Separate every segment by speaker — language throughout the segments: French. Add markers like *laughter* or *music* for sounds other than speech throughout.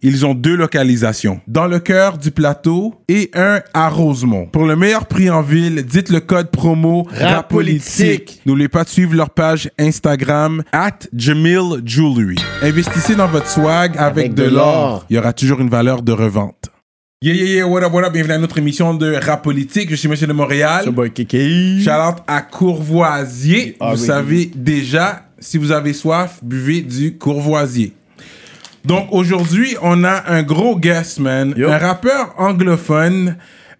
Speaker 1: ils ont deux localisations, dans le cœur du plateau et un à Rosemont. Pour le meilleur prix en ville, dites le code promo RAPOLITIQUE. N'oubliez pas de suivre leur page Instagram at Jamil Jewelry. Investissez dans votre swag avec,
Speaker 2: Avec
Speaker 1: de
Speaker 2: de
Speaker 1: l'or.
Speaker 2: l'or.
Speaker 1: Il y aura toujours une valeur de revente. Yeah, yeah, yeah, what up, what up. Bienvenue à notre émission de Rap Politique. Je suis Monsieur de Montréal. Shout out à Courvoisier.
Speaker 2: Ah
Speaker 1: vous
Speaker 2: oui.
Speaker 1: savez déjà, si vous avez soif, buvez du Courvoisier. Donc aujourd'hui, on a un gros guest, man.
Speaker 2: Yo.
Speaker 1: Un rappeur anglophone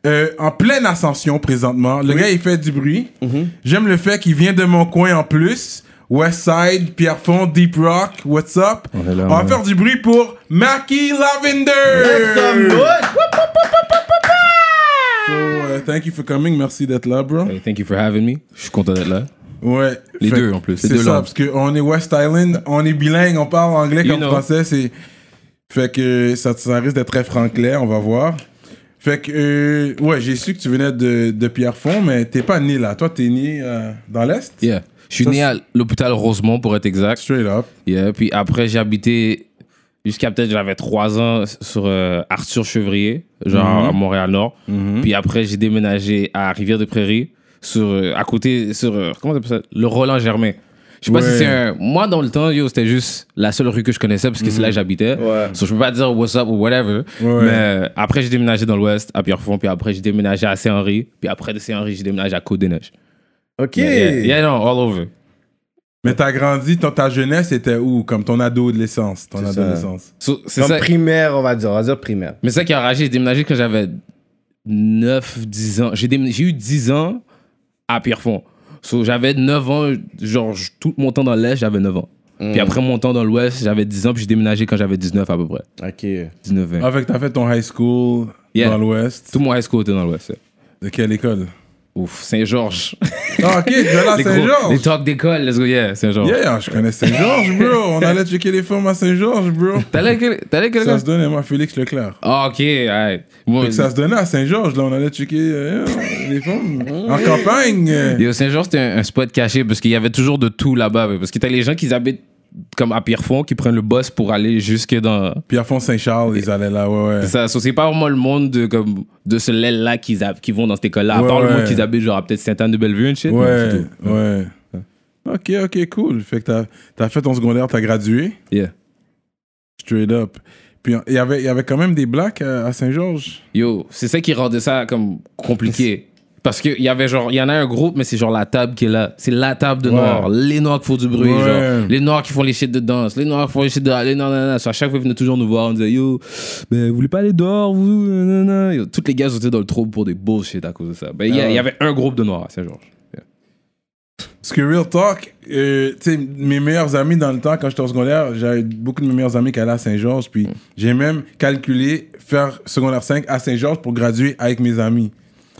Speaker 1: euh, en pleine ascension présentement. Le gars, il fait du bruit.
Speaker 2: Mhm.
Speaker 1: J'aime le fait qu'il vient de mon coin en plus. Westside, Pierrefonds, Deep Rock, what's up? On,
Speaker 2: est là,
Speaker 1: va
Speaker 2: ouais.
Speaker 1: faire du bruit pour Mackie Lavender! So, euh, thank you for coming, merci d'être là, bro.
Speaker 3: Hey, thank you for having me. Je suis content d'être là.
Speaker 1: Ouais.
Speaker 3: Les deux, en plus.
Speaker 1: C'est
Speaker 3: Les deux
Speaker 1: ça,
Speaker 3: langues.
Speaker 1: parce qu'on est West Island, on est bilingue, on parle anglais
Speaker 3: You
Speaker 1: comme
Speaker 3: know.
Speaker 1: français. C'est... Fait que ça, ça risque d'être très franglais, on va voir. Fait que, euh, ouais, j'ai su que tu venais de, de Pierrefonds, mais t'es pas né là. Toi, t'es né euh, dans l'Est?
Speaker 3: Yeah. Je suis
Speaker 1: Ça,
Speaker 3: né à l'hôpital Rosemont, pour être exact.
Speaker 1: Straight up.
Speaker 3: Yeah. Puis après, j'ai habité jusqu'à peut-être j'avais 3 ans sur euh, Arthur Chevrier, genre à Montréal-Nord. Puis après, j'ai déménagé à Rivière-des-Prairies, sur, euh, à côté, sur, euh, comment t'appelles ça Le Roland-Germain. Je sais pas
Speaker 1: Ouais.
Speaker 3: si c'est un. Moi, dans le temps, yo, c'était juste la seule rue que je connaissais parce que c'est là que j'habitais.
Speaker 2: Ouais.
Speaker 3: So, je peux pas dire what's up ou whatever.
Speaker 1: Ouais.
Speaker 3: Mais euh, après, j'ai déménagé dans l'Ouest, à Pierrefonds. Puis après, j'ai déménagé à Saint-Henri. Puis après, de Saint-Henri, j'ai déménagé à Côte-des-Neiges.
Speaker 2: Ok.
Speaker 3: Yeah, yeah, non, all over.
Speaker 1: Mais t'as grandi, ton, ta jeunesse était où? Comme ton adolescence. Ton
Speaker 2: C'est ça.
Speaker 1: adolescence.
Speaker 3: So, c'est
Speaker 2: Comme
Speaker 3: ça.
Speaker 2: primaire, on va dire. On va dire primaire.
Speaker 3: Mais c'est ça qui a enragé, j'ai déménagé quand j'avais 9, 10 ans. J'ai déménagé- j'ai eu 10 ans à Pierrefonds. So, j'avais 9 ans, genre j- tout mon temps dans l'Est, j'avais 9 ans.
Speaker 1: Hmm.
Speaker 3: Puis après mon temps dans l'Ouest, j'avais 10 ans, puis j'ai déménagé quand j'avais 19 à peu près.
Speaker 2: Ok.
Speaker 3: 19, 20.
Speaker 1: Ah, fait que t'as fait ton high school
Speaker 3: Yeah.
Speaker 1: dans l'Ouest.
Speaker 3: Tout mon high school était dans l'Ouest. ouais.
Speaker 1: De quelle école?
Speaker 3: Ouf, Saint-Georges.
Speaker 1: Ah, ok, de
Speaker 3: *laughs*
Speaker 1: là,
Speaker 3: Les gros- Les
Speaker 1: Saint-Georges.
Speaker 3: talks d'école, let's go, yeah, Saint-Georges.
Speaker 1: Yeah, je connais Saint-Georges, bro. On allait checker les films à Saint-Georges, bro.
Speaker 3: T'allais à quel- t'allais à quel
Speaker 1: Ça
Speaker 3: école?
Speaker 1: se donnait, moi, Félix Leclerc.
Speaker 3: Ah, ok, alright. Moi,
Speaker 1: Fait que ça se donnait à Saint-Georges, là, on allait checker euh, les femmes hein. en campagne. euh.
Speaker 3: Yo, Saint-Georges, c'était un, un spot caché parce qu'il y avait toujours de tout là-bas. ouais. Parce que t'as les gens qui habitent comme à Pierrefonds, qui prennent le bus pour aller jusque dans.
Speaker 1: Puis à fond Saint-Charles, ils allaient là, ouais, ouais.
Speaker 3: Ça, so, c'est pas vraiment le monde de, comme, de ce l'aile-là qu'ils hab- qui vont dans cette école-là. À
Speaker 1: Ouais,
Speaker 3: part le
Speaker 1: ouais.
Speaker 3: monde qu'ils habitent, genre à peut-être Sainte-Anne-de-Bellevue, une shit. mais c'est
Speaker 1: Ouais,
Speaker 3: tout.
Speaker 1: ouais. Ok, ok, cool. Fait que t'as as fait ton secondaire, t'as gradué,
Speaker 3: Yeah.
Speaker 1: straight up. Puis il y avait, il y avait quand même des blacks à, à Saint-Georges.
Speaker 3: Yo, c'est ça qui rendait ça comme compliqué. Parce qu'il y avait genre, il y en a un groupe, mais c'est genre la table qui est là. C'est la table de
Speaker 1: Ouais.
Speaker 3: noirs. Les noirs qui font du bruit,
Speaker 1: Ouais.
Speaker 3: genre. Les noirs qui font les shit de danse. Les noirs qui font les shit de. Les noirs, nanana. So, à chaque fois, ils venaient toujours nous voir. On disait, yo, ben, vous voulez pas aller dehors, vous nanana. Yo, Toutes les gars étaient dans le trou pour des bullshit à cause de ça. Ben,
Speaker 1: Ah.
Speaker 3: il y, a- il y avait un groupe de noirs à Saint-Georges.
Speaker 1: Parce que real talk, euh, tu sais, mes meilleurs amis dans le temps, quand j'étais au secondaire, j'avais beaucoup de mes meilleurs amis qui allaient à Saint-Georges.
Speaker 2: Mm.
Speaker 1: Puis j'ai même calculé faire secondaire 5 à Saint-Georges pour graduer avec mes amis.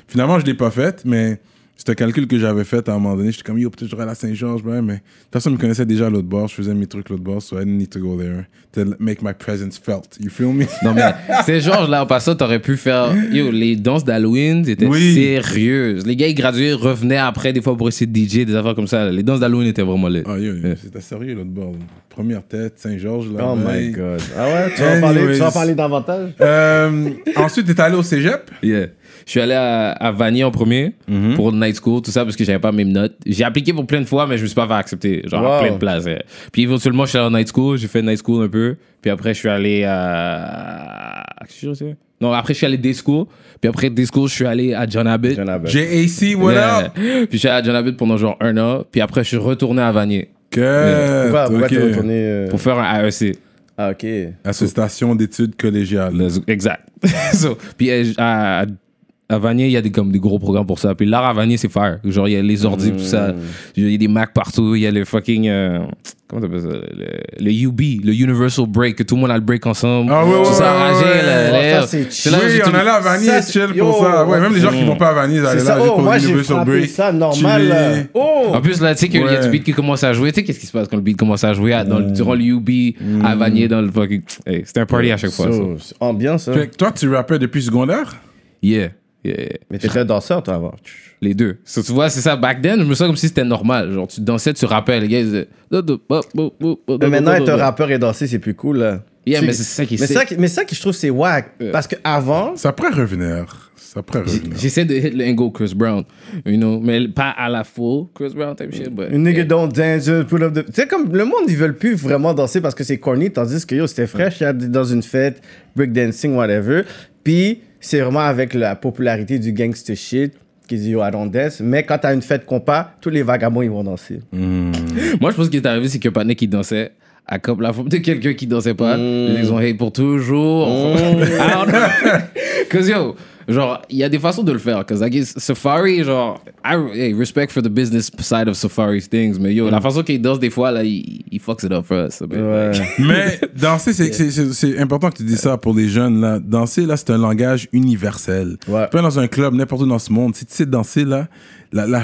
Speaker 1: Finalement, je l'ai pas fait, mais c'est un calcul que j'avais fait à un moment donné. J'étais comme, yo, peut-être j'aurais la Saint-Georges, ben, mais de toute façon, ils me connaissaient déjà à l'autre bord. Je faisais mes trucs à l'autre bord, so I didn't need to go there to make my presence felt. You feel me?
Speaker 3: Non, mais Saint-Georges, là, en passant, t'aurais pu faire. Yo, les danses d'Halloween étaient
Speaker 1: Oui.
Speaker 3: sérieuses. Les gars, ils graduaient, revenaient après, des fois, pour essayer de DJ, des affaires comme ça. Les danses d'Halloween étaient vraiment laides.
Speaker 1: Ah, yo, c'était sérieux l'autre bord. Première tête, Saint-Georges, là.
Speaker 2: Oh my
Speaker 1: ben.
Speaker 2: god. Ah ouais, tu vas en parler, tu vas en parler davantage?
Speaker 1: Euh, ensuite, t'es allé au cégep?
Speaker 3: Yeah. Je suis allé à, à Vanier en premier pour le night school, tout ça, parce que j'avais pas mes notes. J'ai appliqué pour plein de fois, mais je me suis pas fait accepter, genre à
Speaker 2: Wow.
Speaker 3: plein de places. ouais. Puis éventuellement, je suis allé en night school, j'ai fait night school un peu. Puis après, je suis allé à. qu'est-ce que c'est? Non, après, je suis allé day school. Puis après day school, je suis allé à John Abbott.
Speaker 2: J'en avais.
Speaker 1: JAC, what
Speaker 3: Yeah.
Speaker 1: up?
Speaker 3: Puis je suis allé à John Abbott pendant genre un an. Puis après, je suis retourné à Vanier
Speaker 1: Que.
Speaker 2: Pourquoi, pourquoi
Speaker 1: ok.
Speaker 2: t'es retourné? euh,
Speaker 3: pour faire un E AEC.
Speaker 2: Ah, ok.
Speaker 3: *laughs*
Speaker 1: Association d'études collégiales.
Speaker 3: Exact. So, puis euh, à À Vanier, il y a des, comme, des gros programmes pour ça. Puis l'art à Vanier, c'est fire. Genre, il y a les ordi, tout ça.
Speaker 1: Hmm.
Speaker 3: Il y a des Macs partout. Il y a le fucking. euh, comment t'appelles ça le, le UB, le Universal Break, que tout le monde a le break ensemble.
Speaker 1: Ah ouais, ouais,
Speaker 3: Tout ça,
Speaker 1: ouais,
Speaker 3: arrangé,
Speaker 1: ouais,
Speaker 3: là,
Speaker 1: Oh,
Speaker 2: ouais.
Speaker 3: là.
Speaker 2: Ça, c'est
Speaker 3: C'est là où
Speaker 1: oui,
Speaker 3: j'ai
Speaker 1: on
Speaker 3: tout-
Speaker 1: allait à Vanier,
Speaker 2: Ça, c'est-
Speaker 1: chill pour
Speaker 2: yo,
Speaker 1: ça. Ouais,
Speaker 2: ouais,
Speaker 1: même les gens qui vont pas à Vanier, ils allaient
Speaker 2: C'est
Speaker 1: là
Speaker 2: ça.
Speaker 1: juste
Speaker 2: Oh,
Speaker 1: pour
Speaker 2: moi,
Speaker 1: le
Speaker 2: j'ai
Speaker 1: Universal
Speaker 2: frappé
Speaker 1: Break.
Speaker 2: ça normal.
Speaker 1: chiller.
Speaker 2: là. Oh!
Speaker 3: En plus, là, tu sais qu'il y a
Speaker 1: Ouais. Hmm.
Speaker 3: du beat qui commence à jouer. Tu sais, qu'est-ce qui se passe quand le beat commence à jouer à- dans, le- durant le UB, à Vanier, dans le fucking. Hey, C'était un party à chaque fois. ça.
Speaker 2: So, c'est Oh, Ambiance, hein.
Speaker 1: Fait que toi, tu rappais depuis secondaire
Speaker 3: Yeah. yeah, yeah.
Speaker 2: Mais t'étais danseur, toi, avant.
Speaker 3: Les deux. So, tu vois, c'est ça. Back then, je me sens comme si c'était normal. Genre, tu dansais, tu rappelles. Les gars, ils disaient, do, do, bo, bo, bo, bo,
Speaker 2: Mais
Speaker 3: do,
Speaker 2: maintenant,
Speaker 3: do, do,
Speaker 2: être un
Speaker 3: do.
Speaker 2: rappeur et danser, c'est plus cool, là.
Speaker 3: Yeah, mais c'est ça qui Euh.
Speaker 2: mais
Speaker 3: c'est-
Speaker 2: ça qui- mais ça qui, je trouve, c'est whack. Parce que avant,
Speaker 1: Ça pourrait revenir. Ça pourrait revenir.
Speaker 3: J'essaie de hit le angle Chris Brown, you know, mais pas à la full Chris Brown type shit, but...
Speaker 2: Une nigga don't dance, just pull up the- Tu sais, comme le monde, ils veulent plus vraiment danser parce que c'est corny, tandis que yo, c'était fraîche, il y a des- dans une fête, breakdancing, whatever. Puis, c'est vraiment avec la popularité du gangster shit qui dit yo, I don't dance. Mais quand t'as une fête compas, tous les vagabonds, ils vont danser.
Speaker 3: *laughs* Moi, je pense que ce qui est arrivé, c'est que Panek qui dansait à comme la forme de quelqu'un qui dansait pas. Ils ont hate pour toujours. *laughs* I don't know. Cause yo, genre, il y a des façons de le faire. Cause like, it's- Safari, genre, I hey, respect for the business side of Safari's things, mais yo, la façon qu'il danse des fois, là, il, il fucks it up for us. Mais-
Speaker 1: Mais danser, c'est- c'est- c'est c'est important que tu dis ça pour les jeunes. Là. Danser, là, c'est un langage universel.
Speaker 2: Ouais.
Speaker 1: Pas dans un club, n'importe où dans ce monde. Si tu sais danser, là, la... la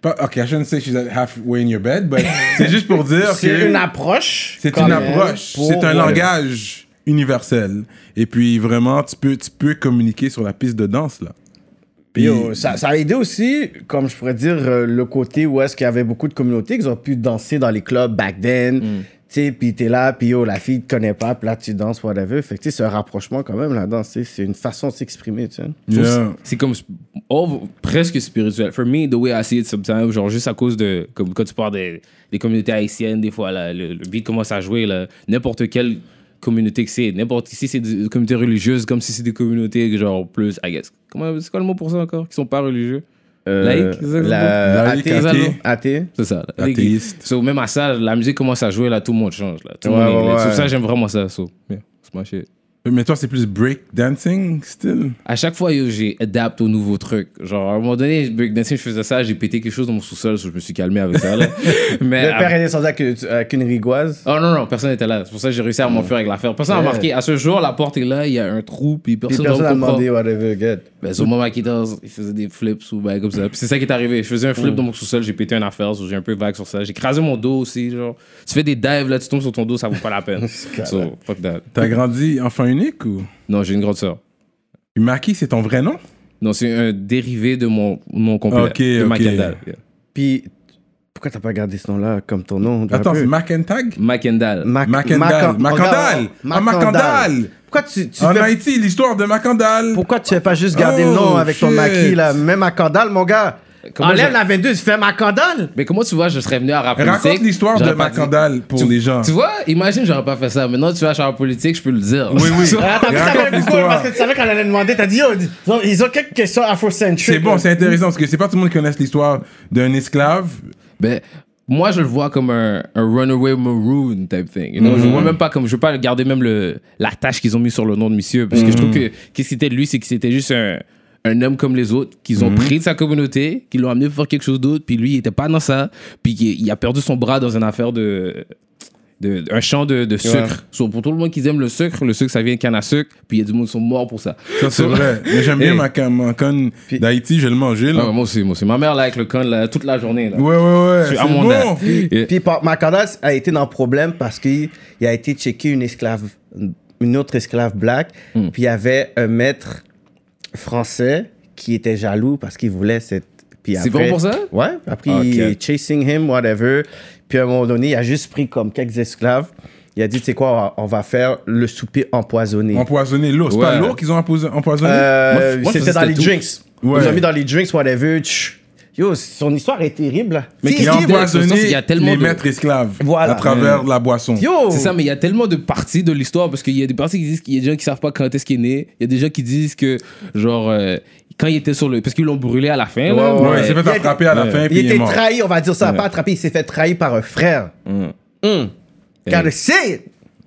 Speaker 1: pas, ok, I shouldn't say she's halfway in your bed,
Speaker 2: *laughs*
Speaker 1: but c'est juste pour dire
Speaker 2: C'est
Speaker 1: que
Speaker 2: une approche.
Speaker 1: c'est
Speaker 2: quand
Speaker 1: une
Speaker 2: même,
Speaker 1: approche,
Speaker 2: pour-
Speaker 1: c'est un
Speaker 2: ouais.
Speaker 1: langage universel. Et puis vraiment, tu peux, tu peux communiquer sur la piste de danse, là. Puis,
Speaker 2: Yo, ça, ça a aidé aussi, comme je pourrais dire, euh, le côté où est-ce qu'il y avait beaucoup de communautés qui ont pu danser dans les clubs back
Speaker 1: Mm.
Speaker 2: then. Tu sais, puis t'es là, puis yo, la fille te connaît pas, puis là tu danses, whatever. Fait que tu sais, c'est un rapprochement quand même, la danse. tu sais, C'est une façon de s'exprimer, tu sais.
Speaker 1: yeah.
Speaker 3: c'est comme sp- oh, presque spirituel. For me, the way I see it sometimes, genre juste à cause de comme quand tu parles des, des communautés haïtiennes, des fois là, le, le beat commence à jouer là, n'importe quelle communauté que c'est, n'importe si c'est des communautés religieuses, comme si c'est des communautés genre plus, I guess. Comment c'est quoi le mot pour ça encore, qui sont pas religieux? Laïque, c'est ça que
Speaker 2: Euh,
Speaker 1: c'est?
Speaker 2: la...
Speaker 1: Laïque,
Speaker 2: athée,
Speaker 3: athée.
Speaker 2: athée.
Speaker 3: C'est ça. là.
Speaker 1: Athéiste.
Speaker 3: So, même à ça, la musique commence à jouer là, tout le monde change là. Tout le
Speaker 2: Ouais,
Speaker 3: monde est-
Speaker 2: ouais,
Speaker 3: là. So,
Speaker 2: ouais.
Speaker 3: ça j'aime vraiment ça. So, yeah, smash it.
Speaker 1: Mais toi, c'est plus break dancing, still?
Speaker 3: À chaque fois, yo, j'ai adapt au nouveau truc. Genre, à un moment donné, breakdancing, je faisais ça, j'ai pété quelque chose dans mon sous-sol, so je me suis calmé avec ça. Là. Mais.
Speaker 2: Le
Speaker 1: Ah,
Speaker 3: à-
Speaker 2: père est descendu avec, euh, avec une rigoise.
Speaker 3: Oh non, non, personne n'était là. C'est pour ça que j'ai réussi à m'enfuir avec l'affaire. Personne n'a
Speaker 2: Ouais.
Speaker 3: remarqué. À ce jour, la porte est là, il y a un trou, puis
Speaker 2: Puis
Speaker 3: personne n'a
Speaker 2: personne n'a demandé,
Speaker 3: demandé.
Speaker 2: whatever, good.
Speaker 3: Ben, sur mon maquillage, il faisait des flips ou ben, comme ça. Puis c'est ça qui est arrivé. Je faisais un flip dans mon sous-sol, j'ai pété une affaire, so j'ai un peu vague sur ça. J'ai crasé mon dos aussi. Genre, tu fais des dives là, tu tombes sur ton dos, ça vaut pas la peine. so, fuck that.
Speaker 1: T'as grandi enfant unique ou?
Speaker 3: Non, j'ai une grande sœur.
Speaker 1: Puis Maki, c'est ton vrai nom?
Speaker 3: Non, c'est un dérivé de mon nom complet.
Speaker 1: Ok,
Speaker 3: de
Speaker 1: ok.
Speaker 3: Macandal. Yeah.
Speaker 2: Puis, pourquoi t'as pas gardé ce nom-là comme ton nom? de
Speaker 1: Attends,
Speaker 2: rappeur?
Speaker 1: c'est Macantag?
Speaker 3: Macandal.
Speaker 2: Mac-
Speaker 1: Macandal.
Speaker 2: Macan-
Speaker 1: Macandal.
Speaker 2: Macan-
Speaker 1: Ah, Macandal. Ah,
Speaker 2: Pourquoi tu, tu
Speaker 1: En
Speaker 2: fais
Speaker 1: Haïti, l'histoire de Macandal.
Speaker 2: Pourquoi tu fais pas juste garder
Speaker 1: Oh,
Speaker 2: le nom avec ton
Speaker 1: shit.
Speaker 2: maquis, là? Même à Candale, mon gars.
Speaker 3: Comment
Speaker 2: Enlève
Speaker 3: je-
Speaker 2: la 22, tu fais ma Candale.
Speaker 3: Mais comment tu vois, je serais venu à rap politique.
Speaker 1: Raconte l'histoire de
Speaker 3: j'aurais pas dit-
Speaker 1: Macandal pour
Speaker 3: Tu-
Speaker 1: les gens.
Speaker 3: Tu vois, imagine, j'aurais pas fait ça. Maintenant, tu vas à rap politique, je peux le dire.
Speaker 1: Oui,
Speaker 3: *laughs*
Speaker 1: oui.
Speaker 2: Ah, T'as vu,
Speaker 1: Raconte
Speaker 2: t'avais le
Speaker 1: l'histoire.
Speaker 2: cool, parce que tu savais qu'on allait demander. T'as dit, oh, ils ont- ils ont quelques questions afrocentriques.
Speaker 1: C'est bon, c'est intéressant parce que c'est pas tout le monde qui connaît l'histoire d'un esclave.
Speaker 3: Ben, moi, je le vois comme un, un runaway maroon type thing. You know?
Speaker 1: Mhm.
Speaker 3: Je le vois même pas comme. Je veux pas garder même le, la tâche qu'ils ont mis sur le nom de monsieur. Parce que je trouve
Speaker 1: Mhm.
Speaker 3: que qu'est-ce qui était de lui, c'est que c'était juste un, un homme comme les autres, qu'ils ont
Speaker 1: Mhm.
Speaker 3: pris de sa communauté, qu'ils l'ont amené pour faire quelque chose d'autre, puis lui, il était pas dans ça. Puis qu'il- il a perdu son bras dans une affaire de. de- un champ de, de sucre. So, pour tout le monde qui aime le sucre, le sucre, ça vient de canne à sucre, puis il y a du monde qui sont morts pour ça.
Speaker 1: Ça, c'est
Speaker 3: So- *laughs*
Speaker 1: vrai. Mais j'aime bien
Speaker 3: Hey.
Speaker 1: ma can- ma conne d'Haïti, je vais le manger,
Speaker 3: Ah,
Speaker 1: là.
Speaker 3: moi aussi, moi aussi. Ma mère, là, avec le con, là, toute la journée. Là.
Speaker 1: Ouais, ouais, ouais. C'est
Speaker 3: à mon
Speaker 1: bon.
Speaker 3: Yeah.
Speaker 2: Puis par- ma Candale a été dans le problème parce qu'il il a été checké une esclave, une autre esclave black.
Speaker 3: Hmm.
Speaker 2: Puis il y avait un maître français qui était jaloux parce qu'il voulait cette. puis
Speaker 3: C'est
Speaker 2: après-
Speaker 3: bon pour ça?
Speaker 2: Ouais. Après,
Speaker 3: Ok.
Speaker 2: il est chasing him, whatever. Puis à un moment donné, il a juste pris comme quelques esclaves. Il a dit, tu sais quoi, on va- on va faire le souper empoisonné.
Speaker 1: Empoisonner l'eau. C'est pas
Speaker 3: Ouais.
Speaker 1: l'eau qu'ils ont empoisonné- empoisonné?
Speaker 2: Euh,
Speaker 3: Moi, moi, je
Speaker 2: c'était
Speaker 3: faisais
Speaker 2: dans
Speaker 3: ça
Speaker 2: les
Speaker 3: tout.
Speaker 2: drinks.
Speaker 1: Ouais.
Speaker 2: Ils ont mis dans les drinks, whatever. Tch. Yo, son histoire est terrible. là.
Speaker 3: Mais
Speaker 2: Si,
Speaker 1: Ils
Speaker 3: qu'est-ce
Speaker 1: ont
Speaker 2: si,
Speaker 3: qu'il y a de- dans le sens, il
Speaker 1: empoisonné
Speaker 3: y a tellement
Speaker 1: les
Speaker 3: de-
Speaker 1: maîtres esclaves
Speaker 2: Voilà.
Speaker 1: à travers la boisson.
Speaker 2: Yo!
Speaker 3: C'est ça, mais il y a tellement de parties de l'histoire parce qu'il y a des parties qui disent qu'il y a des gens qui savent pas quand est-ce qu'il est né. Il y a des gens qui disent que, genre, euh, quand il était sur le. Parce qu'ils l'ont brûlé à la fin. là.
Speaker 1: Ouais, il s'est fait
Speaker 2: Il a-
Speaker 1: attraper à la
Speaker 3: Ouais.
Speaker 1: fin, puis
Speaker 2: Il
Speaker 1: il est
Speaker 2: était
Speaker 1: mort.
Speaker 2: trahi, Mm. on va dire ça, pas attrapé, il s'est fait trahir par un frère. Car Gotta say it!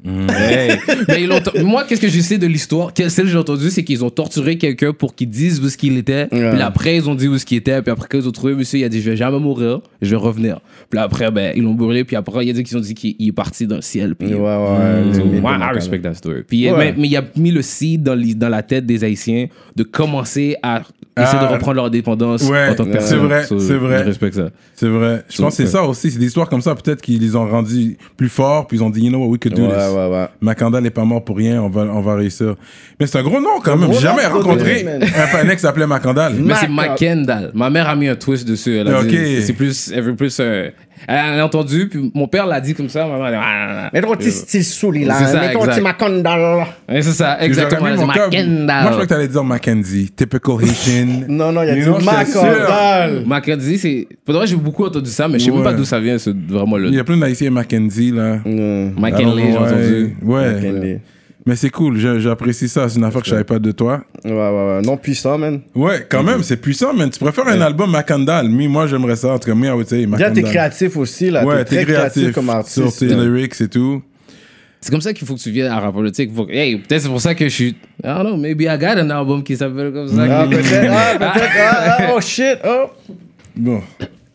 Speaker 3: Hey. Mais ils l'ont tor- Moi, qu'est-ce que je sais de l'histoire que- Celle que j'ai entendue, c'est qu'ils ont torturé quelqu'un pour qu'il dise où ce qu'il était.
Speaker 2: Ouais.
Speaker 3: Puis après, ils ont dit où ce qu'il était. Puis après, quand ils ont trouvé monsieur, il a dit Je vais jamais mourir, je vais revenir. Puis après, ben, ils l'ont brûlé. Puis après, il a dit qu'ils ont dit qu'il il est parti dans le ciel. Puis,
Speaker 2: Ouais, ouais, Mm.
Speaker 1: Euh,
Speaker 2: ouais.
Speaker 3: So,
Speaker 2: mythe de
Speaker 3: moi, I
Speaker 2: Macabre.
Speaker 3: respect that story. Puis, euh,
Speaker 2: Ouais.
Speaker 3: mais, mais il a mis le seed dans, les- dans la tête des Haïtiens de commencer à essayer
Speaker 1: Ah.
Speaker 3: de reprendre leur indépendance
Speaker 1: Ouais,
Speaker 3: en tant que
Speaker 1: c'est
Speaker 3: personne.
Speaker 1: vrai,
Speaker 3: So,
Speaker 1: c'est vrai.
Speaker 3: Je respecte ça.
Speaker 1: C'est vrai. Je pense que c'est ça aussi. C'est des histoires comme ça, peut-être qu'ils les ont rendus plus forts, puis ils ont dit, you know what, we could do
Speaker 2: Ouais,
Speaker 1: this.
Speaker 2: ouais, ouais.
Speaker 1: Macandal n'est pas mort pour rien, on va, on va réussir. Mais c'est un gros nom quand même. J'ai
Speaker 2: gros
Speaker 1: jamais
Speaker 2: nom, gros
Speaker 1: rencontré
Speaker 2: nom, man.
Speaker 1: un panneau qui s'appelait Macandal.
Speaker 3: Mais c'est
Speaker 2: Macabre.
Speaker 3: Macandal. Ma mère a mis un twist dessus. Elle a
Speaker 1: Ok.
Speaker 3: dit, c'est plus, elle veut plus. euh, elle a entendu, puis mon père l'a dit comme ça. Ma mère a dit, ah,
Speaker 2: Mets ton petit style souris là.
Speaker 3: C'est ça,
Speaker 2: Mets ton
Speaker 3: exact.
Speaker 2: petit macondal.
Speaker 3: Et c'est ça,
Speaker 1: J'aurais
Speaker 3: exactement.
Speaker 1: mis
Speaker 3: Elle a dit,
Speaker 1: mon cœur. Moi, je
Speaker 3: Macandal.
Speaker 1: crois que t'allais dire Mackenzie. Typical Haitian.
Speaker 2: Non, non, il y a
Speaker 1: Mais
Speaker 2: du
Speaker 1: non, je t'assure.
Speaker 2: macondal.
Speaker 3: Macandal, c'est. Pour de vrai, j'ai beaucoup entendu ça, mais je sais même
Speaker 1: Ouais.
Speaker 3: pas d'où ça vient, c'est vraiment le.
Speaker 1: Il y a plein d'Haïtiens Mackenzie, là.
Speaker 2: Mm.
Speaker 3: Macandal, j'ai
Speaker 1: Alors, Ah ouais,
Speaker 3: entendu.
Speaker 1: Ouais.
Speaker 2: Mackenzie.
Speaker 1: Mais c'est cool, je- j'apprécie ça. C'est une affaire que je savais pas de toi.
Speaker 2: Ouais, ouais, ouais. Non puissant, man.
Speaker 1: Ouais, quand même, c'est puissant, mais tu préfères un album Macandal. Mi, moi, j'aimerais ça. En tout cas, mi, I would say
Speaker 2: Déjà,
Speaker 1: Macandal.
Speaker 2: t'es créatif aussi, là.
Speaker 1: Ouais,
Speaker 2: t'es très créatif comme
Speaker 1: Sur
Speaker 2: artiste.
Speaker 1: tes
Speaker 2: là.
Speaker 1: lyrics et tout.
Speaker 3: C'est comme ça qu'il faut que tu viennes à rap politique. Faut que- Hey, peut-être c'est pour ça que je suis. I don't know, maybe I got an album qui s'appelle comme ça.
Speaker 2: Ah,
Speaker 3: qui-
Speaker 2: peut-être. Ah, peut-être. Ah, ah, oh shit. Oh.
Speaker 1: Bon.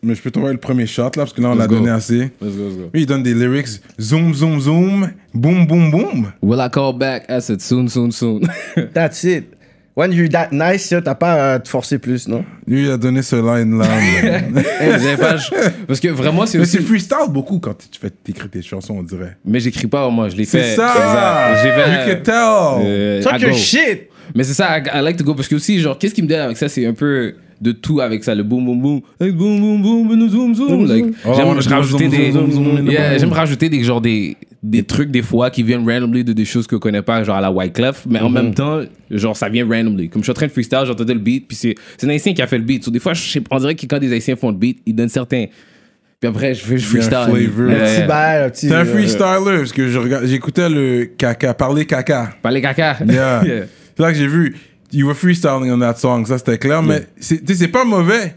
Speaker 1: Mais je peux trouver le premier shot, là, parce que là, on l'a
Speaker 3: go.
Speaker 1: donné assez.
Speaker 3: Let's go, let's go.
Speaker 1: Lui, il donne des lyrics. Zoom, zoom, zoom. Boom, boom, boom.
Speaker 3: Will I call back? I said soon, soon, soon. *laughs*
Speaker 2: That's it. When you're that nice, yo, t'as pas à te forcer plus, non?
Speaker 1: Lui, il a donné
Speaker 3: *laughs*
Speaker 1: ce line-là. man.
Speaker 3: Vous avez pas- je- Parce que vraiment, c'est
Speaker 1: mais
Speaker 3: aussi.
Speaker 1: c'est freestyle beaucoup quand tu fais t'écrire tes chansons, on dirait.
Speaker 3: Mais j'écris pas, moi, je l'ai fait.
Speaker 1: C'est ça!
Speaker 3: Ben, J'ai
Speaker 1: You
Speaker 3: fait.
Speaker 1: can tell!
Speaker 3: euh,
Speaker 2: Talk
Speaker 3: I
Speaker 2: your
Speaker 3: go.
Speaker 2: shit.
Speaker 3: Mais c'est ça, I, I like to go. Parce que aussi, genre, qu'est-ce qui me donne avec ça? C'est un peu de tout avec ça, le boum boum boum. Like, boum boum boum, boum zoom zoom. Like,
Speaker 1: Oh,
Speaker 3: j'aime
Speaker 1: le
Speaker 3: je
Speaker 1: boum,
Speaker 3: rajouter
Speaker 1: zoom,
Speaker 3: des.
Speaker 1: zoom, zoom, zoom,
Speaker 3: Yeah,
Speaker 1: boum.
Speaker 3: j'aime rajouter des, genre, des, des trucs des fois qui viennent randomly de des choses que je connais pas, genre à la Wyclef. Mais en même temps, genre, ça vient randomly. Comme je suis en train de freestyle, j'entendais le beat, puis c'est c'est un haïtien qui a fait le beat. So, des fois, je sais, on dirait que quand des haïtiens font le beat, ils donnent certains. Puis après, je fais je
Speaker 1: Il y a un
Speaker 3: freestyle.
Speaker 1: flavor.
Speaker 3: Yeah,
Speaker 1: Un
Speaker 3: yeah.
Speaker 2: Petit bail, un petit.
Speaker 1: T'es un
Speaker 2: euh,
Speaker 1: freestyler, parce que je regarde- j'écoutais le caca, parler
Speaker 2: *laughs*
Speaker 1: caca.
Speaker 3: Parler caca. *laughs*
Speaker 1: Yeah.
Speaker 3: Yeah.
Speaker 1: C'est là que j'ai vu. You were freestyling on that song, ça c'était clair, mais c'est- tu sais, c'est pas mauvais.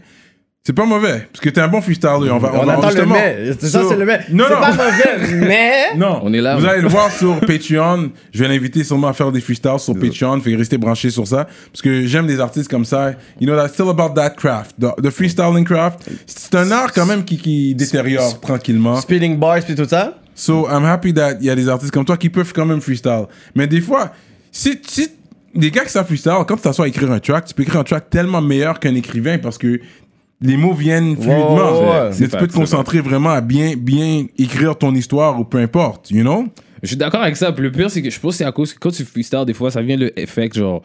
Speaker 1: C'est pas mauvais, parce que t'es un bon freestyler. On, va,
Speaker 2: On
Speaker 1: va-
Speaker 2: attend le
Speaker 1: justement.
Speaker 2: mais. Ça,
Speaker 1: So-
Speaker 2: c'est le mais.
Speaker 1: Non,
Speaker 2: C'est
Speaker 1: non.
Speaker 2: pas *laughs* mauvais, mais.
Speaker 1: *laughs* Non,
Speaker 3: On est là,
Speaker 1: Vous
Speaker 3: on-
Speaker 1: allez le voir sur Patreon. Je vais l'inviter sûrement à faire des freestyles sur Patreon. Fait que restez branchés sur ça. Parce que j'aime des artistes comme ça. You know, that's still about that craft. The, the freestyling craft. C'est un art quand même qui, qui détériore tranquillement.
Speaker 2: Spinning bars puis tout ça.
Speaker 1: So, I'm happy that il y a des artistes comme toi qui peuvent quand même freestyle. Mais des fois, si, si des gars qui savent freestyle, quand tu t'assois à écrire un track, tu peux écrire un track tellement meilleur qu'un écrivain parce que les mots viennent fluidement.
Speaker 2: ouais, ouais.
Speaker 1: Mais
Speaker 3: C'est
Speaker 1: tu
Speaker 3: fact,
Speaker 1: peux te
Speaker 3: c'est
Speaker 1: concentrer vraiment à bien, bien écrire ton histoire ou peu importe, you know?
Speaker 3: Je suis d'accord avec ça. Puis le pire, c'est que je pense que c'est à cause que quand tu freestyle, des fois, ça vient le effet que, genre.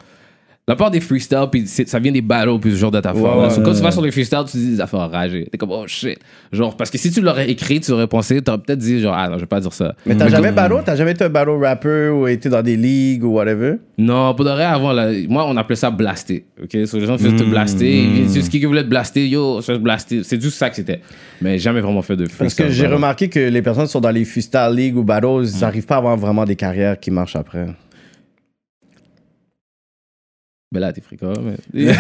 Speaker 3: La part des freestyles, puis c'est- ça vient des battles, puis ce genre d'affaires.
Speaker 2: Ouais,
Speaker 3: là.
Speaker 2: ouais,
Speaker 3: So, quand tu vas sur les freestyles, tu dis des affaires enragées. T'es comme, oh shit. Genre, parce que si tu l'aurais écrit, tu aurais pensé, t'aurais peut-être dit, genre, ah non, je vais pas dire ça.
Speaker 2: Mais t'as jamais
Speaker 3: comme-
Speaker 2: battle? T'as jamais été un battle rapper ou été dans des ligues ou whatever?
Speaker 3: Non, pour de vrai, avant, là, moi, on appelait ça blaster. OK? So, les gens
Speaker 2: Hmm.
Speaker 3: faisaient te blaster. C'est ce qui voulait te blaster. Yo, je vais te blaster. C'est juste ça que c'était. Mais jamais vraiment fait de freestyle.
Speaker 2: Parce que j'ai
Speaker 3: vraiment.
Speaker 2: remarqué que les personnes qui sont dans les freestyle league ou battles, ils n'arrivent pas à avoir vraiment des carrières qui marchent *laughs* après.
Speaker 3: Ben là, t'es fricot. mais-
Speaker 2: *laughs* Non,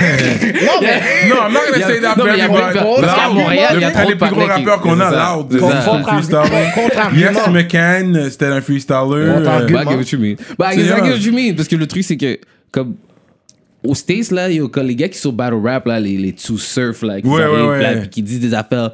Speaker 2: mais
Speaker 1: Non, I'm not
Speaker 3: Il y
Speaker 1: gonna
Speaker 3: a-
Speaker 1: say that
Speaker 3: non,
Speaker 1: for
Speaker 3: mais il y a plein
Speaker 1: everybody.
Speaker 3: de- parce qu'à
Speaker 1: Loud,
Speaker 3: Montréal, il y a
Speaker 1: le-
Speaker 3: trop
Speaker 1: un
Speaker 3: de
Speaker 1: des plus gros
Speaker 3: partenaires qui-
Speaker 1: rappeurs qu'on
Speaker 3: c'est
Speaker 1: a,
Speaker 3: ça.
Speaker 1: Loud.
Speaker 3: C'est ça.
Speaker 1: c'est un freestyler. Yes
Speaker 2: contrairement.
Speaker 1: McCann, c'était un freestyler.
Speaker 2: Bon, t'as-
Speaker 1: Euh,
Speaker 3: Bah, I get what you mean. Bah, I
Speaker 1: C'est
Speaker 3: get
Speaker 1: vrai.
Speaker 3: what you mean. Parce que le truc, c'est que, comme, aux States, là, yo, quand les gars qui sont battle rap, là, les, les two surf, là, qui
Speaker 1: Ouais,
Speaker 3: arrivent,
Speaker 1: ouais, ouais.
Speaker 3: là, puis qui disent des affaires.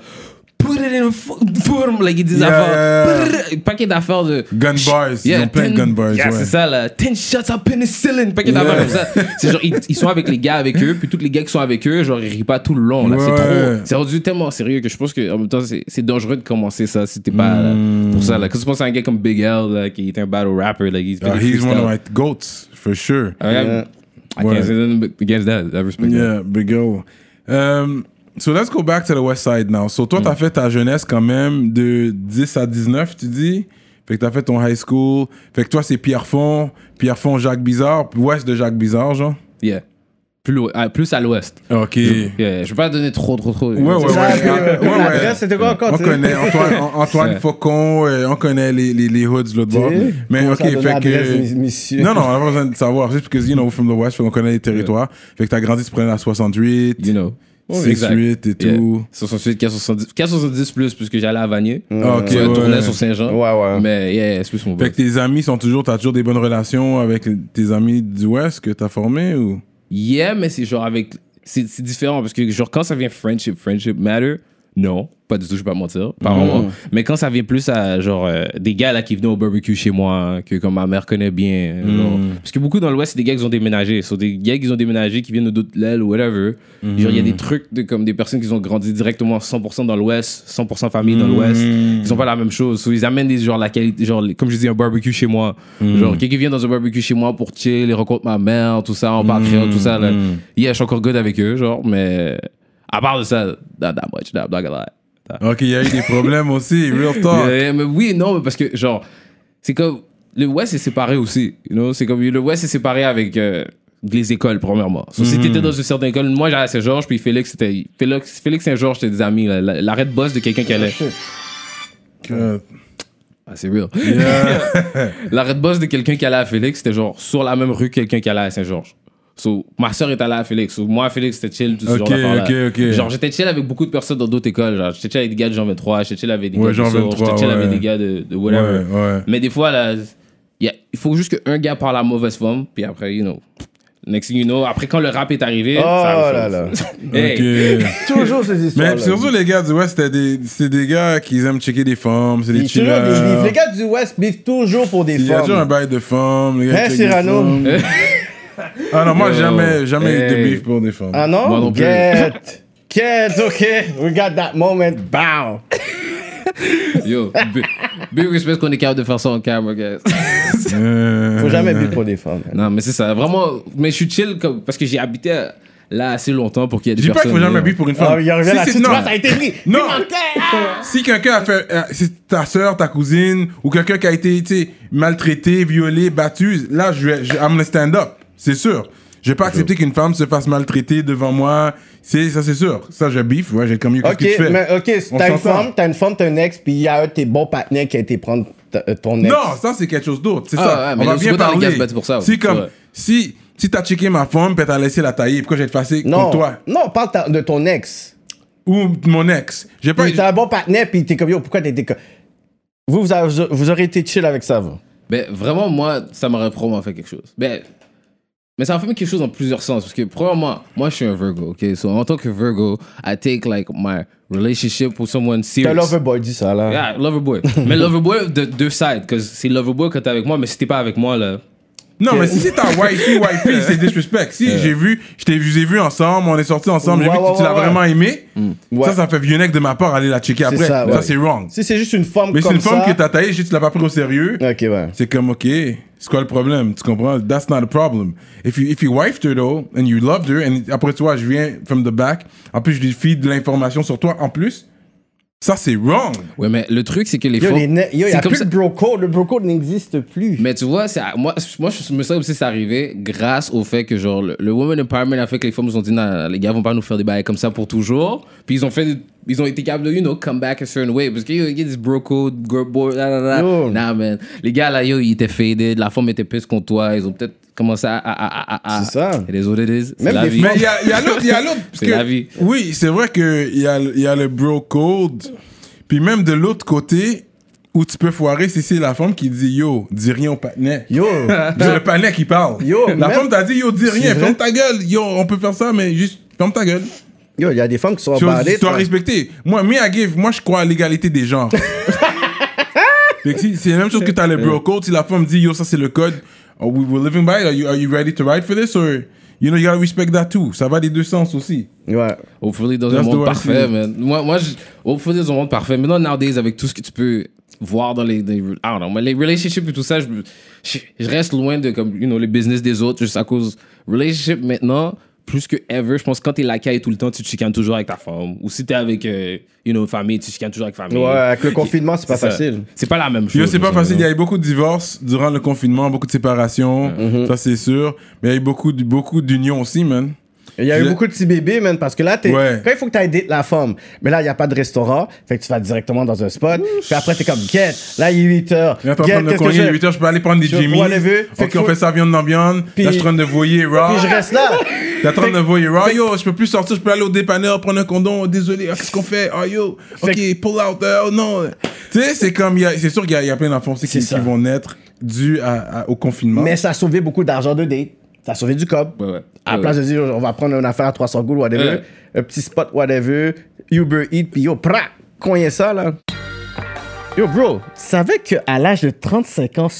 Speaker 3: Put it in a fo- form, like ils disent
Speaker 1: Yeah, yeah,
Speaker 3: affaires.
Speaker 1: yeah.
Speaker 3: brrr, Paquet d'affaires de.
Speaker 1: Gun bars, ils ont plein de
Speaker 3: ten-
Speaker 1: gun bars,
Speaker 3: Yeah,
Speaker 1: ouais.
Speaker 3: c'est ça, là. 10 shots of penicillin, paquet d'affaires
Speaker 1: Yeah.
Speaker 3: comme ça. C'est genre, ils, ils sont avec les gars avec eux, puis tous les gars qui sont avec eux, genre, ils rient pas tout le long, là. C'est
Speaker 1: Ouais.
Speaker 3: trop. C'est rendu tellement sérieux que je pense que en même temps, c'est c'est dangereux de commencer ça si t'es pas
Speaker 1: Hmm.
Speaker 3: là, pour ça. Là. Quand tu penses à un gars comme Big L, là, qui est un battle rapper, là, il fait des
Speaker 1: uh, he's one
Speaker 3: freestyles.
Speaker 1: of my goats, for sure.
Speaker 3: Ah, yeah. I
Speaker 1: Ouais.
Speaker 3: can't say nothing against that. I respect that.
Speaker 1: Yeah, big girl. Um, so let's go back to the West Side now. So toi, t'as
Speaker 3: Mm.
Speaker 1: fait ta jeunesse quand même de 10 à 19, tu dis? Fait que t'as fait ton high school. Fait que toi, c'est Pierrefonds, Pierrefonds, Jacques Bizarre, ouest de Jacques Bizarre, genre.
Speaker 3: Yeah. Plus, l'ou- ah, plus à l'ouest.
Speaker 1: OK.
Speaker 3: Yeah, Je vais pas donner trop, trop, trop.
Speaker 1: Ouais, ouais,
Speaker 2: Ça,
Speaker 1: ouais.
Speaker 2: puis, euh,
Speaker 1: Ouais, ouais.
Speaker 2: L'adresse, c'était quoi encore?
Speaker 1: On
Speaker 2: tu sais?
Speaker 1: connaît Antoine, An- Antoine
Speaker 3: Ouais.
Speaker 1: Faucon, euh, on connaît les, les, les hoods de l'autre bord.
Speaker 2: Tu sais,
Speaker 1: Mais
Speaker 2: on
Speaker 1: ok,
Speaker 2: s'en donne
Speaker 1: fait
Speaker 2: l'adresse,
Speaker 1: que.
Speaker 2: mis- monsieur.
Speaker 1: Non, non, on a pas besoin de savoir. Juste parce que, you know, from the West, fait qu'on connaît les territoires. Fait que t'as grandi, tu prenais la 68.
Speaker 3: You know. Ouais, exact.
Speaker 1: 6-8 et
Speaker 3: Yeah.
Speaker 1: tout.
Speaker 3: 468, 470, 470 plus, puisque j'allais à Vanier.
Speaker 1: Ah, ok,
Speaker 3: Je
Speaker 1: ouais.
Speaker 3: tournais sur Saint-Jean.
Speaker 2: Ouais, ouais.
Speaker 3: Mais yeah, c'est plus mon
Speaker 1: Fait
Speaker 3: boss.
Speaker 1: que tes amis sont toujours, t'as toujours des bonnes relations avec tes amis du Ouest que t'as formés ou?
Speaker 3: Yeah, mais c'est genre avec. C'est c'est différent parce que, genre, quand ça vient friendship, friendship matter, non, pas du tout, je vais pas mentir. Par
Speaker 1: Mm.
Speaker 3: moment. Mais quand ça vient plus à, genre, euh, des gars là qui venaient au barbecue chez moi, hein, que comme ma mère connaît bien.
Speaker 1: Mm.
Speaker 3: genre. parce que beaucoup dans l'Ouest, c'est des gars qui ont déménagé. Ce sont des gars qui ont déménagé, qui viennent de d'autres l'aile ou whatever.
Speaker 1: Mm.
Speaker 3: Genre, il y a des trucs de, comme des personnes qui ont grandi directement 100% dans l'Ouest, 100% famille dans l'Ouest, qui sont pas la même chose. So, ils amènent des, genre, la qualité, genre, les- comme je dis, un barbecue chez moi. Genre, quelqu'un vient dans un barbecue chez moi pour chill, ils rencontrent ma mère, tout ça, on parle créole, tout ça. Là. Yeah, je suis encore good avec eux, genre, mais à part de ça, not that much, not, not gonna lie.
Speaker 1: Ok, il y a eu des problèmes
Speaker 2: *laughs*
Speaker 1: aussi, real talk.
Speaker 3: Euh, mais oui, non, mais parce que, genre, c'est comme. Le West est séparé aussi. You know? C'est comme. Le West est séparé avec euh, les écoles, premièrement. So,
Speaker 1: Mm-hmm.
Speaker 3: Si t'étais dans une certaine école, moi j'allais à Saint-Georges, puis Félix, c'était. Félix, Félix Saint-Georges, c'était des amis. là. La- L'arrêt de boss de quelqu'un qui allait.
Speaker 1: Euh,
Speaker 3: Ah, c'est real.
Speaker 1: yeah.
Speaker 3: L'arrêt de boss de quelqu'un qui allait à Félix, c'était genre sur la même rue que quelqu'un qui allait à Saint-Georges. So, ma soeur est allée à Félix. So, moi, Félix, c'était chill. Tout ce
Speaker 1: Ok,
Speaker 3: genre d'affaires-là.
Speaker 1: ok, ok.
Speaker 3: Genre, j'étais chill avec beaucoup de personnes dans d'autres écoles. Genre, j'étais chill avec des gars de Jean 23, j'étais chill avec des
Speaker 1: Ouais,
Speaker 3: gars de
Speaker 1: Jean
Speaker 3: Source,
Speaker 1: 23,
Speaker 3: j'étais chill avec
Speaker 1: ouais.
Speaker 3: des gars de, de
Speaker 1: ouais,
Speaker 3: whatever.
Speaker 1: ouais.
Speaker 3: Mais des fois, là, y a- il faut juste qu'un gars parle à mauvaise forme, puis après, you know. Next thing you know, après quand le rap est arrivé,
Speaker 2: Oh
Speaker 3: ça
Speaker 2: là là.
Speaker 3: *laughs* Hey,
Speaker 2: *laughs*
Speaker 1: Ok.
Speaker 2: Toujours ces histoires.
Speaker 1: Mais surtout les gars du West, c'était des, c'est des gars qui aiment checker des femmes, c'est des
Speaker 2: Toujours des
Speaker 1: chillers.
Speaker 2: bifs. Les gars du West bivent toujours pour des
Speaker 1: Il y a toujours un
Speaker 2: femmes.
Speaker 1: bail de femmes. Les gars
Speaker 2: Hein,
Speaker 1: checkent des
Speaker 2: Cyrano?
Speaker 1: femmes. Ah non, moi,
Speaker 3: Yo.
Speaker 1: jamais, jamais eu de
Speaker 3: Hey.
Speaker 1: beef pour des femmes.
Speaker 2: Ah non?
Speaker 3: Moi non plus.
Speaker 2: Get. Get, ok. We got that moment. Bow.
Speaker 3: yo, big- big respect qu'on est capable de faire ça en camera, guys.
Speaker 1: Euh,
Speaker 2: Faut jamais vivre pour des femmes.
Speaker 3: Non, mais c'est ça, vraiment. Mais je suis chill comme- parce que j'ai habité euh, là assez longtemps pour qu'il y ait des
Speaker 1: Je dis pas
Speaker 3: personnes.
Speaker 1: qu'il faut jamais
Speaker 3: euh,
Speaker 1: beef pour une femme.
Speaker 2: Ah, il revient
Speaker 1: Si
Speaker 2: là-dessus,
Speaker 1: c'est-
Speaker 2: tu
Speaker 1: non.
Speaker 2: vois, ça a été pris.
Speaker 1: Non.
Speaker 2: Puis manquait, ah.
Speaker 1: Si quelqu'un a fait, euh, si ta soeur, ta cousine, ou quelqu'un qui a été tu sais, maltraité, violé, battu, là, je vais, je, I'm gonna stand up, c'est sûr. Je vais pas accepter qu'une femme se fasse maltraiter devant moi, c'est ça, c'est sûr. Ça, je bif, ouais, j'ai comme mieux
Speaker 2: Ok,
Speaker 1: que tu fais.
Speaker 2: mais ok,
Speaker 1: On
Speaker 2: t'as une
Speaker 1: s'entend.
Speaker 2: femme, t'as une femme, t'as un ex, puis il y a un de tes bons partenaires qui a été prendre ta- euh, ton ex.
Speaker 1: Non, ça c'est quelque chose d'autre. C'est
Speaker 3: Ah
Speaker 1: ça.
Speaker 3: ouais, mais
Speaker 1: On va
Speaker 3: le
Speaker 1: bien
Speaker 3: secondaire, les gars se
Speaker 1: parler.
Speaker 3: battent pour ça,
Speaker 1: Si
Speaker 3: ouais.
Speaker 1: comme
Speaker 3: Ouais.
Speaker 1: si si t'as checké ma femme, puis t'as laissé la tailler, pourquoi j'ai te passer
Speaker 2: non,
Speaker 1: contre toi
Speaker 2: non, parle ta- de ton ex.
Speaker 1: ou mon ex J'ai pas.
Speaker 2: Puis t'as un bon partenaire, puis t'es comme yo, pourquoi t'étais comme. Vous, vous, avez- vous aurez été chill avec ça, vous.
Speaker 3: Ben, vraiment, moi, ça m'aurait probablement fait quelque chose. Ben, mais ça m'a fait quelque chose dans plusieurs sens. Parce que, premièrement, moi, je suis un Virgo, OK? So, en tant que Virgo, I take, like, my relationship with someone serious.
Speaker 2: T'as Loverboy dit ça, là.
Speaker 3: Yeah, Loverboy. mais Loverboy, de deux sides. Parce que c'est Loverboy quand t'es avec moi, mais si t'es pas avec moi, là...
Speaker 1: Non, mais si c'est ta wifey,
Speaker 2: *laughs*
Speaker 1: wifey, c'est disrespect. Si j'ai vu, je t'ai vu, j'ai vu ensemble, on est sortis ensemble, j'ai
Speaker 2: Ouais,
Speaker 1: vu que
Speaker 2: ouais,
Speaker 1: tu l'as
Speaker 2: ouais, ouais.
Speaker 1: vraiment aimé.
Speaker 2: Ouais.
Speaker 1: Ça, ça fait vieux nec de ma part aller la checker après. Ça,
Speaker 2: ça, ouais.
Speaker 1: c'est wrong.
Speaker 2: Si c'est juste une femme
Speaker 1: Mais c'est
Speaker 2: comme
Speaker 1: une femme
Speaker 2: ça.
Speaker 1: qui t'a taillé, juste tu l'as pas pris au sérieux.
Speaker 2: Ok, ouais.
Speaker 1: C'est comme ok, c'est quoi le problème Tu comprends That's not a problem. If you if you wifed her though and you loved her and après toi je viens from the back, en plus je lui file de l'information sur toi en plus, ça c'est wrong.
Speaker 3: Ouais, mais le truc, c'est que les
Speaker 2: Yo,
Speaker 3: femmes...
Speaker 2: les ne- yo, y a
Speaker 3: c'est comme
Speaker 2: plus
Speaker 3: ça...
Speaker 2: de bro code. Le bro code n'existe plus.
Speaker 3: Mais tu vois, c'est à- moi, moi, je me sens comme si c'est arrivé grâce au fait que, genre, le, le Women Empowerment a fait que les femmes nous ont dit, non, les gars vont pas nous faire des bails comme ça pour toujours. Puis ils ont fait, ils ont été capables de, you know, come back a certain way. Parce que, yo, il y a des bro code, girl boy, da, da, da.
Speaker 2: Yo.
Speaker 3: Nah, man. Les gars, là, yo, ils étaient faded, la femme était pisse contre toi, ils ont peut-être commencé à. à, à, à, à
Speaker 2: C'est ça.
Speaker 3: It is what it is. C'est
Speaker 2: Même
Speaker 3: la
Speaker 2: les
Speaker 3: vie.
Speaker 1: Mais il y a, il y a l'autre, il y a l'autre. parce
Speaker 3: C'est
Speaker 1: que-
Speaker 3: la vie.
Speaker 1: Oui, c'est vrai qu'il y a, il y a le bro code. Puis même de l'autre côté, où tu peux foirer, c'est c'est la femme qui dit yo, dis rien au patinet.
Speaker 2: *laughs* Yo.
Speaker 1: *laughs* C'est le patinet qui parle.
Speaker 2: Yo,
Speaker 1: la
Speaker 2: même-
Speaker 1: femme t'a dit yo, dis rien,
Speaker 2: vrai.
Speaker 1: ferme ta gueule. Yo, on peut faire ça, mais juste ferme ta gueule.
Speaker 2: Yo, il y a des femmes qui sont
Speaker 1: Tu dois-
Speaker 2: emballées.
Speaker 1: tu dois
Speaker 2: toi.
Speaker 1: respecter. Moi, me, I give, moi, je crois à l'égalité des
Speaker 2: *laughs*
Speaker 1: genres. Fait que si- c'est la même chose que t'as le bro code. Si la femme dit, yo, ça c'est le code, are we, we're living by it, are you, are you ready to ride for this? Or, you know, you gotta respect that too. Ça va des deux sens aussi.
Speaker 2: Ouais.
Speaker 3: Hopefully dans
Speaker 1: That's
Speaker 3: un
Speaker 1: the
Speaker 3: monde
Speaker 1: way I see
Speaker 3: parfait,
Speaker 1: it.
Speaker 3: man. Moi, moi je, hopefully dans un monde parfait. Maintenant, nowadays, avec tout ce que tu peux voir dans les, les- I don't know, mais les relationships et tout ça, je, me- je, je reste loin de, comme, you know, les business des autres, juste à cause, relationship maintenant, plus que ever, je pense que quand t'es lacaille tout le temps, tu te chicanes toujours avec ta femme. Ou si t'es avec, euh, you know, famille, tu te chicanes toujours avec famille.
Speaker 2: Ouais, avec le
Speaker 3: Et-
Speaker 2: confinement, c'est pas
Speaker 3: ça.
Speaker 2: facile.
Speaker 3: C'est pas la même chose.
Speaker 1: Yo, c'est pas
Speaker 3: je pense,
Speaker 1: facile. Il y
Speaker 3: you
Speaker 1: a eu beaucoup de divorces durant
Speaker 2: Mm-hmm.
Speaker 1: le confinement, beaucoup de séparations, ça c'est sûr. Mais il y a eu beaucoup, de- beaucoup d'unions aussi, man.
Speaker 2: Il y a eu
Speaker 1: Je-
Speaker 2: beaucoup de petits bébés, man, parce que là, t'es-
Speaker 1: Ouais.
Speaker 2: quand il faut que tu ailles date la femme, mais là, il n'y a pas de restaurant, fait que tu vas directement dans un spot, puis après, t'es comme, get, là, il est 8 heures.
Speaker 1: Là, t'es en
Speaker 2: Get,
Speaker 1: train de
Speaker 2: qu'est-ce que
Speaker 1: cogner
Speaker 2: je-
Speaker 1: 8 heures, je peux aller prendre des
Speaker 2: Je-
Speaker 1: Jimmy.
Speaker 2: ouais, le vœu. Fait
Speaker 1: Ok,
Speaker 2: que
Speaker 1: on
Speaker 2: faut-
Speaker 1: fait ça viande dans viande.
Speaker 2: Puis-
Speaker 1: Là, je suis en train de voyer Raw.
Speaker 2: Puis je reste là.
Speaker 1: T'es en train de voyer Raw. Yo, je peux plus sortir, je peux aller au dépanneur, prendre un condom. Oh, désolé, ah, qu'est-ce qu'on fait? Oh yo, ok, pull out. euh, Oh non. Tu sais, c'est comme, il y a- c'est sûr qu'il y a- il y, a plein d'enfants aussi qui,
Speaker 2: ça.
Speaker 1: qui vont naître dû à- à- au confinement.
Speaker 2: Mais ça a sauvé beaucoup d'argent de date. Ça a sauvé du cop.
Speaker 3: Ouais, ouais.
Speaker 2: À la
Speaker 3: Ouais,
Speaker 2: place de dire, on va prendre une affaire à 300 gouttes, whatever,
Speaker 3: Ouais.
Speaker 2: un petit spot, whatever, Uber Eats, puis yo, pra, cognez ça, là. Yo, bro, tu savais qu'à l'âge de 35 ans,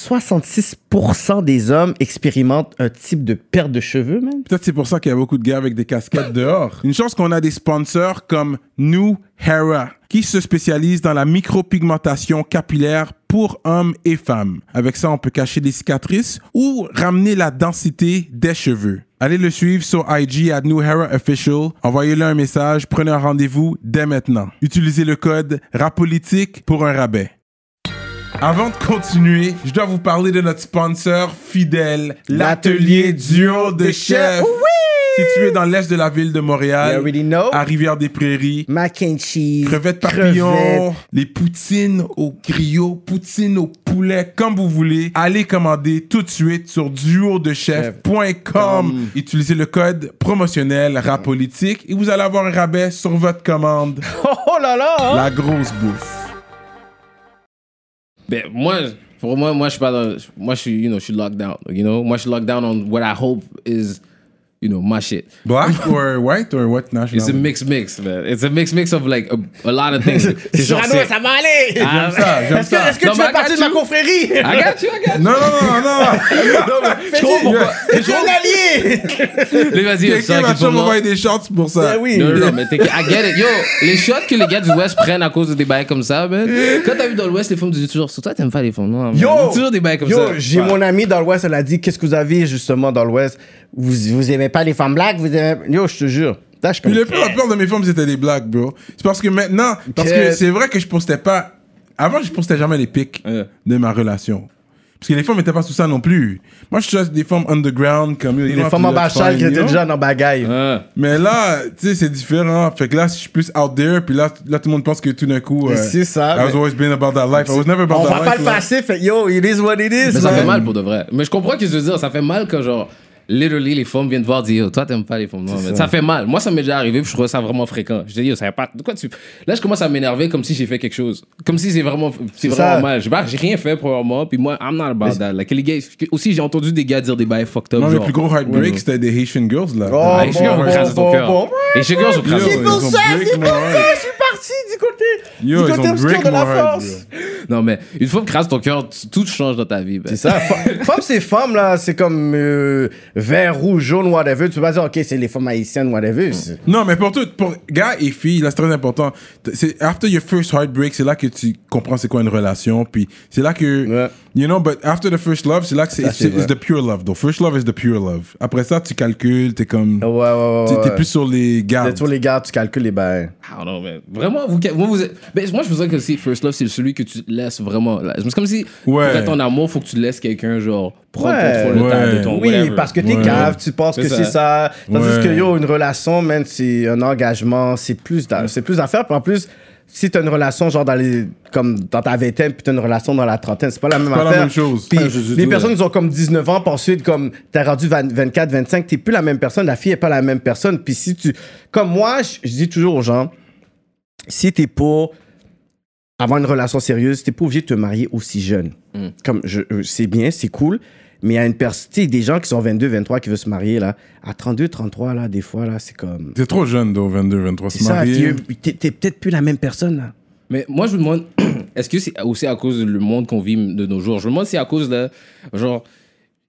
Speaker 2: 66% des hommes expérimentent un type de perte de cheveux, même?
Speaker 1: Peut-être c'est pour ça qu'il y a beaucoup de gars avec des casquettes dehors. Une chance qu'on a des sponsors comme New Hera, qui se spécialise dans la micropigmentation capillaire pour hommes et femmes. Avec ça, on peut cacher des cicatrices ou ramener la densité des cheveux. Allez le suivre sur IG à New Hera Official. Envoyez-le un message, prenez un rendez-vous dès maintenant. Utilisez le code RAPOLITIQUE pour un rabais. Avant de continuer, je dois vous parler de notre sponsor fidèle, l'atelier duo de chef.
Speaker 2: Oui!
Speaker 1: Situé dans l'est de la ville de
Speaker 2: You
Speaker 1: Montréal,
Speaker 2: already know.
Speaker 1: à Rivière-des-Prairies,
Speaker 2: Mac and cheese.
Speaker 1: crevettes papillons,
Speaker 2: crevettes.
Speaker 1: les poutines au griot, poutines au poulet, comme vous voulez. Allez commander tout de suite sur duodechef.com. Utilisez le code promotionnel rapolitique et vous allez avoir un rabais sur votre commande.
Speaker 2: Oh, oh là là! hein?
Speaker 1: La grosse bouffe.
Speaker 3: Ben, moi, pour moi, moi, je suis pas dans, moi, je suis, you know, je suis locked down, you know, moi, je suis locked down on what I hope is, you know, my shit.
Speaker 1: Black or white or what
Speaker 3: It's a
Speaker 1: nationality?
Speaker 3: mix mix, man. It's a mix mix of like a, a lot of
Speaker 2: *laughs*
Speaker 3: things. C'est genre, c'est-
Speaker 2: Cyrano, ça va aller!
Speaker 3: Ah,
Speaker 1: J'aime ça, j'aime
Speaker 2: Est-ce que,
Speaker 1: ça.
Speaker 2: est-ce que
Speaker 3: Non,
Speaker 2: tu
Speaker 3: mais
Speaker 2: fais
Speaker 3: I got
Speaker 2: partie de ma
Speaker 3: you.
Speaker 2: confrérie?
Speaker 3: I got you, I got you.
Speaker 1: Non, non, non, *laughs* non.
Speaker 3: Je comprends pourquoi.
Speaker 2: Je suis un allié! *laughs*
Speaker 3: Les vas-y,
Speaker 1: Quelqu'un va toujours m'envoyer des shorts pour ça.
Speaker 2: Ben oui.
Speaker 3: Non, non, non, mais t'es- I get it. Yo, les shots que les gars du West prennent à cause de des bails comme ça, man. Quand t'as vu dans l'Ouest, les femmes disent toujours, sur toi, t'aimes pas les femmes noires. man.
Speaker 2: Yo!
Speaker 3: Toujours des bails comme
Speaker 2: Yo,
Speaker 3: ça.
Speaker 2: j'ai
Speaker 3: Ouais.
Speaker 2: mon ami dans l'Ouest, elle a dit Qu'est-ce que vous avez justement dans l'Ouest vous, vous aimez pas les femmes blagues vous aimez... Yo, je te jure. Là, je suis
Speaker 1: Puis
Speaker 2: comme,
Speaker 1: le pire, la plupart de mes films, c'était des blagues, bro. C'est parce que maintenant, parce que
Speaker 2: Que-
Speaker 1: c'est vrai que je postais pas. Avant, je postais jamais les pics
Speaker 3: Ouais.
Speaker 1: de ma relation. Parce que les femmes n'étaient pas sous ça non plus. Moi, je suis des femmes underground, comme
Speaker 2: Les femmes en bachal qui étaient déjà dans bagaille.
Speaker 3: Ah.
Speaker 1: Mais là, tu sais, c'est différent. Fait que là, je suis plus out there, puis là, là tout le monde pense que tout d'un coup.
Speaker 2: Mais
Speaker 1: euh,
Speaker 2: c'est ça,
Speaker 1: I was
Speaker 2: mais-
Speaker 1: always been about that life. I was never about
Speaker 2: On
Speaker 1: that
Speaker 2: va
Speaker 1: life.
Speaker 2: pas le
Speaker 1: là.
Speaker 2: passer, fait yo, it is what it is.
Speaker 3: Mais ça
Speaker 2: man.
Speaker 3: fait mal pour de vrai. Mais je comprends ce que tu veux dire. Ça fait mal quand, genre, literally, les femmes viennent te voir dire, Yo, toi, t'aimes pas les femmes noires. man. Ça. fait mal. Moi, ça m'est déjà arrivé, puis je trouvais ça vraiment fréquent. Je dis, yo, ça va pas. De quoi tu. Là, je commence à m'énerver comme si j'ai fait quelque chose. Comme si c'est vraiment, c'est
Speaker 2: C'est
Speaker 3: vraiment
Speaker 2: ça.
Speaker 3: mal. Je bah, j'ai rien fait, premièrement, puis moi, I'm not about that. Like, les gars, aussi, j'ai entendu des gars dire des bails fucked up.
Speaker 1: Non, le
Speaker 3: genre,
Speaker 1: plus gros heartbreak,
Speaker 3: Ouais.
Speaker 1: c'était des Haitian girls, là.
Speaker 2: Oh,
Speaker 3: Ah, les
Speaker 2: bon,
Speaker 3: girls
Speaker 2: bon,
Speaker 3: crasent ton
Speaker 2: bon,
Speaker 3: cœur.
Speaker 2: bon.
Speaker 3: Les girls ont crasé
Speaker 1: Yo,
Speaker 3: ton
Speaker 2: C'est
Speaker 1: ils
Speaker 3: cœur.
Speaker 2: pour
Speaker 1: ont
Speaker 2: ça,
Speaker 1: break
Speaker 2: c'est
Speaker 1: my
Speaker 2: pour ça,
Speaker 1: heart.
Speaker 2: je suis parti du côté,
Speaker 1: Yo,
Speaker 2: du
Speaker 1: ils
Speaker 2: côté
Speaker 1: ont
Speaker 2: obscur
Speaker 1: break
Speaker 2: de la
Speaker 1: my heart,
Speaker 2: force.
Speaker 1: bro.
Speaker 3: Non, mais une fois que crasse ton cœur, tu- tout change dans ta vie. ben.
Speaker 2: C'est ça. fe- Femme, c'est femme, là. C'est comme euh, vert, rouge, jaune, whatever. Tu peux pas dire, OK, c'est les femmes haïtiennes, whatever. C'est-
Speaker 1: Non, mais pour tout, pour gars et filles, là, c'est très important. T- C'est after your first heartbreak, c'est là que tu comprends c'est quoi une relation, puis c'est là que,
Speaker 2: Ouais.
Speaker 1: you know, but after the first love, c'est là que c'est,
Speaker 2: Ça,
Speaker 1: it's,
Speaker 2: c'est vrai.
Speaker 1: it's the pure love, though. First love is the pure love. Après ça, tu calcules, t'es comme,
Speaker 2: Ouais, ouais, ouais.
Speaker 1: t'es,
Speaker 2: ouais,
Speaker 1: t'es
Speaker 2: ouais.
Speaker 1: plus sur les
Speaker 2: T'es
Speaker 1: gardes.
Speaker 2: sur les gars, tu calcules les bails.
Speaker 3: Ah non, mais vraiment, vous, moi, vous êtes- ben, moi, je pense que si First Love, c'est celui que tu laisses vraiment. là. C'est comme si,
Speaker 1: Ouais.
Speaker 3: pour être en amour, faut que tu laisses quelqu'un, genre, prendre
Speaker 2: Ouais.
Speaker 3: contrôle de, ta-
Speaker 1: Ouais.
Speaker 3: de ton
Speaker 2: Oui,
Speaker 3: whatever.
Speaker 2: parce que t'es
Speaker 1: Ouais.
Speaker 2: cave, tu penses
Speaker 3: C'est
Speaker 2: que
Speaker 3: ça.
Speaker 2: c'est ça. Tandis
Speaker 1: Ouais.
Speaker 2: que yo, une relation, man, c'est un engagement, c'est plus d'a- c'est plus d'affaires. Puis en plus, si t'as une relation genre dans les comme dans ta vingtaine, puis t'as une relation dans la trentaine, c'est pas la même
Speaker 1: pas la
Speaker 2: affaire.
Speaker 1: même chose.
Speaker 2: Puis
Speaker 1: Pas la même chose du
Speaker 2: les
Speaker 1: tout,
Speaker 2: personnes
Speaker 1: ouais.
Speaker 2: qui ont comme 19 ans, puis ensuite comme t'es rendu 20 24, 25, t'es plus la même personne. La fille est pas la même personne. Puis si tu comme moi, je je dis toujours aux gens, si t'es pour avoir une relation sérieuse, t'es pas obligé de te marier aussi jeune. Comme je, euh, c'est bien, c'est cool, mais il y a une personne, tu sais, des gens qui sont 22, 23 qui veulent se marier là, à 32, 33 là, des fois là, c'est comme
Speaker 1: T'es trop jeune, though, 22, 23,
Speaker 2: c'est
Speaker 1: se
Speaker 2: ça,
Speaker 1: marier.
Speaker 2: t'es, t'es- t'es peut-être plus la même personne là.
Speaker 3: Mais moi, je me demande, *clears throat* est-ce que c'est aussi à cause du monde qu'on vit de nos jours? Je me demande si c'est à cause de, genre,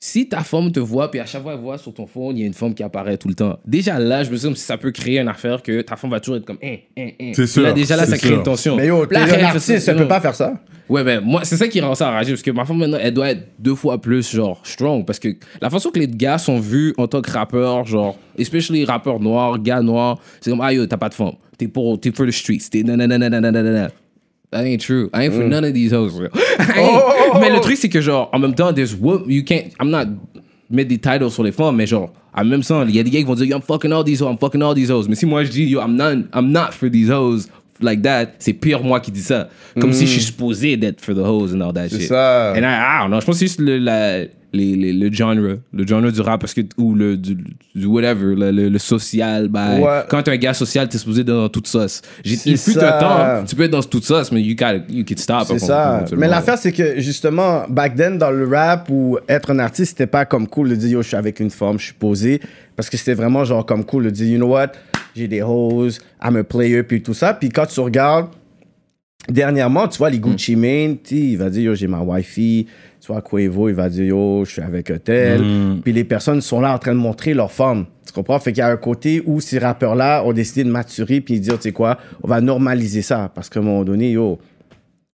Speaker 3: si ta femme te voit, puis à chaque fois elle voit sur ton phone, il y a une femme qui apparaît tout le temps. Déjà là, je me dis comme si ça peut créer une affaire que ta femme va toujours être comme, hein, hein, hein.
Speaker 1: C'est sûr,
Speaker 3: Là, déjà là,
Speaker 1: c'est
Speaker 3: ça crée
Speaker 1: sûr.
Speaker 3: une tension.
Speaker 2: Mais yo, t'es
Speaker 3: Là, elle
Speaker 2: un
Speaker 3: fait
Speaker 2: artiste,
Speaker 3: ça,
Speaker 2: tu peux
Speaker 3: non.
Speaker 2: pas faire ça.
Speaker 3: Ouais, ben moi, c'est ça qui rend ça enragé, parce que ma femme maintenant, elle doit être deux fois plus, genre, strong, parce que la façon que les gars sont vus en tant que rappeurs, genre, especially rappeurs noirs, gars noirs, c'est comme, ah yo, t'as pas de femme, t'es pour, t'es for the streets, t'es nananananananana. That ain't true. *laughs* I ain't
Speaker 4: Mm.
Speaker 3: for
Speaker 4: Oh,
Speaker 3: none of these hoes, bro. I ain't- Mais le truc, c'est que, genre, en même temps, there's wo- you can't, I'm not mettre des titles sur les femmes, mais genre, en même temps, il y a des gars qui vont dire, yo, I'm fucking all these hoes, I'm fucking all these hoes. Mais si moi je dis, yo, I'm not, I'm not for these hoes like that, c'est pire moi qui dis ça. Comme si je suis supposé d'être for the hoes and all that shit.
Speaker 4: Mm. ça.
Speaker 3: And I, I don't know, je pense que c'est juste le, la- les- les- le genre, le genre du rap, parce que, ou le, du, du whatever, le, le- le social, bah,
Speaker 4: Ouais.
Speaker 3: quand t'es un gars social, t'es supposé être dans toute sauce. J'ai
Speaker 4: C'est
Speaker 3: il fut
Speaker 4: ça.
Speaker 3: un temps, hein, tu peux être dans toute sauce, mais you, gotta, you can stop.
Speaker 2: C'est ça. Mais l'affaire, c'est que justement, back then, dans le rap ou être un artiste, c'était pas comme cool de dire yo, je suis avec une femme, je suis posé. Parce que c'était vraiment genre comme cool de dire you know what, j'ai des hoes, I'm a player, puis tout ça. Puis quand tu regardes, dernièrement, tu vois, les Gucci Mane, tu sais, il va dire yo, j'ai ma wifi. Tu vois, Quavo, il va dire yo, je suis avec un tel. Puis les personnes sont là en train de montrer leur forme. Tu comprends? Fait qu'il y a un côté où ces rappeurs-là ont décidé de maturer puis de dire, tu sais quoi, on va normaliser ça. Parce qu'à un moment donné, yo,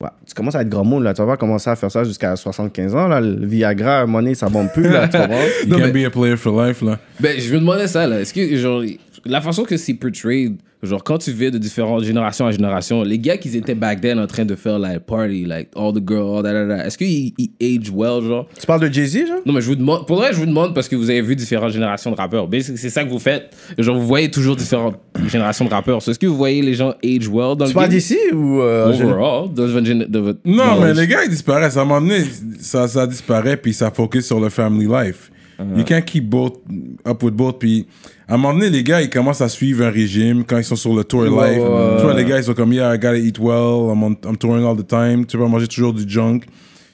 Speaker 2: Ouais, tu commences à être grand monde, là. Tu vas pas commencer à faire ça jusqu'à 75 ans, là. Le Viagra, à un moment donné, ça bombe plus, là. Tu comprends?
Speaker 1: You
Speaker 3: Non,
Speaker 1: can
Speaker 3: mais-
Speaker 1: be a player for life, là.
Speaker 3: Ben, je me demandais ça, là. Est-ce que, genre, la façon que c'est portrayed, genre, quand tu vis de différentes générations à génération, les gars qui étaient back then en train de faire, like, party, like, all the girls, all that, that, that, est-ce qu'ils ils age well, genre?
Speaker 2: *laughs* Tu parles de Jay-Z, genre?
Speaker 3: Non, mais je vous demande, pour vrai, je vous demande parce que vous avez vu différentes générations de rappeurs. Ben, C'est c'est ça que vous faites. Genre, vous voyez toujours différentes générations de rappeurs. So, Est-ce que vous voyez les gens age well dans
Speaker 2: Tu
Speaker 3: le
Speaker 2: parles
Speaker 3: game?
Speaker 2: d'ici ou. euh,
Speaker 3: Overall, dans votre géné- de votre-
Speaker 1: Non,
Speaker 3: dans
Speaker 1: mais
Speaker 3: votre-
Speaker 1: les gars, ils disparaissent. À un moment donné, ça, ça disparaît, puis ça focus sur le family life. You can't keep both, up with both. Puis à un moment donné, les gars, ils commencent à suivre un régime quand ils sont sur le tour life. Tu vois, les gars, ils sont comme, yeah, I gotta eat well, I'm, on- I'm touring all the time. Tu vas manger toujours du junk.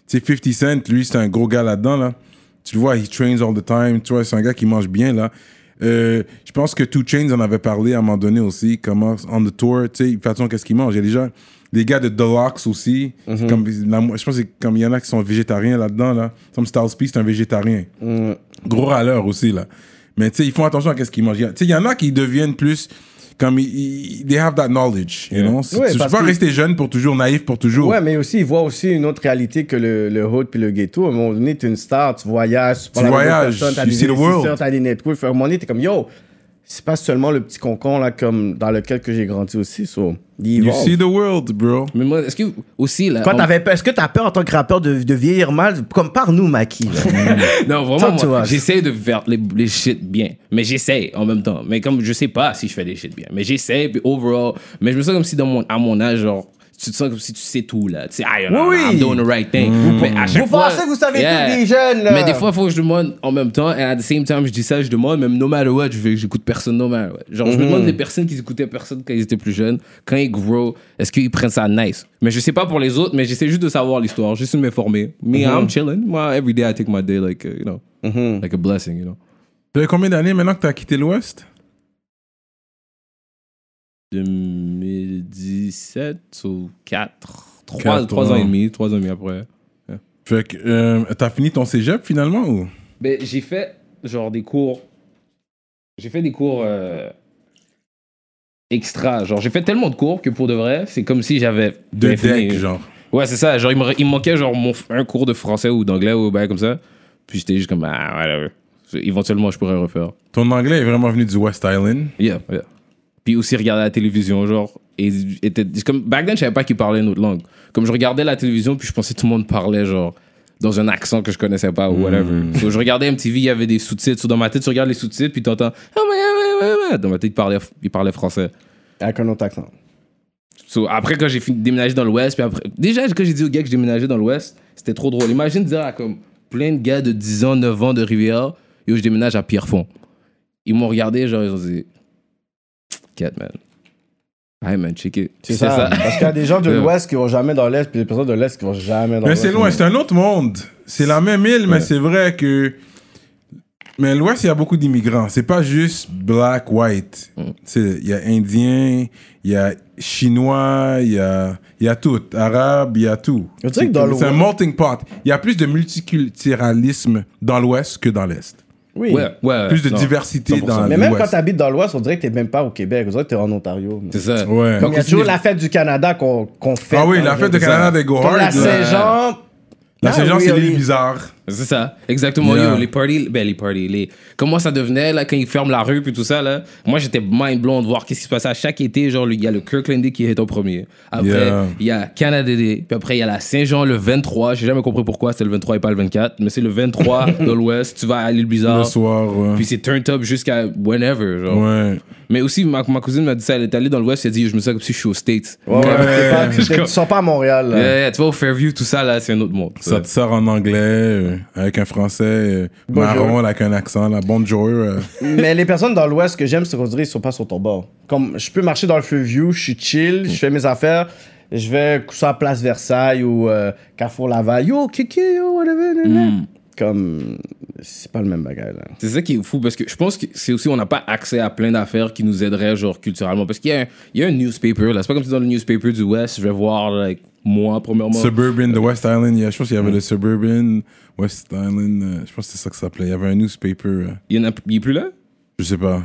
Speaker 1: Tu sais, 50 Cent, lui, c'est un gros gars là-dedans, là. Tu le vois, he trains all the time. Tu vois, c'est un gars qui mange bien, là. Euh, je pense que Two Chains en avait parlé à un moment donné aussi, comment on the tour, tu sais, de toute façon, qu'est-ce qu'ils mangent. Il y a déjà des gars de Deluxe aussi. C'est comme la mo- je pense que c'est comme il y en a qui sont végétariens là-dedans, là. Comme Styles P, c'est un végétarien. Gros râleur aussi, là. Mais tu sais, ils font attention à qu'est-ce qu'ils mangent. Il y a- Tu sais, il y en a qui deviennent plus comme ils, ils- they have that knowledge, you know. C'est-
Speaker 2: Ouais,
Speaker 1: tu peux
Speaker 2: parce
Speaker 1: pas
Speaker 2: que-
Speaker 1: rester jeune pour toujours, naïf pour toujours.
Speaker 2: Ouais, mais aussi, ils voient aussi une autre réalité que le, le hood puis le ghetto. À un moment donné, t'es une star, tu voyages, tu, parles avec d'autres
Speaker 1: voyages,
Speaker 2: personnes, t'as
Speaker 1: you
Speaker 2: des
Speaker 1: see the world.
Speaker 2: investisseurs, t'as des networks. À un moment donné, t'es comme, yo, c'est pas seulement le petit concon, là, comme dans lequel que j'ai grandi aussi, so, il
Speaker 1: You
Speaker 2: evolve.
Speaker 1: see the world, bro.
Speaker 3: Mais moi, est-ce que vous- aussi, là.
Speaker 2: Toi,
Speaker 3: on-
Speaker 2: t'avais peur- est-ce que t'as peur en tant que rappeur de, de vieillir mal? Comme par nous, Maki. là.
Speaker 3: Non,
Speaker 2: Talk
Speaker 3: vraiment,
Speaker 2: to
Speaker 3: moi,
Speaker 2: us.
Speaker 3: j'essaie de faire les, les shit bien. Mais j'essaie en même temps. Mais comme je sais pas si je fais les shit bien. Mais j'essaie, puis overall. Mais je me sens comme si dans mon, à mon âge, genre. Tu te sens comme si tu sais tout, là. Tu sais, ah,
Speaker 2: Oui,
Speaker 3: I'm
Speaker 2: oui. Mm.
Speaker 3: doing the right thing. Mais à chaque
Speaker 2: Vous
Speaker 3: Mm. fois-
Speaker 2: pensez que vous savez tout des jeunes, là.
Speaker 3: Mais des fois, il faut que je demande en même temps. Et at the same time, je dis ça, je demande, même no matter what, je veux que j'écoute personne no matter what. Genre, je me demande des personnes qui écoutaient personne quand ils étaient plus jeunes, quand ils grow, est-ce qu'ils prennent ça nice? Mais je sais pas pour les autres, mais j'essaie juste de savoir l'histoire, juste de m'informer. Me, I'm chilling. Moi, every day, I take my day like, uh, you know, like a blessing, you know.
Speaker 1: Ça fait combien d'années maintenant que t'as quitté l'Ouest?
Speaker 3: 2017 ou 4,
Speaker 1: Quatre
Speaker 3: 3, ans
Speaker 1: ans.
Speaker 3: et demi, 3 ans et demi après.
Speaker 1: Fait que euh, t'as fini ton cégep finalement ou?
Speaker 3: Ben, j'ai fait genre des cours. J'ai fait des cours euh, extra. Genre, j'ai fait tellement de cours que pour de vrai, c'est comme si j'avais.
Speaker 1: De
Speaker 3: j'avais fini.
Speaker 1: deck, genre.
Speaker 3: Ouais, c'est ça. Genre, il me, il me manquait genre mon, un cours de français ou d'anglais ou ben, comme ça. Puis j'étais juste comme, ah, whatever. Éventuellement, je pourrais refaire.
Speaker 1: Ton anglais est vraiment venu du West Island.
Speaker 3: Yeah, yeah. Puis aussi regarder la télévision, genre. Et, était, comme, back then, je savais pas qu'ils parlaient une autre langue. Comme je regardais la télévision, puis je pensais que tout le monde parlait, genre, dans un accent que je connaissais pas ou whatever. So, je regardais MTV, il y avait des sous-titres. So, dans ma tête, tu regardes les sous-titres, puis t'entends. Ah, mais, ah, mais, ah, mais. Dans ma tête, ils parlaient, ils parlaient français.
Speaker 2: *laughs* Avec un autre accent.
Speaker 3: So, après, quand j'ai fini de déménager dans l'Ouest, puis après, déjà, quand j'ai dit aux gars que je déménageais dans l'Ouest, c'était trop drôle. Imagine dire à comme plein de gars de 10 ans, 9 ans de Rivière, yo, je déménage à Pierrefonds. Ils m'ont regardé, genre, ils ont dit, Cat, man. Hey, man, check it.
Speaker 2: C'est
Speaker 1: *laughs*
Speaker 2: ça. Parce qu'il y a des gens de
Speaker 3: Ouais.
Speaker 2: l'Ouest qui vont jamais dans l'Est, puis des personnes de l'Est qui vont jamais dans
Speaker 1: Mais
Speaker 2: l'Ouest.
Speaker 1: c'est loin, c'est un autre monde. C'est la même île, mais c'est vrai que. Mais l'Ouest, il y a beaucoup d'immigrants. C'est pas juste black, white. Tu sais, Il y a Indiens, il y a Chinois, il y a, il y a tout. Arabe, il y a tout.
Speaker 2: Tu sais
Speaker 1: C'est
Speaker 2: que dans
Speaker 1: comme- c'est un
Speaker 2: l'Ouest-
Speaker 1: melting pot. Il y a plus de multiculturalisme dans l'Ouest que dans l'Est.
Speaker 2: Oui.
Speaker 3: Ouais, ouais, ouais.
Speaker 1: Plus de
Speaker 3: Non.
Speaker 1: diversité
Speaker 3: 100%.
Speaker 1: dans l'Ouest.
Speaker 2: Mais même quand t'habites dans l'Ouest, on dirait que t'es même pas au Québec. On dirait que t'es en Ontario.
Speaker 3: C'est ça.
Speaker 1: Ouais.
Speaker 2: Comme il y a
Speaker 3: Continue.
Speaker 2: toujours la fête du Canada qu'on qu'on fait.
Speaker 1: Ah oui,
Speaker 2: hein,
Speaker 1: la fête
Speaker 2: je
Speaker 1: de
Speaker 2: veux dire.
Speaker 1: Canada des Go
Speaker 2: Comme la
Speaker 1: Hard. là.
Speaker 2: Saint-Jean.
Speaker 1: La
Speaker 2: Ah
Speaker 1: Saint-Jean,
Speaker 2: oui,
Speaker 1: c'est
Speaker 2: oui.
Speaker 1: l'île bizarre.
Speaker 3: C'est ça, exactement.
Speaker 1: Yeah.
Speaker 3: Yo, les parties, ben les parties, les... comment ça devenait là quand ils ferment la rue puis tout ça là. Moi j'étais mind blown de voir qu'est-ce qui se passait à chaque été. Genre il y a le Kirkland Day qui est en premier. Après
Speaker 1: Yeah.
Speaker 3: il y a Canada Day. Puis après il y a la Saint-Jean le 23. J'ai jamais compris pourquoi c'est le 23 et pas le 24, mais c'est le
Speaker 1: *laughs*
Speaker 3: 23 de l'Ouest. Tu vas à l'île
Speaker 1: Le
Speaker 3: Bizarre.
Speaker 1: soir, ouais.
Speaker 3: Ah. Puis c'est turn up jusqu'à whenever. Genre.
Speaker 1: ouais.
Speaker 3: Mais aussi ma, ma cousine m'a dit ça. Elle est allée dans l'Ouest. Elle a dit je me sens comme si je suis aux States.
Speaker 2: Ouais, ouais,
Speaker 3: *laughs*
Speaker 1: *laughs*
Speaker 2: t'es pas-
Speaker 3: Je
Speaker 2: t'es- tu sors pas à Montréal. là.
Speaker 3: Yeah, yeah, tu vois, au Fairview, tout ça, là, c'est un autre monde.
Speaker 1: Ça te sort en anglais, euh, avec un français euh,
Speaker 2: Bonjour.
Speaker 1: marron, là, avec un accent, là. Bonjour. euh.
Speaker 2: Mais les personnes dans l'Ouest que j'aime, c'est qu'on dirait qu'ils sont pas sur ton bord. Comme je peux marcher dans le feu view, je suis chill, je fais mes affaires, je vais sur la place Versailles ou euh, Carrefour Laval. Yo, Kiki, yo, whatever. nanana.
Speaker 3: Mm.
Speaker 2: Comme c'est pas le même bagage là.
Speaker 3: C'est ça qui est fou parce que je pense que c'est aussi on n'a pas accès à plein d'affaires qui nous aideraient genre culturellement parce qu'il y a un, il y a un newspaper là c'est pas comme si dans le newspaper du West je vais voir like, moi premièrement
Speaker 1: Suburban, the West Island, il y a- je pense qu'il y avait le Suburban, West Island, euh, je pense que c'est ça que ça s'appelait. Il y avait un newspaper, euh,
Speaker 3: il, y en a, il est plus là
Speaker 1: je
Speaker 3: *laughs*
Speaker 1: sais pas.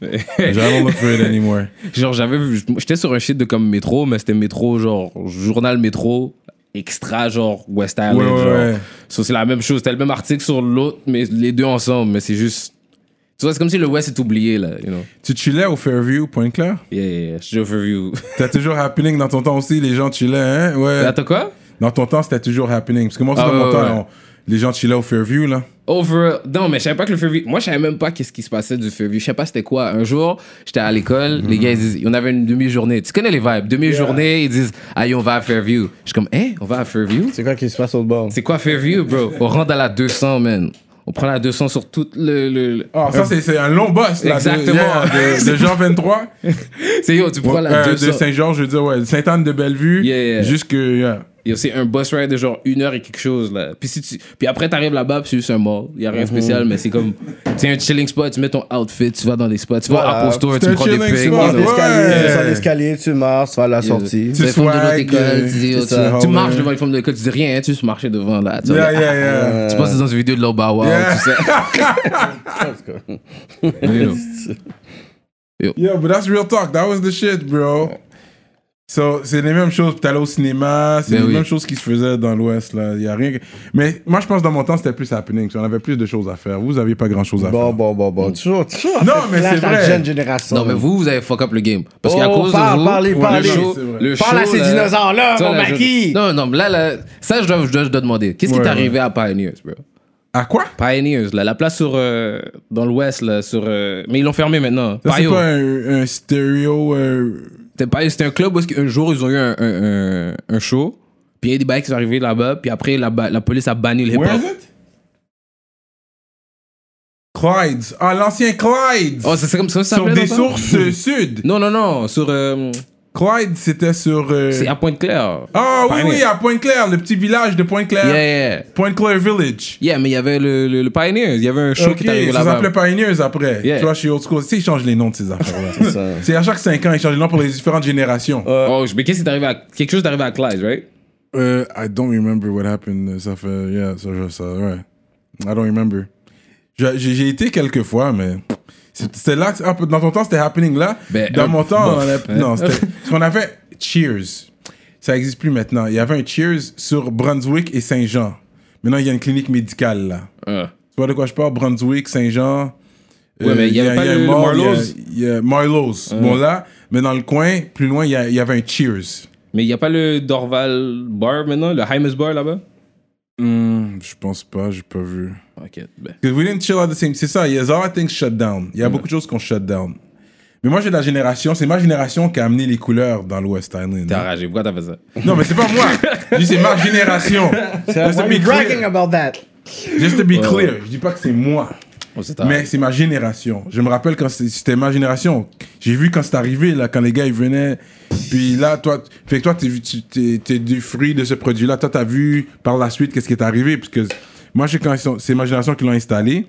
Speaker 1: I don't look for it anymore.
Speaker 3: genre j'avais vu- j'étais sur un shit de comme métro mais c'était métro genre journal métro extra genre West Island
Speaker 1: Ouais, ouais,
Speaker 3: genre.
Speaker 1: ouais.
Speaker 3: So, c'est la même chose t'as le même article sur l'autre mais les deux ensemble mais c'est juste tu vois c'est comme si le West est oublié là you know
Speaker 1: Tu chillais au Fairview, Pointe-Claire?
Speaker 3: yeah, yeah, yeah. je veux
Speaker 1: *laughs*
Speaker 3: view
Speaker 1: T'as toujours happening dans ton temps aussi, les gens chillaient, hein? Ouais.
Speaker 3: attends quoi
Speaker 1: Dans ton temps, c'était toujours happening. Parce que moi aussi,
Speaker 3: Ah,
Speaker 1: dans mon
Speaker 3: ouais,
Speaker 1: temps,
Speaker 3: ouais.
Speaker 1: on- les gens chillaient au Fairview, là.
Speaker 3: Over. Non, mais je savais pas que le Fairview. Moi, je savais même pas qu'est-ce qui se passait du Fairview. Je savais pas c'était quoi. Un jour, j'étais à l'école, les gars, ils disent, on avait une demi-journée. Tu connais les vibes. Demi-journée, ils disent, aïe, on va à Fairview. Je suis comme, hein, on va à Fairview?
Speaker 2: C'est quoi qui se passe sur le bord
Speaker 3: C'est quoi Fairview, bro? On rentre à la 200, man. On prend la 200 sur tout le. le- le-
Speaker 1: Ah, ça, c'est- c'est un long boss, là. de-
Speaker 3: Exactement.
Speaker 1: yeah,
Speaker 3: *laughs*
Speaker 1: De, de Jean 23.
Speaker 3: C'est yo, tu prends
Speaker 1: Ouais,
Speaker 3: la
Speaker 1: euh,
Speaker 3: 200.
Speaker 1: de Saint-Georges, je veux dire, ouais. Sainte-Anne-de-Bellevue.
Speaker 3: Yeah, yeah.
Speaker 1: Jusque. yeah.
Speaker 3: Yo, C'est un bus ride de genre une heure et quelque chose, là. Puis, si tu... Puis après, t'arrives là-bas, puis c'est juste un mall. Y a
Speaker 1: Mhm.
Speaker 3: rien de spécial, mais c'est comme. C'est un chilling spot. Tu mets ton outfit, tu vas dans les spots. Tu vas
Speaker 2: Voilà.
Speaker 3: à Apple Store,
Speaker 1: C'est
Speaker 3: tu
Speaker 1: un
Speaker 3: prends des
Speaker 1: chilling
Speaker 3: pics.
Speaker 1: spot,
Speaker 3: you know.
Speaker 1: ouais.
Speaker 2: L'escalier, tu sors l'escalier, tu marches, tu vas à la sortie.
Speaker 1: Tu
Speaker 3: les formes Ben, de l'autre
Speaker 1: swag,
Speaker 3: école, tu, dis,
Speaker 1: euh,
Speaker 3: oh,
Speaker 1: c'est
Speaker 3: tu-
Speaker 1: ça,
Speaker 3: tu
Speaker 1: ouais.
Speaker 3: marches devant les formes de l'école, tu dis rien, tu juste marchais devant là. Tu,
Speaker 1: Yeah,
Speaker 3: vois,
Speaker 1: yeah, yeah.
Speaker 3: tu passes dans une vidéo de l'Obawa,
Speaker 1: Yeah.
Speaker 3: tu sais. You know.
Speaker 1: Yeah, but that's real talk. That was the shit, bro. So, c'est les mêmes choses. T'allais au cinéma, c'est
Speaker 3: Ben
Speaker 1: les
Speaker 3: oui.
Speaker 1: mêmes choses qui se faisaient dans l'Ouest, là. Y a rien. que- Mais moi, je pense que dans mon temps, c'était plus happening. On avait plus de choses à faire. Vous aviez pas grand chose à
Speaker 2: Bon,
Speaker 1: faire.
Speaker 2: bon, bon, bon. Toujours, toujours.
Speaker 1: Mm. Non,
Speaker 2: après,
Speaker 1: mais
Speaker 2: flash
Speaker 1: c'est
Speaker 2: à la
Speaker 1: vrai.
Speaker 2: jeune génération.
Speaker 3: Non, mais vous, vous avez fuck up le game. Parce qu'à
Speaker 2: Oh,
Speaker 3: cause
Speaker 2: parle,
Speaker 3: de vous,
Speaker 2: parlez, parlez.
Speaker 3: le show,
Speaker 1: C'est vrai.
Speaker 3: le show,
Speaker 2: Parle à ces
Speaker 3: là,
Speaker 2: dinosaures-là,
Speaker 3: tu vois,
Speaker 2: mon
Speaker 3: là, je-
Speaker 2: maquis.
Speaker 3: Non, non, mais là, là, ça, je dois, je dois, je dois demander. Qu'est-ce qui
Speaker 1: Ouais,
Speaker 3: t'est arrivé à Pioneers, bro?
Speaker 1: À quoi?
Speaker 3: Pioneers, là, la place sur, euh, dans l'Ouest, là, sur, euh, mais ils l'ont fermé maintenant.
Speaker 1: Ça, c'est
Speaker 3: Pio.
Speaker 1: pas un, un stéréo. euh,
Speaker 3: C'était pas- C'était un club où un jour ils ont eu un, un, un, un show, puis il y a des bikes qui sont arrivés là-bas, puis après la, ba- la police a banni le
Speaker 1: Where is
Speaker 3: hip-hop.
Speaker 1: it? Clyde's. Ah, l'ancien Clyde's.
Speaker 3: Oh, c'est c'est comme ça, ça
Speaker 1: sur
Speaker 3: s'appelait
Speaker 1: des
Speaker 3: longtemps?
Speaker 1: sources euh, sud.
Speaker 3: Non, non, non, sur. euh,
Speaker 1: Clyde, c'était sur. euh,
Speaker 3: c'est à Pointe-Claire.
Speaker 1: Ah oui,
Speaker 3: Pioneer.
Speaker 1: oui, à Pointe-Claire, le petit village de Pointe-Claire.
Speaker 3: Yeah, yeah.
Speaker 1: Pointe-Claire Village.
Speaker 3: Yeah, mais il y avait le, le, le Pioneers, il y avait un show
Speaker 1: Ok,
Speaker 3: qui est arrivé
Speaker 1: ça
Speaker 3: là-bas.
Speaker 1: s'appelait Pioneers après.
Speaker 3: Yeah.
Speaker 1: Tu vois, chez Old School, tu sais, ils changent les noms de ces
Speaker 3: *laughs*
Speaker 1: affaires-là.
Speaker 2: ça.
Speaker 1: C'est à chaque 5 ans, ils changent les noms pour les différentes générations.
Speaker 3: Oh, mais qu'est-ce qui est arrivé à. Quelque chose est arrivé à Clyde, right?
Speaker 1: Euh, I don't remember what happened. Ça fait, yeah, ça, je- ça, ouais. I don't remember. Je- J'ai j'ai été quelques fois, mais c'est- c'était là. que- ah, dans ton temps, c'était happening là.
Speaker 3: Ben,
Speaker 1: dans
Speaker 3: euh,
Speaker 1: mon temps,
Speaker 3: bof,
Speaker 1: on a-
Speaker 3: hein.
Speaker 1: non, c'était *laughs* ce qu'on avait. Cheers, ça existe plus maintenant. Il y avait un Cheers sur Brunswick et Saint-Jean. Maintenant, il y a une clinique médicale là.
Speaker 3: Ah.
Speaker 1: Tu vois de quoi je parle? Brunswick, Saint-Jean.
Speaker 3: Ouais, mais il y avait pas
Speaker 1: a
Speaker 3: le-
Speaker 1: un
Speaker 3: le
Speaker 1: mall, il y a-
Speaker 3: Marlowe's?
Speaker 1: Il y a Marlowe's. Bon là, mais dans le coin, plus loin, il y, a- il y avait un Cheers.
Speaker 3: Mais il n'y a pas le Dorval Bar maintenant, le Hymus Bar là-bas?
Speaker 1: Hmm, je pense pas, j'ai pas vu.
Speaker 3: Ok, ben.
Speaker 1: Because we didn't chill out the same. C'est ça, there's a lot of things shut down.
Speaker 3: Hmm.
Speaker 1: Il y a beaucoup de choses qu'on shut down. Mais moi, j'ai de la génération, c'est ma génération qui a amené les couleurs dans le West Island.
Speaker 3: T'es enragé, pourquoi t'as fait ça?
Speaker 1: Non, mais c'est pas
Speaker 3: *laughs*
Speaker 1: moi. Je dis, c'est ma génération. Just to
Speaker 2: Why
Speaker 1: be
Speaker 2: you bragging
Speaker 1: clear.
Speaker 2: about that?
Speaker 1: Just to be clear. Je dis pas que c'est moi.
Speaker 3: Oh, c'est
Speaker 1: Mais c'est ma génération. Je me rappelle quand c'est- c'était ma génération. J'ai vu quand c'est arrivé, là, quand les gars, ils venaient. Puis là, toi, fait que toi, t'es, tu- t'es, t'es du fruit de ce produit-là. Toi, t'as vu par la suite qu'est-ce qui est arrivé. Parce que moi, je sais quand ils sont- c'est ma génération qui l'ont installé.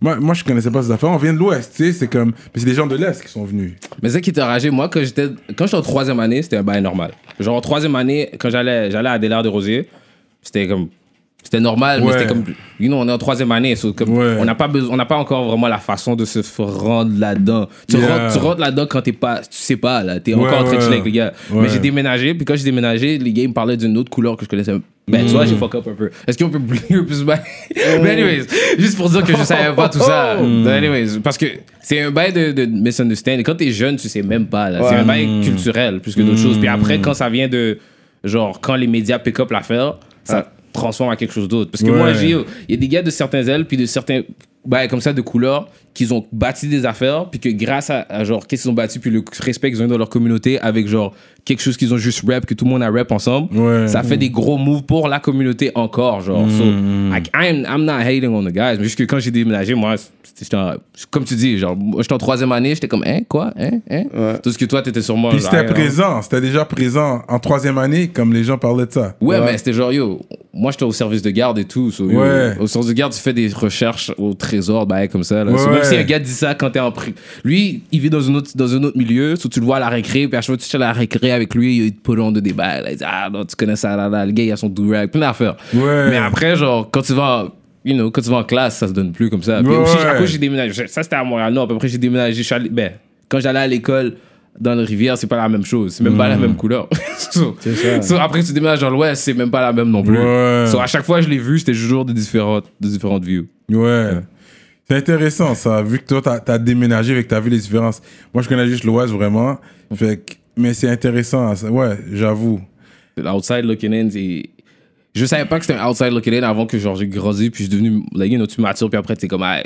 Speaker 1: Moi, moi, je connaissais pas ces affaires. On vient de l'Ouest, tu sais. C'est comme. Mais c'est des gens de l'Est qui sont venus.
Speaker 3: Mais ça qui était enragé, moi, quand j'étais quand j'étais en troisième année, c'était un bail normal. Genre, en troisième année, quand j'allais j'allais à Adélard de Rosier, c'était comme C'était normal, mais
Speaker 1: Ouais.
Speaker 3: c'était comme, you know, on est en troisième année, so comme,
Speaker 1: Ouais.
Speaker 3: on n'a pas besoin, on n'a pas encore vraiment la façon de se f- rendre là-dedans. Tu,
Speaker 1: Yeah.
Speaker 3: rentres, tu rentres là-dedans quand t'es pas, tu sais pas, là, t'es
Speaker 1: Ouais,
Speaker 3: encore en train de
Speaker 1: ouais.
Speaker 3: chiller avec les gars.
Speaker 1: Ouais.
Speaker 3: Mais j'ai déménagé, puis quand j'ai déménagé, les gars ils me parlaient d'une autre couleur que je connaissais. Ben,
Speaker 1: Mm.
Speaker 3: tu vois, j'ai fuck up un peu. Est-ce qu'on peut *laughs* blur plus bas?
Speaker 1: Oh.
Speaker 3: Mais anyways, juste pour dire que je savais pas tout ça. Mais anyways, parce que c'est un bail de, de misunderstanding. Quand t'es jeune, tu sais même pas, là. C'est
Speaker 2: Ouais.
Speaker 3: un bail culturel, plus que d'autres choses. Puis après, quand ça vient de, genre, quand les médias pick up l'affaire, ça transforme à quelque chose d'autre. Parce que
Speaker 1: Ouais.
Speaker 3: moi, j'ai, il y a des gars de certains ailes, puis de certains bails comme ça, de couleurs, qu'ils ont bâti des affaires, puis que grâce à, à, genre, qu'est-ce qu'ils ont bâti, puis le respect qu'ils ont eu dans leur communauté, avec, genre, quelque chose qu'ils ont juste rap, que tout le monde a rap ensemble,
Speaker 1: Ouais.
Speaker 3: ça fait des gros moves pour la communauté encore, genre. So,
Speaker 1: Mm.
Speaker 3: like, I'm, I'm not hating on the guys, mais juste que quand j'ai déménagé, moi, c'était- j'étais en- comme tu dis, genre, moi, j'étais en troisième année, j'étais comme, hein, quoi, hein, hein. Tout ce que toi, t'étais sur moi.
Speaker 1: Puis
Speaker 3: genre,
Speaker 1: c'était
Speaker 3: hein.
Speaker 1: présent, c'était déjà présent en troisième année, comme les gens parlaient de ça.
Speaker 3: Ouais, mais c'était genre, yo, moi j'étais au service de garde et tout. so, yo,
Speaker 1: Ouais.
Speaker 3: Au service de garde, tu fais des recherches au trésor, bah, comme ça. Là.
Speaker 1: Ouais,
Speaker 3: So, même
Speaker 1: ouais.
Speaker 3: si un gars dit ça quand t'es en prix. Lui, il vit dans, une autre, dans un autre milieu, so, tu le vois à la récré, puis à chaque fois que tu cherches à la récré avec lui, il te prolonge de débat. Là, il dit, ah non, tu connais ça, là, là, le gars, il a son durag, plein d'affaires.
Speaker 1: Ouais.
Speaker 3: Mais après, genre, quand tu vas. en- You know, quand tu vas en classe, ça se donne plus comme ça. Puis
Speaker 1: Ouais,
Speaker 3: aussi,
Speaker 1: ouais.
Speaker 3: à cause, j'ai déménagé. Ça, c'était à Montréal. Non, à peu près, j'ai déménagé. je suis allé- ben, quand j'allais à l'école dans le rivière, c'est pas la même chose. C'est même pas la
Speaker 1: Hmm.
Speaker 3: même couleur. *laughs* So,
Speaker 2: ça.
Speaker 3: so, après, tu déménages dans l'ouest, c'est même pas la même non plus.
Speaker 1: Ouais.
Speaker 3: So, à chaque fois, je l'ai vu, c'était toujours des différentes, des différentes views.
Speaker 1: Ouais. C'est intéressant, ça. Vu que toi, t'as as déménagé et que t'as vu les différences. Moi, je connais juste l'Ouest, vraiment. Fait que- mais c'est intéressant. hein, ça. Ouais, j'avoue.
Speaker 3: L'outside looking in, c'est. Je savais pas que c'était un outside looking in avant que genre j'ai grandi, puis je suis devenu, like, you know, tu matures, puis après, t'es comme, hey,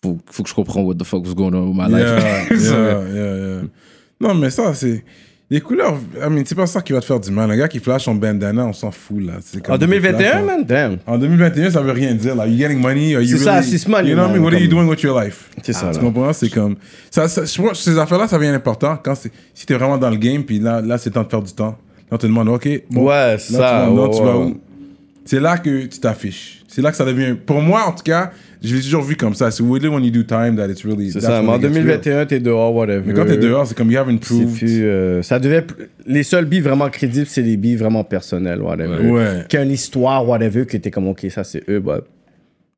Speaker 3: faut, faut que je comprenne what the fuck was going on with my *laughs*
Speaker 1: Yeah,
Speaker 3: life. So,
Speaker 1: yeah, yeah, yeah. Non, mais ça, c'est... Les couleurs, I mean, c'est pas ça qui va te faire du mal. Un gars qui flash son bandana, on s'en fout, là. C'est comme-
Speaker 2: En 2021, man? Damn.
Speaker 1: En 2021, ça veut rien dire. Like, you getting money, are you
Speaker 2: C'est ça,
Speaker 1: really-
Speaker 2: c'est ce money,
Speaker 1: You know what I mean?
Speaker 2: man,
Speaker 1: What are you
Speaker 2: comme-
Speaker 1: doing with your life?
Speaker 2: C'est ça,
Speaker 1: Tu
Speaker 2: là.
Speaker 1: comprends? C'est comme. Ça, ça- je crois que ces affaires-là, ça devient important quand c'est- si t'es vraiment dans le game, puis là, là c'est temps de faire du temps. Là, on te demande, OK, bon,
Speaker 2: Ouais,
Speaker 1: là,
Speaker 2: ça,
Speaker 1: tu vas- là,
Speaker 2: ouais,
Speaker 1: tu
Speaker 2: ouais,
Speaker 1: vas où?
Speaker 2: ouais.
Speaker 1: C'est là que tu t'affiches. C'est là que ça devient. Pour moi, en tout cas, je l'ai toujours vu comme ça. C'est really when you do time that it's really.
Speaker 2: C'est
Speaker 1: that's
Speaker 2: ça.
Speaker 1: when
Speaker 2: Mais en
Speaker 1: it gets real.
Speaker 2: 2021, t'es dehors, whatever.
Speaker 1: Mais quand t'es dehors, c'est comme you haven't
Speaker 2: C'est
Speaker 1: proved.
Speaker 2: plus, euh, ça devait pl- les seuls billes vraiment crédibles c'est les billes vraiment personnels whatever
Speaker 1: Ouais.
Speaker 2: qui a une histoire whatever que t'es comme ok ça c'est eux bah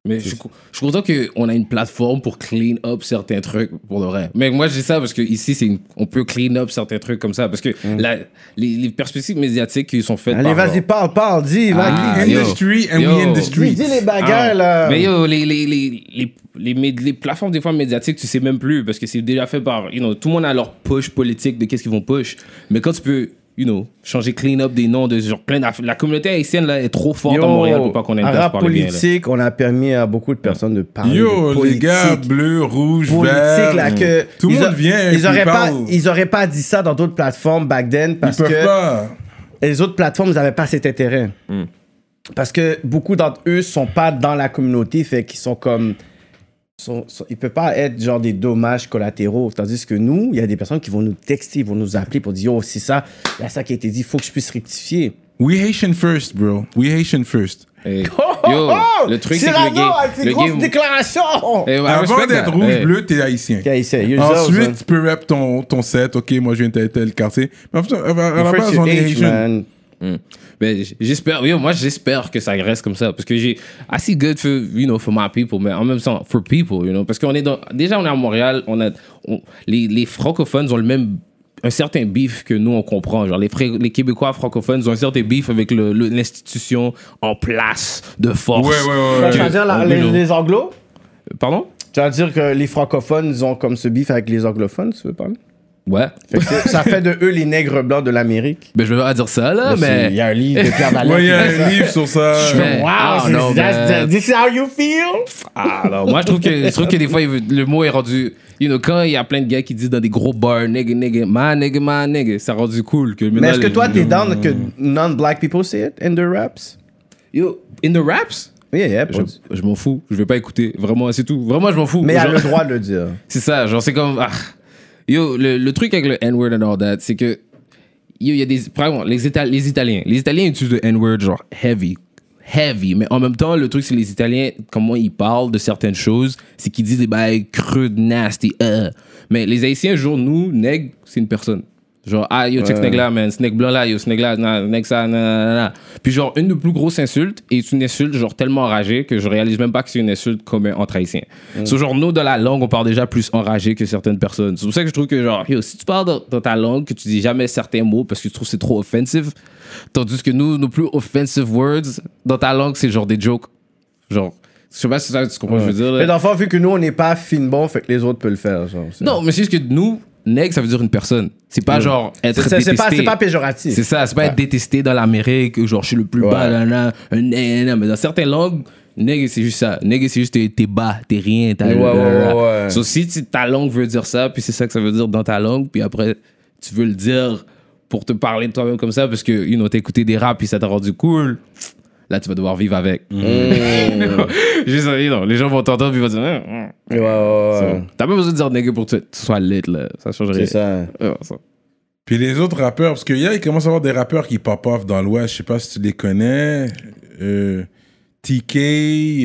Speaker 3: Mais je, suis co- je suis content qu'on a une plateforme pour clean up certains trucs pour le vrai. Mais moi, je dis ça parce que ici, c'est une- on peut clean up certains trucs comme ça. Parce que la- les, les perspectives médiatiques qui sont faites.
Speaker 2: Mm. allez
Speaker 3: par-
Speaker 2: vas-y parle parle dis
Speaker 3: Ah,
Speaker 2: va, dis-
Speaker 3: yo.
Speaker 1: Industry and
Speaker 3: Yo.
Speaker 1: we in the
Speaker 2: dis,
Speaker 1: streets.
Speaker 2: dis les
Speaker 3: Ah,
Speaker 2: bagarres là
Speaker 3: Mais yo, les, les, les, les, les, méd- les plateformes des fois médiatiques, tu sais même plus parce que c'est déjà fait par. You know, tout le monde a leur push politique de qu'est-ce qu'ils vont push. Mais quand tu peux. You know, changer clean up des noms de genre plein d'affaires. La communauté haïtienne là, est trop forte à Montréal pour pas qu'on ait
Speaker 2: rap
Speaker 3: parler bien, là.
Speaker 2: politique on a permis à beaucoup de personnes de parler de
Speaker 1: Yo, les
Speaker 2: politique.
Speaker 1: gars, bleu, rouge,
Speaker 2: politique
Speaker 1: vert. Mm.
Speaker 2: là que
Speaker 1: Tout le
Speaker 2: ils
Speaker 1: monde
Speaker 2: a-
Speaker 1: vient. puis
Speaker 2: ils auraient pas
Speaker 1: parle.
Speaker 2: ils auraient pas dit ça dans d'autres plateformes back then
Speaker 1: Ils
Speaker 2: parce
Speaker 1: peuvent
Speaker 2: que
Speaker 1: pas.
Speaker 2: Et les autres plateformes n'avaient pas cet intérêt.
Speaker 3: Mm.
Speaker 2: Parce que beaucoup d'entre eux sont pas dans la communauté, fait qu'ils sont comme. Sont, sont- ils ne peuvent pas être genre des dommages collatéraux. Tandis que nous, il y a des personnes qui vont nous texter, ils vont nous appeler pour dire Oh, c'est ça, il y a ça qui a été dit, il faut que je puisse rectifier.
Speaker 1: We Haitian first, bro. We Haitian first.
Speaker 3: Hey. Eh, Yo, le truc c'est que le game, le Eh, game
Speaker 2: déclarations
Speaker 3: Hey, I
Speaker 1: Avant
Speaker 3: respect
Speaker 1: d'être
Speaker 3: that.
Speaker 1: rouge,
Speaker 3: Hey.
Speaker 1: bleu, t'es haïtien.
Speaker 2: hein.
Speaker 1: Ensuite, tu peux rap ton, ton set. Ok, moi, je viens de tel, tel quartier. Mais en fait, à à la base, on est haïtien.
Speaker 3: Mais j- j'espère, yo, moi j'espère que ça reste comme ça parce que j'ai assez good for, you know, for my people, mais en même temps, for people, you know, parce qu'on est dans, déjà on est à Montréal, on a, on- les, les francophones ont le même, un certain beef que nous on comprend. Genre les, fré- les Québécois francophones ont un certain beef avec le- le- l'institution en place de force.
Speaker 1: Ouais, ouais, ouais,
Speaker 3: Que-
Speaker 2: Tu vas dire la-
Speaker 3: Oh,
Speaker 2: les,
Speaker 3: you know.
Speaker 2: les anglo
Speaker 3: Pardon?
Speaker 2: Tu vas dire que les francophones, ils ont comme ce bif avec les anglophones, tu veux parler
Speaker 3: Ouais.
Speaker 2: Fait que Ça fait de eux les nègres blancs de l'Amérique.
Speaker 3: Ben, je vais pas dire ça là,
Speaker 2: C'est-
Speaker 3: mais.
Speaker 2: Il y a un livre de Pierre Valère.
Speaker 1: Ouais, il y a
Speaker 2: qui dit ça.
Speaker 1: un livre sur ça.
Speaker 3: Mais- I
Speaker 2: Wow,
Speaker 3: don't know,
Speaker 2: c'est- that's-
Speaker 3: man.
Speaker 2: this is how you feel?
Speaker 3: Ah, alors, moi, je trouve que, je trouve que des fois, il veut- le mot est rendu. You know, quand il y a plein de gars qui disent dans des gros bars, nigga, nigga, my nigga, my nigga, ça rend du cool. Que
Speaker 2: Mais est-ce que toi, t'es
Speaker 3: dans.
Speaker 2: down que non-black people say it in their raps?
Speaker 3: Yo, in the raps?
Speaker 2: Yeah, yeah.
Speaker 3: Je, je m'en fous, je vais pas écouter. Vraiment, c'est tout. Vraiment, je m'en fous.
Speaker 2: Mais elle a
Speaker 3: Genre-
Speaker 2: le droit de le dire.
Speaker 3: C'est ça, genre, c'est comme. ah. Yo, le, le truc avec le N-word and all that, c'est que. Yo, il y a des. Par exemple, les, Ita- les Italiens. Les Italiens utilisent le N-word, genre, heavy. Heavy. Mais en même temps, le truc, c'est les Italiens, comment ils parlent de certaines choses, c'est qu'ils disent des bails creux, nasty, euh. Mais les Haïtiens, genre, nous, nègres, c'est une personne. Genre, ah, yo, check ce nègre là, man. Ce nègre blanc là, yo, ce nègre là, nan, ce nègre ça, nan, nan, nan, nan. Puis, genre, une des plus grosses insultes est une insulte, genre, tellement enragée que je réalise même pas que c'est une insulte commune entre haïtiens.
Speaker 2: Mm.
Speaker 3: So, genre, nous, dans la langue, on parle déjà plus enragé que certaines personnes. C'est pour ça que je trouve que, genre, yo, si tu parles dans, dans ta langue, que tu dis jamais certains mots parce que tu trouves que c'est trop offensive, tandis que nous, nos plus offensive words dans ta langue, c'est genre des jokes. Genre, je sais pas si ça, tu comprends ce que je veux dire. là.
Speaker 2: Mais d'enfant, vu que nous, on n'est pas fin bon, fait que les autres peuvent le faire. Genre, c'est-
Speaker 3: Non, mais c'est juste que nous, nègre, ça veut dire une personne. C'est pas genre être
Speaker 2: Mm. C'est- c'est- c'est
Speaker 3: détesté.
Speaker 2: pas- c'est pas péjoratif.
Speaker 3: C'est ça, c'est pas être détesté dans l'Amérique, genre je suis le plus bas,
Speaker 2: Ouais.
Speaker 3: nanana, un nègre, nanana. Mais dans certaines langues, nègre, c'est juste ça. Nègre, c'est juste t'es t'es bas, t'es rien, t'as
Speaker 2: Ouais, ouais,
Speaker 3: nanana.
Speaker 2: ouais, ouais.
Speaker 3: So, si tu- ta langue veut dire ça, puis c'est ça que ça veut dire dans ta langue, puis après, tu veux le dire pour te parler de toi-même comme ça, parce que, you know, t'as écouté des raps, puis ça t'a rendu cool. Là, tu vas devoir vivre avec.
Speaker 2: Mm.
Speaker 3: *laughs* Juste, you know, les gens vont t'entendre, puis ils vont dire. Hum, hum.
Speaker 2: Ouais, ouais, ouais.
Speaker 3: T'as pas besoin de dire nègre pour que tu sois lit, là. Ça changerait.
Speaker 2: C'est ça.
Speaker 1: Puis les autres rappeurs, parce que là, il commence à y avoir des rappeurs qui pop off dans l'Ouest. Je sais pas si tu les connais. Euh, TK,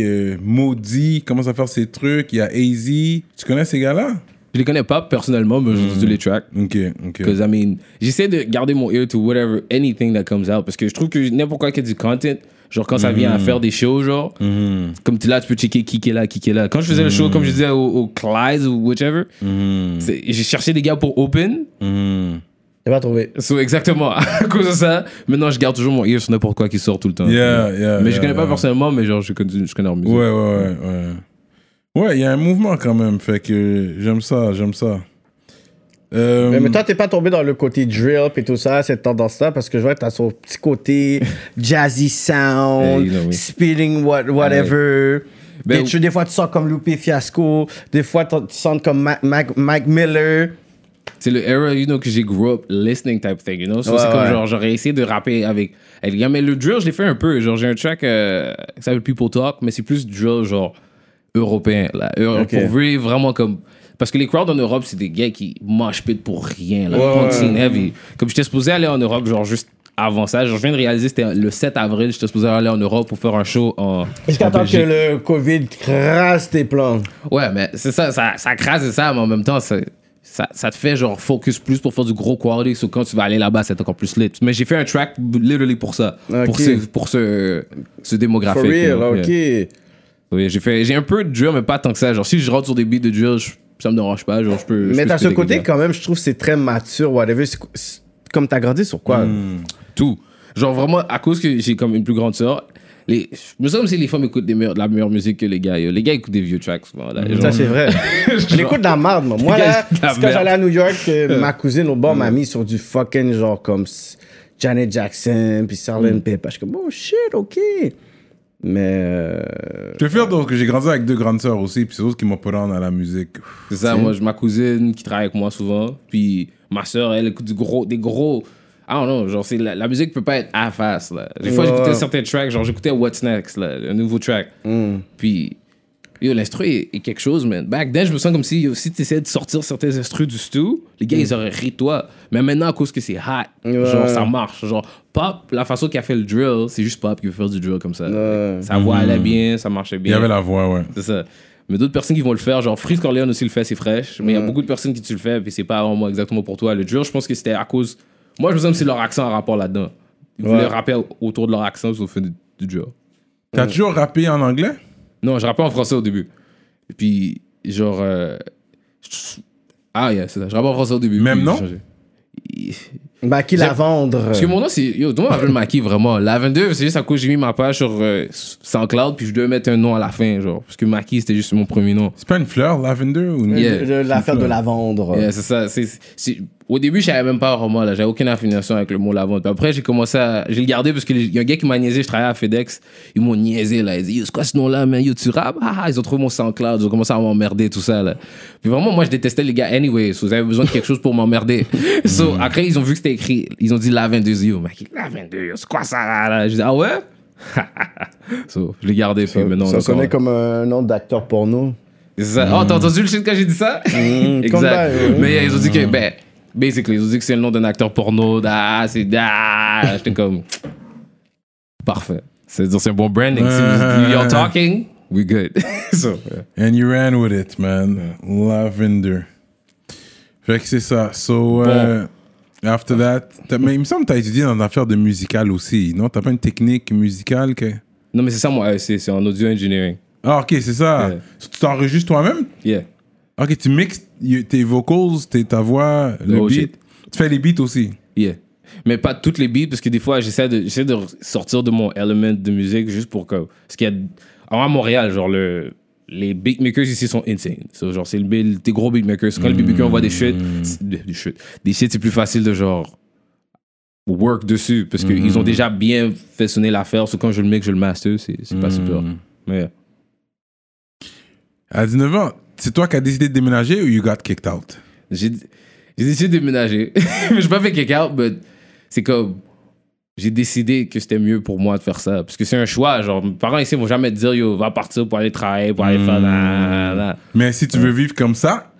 Speaker 1: euh, Maudit, commence à faire ses trucs. Il y a AZ. Tu connais ces gars-là?
Speaker 3: Je les connais pas personnellement, mais
Speaker 2: Mm.
Speaker 3: je dis les tracks.
Speaker 1: Ok, ok.
Speaker 3: Cause I mean, j'essaie de garder mon ear to whatever, anything that comes out. Parce que je trouve que n'importe quoi qui a du content, genre quand ça
Speaker 1: Mm-hmm.
Speaker 3: vient à faire des shows, genre, comme tu là, tu peux checker qui qui est là, qui qui est là. Quand je faisais le show, comme je disais au, au Clyde ou whichever,
Speaker 1: Mm-hmm.
Speaker 3: c'est- j'ai cherché des gars pour open. mhm.
Speaker 2: J'ai pas trouvé.
Speaker 3: So, exactement, *laughs* à cause de ça, maintenant je garde toujours mon ear sur n'importe quoi qui sort tout le temps.
Speaker 1: Yeah, yeah,
Speaker 3: mais je
Speaker 1: yeah,
Speaker 3: connais pas
Speaker 1: yeah.
Speaker 3: personnellement, mais genre je connais, je connais en musique.
Speaker 1: Ouais, ouais, ouais. Ouais, il y a un mouvement quand même. Fait que j'aime ça, j'aime ça. Euh,
Speaker 2: Mais, mais toi, t'es pas tombé dans le côté drill et tout ça, cette tendance-là, parce que je vois que t'as son petit côté jazzy sound,
Speaker 3: Eh, you know me.
Speaker 2: spilling what, whatever.
Speaker 3: Ben,
Speaker 2: Des- tu- des fois, tu sens comme Loupé Fiasco, des fois, t'en- tu sens comme Ma- Mac- Mike Miller.
Speaker 3: C'est le era, you know, que j'ai grew up listening type thing, you know. So,
Speaker 2: Ouais,
Speaker 3: c'est comme
Speaker 2: ouais.
Speaker 3: genre, j'aurais essayé de rapper avec, avec les gars. Mais le drill, je l'ai fait un peu. Genre, j'ai un track euh, qui s'appelle People Talk, mais c'est plus drill, genre, européen. Là. Eu-
Speaker 2: Ok.
Speaker 3: Pour vrai, vraiment comme. Parce que les crowds en Europe, c'est des gars qui mosh pit pour rien, là. Punching heavy. Comme j'étais supposé aller en Europe, genre, juste avant ça, genre, je viens de réaliser, c'était le 7 avril, j'étais supposé aller en Europe pour faire un show en.
Speaker 2: Jusqu'à
Speaker 3: en
Speaker 2: temps que
Speaker 3: Belgique.
Speaker 2: le COVID crasse tes plans.
Speaker 3: Ouais, mais c'est ça, ça, ça crase et ça, mais en même temps, ça, ça, ça te fait genre focus plus pour faire du gros quality. So quand tu vas aller là-bas, c'est encore plus lit. Mais j'ai fait un track literally pour ça,
Speaker 2: Ok.
Speaker 3: pour ce, pour ce, ce
Speaker 2: For
Speaker 3: démographique. you
Speaker 2: real,
Speaker 3: know.
Speaker 2: ok.
Speaker 3: Yeah. Oui, j'ai fait, j'ai un peu de drill, mais pas tant que ça. Genre si je rentre sur des beats de drill, je- ça me dérange pas. Genre je peux. je
Speaker 2: Mais
Speaker 3: peux
Speaker 2: t'as ce
Speaker 3: spéter
Speaker 2: côté,
Speaker 3: avec
Speaker 2: quand même, je trouve, c'est très mature, whatever. C'est- c'est- Comme t'as grandi sur quoi
Speaker 3: ça. tout. Genre vraiment à cause que j'ai comme une plus grande sœur. Les, je me sens comme si les femmes écoutent des meilleures- la meilleure musique que les gars. yo. Les gars écoutent des vieux tracks souvent. Là, *laughs*
Speaker 2: Ça,
Speaker 3: Genre-
Speaker 2: c'est vrai. je l'écoute de la merde, moi.
Speaker 3: *laughs*
Speaker 2: Moi,
Speaker 3: Les gars,
Speaker 2: là,
Speaker 3: ils écoutent de la
Speaker 2: c'est quand
Speaker 3: merde. Hmm.
Speaker 2: j'allais à New York,
Speaker 3: *laughs*
Speaker 2: que ma cousine au bord m'a mis sur du fucking genre comme s- Janet Jackson, puis
Speaker 3: Hmm.
Speaker 2: Sarlene Pepper. Je suis comme, oh shit, ok. Mais. euh,
Speaker 1: Je vais faire donc que j'ai grandi avec deux grandes sœurs aussi, puis c'est eux qui m'ont pas dans la musique.
Speaker 3: C'est ça, moi, j'ai ma cousine qui travaille avec moi souvent, puis ma soeur, elle écoute du gros, des gros. Ah non, genre, c'est la, la musique peut pas être à face, là. Des fois,
Speaker 2: Ouais.
Speaker 3: j'écoutais certains tracks, genre, j'écoutais What's Next, là, un nouveau track. Puis, yo, l'instru est, est quelque chose, man. Back then, je me sens comme si, yo, si tu de sortir certains instrus du stew, les gars, ils auraient ri de toi. Mais maintenant, à cause que c'est hot, genre, ça marche. Genre, pop, la façon qu'il a fait le drill, c'est juste pop qui veut faire du drill comme ça. Sa voix allait bien, ça marchait
Speaker 1: Il y
Speaker 3: bien.
Speaker 1: avait la voix, ouais.
Speaker 3: C'est ça. Mais d'autres personnes qui vont le faire, genre Freeze Corleone aussi le fait, c'est fraîche.
Speaker 1: Mm.
Speaker 3: Mais il y a beaucoup de personnes qui tu le fais, puis c'est pas vraiment exactement pour toi. Le dur, je pense que c'était à cause. Moi, je me sens que c'est leur accent en rapport là-dedans. Ils voulaient rapper autour de leur accent au fait du, du dur.
Speaker 1: T'as toujours rappé en anglais?
Speaker 3: Non, je rappais en français au début. Et puis, genre. euh, je- Ah, yeah, c'est ça. Je rappais en français au début.
Speaker 1: Même
Speaker 3: puis
Speaker 1: nom?
Speaker 3: j'ai changé. Il-
Speaker 2: Bah, qui la vendre
Speaker 3: Parce que mon nom, c'est. Yo, tout le monde m'appelle Maki vraiment. La 22, c'est juste à cause que j'ai mis ma page sur euh, SoundCloud, puis je devais mettre un nom à la fin, genre. Parce que Maki, c'était juste mon premier nom.
Speaker 1: C'est pas une fleur, Lavender ou une...
Speaker 3: Yeah.
Speaker 2: Le- L'affaire de la vendre.
Speaker 3: Yeah, c'est ça. C'est- c'est- au début, je savais même pas vraiment, là. J'avais aucune affiliation avec le mot la vente. Puis après, j'ai commencé à. J'ai le gardé parce qu'il y a un gars qui m'a niaisé, je travaillais à FedEx. Ils m'ont niaisé, là. Ils disaient, Yo, c'est quoi ce nom-là, man? Yo, tu rap? Ah, ah, ils ont trouvé mon SoundCloud. Ils ont commencé à m'emmerder, tout ça, là. Puis vraiment, moi, je détestais les gars, anyway. So, ils avaient besoin de quelque chose pour
Speaker 2: *laughs*
Speaker 3: m'emmerder. so, après, ils ont vu que c'était écrit. Ils ont dit la 22, yo, mec. La 22, yo, c'est quoi ça, là? là? Je dis, ah ouais? *laughs* so, je l'ai gardé, puis maintenant. on
Speaker 2: ça
Speaker 3: est
Speaker 2: sonnait
Speaker 3: encore-
Speaker 2: comme un nom d'acteur porno.
Speaker 3: c'est ça. Oh, t'as entendu le shit quand j'ai dit ça?
Speaker 2: Hmm. comme
Speaker 3: *laughs*
Speaker 2: ça,
Speaker 3: exact.
Speaker 2: ouais. Hmm.
Speaker 3: Mais ils ont dit que, ben, basically, ils ont dit que c'est le nom d'un acteur porno. Ah, c'est. Ah, j'étais comme. Parfait. C'est-à-dire, c'est un bon branding. Si vous- You're talking, we
Speaker 2: *laughs*
Speaker 3: good. so, ouais.
Speaker 1: And you ran with it, man. Lavender. Fait que c'est ça. So, euh, Et After that, t'as- mais il me semble que t'as étudié dans une affaire de musical aussi, non? T'as pas une technique musicale que...
Speaker 3: Non, mais c'est ça, moi, euh, c'est c'est en audio engineering.
Speaker 1: Ah, ok, c'est ça.
Speaker 3: Ouais.
Speaker 1: Tu t'enregistres toi-même?
Speaker 3: Yeah.
Speaker 1: Ok, tu mixes y- tes vocals, tes, ta voix, le
Speaker 3: Oh,
Speaker 1: beat. Tu fais les beats aussi.
Speaker 3: Yeah. Mais pas toutes les beats, parce que des fois, j'essaie de, j'essaie de re- sortir de mon element de musique juste pour que. Parce qu'il y a. Alors, à Montréal, genre, le, les beatmakers ici sont insane. So, genre, c'est le, beat- tes gros beatmakers. Quand le beatmaker envoie des shit, c'est- des des shit, des shit, c'est plus facile de genre. Work dessus, parce qu'ils ont déjà bien fait sonner l'affaire. So, quand je le mets, que je le master, c'est, c'est pas
Speaker 1: Mm-hmm.
Speaker 3: super. Mais. yeah.
Speaker 1: À 19 ans, c'est toi qui as décidé de déménager ou you got kicked out?
Speaker 3: J'ai j'ai décidé de déménager. *laughs* Mais j'ai pas fait kick out, mais c'est comme. J'ai décidé que c'était mieux pour moi de faire ça. Parce que c'est un choix. Genre, mes parents ici vont jamais te dire, yo, va partir pour aller travailler, pour aller faire. nan, nan, nan.
Speaker 1: Mais si tu veux vivre comme ça,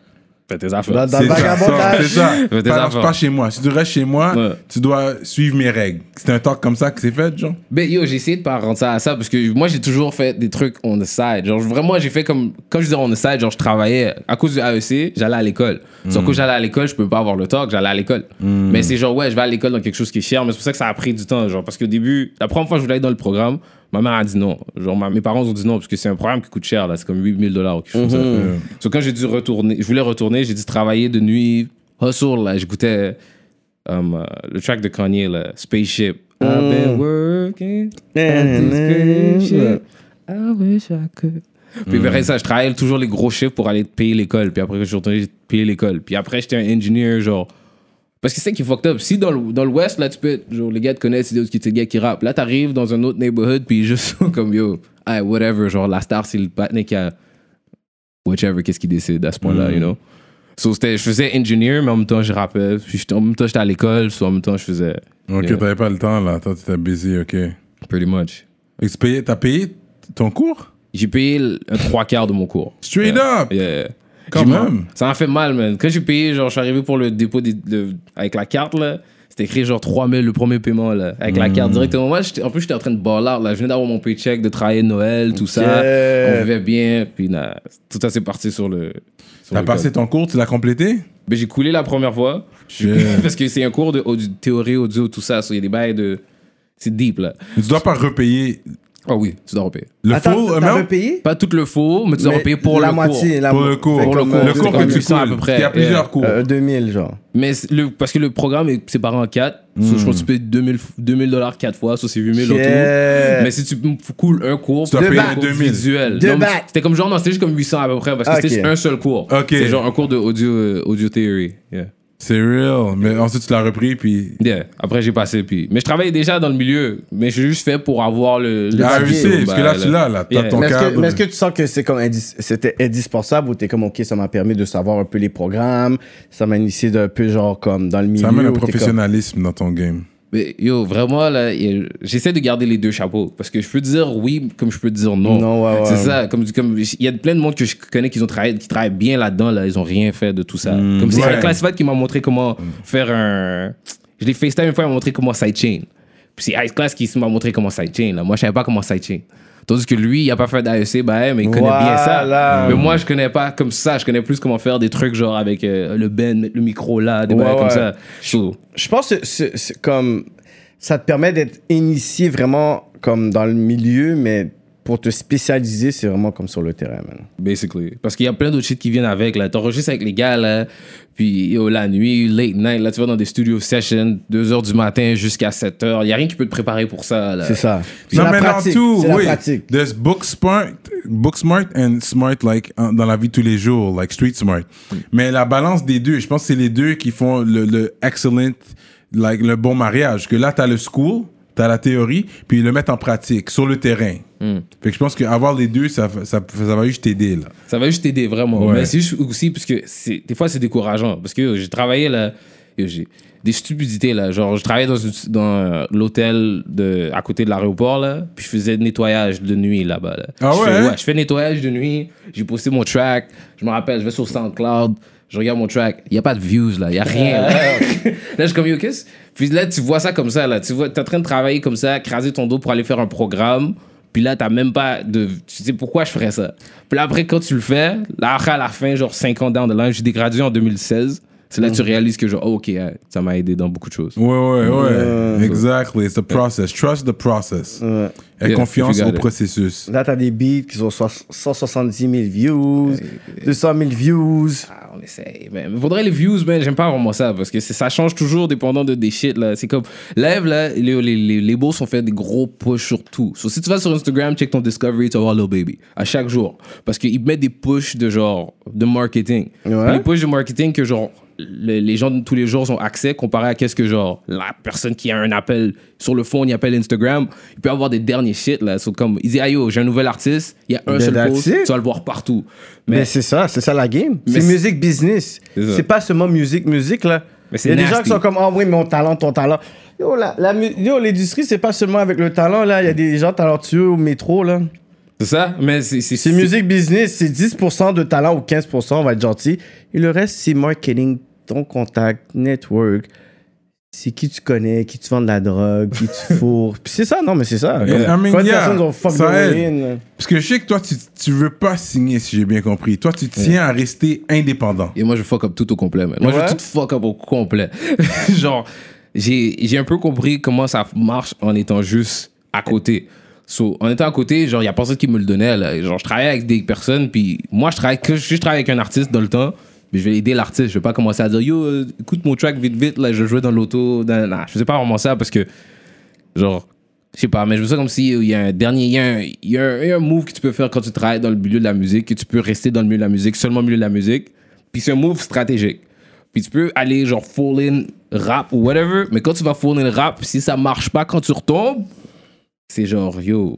Speaker 3: Fais tes affaires.
Speaker 2: Dans-
Speaker 1: c'est
Speaker 2: le
Speaker 1: ça.
Speaker 2: vagabondage.
Speaker 1: sors, C'est ça.
Speaker 3: Fais tes
Speaker 1: Pas,
Speaker 3: affaires.
Speaker 1: pas chez moi. Si tu restes chez moi,
Speaker 3: Ouais.
Speaker 1: tu dois suivre mes règles. C'est un talk comme ça que c'est fait, genre?
Speaker 3: Mais Ben, yo, j'ai essayé de pas rendre ça à ça parce que moi, j'ai toujours fait des trucs on the side. Genre, vraiment, j'ai fait comme. Comme je disais on the side, genre, je travaillais. À cause du AEC, j'allais à l'école. Sauf que j'allais à l'école, je peux pas avoir le talk, j'allais à l'école. Mais c'est genre, ouais, je vais à l'école dans quelque chose qui est cher, mais c'est pour ça que ça a pris du temps. Genre, parce qu'au début, la première fois que je voulais aller dans le programme, ma mère a dit non. Genre, ma- mes parents ont dit non parce que c'est un programme qui coûte cher, là. C'est comme 8000 dollars ou quelque chose comme ça. Sauf que quand j'ai dû retourner, je voulais retourner, j'ai dû travailler de nuit, hustle, là. J'écoutais um, euh, le track de Kanye, là, Spaceship. I've been working at this great ship. I wish I could. Puis après ça, je travaillais toujours les gros chiffres pour aller payer l'école. Puis après, je suis retourné payer l'école. Puis après, j'étais un ingénieur, genre. Parce que c'est ça qui est fucked up. Si dans le- dans l'Ouest, là, tu peux être, genre, les gars te connaissent, c'est des- c'est des gars qui rappent. Là, t'arrives dans un autre neighborhood, puis juste comme yo, hey, whatever. Genre, la star, c'est le patiné qui a. Whichever, qu'est-ce qu'il décide à ce point-là, you know? So, c'était- je faisais ingénieur, mais en même temps, je rappais. Puis j'étais- en même temps, j'étais à l'école, so, en même temps, je faisais.
Speaker 1: Ok,
Speaker 3: Yeah.
Speaker 1: t'avais pas le temps, là. Toi, t'étais busy, ok. Et
Speaker 3: Pretty much.
Speaker 1: tu payais- t'as payé ton cours?
Speaker 3: J'ai payé le- un trois quarts de mon cours.
Speaker 1: Straight up!
Speaker 3: Yeah.
Speaker 1: Quand
Speaker 3: J'ai-
Speaker 1: même.
Speaker 3: Ça m'a fait mal, man. Quand j'ai payé, genre, je suis arrivé pour le dépôt des- de- avec la carte, là. C'était écrit genre 3000 le premier paiement, là. Avec la
Speaker 1: Hmm.
Speaker 3: carte directement. Moi, j'étais- en plus, j'étais en train de ball out, là. Je venais d'avoir mon paycheck, de travailler Noël, tout ça. On vivait bien. Puis, nah, tout ça, c'est parti sur le. sur
Speaker 1: T'as
Speaker 3: le
Speaker 1: passé
Speaker 3: code.
Speaker 1: ton cours, tu l'as complété?
Speaker 3: Mais j'ai coulé la première fois.
Speaker 2: *laughs*
Speaker 1: Shit.
Speaker 3: *laughs* parce que c'est un cours de audio- théorie audio, tout ça. So, Il y a des bails de. C'est deep, là.
Speaker 1: Tu dois pas repayer
Speaker 3: Ah oui, tu dois repayer.
Speaker 1: le
Speaker 2: Attends,
Speaker 1: full
Speaker 2: t'as
Speaker 1: amount?
Speaker 2: repayé?
Speaker 3: Pas tout le faux, mais tu dois
Speaker 2: Mais
Speaker 3: repayer pour
Speaker 2: la
Speaker 3: le
Speaker 2: moitié,
Speaker 3: cours.
Speaker 2: la
Speaker 1: Pour le
Speaker 2: mo-
Speaker 1: cours.
Speaker 2: fait
Speaker 3: Pour le
Speaker 2: comme,
Speaker 3: cours.
Speaker 2: euh,
Speaker 1: Le cours
Speaker 3: comme
Speaker 1: que tu
Speaker 3: 800 à peu
Speaker 1: coules.
Speaker 3: près.
Speaker 1: Il y a plusieurs
Speaker 3: Euh,
Speaker 1: cours.
Speaker 2: euh, 2000, genre.
Speaker 3: Mais c'est le, parce que le programme est séparé en 4,
Speaker 2: Hmm.
Speaker 3: je pense que tu payes 2000 2000 dollars 4 fois, soit c'est 8000 en
Speaker 2: Yeah.
Speaker 3: tout. Mais si tu coules un cours,
Speaker 1: Tu dois
Speaker 3: payes
Speaker 1: payer
Speaker 3: un cours
Speaker 1: 2000.
Speaker 3: visuel.
Speaker 2: De
Speaker 3: Non, mais
Speaker 2: back.
Speaker 3: C'était comme genre, non, c'était juste comme 800 à peu près, parce que c'était
Speaker 2: Ok.
Speaker 3: juste un seul cours.
Speaker 1: Ok.
Speaker 3: C'est genre un cours de audio, euh, audio theory. Yeah.
Speaker 1: C'est real. Mais ensuite, tu l'as repris, puis.
Speaker 3: Yeah. Après, j'ai passé. Puis... Mais je travaillais déjà dans le milieu, mais j'ai juste fait pour avoir le. le
Speaker 1: Ah,
Speaker 3: papier.
Speaker 1: réussi, parce que là,
Speaker 3: Bah,
Speaker 1: tu l'as, là. T'as
Speaker 3: Yeah.
Speaker 1: ton
Speaker 2: Mais est-ce que,
Speaker 1: cadre.
Speaker 2: mais est-ce que tu sens que c'est comme indis- c'était indispensable ou t'es comme ok ça m'a permis de savoir un peu les programmes, ça m'a initié d'un peu genre comme dans le milieu.
Speaker 1: Ça amène
Speaker 2: ou
Speaker 1: un
Speaker 2: t'es comme-
Speaker 1: professionnalisme dans ton game.
Speaker 3: Mais yo, vraiment, là, y a- j'essaie de garder les deux chapeaux. Parce que je peux dire oui, comme je peux dire non.
Speaker 2: Non, ouais, ouais.
Speaker 3: C'est ça. Comme, comme, il y a plein de monde que je connais qui, ont travaillé, qui travaillent bien là-dedans, là. Ils ont rien fait de tout ça. comme c'est
Speaker 1: ouais.
Speaker 3: un classifat qui m'a montré comment faire un. Je l'ai FaceTime une fois, il m'a montré comment sidechain. Puis c'est Ice Class qui m'a montré comment sidechain, là. Moi, je savais pas comment sidechain. Tandis que lui, il a pas fait d'AEC, bah, hey, mais il connaît bien ça.
Speaker 2: Voilà.
Speaker 3: Mais moi, je connais pas comme ça. Je connais plus comment faire des trucs genre avec euh, le bend, mettre le micro là, des
Speaker 2: Ouais,
Speaker 3: bails comme
Speaker 2: ouais.
Speaker 3: ça. So,
Speaker 2: Je pense que c'est- c'est comme ça te permet d'être initié vraiment comme dans le milieu, mais pour te spécialiser c'est vraiment comme sur le terrain. Man.
Speaker 1: Euh,
Speaker 3: Basically. Parce qu'il y a plein d'autres shit qui viennent avec. Là, t'enregistres avec les gars, là. Puis, yo, la nuit, late night, là, tu vas dans des studio sessions, 2 h du matin jusqu'à 7 h. Il y a rien qui peut te préparer pour ça, là.
Speaker 2: C'est ça. C'est
Speaker 1: Non,
Speaker 2: la
Speaker 1: mais dans
Speaker 2: pratique.
Speaker 1: tout,
Speaker 2: C'est la
Speaker 1: oui.
Speaker 2: pratique.
Speaker 1: There's book smart, book smart and smart, like, en- dans la vie de tous les jours, like street smart. Mais la balance des deux, je pense que c'est les deux qui font le, le excellent, like, le bon mariage. Que là, t'as le school, t'as la théorie, puis ils le mettre en pratique, sur le terrain.
Speaker 3: Hmm.
Speaker 1: Fait que je pense qu'avoir les deux, ça, ça, ça va juste t'aider, là.
Speaker 3: Ça va juste t'aider, vraiment.
Speaker 1: Ouais.
Speaker 3: Mais c'est juste aussi, parce que c'est- des fois, c'est décourageant. Parce que yo, j'ai travaillé, là. yo, J'ai des stupidités, là. Genre, je travaillais dans, une- dans euh, l'hôtel de- à côté de l'aéroport, là. Puis, je faisais nettoyage de nuit, là-bas. là.
Speaker 1: Ah
Speaker 3: Je
Speaker 1: ouais,
Speaker 3: fais-
Speaker 1: hein?
Speaker 3: je fais nettoyage de nuit, j'ai posté mon track, je me rappelle, je vais sur SoundCloud, je regarde mon track, il n'y a pas de views là, il n'y a rien. Là, *laughs* là je suis comme, yo, qu'est-ce Puis là, tu vois ça comme ça, là, tu vois, t'es en train de travailler comme ça, craser ton dos pour aller faire un programme, puis là, t'as même pas de. Tu sais pourquoi je ferais ça Puis là, après, quand tu le fais, là, après, à la fin, genre 5 ans down the line, j'ai dégradué en 2016. C'est là que tu réalises que, genre, oh, ok, ouais, ça m'a aidé dans beaucoup de choses.
Speaker 1: Ouais, ouais, ouais. Exactly. It's the process. Trust the process.
Speaker 2: Ouais.
Speaker 1: Et
Speaker 3: Yeah,
Speaker 1: confiance
Speaker 3: you got
Speaker 1: au
Speaker 3: it.
Speaker 1: processus.
Speaker 2: Là, t'as des beats qui sont soix- 170 000 views, 200 000 views.
Speaker 3: Ah, on essaye, man. Mais Faudrait les views, man. J'aime pas vraiment ça parce que c'est- ça change toujours dépendant de des shit, là. C'est comme, live, là, les, les, les, les boss ont fait des gros push sur tout. So, si tu vas sur Instagram, check ton Discovery, tu vas voir Lil Baby à chaque jour. Parce qu'ils mettent des pushs de genre, de marketing.
Speaker 2: Ouais.
Speaker 3: Les pushs de marketing que genre, le- les gens de tous les jours ont accès comparé à qu'est-ce que genre, la personne qui a un appel sur le phone, il appelle Instagram, il peut avoir des derniers shit, là. So, comme, il dit, ah yo, j'ai un nouvel artiste, il y a un
Speaker 2: Ben,
Speaker 3: seul
Speaker 2: that's
Speaker 3: post,
Speaker 2: it.
Speaker 3: tu vas le voir partout.
Speaker 2: Mais, c'est ça, c'est ça la game. C'est
Speaker 3: c'est-
Speaker 2: musique business.
Speaker 3: C'est ça.
Speaker 2: C'est pas seulement musique, musique là.
Speaker 3: Mais
Speaker 2: Il
Speaker 3: c'est
Speaker 2: y a des gens
Speaker 3: nasty.
Speaker 2: qui sont comme, ah oui, mon talent, ton talent. Yo, la, la mu- yo, l'industrie, c'est pas seulement avec le talent là. Il y a des gens talentueux au métro là.
Speaker 3: C'est ça? Mais c'est.
Speaker 2: C'est musique business, c'est 10% de talent ou 15%, on va être gentil. Et le reste, c'est marketing, ton contact, network. C'est qui tu connais, qui tu vends de la drogue, qui tu fourres. Puis c'est ça, non, mais c'est ça.
Speaker 1: Et, I mean,
Speaker 2: Combien de
Speaker 1: yeah,
Speaker 2: personnes ont fuck
Speaker 1: ça
Speaker 2: their
Speaker 1: aide.
Speaker 2: way in, là?
Speaker 1: Parce que je sais que toi, tu, tu veux pas signer, si j'ai bien compris. Toi, tu tiens à rester indépendant.
Speaker 3: Et moi, je fuck up tout au complet, man. Moi,
Speaker 2: Ouais?
Speaker 3: je tout fuck up au complet. *laughs* Genre, j'ai j'ai un peu compris comment ça marche en étant juste à côté. So, en étant à côté, genre, il y a personne qui me le donnait, là. Genre, je travaillais avec des personnes, puis moi, je travaille que si je travaille avec un artiste dans le temps, mais je vais aider l'artiste. Je vais pas commencer à dire, yo, euh, écoute mon track vite, vite, là, je jouais dans l'auto. nan, nan. Je faisais pas vraiment ça parce que, genre, je sais pas, mais je me sens comme si euh, il y a un dernier, il y a un, il y a un- il y a un move que tu peux faire quand tu travailles dans le milieu de la musique, que tu peux rester dans le milieu de la musique, seulement au milieu de la musique. Puis c'est un move stratégique. Puis tu peux aller genre full in rap ou whatever, mais quand tu vas full in rap, si ça marche pas quand tu retombes, c'est genre yo,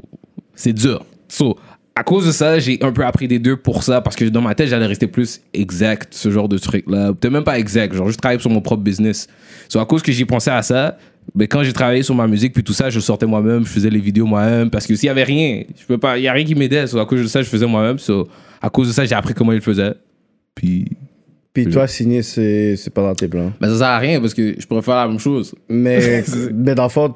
Speaker 3: c'est dur. So, à cause de ça, j'ai un peu appris des deux pour ça, parce que dans ma tête, j'allais rester plus exact, ce genre de truc-là. Peut-être même pas exact, genre, je travaille sur mon propre business. So, à cause que j'ai pensé à ça, mais quand j'ai travaillé sur ma musique, puis tout ça, je sortais moi-même, je faisais les vidéos moi-même, parce que s'il y avait rien, je peux pas, il y a rien qui m'aidait. So, à cause de ça, je faisais moi-même. So, à cause de ça, j'ai appris comment il le faisait. Puis,
Speaker 2: Puis toi, signer, c'est c'est pas dans tes plans.
Speaker 3: mais ça sert à rien, parce que je pourrais faire la même chose.
Speaker 2: *laughs* Mais, mais dans le fond,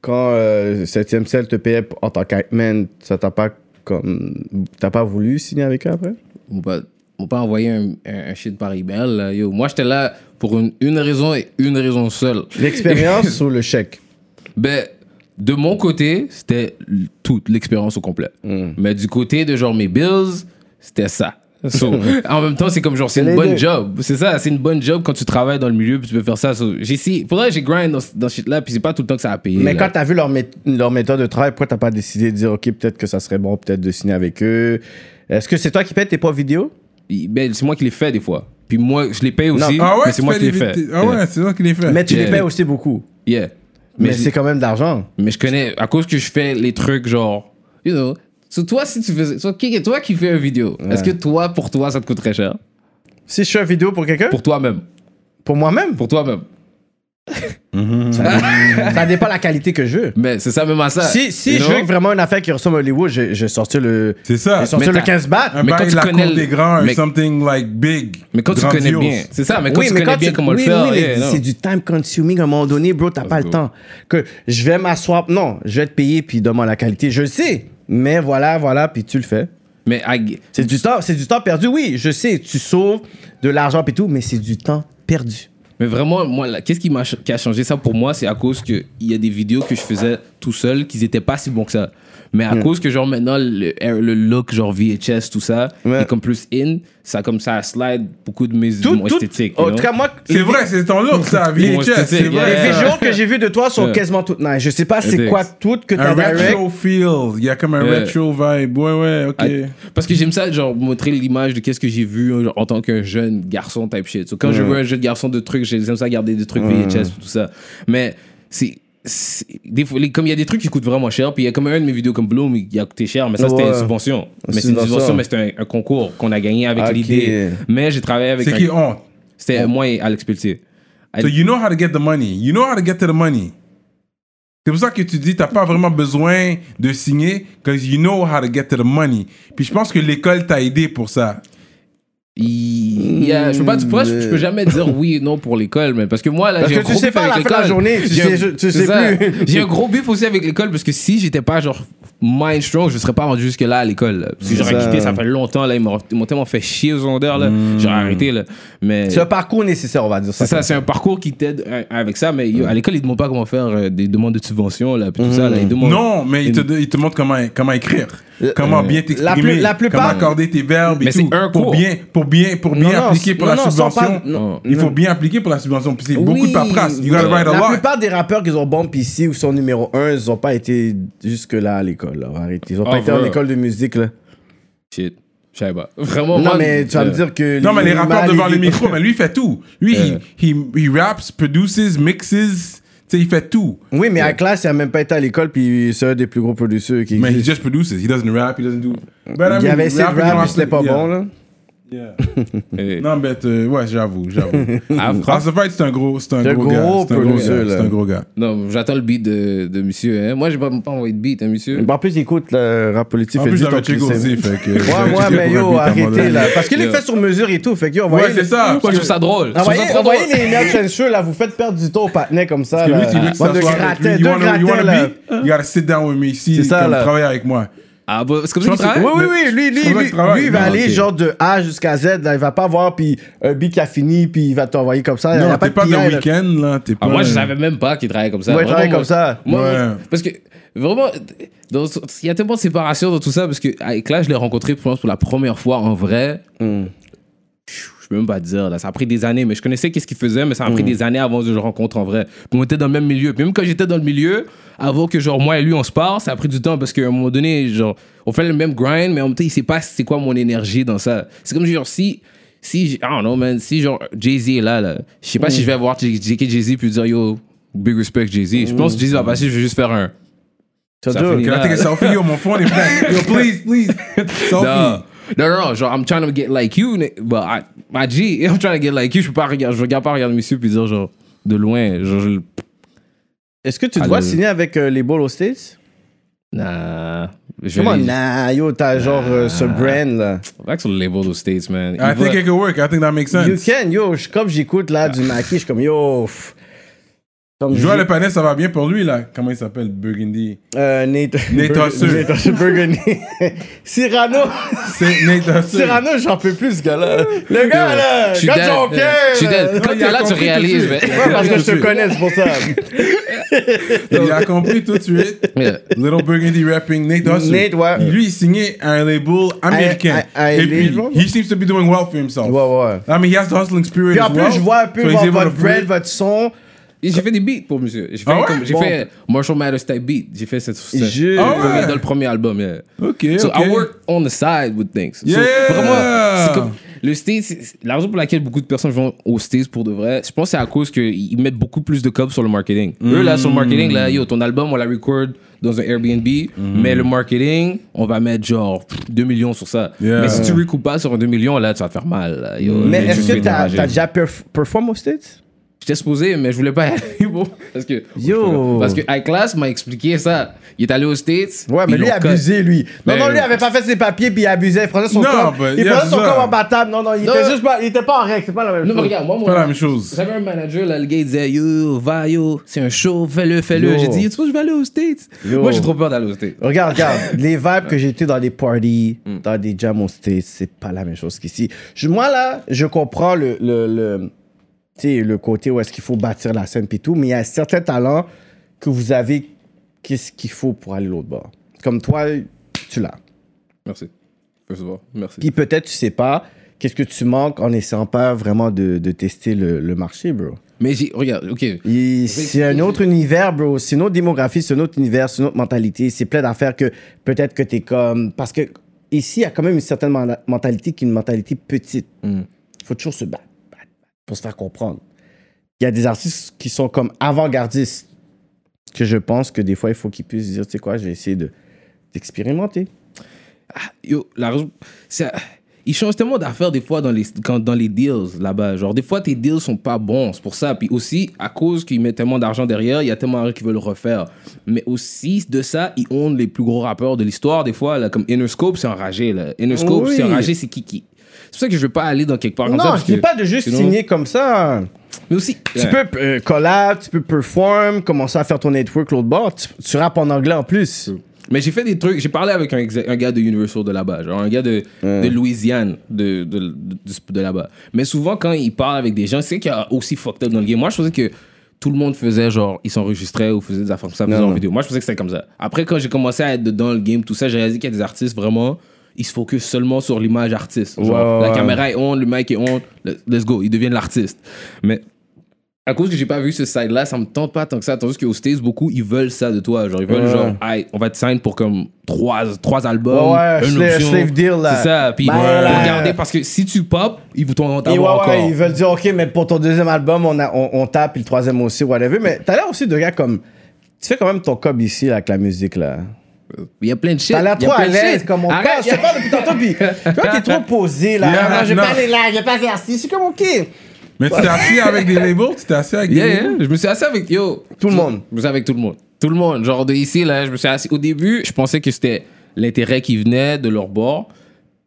Speaker 2: quand euh, 7ème Cell te payait en tant qu'Hypeman, ça t'a pas comme. T'as pas voulu signer avec eux après?
Speaker 3: Ils m'ont pas, m'ont pas envoyé un, un, un shit par email. là. Yo, moi, j'étais là pour une, une raison et une raison seule.
Speaker 2: *laughs* L'expérience ou le chèque?
Speaker 3: Ben, de mon côté, c'était l- toute l'expérience au complet. Mais du côté de genre mes bills, c'était ça. So, en même temps, c'est comme genre, c'est
Speaker 2: les
Speaker 3: une bonne
Speaker 2: deux.
Speaker 3: job. C'est ça, c'est une bonne job quand tu travailles dans le milieu puis tu peux faire ça. So, j'ai si, faudrait que j'ai grind dans, ce- dans ce shit-là, puis c'est pas tout le temps que ça a payé.
Speaker 2: Mais
Speaker 3: là.
Speaker 2: quand t'as vu leur, mé- leur méthode de travail, pourquoi t'as pas décidé de dire, OK, peut-être que ça serait bon, peut-être de signer avec eux? Est-ce que c'est toi qui payes tes propres vidéos?
Speaker 3: Il- ben, c'est moi qui les fais des fois. Puis moi, je les paye aussi,
Speaker 1: Ah ouais,
Speaker 3: mais c'est moi
Speaker 1: tu
Speaker 3: qui les
Speaker 1: fais
Speaker 3: fais.
Speaker 1: des- Ah ouais, c'est toi qui les fais.
Speaker 2: Mais tu les
Speaker 3: Yeah.
Speaker 2: payes aussi beaucoup.
Speaker 3: Yeah. Yeah.
Speaker 2: Mais,
Speaker 3: je-
Speaker 2: c'est quand même de l'argent.
Speaker 3: Mais je connais, à cause que je fais les trucs genre, you know, so toi, si tu faisais, so, qui- toi qui fais une vidéo, est-ce que toi, pour toi, ça te coûte très cher
Speaker 2: Si je fais une vidéo pour quelqu'un,
Speaker 3: Pour
Speaker 2: pour,
Speaker 3: toi-même.
Speaker 2: moi-même,
Speaker 3: Pour toi-même.
Speaker 2: ça dépend la qualité que *laughs* je veux.
Speaker 3: Mais c'est ça même à ça.
Speaker 2: Si, si
Speaker 3: You
Speaker 2: je
Speaker 3: know?
Speaker 2: veux que vraiment une affaire qui ressemble à Hollywood, je, je sorti le.
Speaker 1: C'est ça.
Speaker 2: J'ai sorti
Speaker 3: Mais
Speaker 2: le
Speaker 3: t'as-
Speaker 2: 15
Speaker 1: Un
Speaker 2: bahts.
Speaker 3: Mais quand
Speaker 1: bail
Speaker 3: tu
Speaker 1: la
Speaker 3: connais
Speaker 1: cour
Speaker 3: le-
Speaker 1: des grands, un
Speaker 3: mais-
Speaker 1: something like big.
Speaker 3: mais quand tu connais
Speaker 1: grandiose.
Speaker 3: bien, c'est ça, mais quand
Speaker 2: Oui,
Speaker 3: tu
Speaker 2: mais
Speaker 3: connais
Speaker 2: quand
Speaker 3: bien
Speaker 2: tu-
Speaker 3: comment
Speaker 2: oui,
Speaker 3: le faire,
Speaker 2: oui, mais
Speaker 3: yeah,
Speaker 2: c'est
Speaker 3: non.
Speaker 2: du time consuming à un moment donné, bro, t'as pas le temps. Que je vais m'asseoir, non, je vais te payer puis demande la qualité, je sais. Mais voilà, voilà, puis tu le fais.
Speaker 3: mais I-
Speaker 2: C'est du temps, c'est du temps perdu, oui, je sais, tu sauves de l'argent puis tout, mais c'est du temps perdu.
Speaker 3: Mais vraiment, moi, là, qu'est-ce qui, m'a ch- qui a changé ça pour moi C'est à cause qu'il y a des vidéos que je faisais tout seul qui n'étaient pas si bons que ça. Mais à cause que, genre, maintenant, le, le look, genre VHS, tout ça,
Speaker 2: Ouais.
Speaker 3: est comme plus in, ça, comme ça, slide beaucoup de mes
Speaker 2: Tout,
Speaker 3: mon
Speaker 2: tout- oh,
Speaker 3: esthétique. you
Speaker 2: En tout
Speaker 3: know?
Speaker 2: cas, moi,
Speaker 1: C'est
Speaker 2: les-
Speaker 1: vrai, c'est ton look,
Speaker 3: *laughs*
Speaker 1: ça,
Speaker 3: Ils m'ont
Speaker 1: VHS. C'est
Speaker 3: esthétique,
Speaker 1: vrai.
Speaker 3: yeah.
Speaker 2: Les
Speaker 3: Euh,
Speaker 2: vidéos que j'ai vues de toi sont
Speaker 3: euh,
Speaker 2: quasiment toutes nice. Je sais pas c'est
Speaker 3: Index.
Speaker 2: quoi toutes que
Speaker 1: Un
Speaker 2: t'as direct.
Speaker 1: retro feel. Il y a comme un
Speaker 3: Yeah.
Speaker 1: retro vibe. Ouais, ouais, ok.
Speaker 3: Ah, Parce que j'aime ça, genre, montrer l'image de qu'est-ce que j'ai vu genre, en tant qu'un jeune garçon type shit. So, quand je vois un jeune garçon de trucs, j'aime ça garder des trucs VHS tout ça. Mais c'est. c'est- Des fois, les- comme il y a des trucs qui coûtent vraiment cher, puis il y a comme un de mes vidéos comme Bloom, il a coûté cher, mais ça c'était
Speaker 2: Ouais.
Speaker 3: une subvention. Mais c'est une
Speaker 2: Subvention.
Speaker 3: subvention, mais c'était un, un concours qu'on a gagné avec
Speaker 2: Ok.
Speaker 3: l'idée. Mais j'ai travaillé avec.
Speaker 1: C'est
Speaker 3: un-
Speaker 1: qui honte.
Speaker 3: C'était moi et Alex Pelletier.
Speaker 1: So you know how to get the money. You know how to get to the money. C'est pour ça que tu dis, t'as pas vraiment besoin de signer, because you know how to get to the money. Puis je pense que l'école t'a aidé pour ça.
Speaker 3: Il- il y a- je peux pas, tu pourrais- je peux jamais dire oui et non pour l'école, mais parce que moi là,
Speaker 2: Parce
Speaker 3: j'ai
Speaker 2: que
Speaker 3: un
Speaker 2: tu
Speaker 3: gros
Speaker 2: sais
Speaker 3: bif
Speaker 2: pas à la
Speaker 3: avec
Speaker 2: fin de la
Speaker 3: l'école.
Speaker 2: journée, tu
Speaker 3: *laughs* J'ai
Speaker 2: sais-
Speaker 3: un-
Speaker 2: je- tu
Speaker 3: c'est
Speaker 2: sais
Speaker 3: ça.
Speaker 2: plus.
Speaker 3: J'ai un gros bif aussi avec l'école parce que si j'étais pas genre mind strong, je serais pas rendu jusque là à l'école. là. Parce que j'aurais
Speaker 2: ça. Hmm.
Speaker 3: quitté, ça fait longtemps là, ils m'ont ils m'ont tellement fait chier aux secondaire là, j'aurais arrêté là. Mais
Speaker 2: C'est un parcours nécessaire, on va dire ça.
Speaker 3: c'est ça, c'est un parcours qui t'aide euh, avec ça, mais yo, à l'école ils demandent pas comment faire euh, des demandes de subvention là, puis tout
Speaker 2: Hmm.
Speaker 3: ça là, ils demandent.
Speaker 1: Non, mais il te, il te montre comment, comment écrire, comment bien
Speaker 2: Euh, la
Speaker 1: t'exprimer,
Speaker 2: plus- la plupart-
Speaker 1: comment accorder tes verbes et
Speaker 3: Mais c'est
Speaker 1: tout.
Speaker 3: un
Speaker 1: pour
Speaker 3: cours.
Speaker 1: bien, pour bien, pour bien
Speaker 2: Non, non,
Speaker 1: appliquer pour
Speaker 2: non,
Speaker 1: la
Speaker 2: non, sans
Speaker 1: subvention.
Speaker 2: pas- non,
Speaker 1: il
Speaker 2: non.
Speaker 1: faut bien appliquer pour la subvention. Puis c'est
Speaker 2: Oui,
Speaker 1: beaucoup de paperasse. You gotta
Speaker 2: ouais.
Speaker 1: write a
Speaker 2: La
Speaker 1: lot.
Speaker 2: plupart des rappeurs qui ont bump ici ou sont numéro 1, ils n'ont pas été jusque-là à l'école. là. On va arrêter. Ils n'ont pas
Speaker 3: Ah,
Speaker 2: été en
Speaker 3: vrai.
Speaker 2: école de musique. Là.
Speaker 3: Shit, je savais pas. *laughs* Vraiment.
Speaker 2: Non,
Speaker 3: moi,
Speaker 2: mais tu vas
Speaker 3: euh,
Speaker 2: me dire que.
Speaker 1: Non, mais les rappeurs
Speaker 2: mal-
Speaker 1: devant les
Speaker 2: les-
Speaker 1: micros, mais lui, il fait tout. Lui,
Speaker 2: Euh.
Speaker 1: il- il il raps, produces, mixes. Tu sais, il fait tout.
Speaker 2: Oui, mais à classe, il n'a même pas été à l'école, puis c'est un des plus gros producteurs qui.
Speaker 1: Mais he
Speaker 2: existe.
Speaker 1: just produces. He doesn't rap, he doesn't do. But I
Speaker 2: Il
Speaker 1: mean,
Speaker 2: avait essayé de
Speaker 1: rapping
Speaker 2: rap,
Speaker 1: around-
Speaker 2: mais c'était pas
Speaker 1: yeah.
Speaker 2: bon. là.
Speaker 1: Yeah.
Speaker 3: euh,
Speaker 1: Non, mais euh, ouais, j'avoue, j'avoue.
Speaker 2: *laughs*
Speaker 3: Ah,
Speaker 1: Rap the Fight, c'est un gros, c'est un
Speaker 2: C'est un
Speaker 1: gros,
Speaker 2: gros
Speaker 1: gars. C'est un gros
Speaker 2: producer,
Speaker 1: gars.
Speaker 2: là.
Speaker 1: C'est un gros gars.
Speaker 3: Non, j'attends le beat de, de monsieur. hein. Moi, j'ai pas, pas envoyé de beat, hein, monsieur.
Speaker 2: Mais En plus, il écoute le rap politique.
Speaker 1: En
Speaker 2: fait
Speaker 1: plus,
Speaker 2: juste
Speaker 1: j'avais
Speaker 2: en
Speaker 1: checké
Speaker 2: plus,
Speaker 1: aussi,
Speaker 2: c'est-
Speaker 1: fait *laughs* que.
Speaker 2: Ouais,
Speaker 1: j'avais
Speaker 2: ouais,
Speaker 1: checké
Speaker 2: mais
Speaker 1: pour un beat à
Speaker 2: yo,
Speaker 1: un moment
Speaker 2: arrêtez
Speaker 1: donné.
Speaker 2: là. Parce qu'il est
Speaker 3: Yo.
Speaker 2: fait sur mesure et tout. Fait que yo,
Speaker 1: Ouais,
Speaker 2: envoyez
Speaker 1: c'est ça.
Speaker 3: Moi, je trouve ça drôle. Je trouve ça
Speaker 2: Envoyez,
Speaker 3: trop drôle.
Speaker 2: envoyez les merdes chanceux là, vous faites perdre du temps au patinet comme ça.
Speaker 1: Parce que
Speaker 2: Là.
Speaker 1: lui, tu veux que
Speaker 2: Bande
Speaker 1: ça
Speaker 2: de
Speaker 1: soit
Speaker 2: grattins,
Speaker 1: avec lui,
Speaker 2: deux
Speaker 1: you wanna- you
Speaker 2: grattins,
Speaker 1: wanna
Speaker 2: là.
Speaker 1: be? You gotta sit down with me ici.
Speaker 2: C'est ça,
Speaker 1: Comme
Speaker 2: là.
Speaker 1: travailler avec moi.
Speaker 3: Ah, bah, c'est comme
Speaker 1: Je
Speaker 3: ça qu'il
Speaker 1: pense que-
Speaker 3: travaille?
Speaker 2: Oui, oui,
Speaker 1: Mais-
Speaker 2: oui, lui, lui,
Speaker 1: Je trouve que
Speaker 2: lui,
Speaker 1: le travail-
Speaker 2: lui, il va
Speaker 1: Non,
Speaker 2: aller
Speaker 3: Ah, ok.
Speaker 2: genre de A jusqu'à Z, là, il va pas voir, puis un beat qui a fini, puis il va t'envoyer comme ça. il y
Speaker 1: Non,
Speaker 2: a
Speaker 1: t'es
Speaker 2: de
Speaker 1: pas
Speaker 2: pire,
Speaker 1: dans
Speaker 2: là.
Speaker 1: le week-end, là. T'es pas.
Speaker 3: Ah, moi, je savais même pas qu'il travaillait comme ça.
Speaker 2: Ouais, il
Speaker 3: Vraiment,
Speaker 2: travaille
Speaker 3: moi-
Speaker 2: comme ça.
Speaker 3: Moi,
Speaker 1: Ouais.
Speaker 3: moi, parce que vraiment, dans- il y a tellement de séparation dans tout ça. Parce que avec là, je l'ai rencontré je pense, pour la première fois en vrai. Je peux même pas dire, là. Ça a pris des années, mais je connaissais qu'est-ce qu'il faisait, mais ça a pris des années avant que je le rencontre en vrai. Puis on était dans le même milieu. Puis même quand j'étais dans le milieu, avant que genre moi et lui on se parle, ça a pris du temps parce qu'à un moment donné, genre, on fait le même grind, mais en même temps, il sait pas c'est quoi mon énergie dans ça. C'est comme genre si. Si, j- I don't know, man, si genre Jay-Z est là, là, je sais pas si je vais voir JK Jay-Z puis dire yo, big respect Jay-Z. Je pense que Jay-Z va passer, je vais juste faire un.
Speaker 2: Ça
Speaker 3: Ça
Speaker 2: dure.
Speaker 3: finit.
Speaker 1: Can I take a selfie? Yo, mon fond est plein.
Speaker 2: *laughs*
Speaker 1: Yo, please, please. Selfie.
Speaker 3: Non. Non, non, non, genre, I'm trying to get like you, ni- but I, my G, *laughs* I'm trying to get like you. Je peux pas regarder, je regarde pas regarder monsieur puis dire, genre, de loin, genre, je le-
Speaker 2: Est-ce que tu te
Speaker 3: Ah,
Speaker 2: vois
Speaker 3: le-
Speaker 2: signer avec euh, les Ball aux States
Speaker 3: Nah. Je
Speaker 2: Comment
Speaker 3: les-
Speaker 2: Nah, yo, t'as genre euh, ce brand là.
Speaker 3: Back to the label aux States, man.
Speaker 1: I
Speaker 3: Il va-
Speaker 1: think it could work. I think that makes
Speaker 2: You
Speaker 1: sense.
Speaker 2: can, yo, je- comme j'écoute là du Maki, je suis comme yo. pff. Comme
Speaker 1: Joël
Speaker 2: je-
Speaker 1: Le Panet, ça va bien pour lui, là. Comment il s'appelle? Burgundy.
Speaker 2: euh, Nate.
Speaker 1: Nate Husser.
Speaker 2: Nate Husser Burgundy. Cyrano.
Speaker 1: C'est Nate Husser.
Speaker 2: Cyrano, j'en peux plus, ce gars-là. Le gars, là,
Speaker 3: Je suis
Speaker 2: gars de
Speaker 3: dead,
Speaker 2: Jonquière,
Speaker 3: Je suis
Speaker 2: là.
Speaker 3: dead. Quand
Speaker 1: Non, il
Speaker 3: t'es
Speaker 1: a
Speaker 3: là, tu
Speaker 1: compris
Speaker 3: réalises,
Speaker 1: tout de suite.
Speaker 3: mais-
Speaker 2: Ouais, parce que
Speaker 1: Tout
Speaker 2: je
Speaker 1: de
Speaker 2: te
Speaker 1: suite.
Speaker 2: connais, c'est pour ça.
Speaker 1: Il a compris tout de suite.
Speaker 3: Yeah.
Speaker 1: Little Burgundy rapping, Nate Husser.
Speaker 2: Nate, ouais.
Speaker 1: Lui, il signait à un label américain.
Speaker 2: à- à un
Speaker 1: Et puis,
Speaker 2: label?
Speaker 1: he seems to be doing well for himself.
Speaker 2: Ouais, ouais.
Speaker 1: I mean, he has the hustling spirit
Speaker 2: Puis en
Speaker 1: as well.
Speaker 2: plus, je vois un peu
Speaker 1: So he's
Speaker 2: vo-
Speaker 1: able to
Speaker 2: votre
Speaker 1: play.
Speaker 2: bread, votre son.
Speaker 3: Et J'ai fait des beats pour monsieur. J'ai fait,
Speaker 1: Ah ouais?
Speaker 3: comme- j'ai
Speaker 2: Bon.
Speaker 3: fait Marshall Mathers type beat. J'ai fait cette. cette-
Speaker 2: Je-
Speaker 3: dans le premier-
Speaker 1: Ah ouais?
Speaker 3: Dans le premier album, yeah.
Speaker 1: Ok,
Speaker 3: So
Speaker 1: ok.
Speaker 3: I work on the side with things. So,
Speaker 1: Yeah!
Speaker 3: vraiment, c'est comme le States, c'est- la raison pour laquelle beaucoup de personnes vont aux States pour de vrai, je pense que c'est à cause qu'ils mettent beaucoup plus de cob sur le marketing.
Speaker 1: Mm.
Speaker 3: Eux, là, sur le marketing, là, yo, ton album, on la record dans un Airbnb,
Speaker 1: Mm.
Speaker 3: mais le marketing, on va mettre genre pff, 2 millions sur ça.
Speaker 1: Yeah.
Speaker 3: Mais si tu recoupes pas sur un 2 millions, là, tu vas te faire mal. là, yo.
Speaker 2: Mais
Speaker 3: Là, tu
Speaker 2: est-ce
Speaker 3: te
Speaker 2: que
Speaker 3: fais
Speaker 2: t'as
Speaker 3: déranger.
Speaker 2: t'as déjà perf- perform au States?
Speaker 3: J'étais supposé, mais je voulais pas y aller, bro. Parce que.
Speaker 2: Yo.
Speaker 3: Parce que iClass m'a expliqué ça. Il est allé aux States.
Speaker 2: Ouais, mais
Speaker 3: ils
Speaker 2: lui, il
Speaker 3: l'ont
Speaker 2: a
Speaker 3: cut. Ben
Speaker 2: abusé, lui. Non,
Speaker 3: Mais-
Speaker 2: non, lui, il avait pas fait ses papiers, puis il abusait. Il prenait son
Speaker 1: Non, ben,
Speaker 2: corps.
Speaker 1: but
Speaker 2: Il
Speaker 1: yeah,
Speaker 2: prenait son
Speaker 1: c'est ça.
Speaker 2: corps imbattable. Non, non, il
Speaker 3: Non.
Speaker 2: était juste pas, il était pas en règle. C'est pas la même
Speaker 3: Non, mais
Speaker 2: chose.
Speaker 3: regarde, moi,
Speaker 1: C'est pas la
Speaker 3: moi.
Speaker 1: même chose.
Speaker 3: J'avais un manager, là, le gars, il disait Yo, va, yo, c'est un show, fais-le, fais-le.
Speaker 2: Yo.
Speaker 3: J'ai dit, tu vois, je vais aller aux States.
Speaker 2: Yo.
Speaker 3: Moi, j'ai trop peur d'aller aux States.
Speaker 2: Regarde, regarde, les vibes que j'ai été dans des parties, dans des jams au States, c'est pas la même chose qu'ici. Je- moi, là, je comprends le, le, le, tu sais, le côté où est-ce qu'il faut bâtir la scène et tout, mais il y a certains talents que vous avez, qu'est-ce qu'il faut pour aller l'autre bord. Comme toi, tu l'as.
Speaker 3: Merci. First of all, merci.
Speaker 2: Puis peut-être tu sais pas qu'est-ce que tu manques en essayant pas vraiment de, de tester le, le marché, bro.
Speaker 3: Mais j'ai. Regarde, ok.
Speaker 2: Et C'est un autre univers, bro. C'est une autre démographie, c'est un autre univers, c'est une autre mentalité. C'est plein d'affaires que peut-être que t'es comme. Parce que ici, il y a quand même une certaine man- mentalité qui est une mentalité petite. Faut toujours se battre, battre, battre pour se faire comprendre. Il y a des artistes qui sont comme avant-gardistes que je pense que des fois, il faut qu'ils puissent dire, tu sais quoi, je vais essayer de d'expérimenter.
Speaker 3: Yo, la raison. c'est- Ils changent tellement d'affaires des fois dans les, quand, dans les deals là-bas. Genre, des fois, tes deals sont pas bons, c'est pour ça. Puis aussi, à cause qu'ils mettent tellement d'argent derrière, il y a tellement de gens qui veulent le refaire. Mais aussi, de ça, ils ont les plus gros rappeurs de l'histoire, des fois, là, comme Interscope, c'est enragé. Là. Interscope,
Speaker 2: Oui.
Speaker 3: c'est enragé, c'est Kiki. C'est pour ça que je veux pas aller dans quelque part comme ça.
Speaker 2: non,
Speaker 3: parce
Speaker 2: je dis
Speaker 3: que-
Speaker 2: pas de juste
Speaker 3: sinon-
Speaker 2: signer comme ça.
Speaker 3: Mais aussi,
Speaker 2: Tu peux euh, collab, tu peux perform, commencer à faire ton network l'autre bord. Tu, tu rappes en anglais en plus.
Speaker 3: Mais j'ai fait des trucs, j'ai parlé avec un, exa- un gars de Universal de là-bas, genre un gars de, de Louisiane de, de, de, de là-bas. Mais souvent, quand il parle avec des gens, c'est qu'il y a aussi fucked up dans le game. Moi, je pensais que tout le monde faisait genre, ils s'enregistraient ou faisaient des affaires comme ça, faisaient en vidéo. Moi, je pensais que c'était comme ça. Après, quand j'ai commencé à être dedans le game, tout ça, j'ai réalisé qu'il y a des artistes vraiment, ils se focus seulement sur l'image artiste. Genre,
Speaker 2: Ouais,
Speaker 3: la
Speaker 2: ouais.
Speaker 3: caméra est on, le mic est on, le- let's go, ils deviennent l'artiste. Mais à cause que j'ai pas vu ce side-là, ça me tente pas tant que ça. Tandis qu'aux States, beaucoup, ils veulent ça de toi. Genre, ils veulent
Speaker 2: Ouais.
Speaker 3: genre, Hey, on va te sign pour comme trois, trois albums.
Speaker 2: Ouais, ouais,
Speaker 3: une
Speaker 2: slave-
Speaker 3: option.
Speaker 2: slave deal, là. Ben,
Speaker 3: C'est ça. Puis,
Speaker 2: Ouais.
Speaker 3: regardez, parce que si tu pop, ils vont t'en
Speaker 2: Et ouais,
Speaker 3: avoir
Speaker 2: ouais,
Speaker 3: encore.
Speaker 2: ils veulent dire, OK, mais pour ton deuxième album, on, a, on, on tape, puis le troisième aussi, whatever. Mais t'as l'air aussi de gars comme. Tu fais quand même ton cob ici, là, avec la musique, là.
Speaker 3: Il y a plein de shit.
Speaker 2: T'as l'air
Speaker 3: Il y a
Speaker 2: trop à
Speaker 3: plein de
Speaker 2: l'aise,
Speaker 3: shit.
Speaker 2: comme on
Speaker 3: Arrête,
Speaker 2: parle. Je te parle depuis tantôt, puis. Tu vois, t'es trop posé, là.
Speaker 1: Yeah,
Speaker 2: non, j'ai
Speaker 1: non.
Speaker 2: pas les là, j'ai pas fait assis. C'est comme, OK.
Speaker 1: Mais tu t'es assis avec des labels, tu t'es assis avec
Speaker 3: Yeah,
Speaker 1: des
Speaker 3: yeah.
Speaker 1: labels.
Speaker 3: Je me suis assis avec yo.
Speaker 2: Tout le monde.
Speaker 3: Je me suis assis avec tout le monde. Tout le monde. Genre de ici, là, je me suis assis. Au début, je pensais que c'était l'intérêt qui venait de leur bord.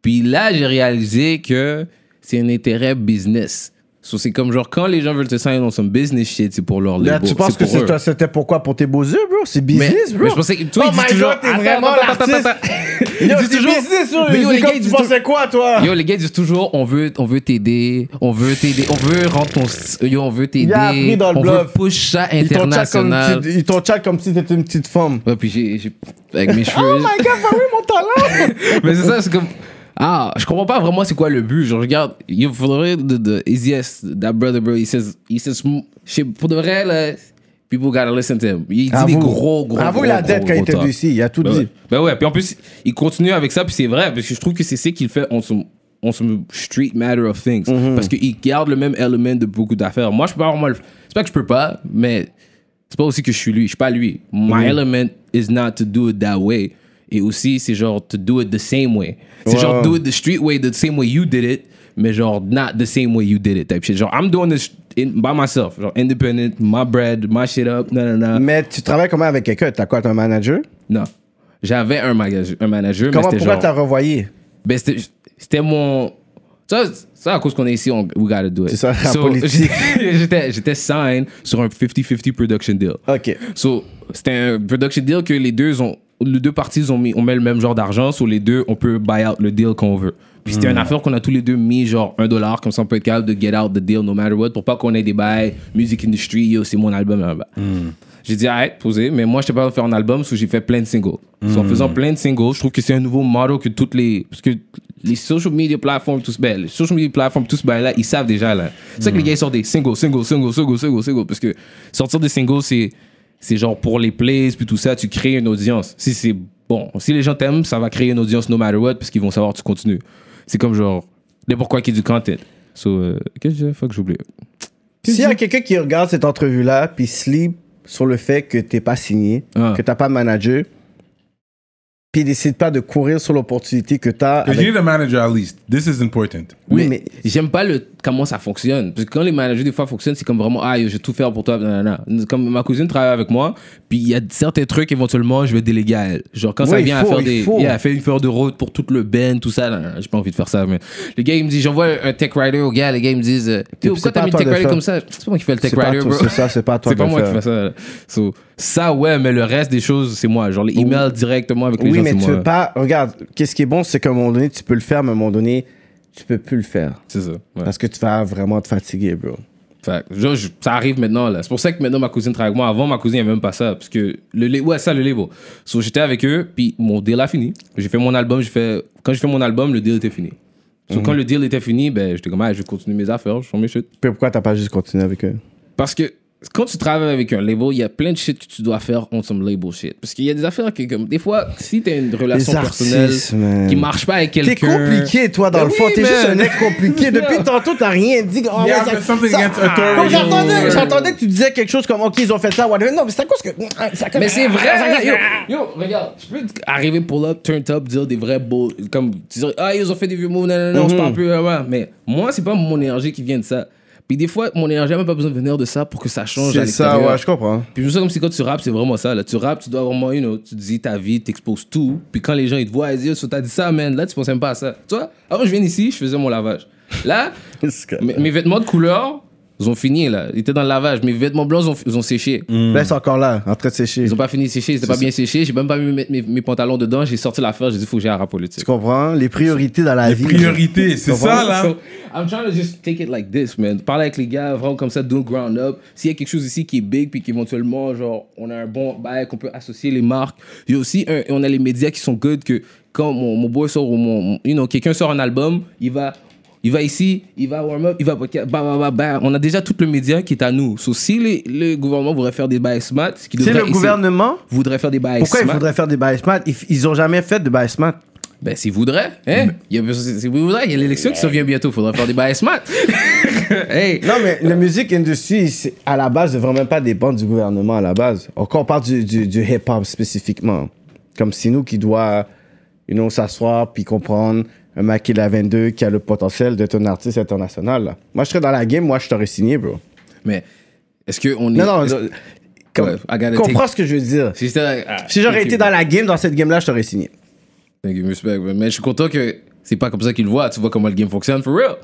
Speaker 3: Puis là, j'ai réalisé que c'est un intérêt business. So, c'est comme genre quand les gens veulent te signer dans son business shit, c'est pour leur
Speaker 2: Là,
Speaker 3: label.
Speaker 2: tu penses que
Speaker 3: pour eux.
Speaker 2: c'est- c'était pourquoi Pour tes beaux yeux, bro C'est
Speaker 3: mais,
Speaker 2: business, bro.
Speaker 3: mais je pensais que toi,
Speaker 2: Oh
Speaker 3: il dit
Speaker 2: my
Speaker 3: toujours.
Speaker 2: God, t'es
Speaker 3: attends,
Speaker 2: vraiment
Speaker 3: attends, attends,
Speaker 2: l'artiste.
Speaker 3: attends.
Speaker 2: Yo,
Speaker 3: Il dit
Speaker 2: c'est
Speaker 3: toujours-
Speaker 2: business, eux.
Speaker 3: Mais yo,
Speaker 2: C'est
Speaker 3: les
Speaker 2: comme,
Speaker 3: gars, ils
Speaker 2: tu
Speaker 3: disent
Speaker 2: pensais quoi, toi
Speaker 3: Yo, les gars disent toujours on veut, on veut t'aider, on veut t'aider, on veut rendre ton. st- Yo, on veut t'aider.
Speaker 2: appris dans le
Speaker 3: On veut
Speaker 2: bluff.
Speaker 3: push ça
Speaker 2: Ils t'ont chat comme
Speaker 3: international.
Speaker 2: si- Ils t'ont chat comme si t'étais une petite femme.
Speaker 3: Ouais, puis j'ai. j'ai- Avec mes cheveux.
Speaker 2: *laughs* Oh my god, bah oui, mon talent
Speaker 3: Mais *laughs* c'est ça, c'est comme. Ah, je comprends pas vraiment c'est quoi le but. Genre, regarde, il faudrait de, de Easy S, that brother bro, he says, he says, mm, je sais- pour de vrai, là, uh, people gotta listen to him. Il dit des gros, gros,
Speaker 2: Avoue
Speaker 3: gros,
Speaker 2: la
Speaker 3: gros,
Speaker 2: dette quand il
Speaker 3: gros
Speaker 2: était
Speaker 3: talks.
Speaker 2: venu ici, il a tout
Speaker 3: Ben ouais.
Speaker 2: dit.
Speaker 3: Ben ouais, puis en plus, il continue avec ça, puis c'est vrai, parce que je trouve que c'est ce qu'il fait on some, on some street matter of things.
Speaker 2: Mhm.
Speaker 3: Parce qu'il garde le même élément de beaucoup d'affaires. Moi, je peux pas vraiment le- C'est pas que je peux pas, mais c'est pas aussi que je suis lui. Je suis pas lui. My element is not to do it that way. Et aussi, c'est genre to do it the same way. C'est
Speaker 2: Ouais.
Speaker 3: genre do it the street way, the same way you did it, mais genre not the same way you did it type shit. Genre, I'm doing this in- by myself. Genre, independent, my bread, my shit up, non, non, non.
Speaker 2: Mais tu travailles comment avec quelqu'un T'as quoi, t'as un manager
Speaker 3: Non. J'avais un manager, un manager
Speaker 2: Comment,
Speaker 3: mais c'était
Speaker 2: pourquoi
Speaker 3: genre...
Speaker 2: t'as revoyé
Speaker 3: Ben, c'était- c'était mon... Ça, ça, à cause qu'on est ici, on, we gotta do it.
Speaker 2: C'est ça, la politique.
Speaker 3: *laughs* j'étais j'étais signed sur un 50-50 production deal.
Speaker 2: Ok.
Speaker 3: So, c'était un production deal que les deux ont... Les deux parties ont mis, on met le même genre d'argent, sur les deux, on peut buy out le deal qu'on veut. Puis c'était une affaire qu'on a tous les deux mis genre un dollar, comme ça on peut être capable de get out the deal no matter what, pour pas qu'on ait des bails, music industry, yo, c'est mon album là-bas. J'ai dit, arrête, posez, mais moi, je pas de faire un album, parce que j'ai fait plein de singles. So, en faisant plein de singles, je trouve que c'est un nouveau model que toutes les. Parce que les social media platforms, tous ben, les social media platforms, tous ben, là, ils savent déjà, là. C'est ça que les gars, ils sortent des singles, singles, singles, singles, singles, singles. Parce que sortir des singles, c'est. C'est genre pour les plays, puis tout ça, tu crées une audience. Si c'est bon, si les gens t'aiment, ça va créer une audience no matter what, parce qu'ils vont savoir que tu continues. C'est comme genre, n'importe quoi qui est du content. So, euh, qu'est-ce que j'ai Fuck, j'ai oublié.
Speaker 2: S'il y a quelqu'un qui regarde cette entrevue-là, puis sleep sur le fait que t'es pas signé,
Speaker 3: Ah.
Speaker 2: que t'as pas de manager, puis il décide pas de courir sur l'opportunité que t'as.
Speaker 1: Because
Speaker 2: avec-
Speaker 1: you need a manager at least. This is important.
Speaker 2: Oui,
Speaker 3: Oui,
Speaker 2: mais-
Speaker 3: mais j'aime pas le, comment ça fonctionne. Parce que quand les managers, des fois, fonctionnent, c'est comme vraiment, ah, yo, je vais tout faire pour toi. nanana. Comme ma cousine travaille avec moi, puis il y a certains trucs, éventuellement, je vais déléguer à elle. Genre, quand ça
Speaker 2: Oui, il
Speaker 3: vient
Speaker 2: faut,
Speaker 3: à faire
Speaker 2: il
Speaker 3: des.
Speaker 2: faut.
Speaker 3: Yeah, elle fait une heure de route pour tout le ben, tout ça. nanana. J'ai pas envie de faire ça. Mais le gars, il me dit, j'envoie un tech rider au gars, les gars, ils me disent, euh, Yo,
Speaker 2: c'est
Speaker 3: pourquoi t'as
Speaker 2: pas
Speaker 3: mis
Speaker 2: à
Speaker 3: le
Speaker 2: toi
Speaker 3: tech
Speaker 2: de
Speaker 3: rider
Speaker 2: faire.
Speaker 3: comme ça C'est pas moi qui fais le tech
Speaker 2: C'est pas
Speaker 3: rider,
Speaker 2: toi,
Speaker 3: bro.
Speaker 2: c'est ça, c'est pas à toi
Speaker 3: C'est
Speaker 2: de
Speaker 3: pas
Speaker 2: le
Speaker 3: moi qui
Speaker 2: faire.
Speaker 3: fais ça. là. So, ça, ouais, mais le reste des choses, c'est moi. Genre, les emails directement avec les
Speaker 2: oui,
Speaker 3: gens,
Speaker 2: mais
Speaker 3: c'est
Speaker 2: tu
Speaker 3: moi.
Speaker 2: veux pas. Regarde, qu'est-ce qui est bon, c'est qu'à un moment donné, tu peux le faire, mais à un moment donné, tu peux plus le faire.
Speaker 3: C'est ça. ouais.
Speaker 2: Parce que tu vas vraiment te fatiguer, bro.
Speaker 3: Fait que, genre, je- ça arrive maintenant, là. C'est pour ça que maintenant ma cousine travaille avec moi. Avant, ma cousine, elle même pas ça. Parce que, le, la- ouais, ça, le label. So, j'étais avec eux, puis mon deal a fini. J'ai fait mon album, j'ai fait. Quand j'ai fait mon album, le deal était fini.
Speaker 2: Mhm.
Speaker 3: So, quand le deal était fini, ben, j'étais comme, ah, je vais continuer mes affaires, je fais mes shit.
Speaker 2: Puis pourquoi t'as pas juste continué avec eux
Speaker 3: Parce que quand tu travailles avec un label, il y a plein de shit que tu dois faire on some label shit. Parce qu'il y a des affaires que, comme, des fois, si t'as une relation
Speaker 2: artistes,
Speaker 3: personnelle
Speaker 2: man.
Speaker 3: qui marche pas avec
Speaker 2: T'es
Speaker 3: quelqu'un.
Speaker 2: compliqué, toi, dans
Speaker 3: Ben
Speaker 2: le fond.
Speaker 3: oui,
Speaker 2: T'es juste
Speaker 3: man.
Speaker 2: un mec
Speaker 3: *laughs*
Speaker 2: compliqué. Depuis tantôt, t'as rien dit. Oh,
Speaker 1: Yeah,
Speaker 2: ouais,
Speaker 1: but something against
Speaker 2: Comme
Speaker 1: authority.
Speaker 2: j'entendais, j'entendais que tu disais quelque chose comme, OK, ils ont fait ça, whatever. Non, mais c'est à cause que.
Speaker 3: Mais c'est
Speaker 2: Ah,
Speaker 3: vrai! Yo, yo, regarde, je peux arriver pour là, turn up, dire des vrais beaux. Comme tu dirais, ah, ils ont fait des vieux mots, non, non, on se
Speaker 2: Mhm.
Speaker 3: parle plus, nan, nan. Mais moi, c'est pas mon énergie qui vient de ça. Puis des fois, mon énergie n'a même pas besoin de venir de ça pour que ça change. à
Speaker 2: C'est ça,
Speaker 3: l'extérieur.
Speaker 2: ouais, je comprends.
Speaker 3: Puis je me sens comme si quand tu rappes, c'est vraiment ça. Là. Tu rappes, tu dois vraiment, you know, tu dis ta vie, t'exposes tout. Puis quand les gens ils te voient, ils disent, oh, t'as dit ça, man. Là, tu pensais même pas à ça. Tu vois, avant, je viens ici, je faisais mon lavage. Là,
Speaker 2: *laughs* C'est
Speaker 3: mes mes vêtements de couleur, Ils ont fini, là. Ils étaient dans le lavage. Mes vêtements blancs, ils ont, ils ont séché.
Speaker 2: Là, c'est encore là, en train de sécher.
Speaker 3: Hmm. Ils ont pas fini de sécher. Ils étaient pas bien séchés. J'ai même pas mis mes, mes- mes pantalons dedans. J'ai sorti l'affaire. J'ai dit, faut que j'ai un rap politique.
Speaker 2: Tu comprends? Les priorités dans la
Speaker 1: Les
Speaker 2: vie.
Speaker 1: priorités, c'est ça, là.
Speaker 3: So, I'm trying to just take it like this, man. Parler avec les gars, vraiment comme ça, do ground up. S'il y a quelque chose ici qui est big, puis qu'éventuellement, genre, on a un bon bail, qu'on peut associer les marques. Il y a aussi, un- on a les médias qui sont good, que quand mon, mon boy sort, ou mon, mon- you know, quelqu'un sort un album, il va... Il va ici, il va warm up, il va bah, bah, bah, bah. On a déjà tout le média qui est à nous. So, si les- le gouvernement voudrait faire des bails smart, ce qui
Speaker 2: C'est
Speaker 3: devrait
Speaker 2: le
Speaker 3: essayer-
Speaker 2: gouvernement.
Speaker 3: voudrait faire des bails
Speaker 2: Pourquoi ils
Speaker 3: smart,
Speaker 2: voudraient faire des bias maths? Ils, ils ont jamais fait de bias maths.
Speaker 3: ben, s'ils voudraient, hein? Il y a, s'ils voudraient, il y a l'élection qui s'en vient bientôt. Faudra faire des bias
Speaker 2: *laughs*
Speaker 3: maths. hey!
Speaker 2: Non, mais la musique industrie, c'est- à la base, ne devrait même pas dépendre du gouvernement à la base. Encore, on parle du, du- du hip-hop spécifiquement. Comme c'est nous qui doit you know, s'asseoir puis comprendre un mec qui est la 22 qui a le potentiel d'être un artiste international. là. Moi, je serais dans la game, moi, je t'aurais signé, bro.
Speaker 3: Mais est-ce qu'on est.
Speaker 2: Non, non,
Speaker 3: est-ce-
Speaker 2: je- comme-
Speaker 3: Ouais, I gotta
Speaker 2: comprends
Speaker 3: take-
Speaker 2: ce que je veux dire.
Speaker 3: Si j'étais- ah,
Speaker 2: Si j'aurais
Speaker 3: ok,
Speaker 2: été dans la game, dans cette game-là, je t'aurais signé.
Speaker 3: ok, you respect, mais je suis content que c'est pas comme ça qu'ils le voient. Tu vois comment le game fonctionne, for real.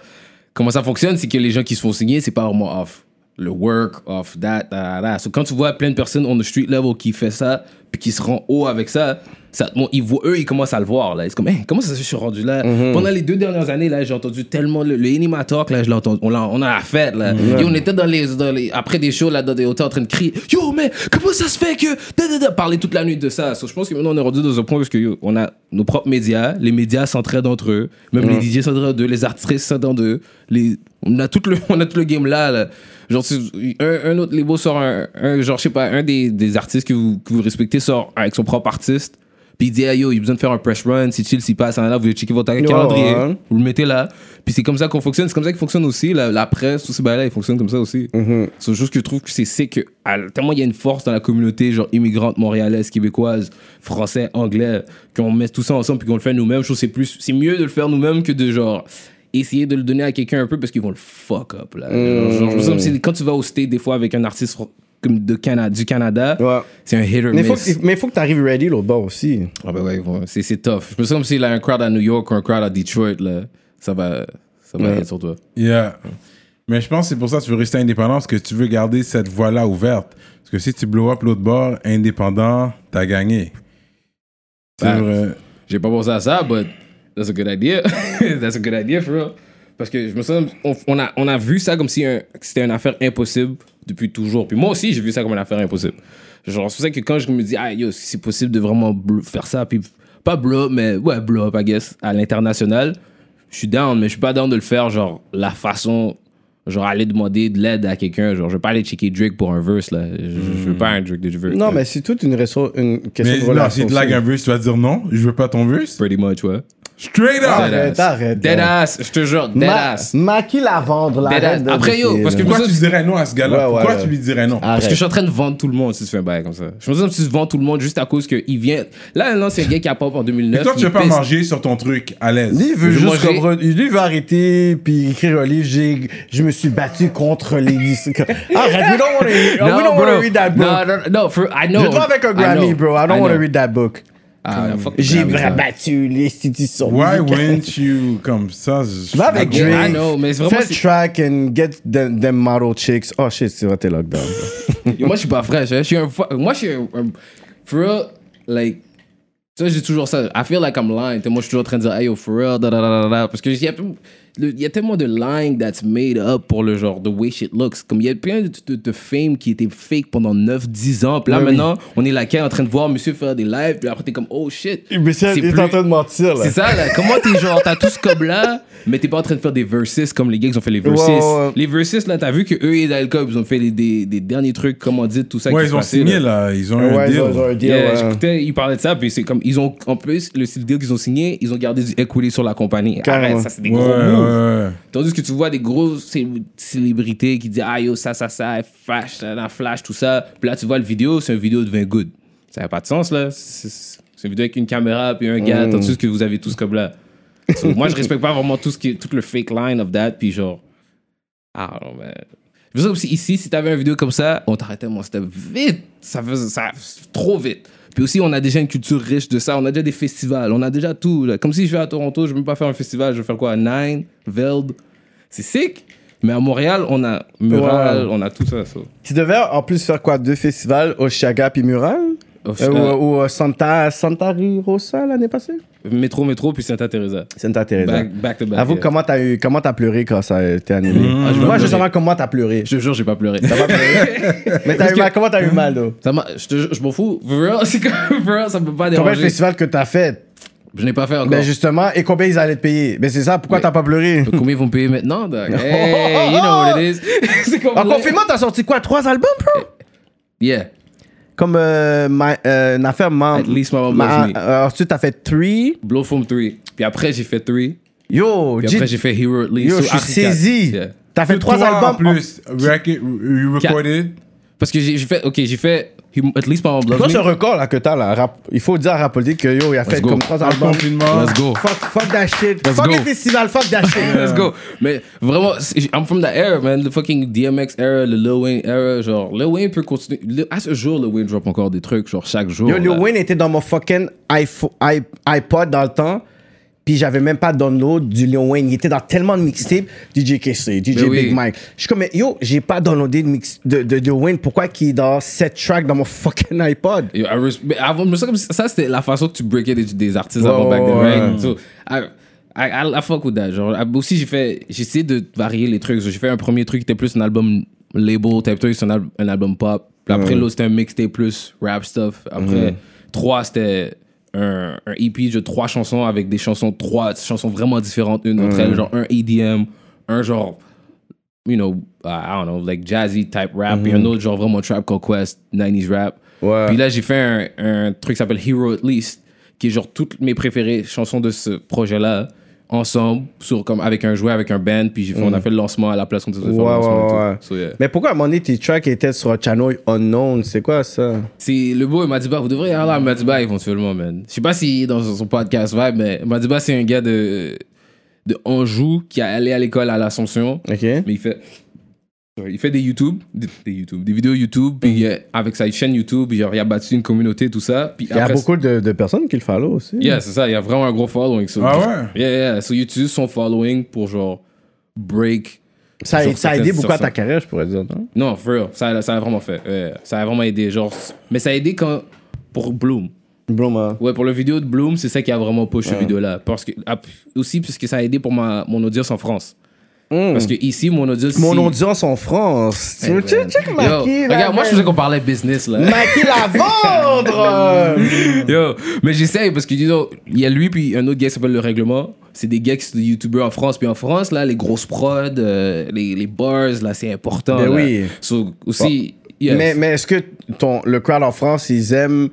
Speaker 3: Comment ça fonctionne, c'est que les gens qui se font signer, c'est pas vraiment off. Le work, off, that, that, that. So, quand tu vois plein de personnes on the street level qui fait ça, puis qui se rend haut avec ça, ça bon, ils voient, eux, ils commencent à le voir. Là. Ils sont comme, Hey, comment ça se fait que je suis rendu là? Pendant les deux dernières années, là, j'ai entendu tellement le, le Enima Talk, là, je l'ai entendu, on, l'a- on a la fête. Là. Et on était dans les, dans les- après des shows, là, dans des hôtels en train de crier, yo, mais comment ça se fait que. da, da, da, parler toute la nuit de ça. So, je pense que maintenant, on est rendu dans un point où yo, on a nos propres médias, les médias s'entraident entre eux, même les DJ s'entraident entre eux, les artistes s'entraident entre eux. Les, on, a tout le, *laughs* on a tout le game là. là. Genre, si un, un autre label sort un, un- genre, je sais pas, un des, des artistes que vous, que vous respectez sort avec son propre artiste. Puis il dit, ah, yo, il a besoin de faire un press run, si chill, s'il passe, hein, là, vous checkez votre calendrier,
Speaker 2: ouais.
Speaker 3: vous le mettez là. Puis c'est comme ça qu'on fonctionne, c'est comme ça qu'il fonctionne aussi, la, la presse, tout ces bails-là, ils fonctionnent comme ça aussi.
Speaker 2: Mhm.
Speaker 3: C'est une chose que je trouve que c'est c'est que, ah, tellement il y a une force dans la communauté, genre immigrante, montréalaise, québécoise, français, anglais, qu'on met tout ça ensemble puis qu'on le fait nous-mêmes, je trouve que c'est plus, c'est mieux de le faire nous-mêmes que de genre essayer de le donner à quelqu'un un peu parce qu'ils vont le fuck up là. Genre,
Speaker 2: Mhm.
Speaker 3: genre, je me sens que c'est- quand tu vas au state des fois avec un artiste fr- comme de Cana- du Canada,
Speaker 2: Ouais.
Speaker 3: c'est un hit or
Speaker 2: Mais
Speaker 3: miss.
Speaker 2: faut que- mais il faut que tu arrives ready l'autre bord aussi.
Speaker 3: Ah ben ouais, ouais, c'est, c'est tough. Je me sens comme s'il a un crowd à New York ou un crowd à Detroit, là. Ça va, ça va être sur toi.
Speaker 1: Yeah. Mais je pense que c'est pour ça que tu veux rester indépendant, parce que tu veux garder cette voie-là ouverte. Parce que si tu blow up l'autre bord, indépendant, t'as gagné. C'est
Speaker 3: Bah.
Speaker 1: vrai.
Speaker 3: J'ai pas pensé à ça, but that's a good idea. *laughs* that's a good idea, for real. Parce que je me sens, on, on a, on a vu ça comme si un- c'était une affaire impossible depuis toujours. Puis moi aussi, j'ai vu ça comme une affaire impossible. Genre, c'est pour ça que quand je me dis, ah yo, si c'est possible de vraiment bl- faire ça, puis pas blow up, mais ouais, blow up, I guess, à l'international, je suis down, mais je suis pas down de le faire, genre, la façon, genre, aller demander de l'aide à quelqu'un. Genre, je vais pas aller checker Drake pour un verse, là. Je, je veux pas un Drake de je veux.
Speaker 2: Hmm. Non, mais c'est toute une, resso- une question
Speaker 1: Mais
Speaker 2: de
Speaker 1: non,
Speaker 2: relation.
Speaker 1: si tu lag un verse, tu vas dire non, je veux pas ton verse.
Speaker 3: Pretty much, ouais.
Speaker 1: Straight up!
Speaker 2: Arrête, arrête,
Speaker 3: Dead
Speaker 2: donc.
Speaker 3: ass, je te jure, dead
Speaker 2: Ma,
Speaker 3: ass.
Speaker 2: Maki la vendre, la
Speaker 3: Deadass.
Speaker 2: reine de
Speaker 3: Après, yo,
Speaker 2: Disney,
Speaker 3: parce
Speaker 2: là.
Speaker 3: que-
Speaker 1: Pourquoi
Speaker 3: Mais ça,
Speaker 1: tu dirais non à ce gars-là?
Speaker 2: Ouais, ouais,
Speaker 1: Pourquoi
Speaker 2: ouais.
Speaker 1: tu lui dirais non?
Speaker 2: Ah.
Speaker 3: Parce que
Speaker 2: Arrête.
Speaker 3: je suis en train de vendre tout le monde si tu fais un bail comme ça. Je me sens que tu vends tout le monde juste à cause qu'il vient. Là, non, c'est un gars qui a pop en 2009.
Speaker 1: Et toi, tu
Speaker 3: il
Speaker 1: veux pas
Speaker 3: pisse.
Speaker 1: manger sur ton truc à l'aise.
Speaker 2: Lui, il veut
Speaker 3: Je
Speaker 2: juste
Speaker 3: mangeais-
Speaker 2: comprendre- Lui, il veut arrêter puis écrire un livre. J'ai- Je me suis battu contre les.
Speaker 3: *laughs*
Speaker 2: Arrête, we don't want to
Speaker 3: Non,
Speaker 2: we don't wanna
Speaker 3: bro.
Speaker 2: read that book.
Speaker 3: Non, non, non, Ah, for- I know.
Speaker 2: Je dois avec un
Speaker 3: I
Speaker 2: Grammy,
Speaker 3: know.
Speaker 2: bro. I don't
Speaker 3: I
Speaker 2: want to
Speaker 3: know.
Speaker 2: read that book.
Speaker 3: Ah, fuck the
Speaker 2: J'ai
Speaker 3: Grammy, ça.
Speaker 2: battu l'institution.
Speaker 1: Why
Speaker 2: musicale.
Speaker 1: wouldn't you comme ça? je-
Speaker 2: Va avec
Speaker 3: I know,
Speaker 2: Drake.
Speaker 3: I know, Ah, mais c'est vraiment-
Speaker 2: Fais le track and get them, them model chicks. Oh shit, c'est vrai, t'es lockdown. bro.
Speaker 3: Yo, moi, je suis pas fraîche. hein. Je suis un. fu- Moi, je suis un. un- For real, like. Ça, j'ai toujours ça. I feel like I'm lying. Moi, je suis toujours en train de dire, hey, yo, for real, da da da da da. Parce qu'il y, a- le- il y a tellement de lying that's made up pour le genre, the way shit looks. Comme il y a plein de, de, de fame qui était fake pendant 9-10 ans. Puis là,
Speaker 2: Ouais, oui.
Speaker 3: maintenant, on est laquelle en train de voir monsieur faire des lives. Puis après, t'es comme, oh shit.
Speaker 2: Mais c'est-
Speaker 3: C'est
Speaker 2: il est
Speaker 3: plus-
Speaker 2: en train de mentir, là.
Speaker 3: c'est ça, là. Comment t'es genre, t'as tout ce cob-là, mais t'es pas en train de faire des verses comme les gars qui ont fait les verses.
Speaker 2: Ouais, ouais, ouais.
Speaker 3: Les verses, là, t'as vu que eux et Dalcob, ils ont fait des, des, des derniers trucs, comment dire, tout ça.
Speaker 1: Ouais,
Speaker 3: qui se
Speaker 1: ils ont
Speaker 3: passait,
Speaker 1: signé là, ils ont eu un
Speaker 2: Ouais, ils
Speaker 1: deal.
Speaker 2: ont- ils ont un deal,
Speaker 3: Yeah,
Speaker 2: ouais.
Speaker 3: j'écoutais, ils parlaient de ça, puis c'est comme, ils ont, en plus, le style deal qu'ils ont signé, ils ont gardé du equity sur la compagnie.
Speaker 2: Carrément.
Speaker 3: Arrête, ça, c'est des
Speaker 1: Ouais,
Speaker 3: gros
Speaker 1: ouais,
Speaker 3: moves.
Speaker 1: ouais.
Speaker 3: Tandis que tu vois des grosses cé- célébrités qui disent Ah yo, ça, ça, ça, flash, ça, ça, flash, tout ça. Puis là, tu vois le vidéo, c'est une vidéo de 20 good. Ça n'a pas de sens, là. C'est c'est une vidéo avec une caméra, puis un
Speaker 2: Mm.
Speaker 3: gars, tandis que vous avez tous comme là. So, moi, je respecte pas vraiment tout, ce qui est, tout le fake line of that, puis genre. Ah non, mais. Je veux dire, si- ici, si t'avais une vidéo comme ça, on t'arrêtait mon step vite. Ça faisait ça, trop vite. Puis aussi, on a déjà une culture riche de ça. On a déjà des festivals. On a déjà tout. là. Comme si je vais à Toronto, je ne veux même pas faire un festival. Je vais faire quoi Nine, Veld. C'est sick. Mais à Montréal, on a Mural, on a tout ça. ça.
Speaker 2: Tu devais en plus faire quoi Deux festivals, Oshaga puis Mural
Speaker 3: Au-
Speaker 2: Euh,
Speaker 3: euh,
Speaker 2: Ou, ou, euh, Santa, Santa Rosa l'année passée
Speaker 3: métro, métro, puis Santa Teresa.
Speaker 2: Santa Teresa.
Speaker 3: Back, back to back.
Speaker 2: Avoue,
Speaker 3: yeah.
Speaker 2: comment t'as eu, comment t'as pleuré quand ça a été
Speaker 3: Ah,
Speaker 2: annulé
Speaker 3: Bah, je vais
Speaker 2: Moi,
Speaker 3: pleurer.
Speaker 2: justement, comment t'as pleuré
Speaker 3: Je te jure, j'ai pas pleuré.
Speaker 2: Mais t'as eu mal, comment t'as eu mal, là
Speaker 3: Ça m'a- je te- je m'en fous. For real, *laughs* c'est comme- for real, ça peut pas
Speaker 2: Combien de
Speaker 3: déranger.
Speaker 2: festivals que t'as fait
Speaker 3: Je n'ai pas fait encore.
Speaker 2: Ben justement, et combien ils allaient te payer Ben c'est ça, pourquoi
Speaker 3: Oh. Mais-
Speaker 2: t'as
Speaker 3: *laughs*
Speaker 2: pas pleuré
Speaker 3: Combien ils vont me payer maintenant, dog?
Speaker 2: *laughs*
Speaker 3: Hey, you know what it is. *laughs* c'est comme
Speaker 2: En confinement, t'as sorti quoi Trois albums,
Speaker 3: Eh.
Speaker 2: bro
Speaker 3: Yeah.
Speaker 2: Comme euh, ma- euh, une affaire, man.
Speaker 3: At least my mom
Speaker 2: Ma-
Speaker 3: loves me.
Speaker 2: euh, ensuite, t'as fait Three.
Speaker 3: Blow from 3. Puis après, j'ai fait 3.
Speaker 2: Yo,
Speaker 3: Puis
Speaker 2: G-
Speaker 3: après, j'ai fait Hero at least.
Speaker 2: yo,
Speaker 3: So,
Speaker 2: je suis
Speaker 3: Arcade.
Speaker 2: saisi.
Speaker 3: Yeah.
Speaker 2: T'as fait trois
Speaker 1: Toi,
Speaker 2: albums.
Speaker 1: en plus. Record, you
Speaker 3: Quatre.
Speaker 1: recorded.
Speaker 3: Parce que j'ai j'ai fait, ok, j'ai fait Hum- At least my mom
Speaker 2: Toi,
Speaker 3: loves
Speaker 2: ce
Speaker 3: me.
Speaker 2: record là que t'as là, rap- il faut dire à Rapoldi que yo, il a fait
Speaker 3: go.
Speaker 2: comme trois
Speaker 1: En
Speaker 2: albums.
Speaker 1: confinement.
Speaker 3: Let's go.
Speaker 2: Fuck, fuck that shit.
Speaker 3: Let's
Speaker 2: fuck
Speaker 3: go.
Speaker 2: les festivals, fuck that shit.
Speaker 3: *laughs* Let's go. Mais vraiment, c'est- I'm from that era, man. Le fucking DMX era, le Lil Wayne era. Genre, Lil Wayne peut continuer. Le- à ce jour, Lil Wayne drop encore des trucs, genre chaque jour.
Speaker 2: Yo, Lil
Speaker 3: là.
Speaker 2: Wayne était dans mon fucking iPhone- i- iPod dans le temps. Puis j'avais même pas download du Lil Wayne. Il était dans tellement de mixtapes. DJ KC, DJ
Speaker 3: Ben oui.
Speaker 2: Big Mike. Je suis comme, mais yo, j'ai pas downloadé de, mix, de, de, Lil Wayne. Pourquoi qu'il est dans 7 tracks dans mon fucking iPod?
Speaker 3: Yo, I res- mais avant, mais ça, comme ça, c'était la façon que tu breakais des, des artistes
Speaker 2: Ouais,
Speaker 3: avant back then,
Speaker 2: ouais,
Speaker 3: right? So, I, I, I- I fuck with that. Genre, I- aussi, j'ai fait, j'ai essayé de varier les trucs. So, J'ai fait un premier truc qui était plus un album label, type truc, c'est un, al- un album pop. Puis après, l'autre, c'était un mixtape plus rap stuff. Après,
Speaker 2: Mhm.
Speaker 3: trois, c'était un, un EP de trois chansons avec des chansons, trois chansons vraiment différentes une d'entre elles. Genre, un EDM, un genre you know, uh, I don't know, like jazzy type rap, puis un autre genre vraiment trap called Quest, 90s rap.
Speaker 2: Mm-hmm. Ouais.
Speaker 3: Puis là, j'ai fait un, un truc qui s'appelle Hero At Least, qui est genre toutes mes préférées chansons de ce projet-là, ensemble, sur, comme, avec un jouet, avec un band, puis j'ai fait, on a fait le lancement à la place qu'on faisait
Speaker 2: Mm. Ouais,
Speaker 3: le lancement. et tout.
Speaker 2: ouais, ouais.
Speaker 3: So, yeah.
Speaker 2: Mais pourquoi à un moment donné, tes tracks étaient sur un channel unknown? C'est quoi ça?
Speaker 3: C'est le beau, il m'a dit, bah, vous devriez aller à Madiba éventuellement, man. Je sais pas s'il est dans son son podcast vibe, mais Madiba, c'est un gars de, de Anjou qui est allé à l'école à l'Assomption.
Speaker 2: OK?
Speaker 3: Mais il fait. sorry, Il fait des YouTube, des, des YouTube, des vidéos YouTube, puis euh, avec sa chaîne YouTube, genre, il a battu une communauté, tout ça. Puis
Speaker 2: Il y a
Speaker 3: après-
Speaker 2: beaucoup de, de personnes qui le follow aussi.
Speaker 3: Yeah, c'est ça, il y a vraiment un gros following. so-
Speaker 1: Ah ouais?
Speaker 3: Yeah, yeah. So, il utilise son following pour genre break.
Speaker 2: Ça, a-
Speaker 3: Sur
Speaker 2: ça a
Speaker 3: certaines-
Speaker 2: aidé beaucoup à
Speaker 3: sur ça.
Speaker 2: ta carrière, je pourrais dire. non?
Speaker 3: Non, for real, ça, ça a vraiment fait. ouais, ça a vraiment aidé, genre. Mais ça a aidé quand. Pour Bloom.
Speaker 2: Bro, man.
Speaker 3: Ouais, pour le vidéo de Bloom, c'est ça qui a vraiment push cette vidéo-là. Parce que, ah, aussi, puisque ça a aidé pour ma, mon audience en France. Parce que ici, mon audience.
Speaker 2: Hmm. Mon
Speaker 3: si-
Speaker 2: audience en France. Tu
Speaker 3: Eh,
Speaker 2: tu-
Speaker 3: man.
Speaker 2: check
Speaker 3: Yo,
Speaker 2: Maki, là,
Speaker 3: Regarde, moi, je
Speaker 2: man.
Speaker 3: pensais qu'on parlait business, là.
Speaker 2: Maki la vendre!
Speaker 3: Yo, mais j'essaye parce que, you know, il y a lui puis un autre gars qui s'appelle Le Règlement. C'est des gars qui sont des youtubeurs en France. Puis en France, là, les grosses prods, euh, les, les bars, là, c'est important.
Speaker 2: Ben
Speaker 3: là.
Speaker 2: oui.
Speaker 3: So, aussi, yes.
Speaker 2: Mais, mais est-ce que ton, le crowd en France, ils aiment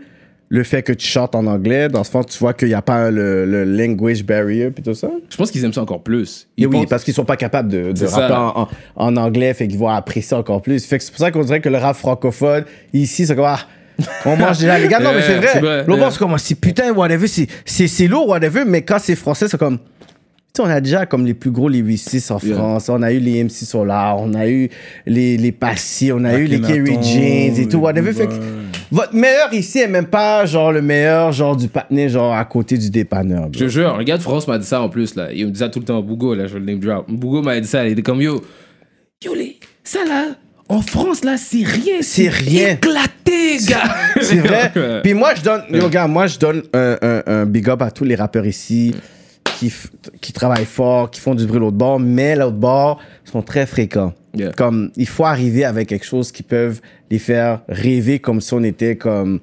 Speaker 2: le fait que tu chantes en anglais? Dans ce sens, tu vois qu'il n'y a pas le, le language barrier puis tout ça?
Speaker 3: je pense qu'ils aiment ça encore plus.
Speaker 2: Et
Speaker 3: Ils
Speaker 2: oui,
Speaker 3: pensent-
Speaker 2: parce qu'ils sont pas capables de, de
Speaker 3: C'est
Speaker 2: rapper
Speaker 3: ça.
Speaker 2: en, en- en anglais, fait qu'ils vont apprécier encore plus. Fait que c'est pour ça qu'on dirait que le rap francophone, ici, c'est comme... ah,
Speaker 3: *laughs*
Speaker 2: on mange déjà les gars. Non, mais c'est
Speaker 3: Ouais, c'est
Speaker 2: vrai.
Speaker 3: vrai,
Speaker 2: L'autre,
Speaker 3: ouais.
Speaker 2: c'est comme, ah, c'est putain, whatever, c'est- c'est c'est lourd, whatever, mais quand c'est français, c'est comme... Tu sais, on a déjà comme les plus gros, les 8-6 en
Speaker 3: Yeah.
Speaker 2: France. On a eu les MC Solar, on a eu les, les Passy, on a eu les Kerry
Speaker 1: Akhenaton,
Speaker 2: Jeans et tout,
Speaker 1: les
Speaker 2: whatever. Fait que
Speaker 1: Booba.
Speaker 2: votre meilleur ici est même pas genre le meilleur genre du patiné, genre à côté du dépanneur. bro.
Speaker 3: Je te jure, regarde, France m'a dit ça en plus, là. Il me dit ça tout le temps, Bougo, là, je le name drop. Bougo m'a dit ça, il était comme, yo, yo, les, ça, là, en France, là, c'est rien.
Speaker 2: C'est rien.
Speaker 3: Éclaté, gars. *laughs*
Speaker 2: C'est vrai.
Speaker 3: Ouais.
Speaker 2: Puis moi, je donne, yo, gars, moi, je donne un, un- un big up à tous les rappeurs ici qui, f- qui travaillent fort, qui font du bruit l'autre bord, mais l'autre bord sont très fréquents.
Speaker 3: Yeah.
Speaker 2: Comme, il faut arriver avec quelque chose qui peuvent les faire rêver comme si on était comme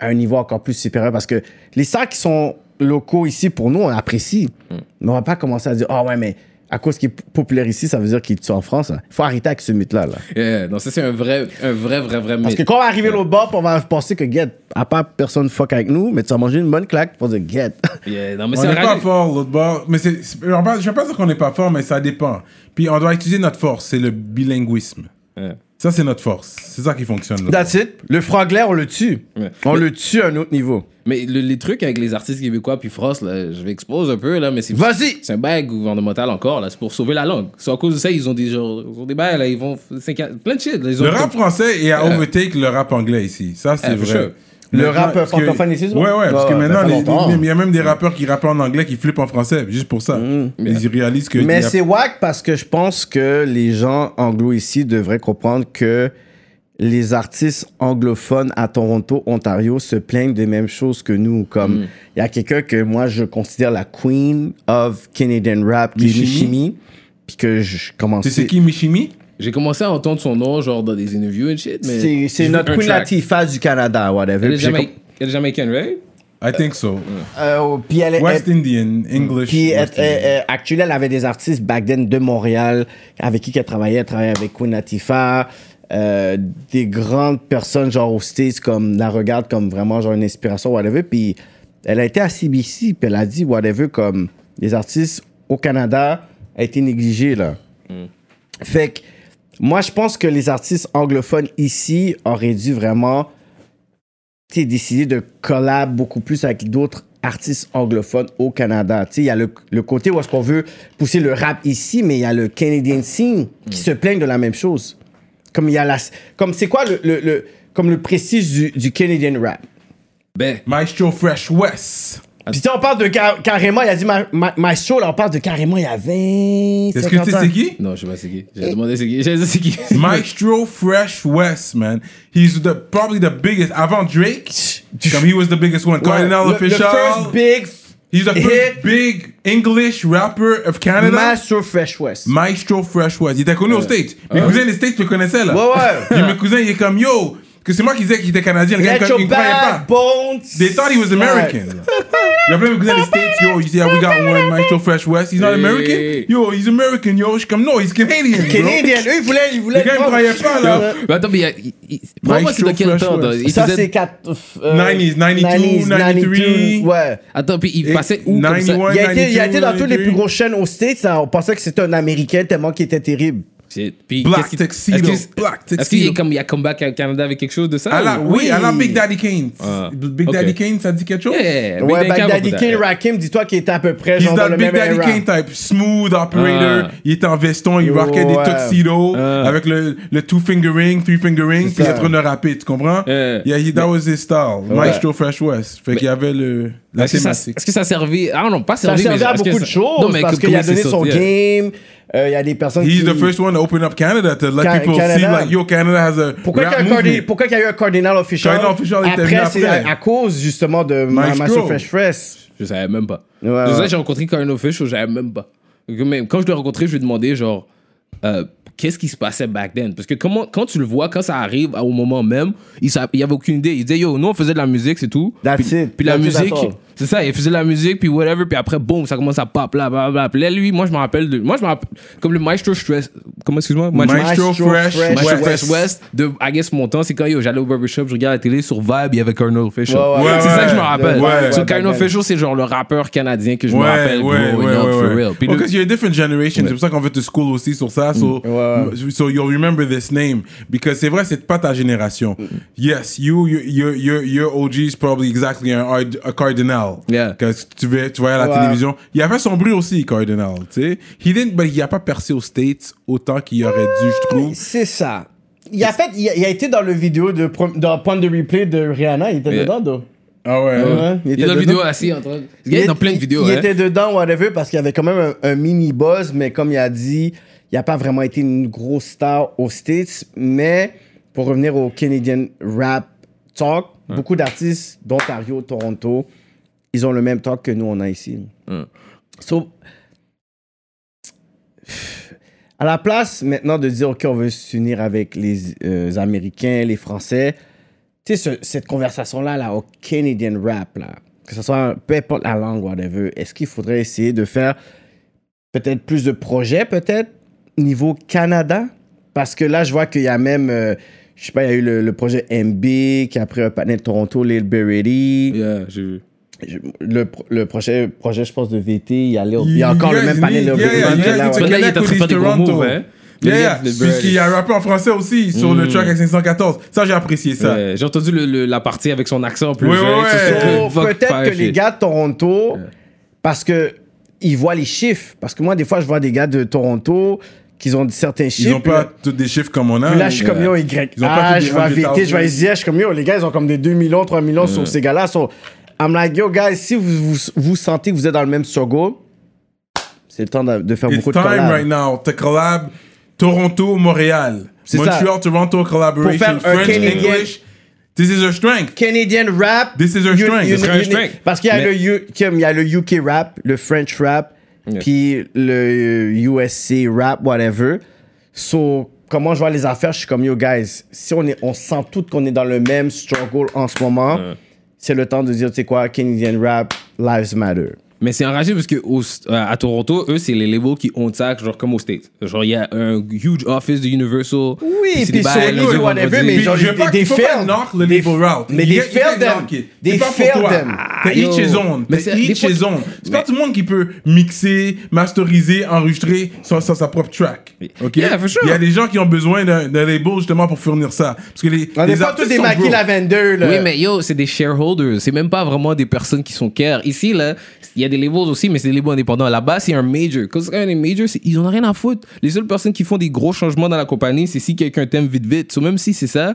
Speaker 2: à un niveau encore plus supérieur parce que les sacs qui sont locaux ici, pour nous, on apprécie.
Speaker 3: Mm.
Speaker 2: Mais on va pas commencer à dire, ah ouais, mais à cause qu'il est populaire ici, ça veut dire qu'il tue en France. Il faut arrêter avec ce mythe-là. Là.
Speaker 3: Yeah, non, ça, c'est un vrai, un vrai, vrai, vrai
Speaker 2: Parce que
Speaker 3: mythe.
Speaker 2: quand on va arriver l'autre bord, on va penser que get, à part personne fuck avec nous, mais tu vas manger une bonne claque pour dire get.
Speaker 3: Yeah, non, mais
Speaker 1: On
Speaker 3: c'est
Speaker 1: n'est
Speaker 3: vrai.
Speaker 1: pas fort, l'autre bord. Mais c'est, c'est- on va pas- je ne veux pas dire qu'on n'est pas fort, mais ça dépend. Puis on doit utiliser notre force, c'est le bilinguisme.
Speaker 3: Ouais.
Speaker 1: Ça, c'est notre force. C'est ça qui fonctionne. là.
Speaker 2: *laughs* That's it. Le franglais, on le tue.
Speaker 3: Ouais.
Speaker 2: On
Speaker 3: Mais-
Speaker 2: le tue à un autre niveau.
Speaker 3: Mais le- les trucs avec les artistes québécois puis France, là, je vais exposer un peu, là, mais c'est.
Speaker 2: Vas-y!
Speaker 3: C'est un bail gouvernemental encore, là, c'est pour sauver la langue. C'est à cause de ça, ils ont des, genre, ils ont des bails, là, ils vont. c'est qu'à- Plein de shit, là, ils ont.
Speaker 1: Le rap français est à overtake le rap anglais ici. Ça, c'est
Speaker 3: Ah, for
Speaker 1: vrai.
Speaker 3: sure.
Speaker 2: Eh, Le
Speaker 1: Maintenant,
Speaker 2: rap
Speaker 1: parce que-
Speaker 2: francophone ici, c'est bon?
Speaker 1: Ouais, ouais, parce
Speaker 2: Ouais,
Speaker 1: que
Speaker 2: ouais,
Speaker 1: maintenant,
Speaker 2: ça fait
Speaker 1: les-
Speaker 2: longtemps.
Speaker 1: les- il y a même des rappeurs qui rappent en anglais qui flippent en français, juste pour ça. Ils réalisent que.
Speaker 2: Mm. Mais
Speaker 1: il y a-
Speaker 2: c'est wack parce que je pense que les gens anglo ici devraient comprendre que les artistes anglophones à Toronto, Ontario, se plaignent des mêmes choses que nous. Comme il y a quelqu'un que moi je considère la queen of Canadian rap, qui est
Speaker 1: Michimi.
Speaker 2: Michimi, puis que je commence.
Speaker 1: Tu sais qui, Michimi
Speaker 3: J'ai commencé à entendre son nom, genre, dans des interviews et shit, mais.
Speaker 2: C'est c'est
Speaker 3: J'ai vu
Speaker 2: notre
Speaker 3: un
Speaker 2: Queen
Speaker 3: track.
Speaker 2: Latifah du Canada, whatever.
Speaker 3: Elle est
Speaker 2: Puis j'ai
Speaker 3: Jamaï- elle est jamaïcaine, right?
Speaker 1: I think so.
Speaker 2: com- euh, puis elle est-
Speaker 1: West
Speaker 2: elle-
Speaker 1: Indian, English.
Speaker 2: Puis elle-
Speaker 1: West Indian.
Speaker 2: elle- elle- actuellement, elle avait des artistes back then de Montréal avec qui elle travaillait. Elle travaillait avec Queen Latifah, euh, des grandes personnes genre aux States comme la regarde comme vraiment genre une inspiration, whatever. Puis elle a été à CBC, puis elle a dit whatever comme les artistes au Canada a été négligé là.
Speaker 3: Hmm.
Speaker 2: Fait que moi, je pense que les artistes anglophones ici auraient dû vraiment tu sais, décider de collab beaucoup plus avec d'autres artistes anglophones au Canada. Tu sais, Il y a le, le côté où est-ce qu'on veut pousser le rap ici, mais il y a le Canadian scene qui
Speaker 1: Mm.
Speaker 2: se plaignent de la même chose. Comme il y a la... Comme c'est quoi le, le- le- comme le prestige du, du Canadian rap?
Speaker 3: Ben,
Speaker 1: Maestro Fresh West.
Speaker 2: Puis tu sais, on parle de car- carrément, il a dit ma, ma, ma show, là, on parle de carrément, il y a 20,
Speaker 1: Est-ce que tu
Speaker 2: 50
Speaker 1: sais
Speaker 2: ans.
Speaker 1: c'est qui
Speaker 3: non, je sais pas c'est qui. J'ai demandé c'est qui. J'ai dit c'est qui.
Speaker 1: Maestro Fresh West, man. He's the probably the biggest avant Drake. Come, he was the biggest one.
Speaker 2: Ouais,
Speaker 1: Cardinal
Speaker 2: le, le
Speaker 1: Official.
Speaker 2: first big
Speaker 1: he's the first
Speaker 2: hit.
Speaker 1: big English rapper of Canada.
Speaker 2: master Fresh West.
Speaker 1: Maestro Fresh West. Il était connu aux States. Mes cousins des States le connaissaient là.
Speaker 2: Ah.
Speaker 1: *laughs*
Speaker 2: Ouais, ouais.
Speaker 1: Puis mes cousins, il est comme yo. Que c'est moi qui disais qu'il était canadien. Le gars,
Speaker 2: Let
Speaker 1: il
Speaker 2: your
Speaker 1: il croyait pas.
Speaker 2: bad bones.
Speaker 1: They thought he was American. J'ai appelé mes cousins des States, yo, you see how we got one Maestro Fresh West. He's not American?
Speaker 3: Hey.
Speaker 1: Yo, he's American, yo. Je suis comme, no, he's Canadian, bro.
Speaker 2: Canadian, eux, ils voulaient. Ils voulaient
Speaker 1: Les gars, ils
Speaker 2: prendre-
Speaker 1: croyaient pas, là.
Speaker 3: Mais attends, mais il y a. il- il- Vraiment, c'est de quel
Speaker 1: Maestro
Speaker 3: temps
Speaker 1: Fresh
Speaker 3: là?
Speaker 1: West.
Speaker 3: Il
Speaker 2: Ça,
Speaker 3: faisait-
Speaker 2: c'est 4.
Speaker 1: 90s, 92, 93.
Speaker 2: Ouais.
Speaker 3: Attends, puis il
Speaker 1: Et
Speaker 3: passait où comme ça?
Speaker 1: 91.
Speaker 2: Il a, été, il a été dans
Speaker 1: 92,
Speaker 2: toutes les plus
Speaker 1: 93.
Speaker 2: grosses chaînes aux States. hein, On pensait que c'était un Américain tellement qu'il était terrible.
Speaker 3: Shit. Puis
Speaker 1: Black
Speaker 3: qu'est-ce qui-
Speaker 1: tuxedo,
Speaker 3: est-ce que-
Speaker 1: black
Speaker 3: Est-ce qu'il y a
Speaker 1: tuxedo.
Speaker 3: comme il y a comeback au Canada avec quelque chose de ça
Speaker 1: À la-
Speaker 3: ou-
Speaker 1: Ah, oui, à la
Speaker 2: Oui.
Speaker 1: Big Daddy Kane.
Speaker 3: Oh, Ah.
Speaker 1: Big
Speaker 3: Ok.
Speaker 1: Daddy Kane, ça dit quelque chose?
Speaker 3: Yeah, Ben,
Speaker 2: ouais,
Speaker 3: Big
Speaker 2: Baghdadi
Speaker 3: Daddy
Speaker 2: King,
Speaker 3: Kane,
Speaker 2: Rakim, dis-toi qu'il était à peu près
Speaker 1: He's
Speaker 2: genre dans
Speaker 1: that
Speaker 2: le
Speaker 1: Big
Speaker 2: même
Speaker 1: Daddy
Speaker 2: era.
Speaker 1: King type, smooth operator.
Speaker 3: Ah.
Speaker 1: Il était en veston, il rockait des
Speaker 2: Ouais.
Speaker 1: tuxedos avec le, le two fingering, three fingering,
Speaker 2: C'est
Speaker 1: puis il est en
Speaker 2: ça.
Speaker 1: train de rapper, tu comprends?
Speaker 3: Yeah.
Speaker 1: Yeah, he- that was his style. Maestro Fresh West. Fait qu'il y avait le, la
Speaker 3: Est-ce que Ben, ça-
Speaker 1: thématique.
Speaker 3: est-ce que ça servait Ah non, pas
Speaker 2: Ça
Speaker 3: servi.
Speaker 2: servait à beaucoup de choses parce qu'il a donné son game. euh, Il y a des personnes
Speaker 1: He's
Speaker 2: qui...
Speaker 1: the first one to open up Canada to let
Speaker 2: Ca-
Speaker 1: people see
Speaker 2: Canada.
Speaker 1: like yo Canada has a
Speaker 2: Pourquoi
Speaker 1: rap
Speaker 2: qu'il y a un
Speaker 1: movement.
Speaker 2: cardinal- pourquoi qu'il y a eu un Cardinal Official?
Speaker 1: Cardinal Official était venu
Speaker 2: après, c'est
Speaker 1: après.
Speaker 2: à, à cause justement de Ma-
Speaker 1: Maestro.
Speaker 2: Master Fresh Fresh.
Speaker 3: Je savais même pas. je
Speaker 2: Ouais, ouais.
Speaker 3: sais, j'ai rencontré Karen Fish, je savais même pas. Que même- Quand je l'ai rencontré, je lui ai demandé, genre, euh, qu'est-ce qui se passait back then? Parce que comment, quand tu le vois, quand ça arrive à- au moment même, il sa- il avait aucune idée. Il disait, yo, nous, on faisait de la musique, c'est tout.
Speaker 2: That's
Speaker 3: puis,
Speaker 2: it.
Speaker 3: Puis la
Speaker 2: That's it,
Speaker 3: musique,
Speaker 2: that's all.
Speaker 3: c'est ça, il faisait de la musique, puis whatever, puis après, boum, ça commence à pop, là, bla, bla. Puis là, lui, moi, je me rappelle de. Moi, je me rappelle. Comme le Maestro Stress. Comment, excuse-moi?
Speaker 1: Maestro,
Speaker 2: Maestro
Speaker 1: Fresh,
Speaker 2: Fresh
Speaker 3: Maestro
Speaker 1: West.
Speaker 3: Fresh West, de, I guess, mon temps, c'est quand yo, j'allais au barbershop, je regardais la télé sur Vibe, il y avait Colonel Fisher.
Speaker 2: Ouais,
Speaker 1: ouais,
Speaker 3: c'est
Speaker 1: ouais.
Speaker 3: ça que je me rappelle.
Speaker 1: Ouais, ouais,
Speaker 3: so,
Speaker 2: ouais,
Speaker 3: Colonel
Speaker 2: back then.
Speaker 3: Fisher, c'est genre le rappeur canadien que je me
Speaker 1: Ouais,
Speaker 3: rappelle.
Speaker 1: ouais,
Speaker 3: bro,
Speaker 1: ouais,
Speaker 3: you know,
Speaker 1: ouais,
Speaker 3: for
Speaker 1: ouais.
Speaker 3: real. Puis le- Mm,
Speaker 1: Because you're a different generation. C'est pour ça qu'on veut te school aussi sur ça. So,
Speaker 2: Ouais.
Speaker 1: so you'll remember this name. Because c'est vrai, c'est pas ta génération.
Speaker 3: Mm.
Speaker 1: Yes, you, you, your, your, your OG is probably exactly a, a cardinal.
Speaker 3: Yeah.
Speaker 1: Que tu, vas- tu voyais à la
Speaker 2: Ouais.
Speaker 1: télévision. Il avait son bruit aussi, cardinal. Tu sais, he didn't, but il a pas percé aux States autant qu'il aurait dû, je trouve.
Speaker 2: C'est ça. Il a, fait, il, a, il a été dans le vidéo de pro- dans Point de Replay de Rihanna, il était
Speaker 3: Yeah.
Speaker 2: dedans, donc.
Speaker 1: Ah ouais.
Speaker 2: Ouais,
Speaker 3: Il est
Speaker 2: était
Speaker 3: dans la
Speaker 2: dedans.
Speaker 3: vidéo assis en train. de- Il est dans plein de vidéos.
Speaker 2: Il
Speaker 3: hein.
Speaker 2: était dedans, whatever, parce qu'il y avait quand même un, un mini buzz, mais comme il a dit, il n'a pas vraiment été une grosse star aux States. Mais pour revenir au Canadian Rap Talk,
Speaker 3: Hein.
Speaker 2: beaucoup d'artistes d'Ontario, Toronto, ils ont le même talk que nous, on a ici.
Speaker 3: Ouais.
Speaker 2: So, à la place maintenant de dire, OK, on veut s'unir avec les euh, Américains, les Français, tu sais, ce- cette conversation-là, là, au Canadian rap, là, que ce soit peu importe la langue, whatever, est-ce qu'il faudrait essayer de faire peut-être plus de projets, peut-être, niveau Canada? Parce que là, je vois qu'il y a même, euh, je sais pas, il y a eu le, le projet MB, qui a pris un panel de Toronto, Lil Berry,
Speaker 3: Yeah, j'ai vu.
Speaker 2: Je- le, pro- le prochain projet, je pense, de VT, il y a, Lil- il y a encore le même panel Lil
Speaker 1: Yeah,
Speaker 2: Berry.
Speaker 1: yeah,
Speaker 2: qui est
Speaker 1: yeah,
Speaker 2: là,
Speaker 1: yeah,
Speaker 2: ouais.
Speaker 3: Là, il est en train de faire des gros
Speaker 1: Toronto.
Speaker 3: moves, hein.
Speaker 1: Yeah,
Speaker 3: Le
Speaker 1: yeah.
Speaker 3: gars, le
Speaker 1: Puisqu'il y a un rappeur en français aussi sur le track à 514. Ça, j'ai apprécié ça.
Speaker 3: Mm. Ouais, J'ai entendu le- le- la partie avec son accent en plus.
Speaker 1: Ouais,
Speaker 3: hein,
Speaker 1: ouais,
Speaker 3: sur ce
Speaker 1: ouais.
Speaker 3: truc,
Speaker 2: Oh,
Speaker 3: fuck,
Speaker 2: peut-être que
Speaker 3: fire
Speaker 2: les
Speaker 3: shit.
Speaker 2: gars de Toronto, parce que ils voient les chiffres. Parce que moi, des fois, je vois des gars de Toronto qu'ils ont certains chiffres.
Speaker 1: Ils ont
Speaker 2: puis
Speaker 1: pas
Speaker 2: là-
Speaker 1: tous des chiffres comme on a.
Speaker 2: puis là, je suis comme yo, Y.
Speaker 1: Ils ont pas
Speaker 2: Ah,
Speaker 1: tous des
Speaker 2: je vais
Speaker 1: 100 000
Speaker 2: vêter, je vais les dire, je suis comme yo, les gars, ils ont comme des 2 millions, 3 millions sur ces gars-là. So, I'm like, yo, guys, si vous, vous, vous sentez que vous êtes dans le même struggle, c'est le temps de, de faire
Speaker 1: It's
Speaker 2: beaucoup
Speaker 1: time
Speaker 2: de collabs.
Speaker 1: right now to collab Toronto, Montréal.
Speaker 2: C'est ça.
Speaker 1: Montreal, Toronto collaboration.
Speaker 2: Pour faire un
Speaker 1: French,
Speaker 2: Canadian-
Speaker 1: English. This is a strength.
Speaker 2: Canadian rap.
Speaker 1: This is our
Speaker 2: You-
Speaker 1: strength.
Speaker 2: you-
Speaker 1: This is
Speaker 2: you-
Speaker 3: our
Speaker 2: you-
Speaker 3: strength.
Speaker 2: Parce qu'il y, a
Speaker 3: Mais-
Speaker 2: le U- Kim, il y a le UK rap, le French rap, puis le USC rap, whatever. So, comment je vois les affaires, je suis comme yo, guys. Si on, est, on sent tout qu'on est dans le même struggle en ce moment, c'est le temps de dire, tu sais quoi, Canadian rap, lives matter.
Speaker 3: Mais c'est enragé parce que au- euh, à Toronto, eux, c'est les labels qui ont ça, genre comme aux States. Genre, il y a un huge office de Universal.
Speaker 2: Oui,
Speaker 3: c'est
Speaker 2: puis
Speaker 3: des bails,
Speaker 2: Sony,
Speaker 3: les gens vont
Speaker 2: whatever,
Speaker 3: dire-
Speaker 2: mais
Speaker 1: Puis
Speaker 2: genre
Speaker 1: je
Speaker 2: des-
Speaker 1: veux pas-
Speaker 2: des
Speaker 1: il faut pas
Speaker 2: failed.
Speaker 1: knock le
Speaker 2: Des-
Speaker 1: label route.
Speaker 2: mais
Speaker 1: Il y a-
Speaker 2: des
Speaker 1: il y a
Speaker 2: failed them.
Speaker 1: knock it.
Speaker 2: Des
Speaker 1: C'est pas pour
Speaker 2: failed
Speaker 1: toi.
Speaker 2: them.
Speaker 1: T'as
Speaker 3: Ah, yo.
Speaker 1: each his own.
Speaker 3: Mais
Speaker 1: T'as
Speaker 3: c'est- des
Speaker 1: each
Speaker 3: fois-
Speaker 1: his own. C'est pas tout le monde qui peut mixer, masteriser, enregistrer sur, sur sa propre track. Ok?
Speaker 3: Yeah, for sure.
Speaker 1: Il y a des gens qui ont besoin d'un d'un label justement pour fournir ça. Parce que les,
Speaker 2: On
Speaker 1: les
Speaker 2: n'est pas tous
Speaker 1: artistes
Speaker 2: des
Speaker 1: sont
Speaker 2: maquis
Speaker 1: broke.
Speaker 2: lavender, là.
Speaker 3: Oui, mais yo, c'est des shareholders. C'est même pas vraiment des personnes qui sont care. Ici, là, il y a des labels aussi, mais c'est des labels indépendants. Là-bas, c'est un major. Quand c'est un des majors, c'est- ils en ont rien à foutre. Les seules personnes qui font des gros changements dans la compagnie, c'est si quelqu'un t'aime vite, vite. So, même si c'est ça,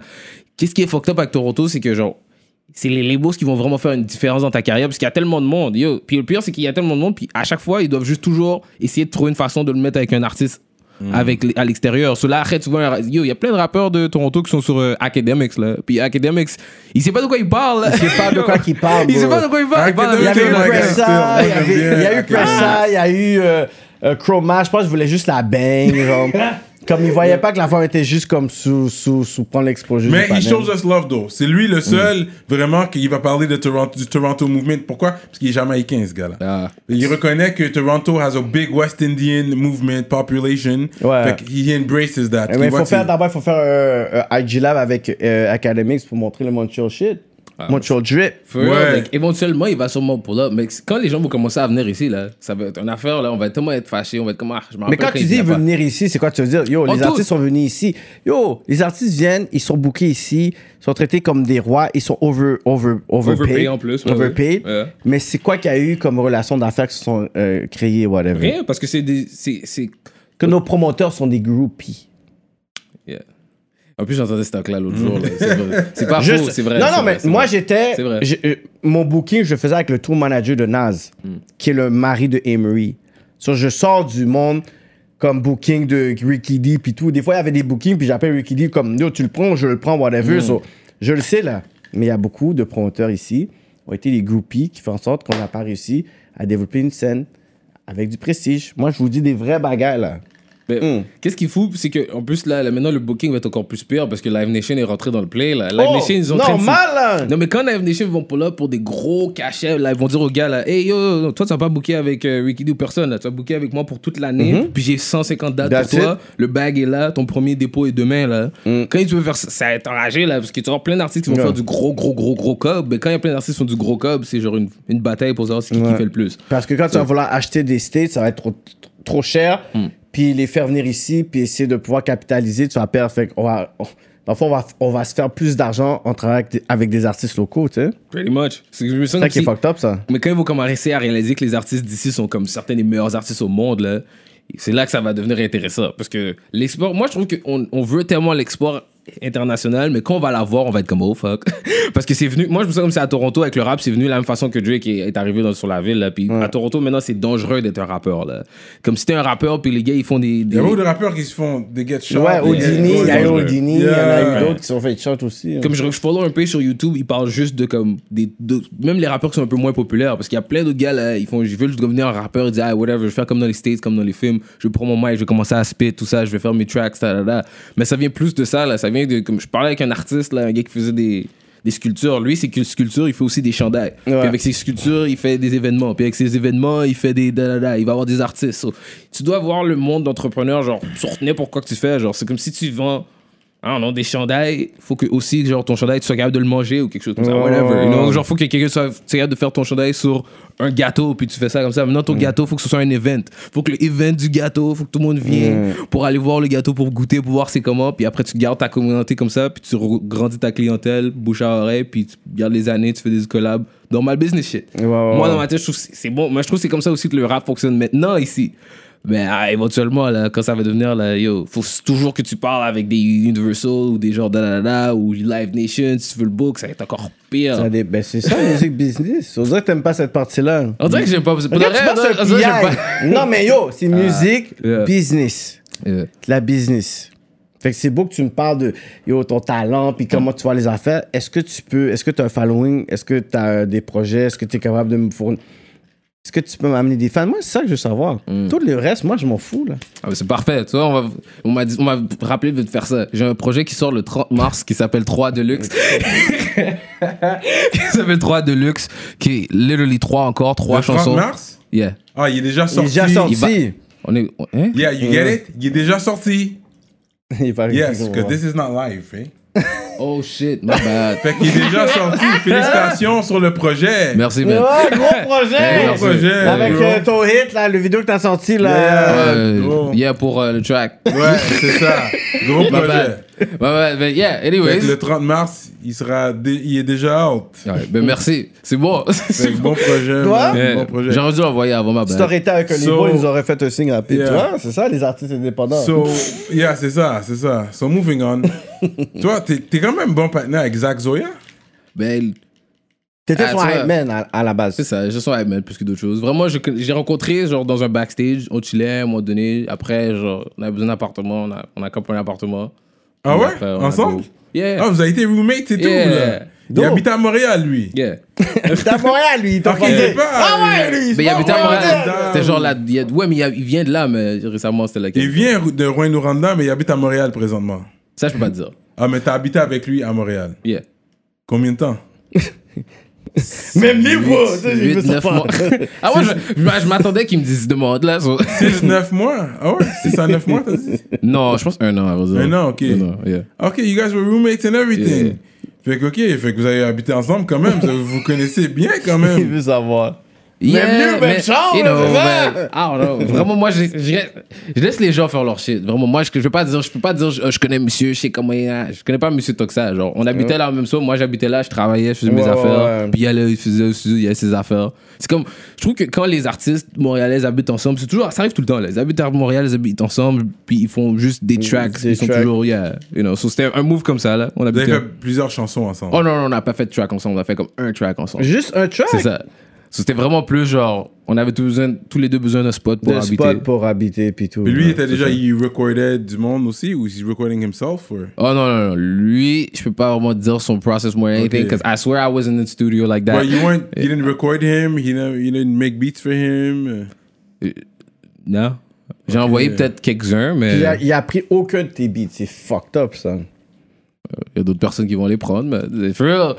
Speaker 3: qu'est-ce qui est fucked up avec Toronto, c'est que genre, c'est les labels qui vont vraiment faire une différence dans ta carrière parce qu'il y a tellement de monde. Yo. Puis le pire, c'est qu'il y a tellement de monde, puis à chaque fois, ils doivent juste toujours essayer de trouver une façon de le mettre avec un artiste avec les- à l'extérieur. Cela arrête souvent. un ra- Yo, il y a plein de rappeurs de Toronto qui sont sur euh, Academics là. Puis Academics, il sait pas de quoi il parle. Il
Speaker 2: sait pas de quoi qu'il parle,
Speaker 3: *laughs* il sait
Speaker 2: bro.
Speaker 3: pas de quoi il parle. Il parle
Speaker 2: Il y avait eu
Speaker 1: Academics,
Speaker 3: avec-
Speaker 2: Pressa, il y avait- il y a eu
Speaker 1: Academics.
Speaker 2: Pressa, il y a eu euh, euh, Chroma, je pense que je voulais juste la baigne, *laughs* genre. Comme il voyait pas que l'affaire était juste comme sous, sous, sous prendre l'exposure. Euh,
Speaker 1: Mais he shows us love, though. C'est lui
Speaker 2: Mm.
Speaker 1: le seul, vraiment, qui va parler de Toronto, du Toronto Movement. Pourquoi Parce qu'il est jamaïcain, ce gars-là.
Speaker 3: Ah.
Speaker 1: Il reconnaît que Toronto has a big West Indian movement population.
Speaker 2: Ouais.
Speaker 1: Fait que he embraces that.
Speaker 2: Mais
Speaker 1: Il
Speaker 2: il
Speaker 1: voit
Speaker 2: faut
Speaker 1: que
Speaker 2: faire
Speaker 1: c'est-
Speaker 2: d'abord, il faut faire euh, euh, IG Lab avec euh, Academics pour montrer le Montreal shit. Montreal drip.
Speaker 3: For real,
Speaker 1: Ouais.
Speaker 3: like, éventuellement, il va sûrement pull up. Mais quand les gens vont commencer à venir ici, là, ça va être une affaire, là, on va tellement être fâchés, on va être comme, ah, je m'en
Speaker 2: Mais
Speaker 3: rappelle
Speaker 2: quand tu
Speaker 3: il
Speaker 2: dis
Speaker 3: venait
Speaker 2: ils veulent
Speaker 3: pas.
Speaker 2: venir ici, c'est quoi tu veux dire? Yo,
Speaker 3: En
Speaker 2: les
Speaker 3: tout.
Speaker 2: artistes sont venus ici. Yo, les artistes viennent, ils sont bookés ici, ils sont traités comme des rois, ils sont over, over, overpaid.
Speaker 3: Overpaid en plus, ouais,
Speaker 2: Overpaid.
Speaker 3: ouais. Ouais.
Speaker 2: Mais c'est quoi qu'il y a eu comme relation d'affaires qui se sont euh, créées, whatever?
Speaker 3: Rien, parce que c'est des. c'est- c'est-
Speaker 2: Que nos promoteurs sont des groupies.
Speaker 3: yeah. En plus, j'entendais cette là l'autre jour. là, c'est
Speaker 2: *laughs*
Speaker 3: vrai. C'est pas faux, c'est vrai.
Speaker 2: Non,
Speaker 3: c'est
Speaker 2: non,
Speaker 3: vrai,
Speaker 2: mais
Speaker 3: c'est
Speaker 2: moi,
Speaker 3: vrai.
Speaker 2: j'étais.
Speaker 3: C'est vrai.
Speaker 2: j'ai- euh, Mon booking, je le faisais avec le tour manager de Naz,
Speaker 3: Hmm.
Speaker 2: qui est le mari de Emery. So, je sors du monde comme booking de Ricky D, puis tout. Des fois, il y avait des bookings, puis j'appelle Ricky D comme, yo, tu le prends, je le prends,
Speaker 3: Hmm.
Speaker 2: whatever. So, je le sais, là. Mais il y a beaucoup de promoteurs ici, ont été des groupies qui font en sorte qu'on n'a pas réussi à développer une scène avec du prestige. Moi, je vous dis des vrais bagailles, là.
Speaker 3: Mais
Speaker 2: Mm.
Speaker 3: Qu'est-ce qu'il faut, c'est que en plus là, là, maintenant le booking va être encore plus pire parce que Live Nation est rentré dans le play là. Live
Speaker 2: Oh,
Speaker 3: Nation ils ont
Speaker 2: normal,
Speaker 3: train de-
Speaker 2: hein.
Speaker 3: Non mais quand Live Nation vont pour là pour des gros cachets, là ils vont dire aux gars là, hey yo, toi tu vas pas booké avec euh, Ricky D ou personne, là. tu vas booké avec moi pour toute l'année, puis j'ai 150 dates
Speaker 2: Mhm. That's Mm.
Speaker 3: pour toi, le bag est là, ton premier dépôt est demain là. Quand ils veulent faire ça, ça va être enragé là parce que tu vas avoir plein d'artistes qui vont
Speaker 2: Ouais.
Speaker 3: faire du gros gros gros gros cob, mais quand il y a plein d'artistes qui font du gros cob, c'est genre une, une bataille pour savoir c'est qui, qui
Speaker 2: Ouais.
Speaker 3: fait le plus.
Speaker 2: Parce que quand tu vas vouloir acheter des states, ça va être trop, trop cher.
Speaker 3: Hmm.
Speaker 2: Puis les faire venir ici, puis essayer de pouvoir capitaliser, tu vas perdre. Fait qu'on va, on, parfois, on va, on va se faire plus d'argent en travaillant avec des, avec des artistes locaux, tu sais.
Speaker 3: Pretty much. C'est je me sens
Speaker 2: C'est ça qui est
Speaker 3: si-
Speaker 2: fucked up, ça.
Speaker 3: Mais quand ils vont commencer à réaliser que les artistes d'ici sont comme certains des meilleurs artistes au monde, là, c'est là que ça va devenir intéressant. Parce que l'export, moi je trouve qu'on on veut tellement l'export international, mais quand on va l'avoir, on va être comme oh fuck. *laughs* Parce que c'est venu, moi je me sens comme c'est à Toronto avec le rap, c'est venu de la même façon que Drake est, est arrivé dans- sur la ville. Là, puis à Toronto maintenant c'est dangereux d'être un rappeur. Là. Comme si t'es un rappeur, puis les gars ils font des.
Speaker 1: Il y
Speaker 3: des-
Speaker 1: a beaucoup de rappeurs qui se font des get shots.
Speaker 3: euh,
Speaker 2: ouais, Houdini,
Speaker 3: yeah,
Speaker 2: il y a eu
Speaker 3: yeah.
Speaker 2: Houdini, il y en a
Speaker 1: Yeah.
Speaker 2: eu d'autres qui sont fait shot aussi. hein.
Speaker 3: Comme je, je follow un peu sur YouTube, ils parlent juste de comme des de- même les rappeurs qui sont un peu moins populaires parce qu'il y a plein d'autres gars là, ils font je veux juste devenir un rappeur, ils disent ah whatever, je vais faire comme dans les states, comme dans les films, je prends mon mic, je vais commencer à spit tout ça, je vais faire mes tracks ta, ta, ta. Mais ça vient plus de ça là, ça vient de comme je parlais avec un artiste là, un gars qui faisait des des sculptures. Lui, ses cul- sculptures, il fait aussi des chandails.
Speaker 2: Ouais.
Speaker 3: Puis avec ses sculptures, il fait des événements. Puis avec ses événements, il fait des da, da, da. Il va avoir des artistes. So, tu dois voir le monde d'entrepreneurs, genre, soutenez pour quoi que tu fais. Genre, c'est comme si tu vends ah non, des chandails, faut que aussi, genre, ton chandail, tu sois capable de le manger ou quelque chose comme ça,
Speaker 2: Ouais,
Speaker 3: whatever.
Speaker 2: ouais,
Speaker 3: You know,
Speaker 2: ouais.
Speaker 3: genre, faut que quelqu'un soit tu sois capable de faire ton chandail sur un gâteau, puis tu fais ça comme ça. Maintenant,
Speaker 2: Mm.
Speaker 3: ton gâteau, faut que ce soit un event. Faut que le event du gâteau, faut que tout le monde vienne
Speaker 2: Mm.
Speaker 3: pour aller voir le gâteau, pour goûter, pour voir c'est comment. Puis après, tu gardes ta communauté comme ça, puis tu re- grandis ta clientèle, bouche à oreille, puis tu gardes les années, tu fais des collabs. Normal business shit.
Speaker 2: ouais,
Speaker 3: Moi,
Speaker 2: ouais.
Speaker 3: dans ma tête, je trouve que c'est c'est bon. Moi, je trouve que c'est comme ça aussi que le rap fonctionne maintenant ici. Mais ah, éventuellement, là, quand ça va devenir, là, yo, faut s- toujours que tu parles avec des Universal ou des genre da ou Live Nation, si tu veux le book, ça va être encore pire.
Speaker 2: Ça dé- Ben, c'est ça, la musique business. On dirait que t'aimes pas cette partie-là.
Speaker 3: On dirait que j'aime pas. Pour de
Speaker 2: Regarde,
Speaker 3: vrai,
Speaker 2: tu passes
Speaker 3: non,
Speaker 2: un
Speaker 3: on dirait que j'aime Ah,
Speaker 2: PI. Non, mais yo, c'est musique,
Speaker 3: yeah.
Speaker 2: business.
Speaker 3: pas. Euh,
Speaker 2: La business. Fait que c'est beau que tu me parles de yo, ton talent, puis comment tu vois les affaires. Est-ce que tu peux, est-ce que tu as un following, est-ce que tu as des projets, est-ce que tu es capable de me fournir. Est-ce que tu peux m'amener des fans? Moi, c'est ça que je veux savoir. Tout le reste, moi, je m'en fous, là.
Speaker 3: Ah, mais c'est parfait, tu vois, on va- on m'a dit- on m'a rappelé de faire ça. J'ai un projet qui sort le 30 mars qui s'appelle 3 Deluxe. *laughs* qui s'appelle 3 Deluxe, qui est literally 3 encore, 3
Speaker 1: Le 30
Speaker 3: chansons.
Speaker 1: mars
Speaker 3: Yeah.
Speaker 1: Ah, il est déjà
Speaker 2: Il est
Speaker 1: sorti.
Speaker 2: déjà
Speaker 3: il va-
Speaker 2: sorti.
Speaker 3: On est. on- hein?
Speaker 1: Yeah, you get it? Il est déjà sorti.
Speaker 2: Il va arriver.
Speaker 1: Yes, because this is not live, eh?
Speaker 3: Oh shit, my bad.
Speaker 1: Fait qu'il est déjà sorti. Félicitations sur le projet.
Speaker 3: Merci,
Speaker 2: Ouais,
Speaker 3: man.
Speaker 2: gros projet!
Speaker 3: Ouais,
Speaker 1: Gros projet.
Speaker 2: Avec
Speaker 1: bro.
Speaker 2: euh, ton hit, là, le vidéo que t'as sorti, là.
Speaker 1: Yeah.
Speaker 3: Euh,
Speaker 1: Gros.
Speaker 3: yeah, pour euh, le track.
Speaker 1: Ouais, c'est ça. Gros
Speaker 3: My
Speaker 1: projet.
Speaker 3: bad. My bad, but yeah,
Speaker 1: Fait
Speaker 3: anyways.
Speaker 1: que le 30 mars, il sera, dé- il est déjà out.
Speaker 3: Ouais, ben merci, c'est
Speaker 1: *laughs*
Speaker 3: bon.
Speaker 1: Fait
Speaker 3: C'est
Speaker 1: que
Speaker 3: bon.
Speaker 1: bon projet,
Speaker 2: Toi?
Speaker 1: man,
Speaker 3: Yeah.
Speaker 1: bon projet.
Speaker 3: J'aurais dû l'envoyer avant ma
Speaker 2: Si
Speaker 3: bad.
Speaker 2: t'aurais été avec un
Speaker 1: So-
Speaker 2: niveau, ils nous auraient fait un signe rapide.
Speaker 1: Yeah.
Speaker 2: Tu vois, c'est ça, les artistes indépendants.
Speaker 1: So, yeah, c'est ça, c'est ça. So,
Speaker 3: *laughs*
Speaker 1: moving on. Toi, t'es t'es quand même bon partenaire avec Zach Zoya.
Speaker 3: Ben,
Speaker 2: T'étais
Speaker 3: Ah,
Speaker 2: son
Speaker 3: tu vois.
Speaker 2: hype man à, à la base.
Speaker 3: C'est ça, je suis un man plus que d'autres choses. Vraiment, je- j'ai rencontré genre dans un backstage, on chillait à un moment donné. Après, genre, on a besoin d'un appartement, on a, on a compris un appartement.
Speaker 1: Ah
Speaker 3: Puis
Speaker 1: ouais?
Speaker 3: après, on a
Speaker 1: Ensemble?
Speaker 3: beau- Yeah.
Speaker 1: Ah, vous avez été roommates et
Speaker 3: Yeah.
Speaker 1: tout, là. Il
Speaker 2: Donc.
Speaker 1: habite à Montréal, lui.
Speaker 3: Yeah.
Speaker 2: T'es à Montréal, lui. T'as
Speaker 1: Ok, c'est pas.
Speaker 2: Ah ouais,
Speaker 1: lui.
Speaker 2: lui.
Speaker 3: Mais il habitait à Montréal.
Speaker 1: ouais,
Speaker 3: C'était genre là. il y a- Ouais, mais il y a- il vient de là, mais récemment, c'était la
Speaker 1: Il vient de Rouen-Noranda, mais il habite à Montréal présentement.
Speaker 3: Ça, je peux pas te dire.
Speaker 1: Ah, mais t'as habité avec lui à Montréal. *laughs*
Speaker 3: Yeah.
Speaker 1: Combien
Speaker 3: *laughs*
Speaker 1: de temps?
Speaker 2: Même les voix. tu sais, je veux
Speaker 3: 8, 9
Speaker 2: savoir.
Speaker 3: mois. *laughs* Ah ouais, je, je- je m'attendais qu'il me dise demande là. so-
Speaker 1: 6, 9 mois? Ah ouais? 6 à 9 mois, t'as dit?
Speaker 3: *laughs* non, je pense un an. à vrai dire.
Speaker 1: Un an, ok.
Speaker 3: Un an, yeah.
Speaker 1: Ok, you guys were roommates and everything. Fait que, ok, fait que vous avez habité ensemble quand même. vous vous connaissez bien quand
Speaker 2: *laughs* Il
Speaker 1: même.
Speaker 2: veut savoir.
Speaker 3: Yeah,
Speaker 2: mieux, même chambre,
Speaker 3: you know,
Speaker 2: c'est ça.
Speaker 3: man, I don't know. Vraiment, moi, je, je- je laisse les gens faire leur shit. Vraiment, moi, je, je, veux pas dire, je peux pas dire, oh, je, je connais monsieur, je sais comment il est. Je connais pas monsieur Toxa. Genre, on habitait là en même temps. Moi, j'habitais là, je travaillais, je faisais mes
Speaker 2: Ouais, ouais,
Speaker 3: affaires.
Speaker 2: ouais.
Speaker 3: Puis il allait, il faisait aussi- il y a ses affaires. C'est comme, je trouve que quand les artistes montréalais habitent ensemble, c'est toujours, ça arrive tout le temps. Là. Ils habitent à Montréal, ils habitent ensemble, puis ils font juste des tracks.
Speaker 2: des
Speaker 3: ils sont
Speaker 2: tracks.
Speaker 3: toujours, yeah, you know. So, c'était un move comme ça, là. On
Speaker 1: Vous avez
Speaker 3: habitait.
Speaker 1: fait plusieurs chansons ensemble.
Speaker 3: Oh non, non, on n'a pas fait de track ensemble. On a fait comme un track ensemble.
Speaker 2: Juste un track.
Speaker 3: C'est ça. So, C'était vraiment plus genre, on avait tous, besoin, tous les deux besoin d'un spot pour
Speaker 2: De
Speaker 3: habiter.
Speaker 2: spot pour habiter, puis tout.
Speaker 1: Puis lui, il
Speaker 2: Ouais.
Speaker 1: était déjà, il recordait du monde aussi, ou il recording himself? Or?
Speaker 3: Oh non, non, non. Lui, je peux pas vraiment dire son process more than anything, because I swear I wasn't in the studio like that.
Speaker 1: But you weren't, you didn't record him, he didn't, you didn't make beats for him.
Speaker 3: Non. J'ai envoyé peut-être quelques-uns, mais il
Speaker 2: Il a,
Speaker 3: y
Speaker 2: il a pris aucun de tes beats. C'est fucked up, ça.
Speaker 3: a d'autres personnes qui vont les prendre, mais for real.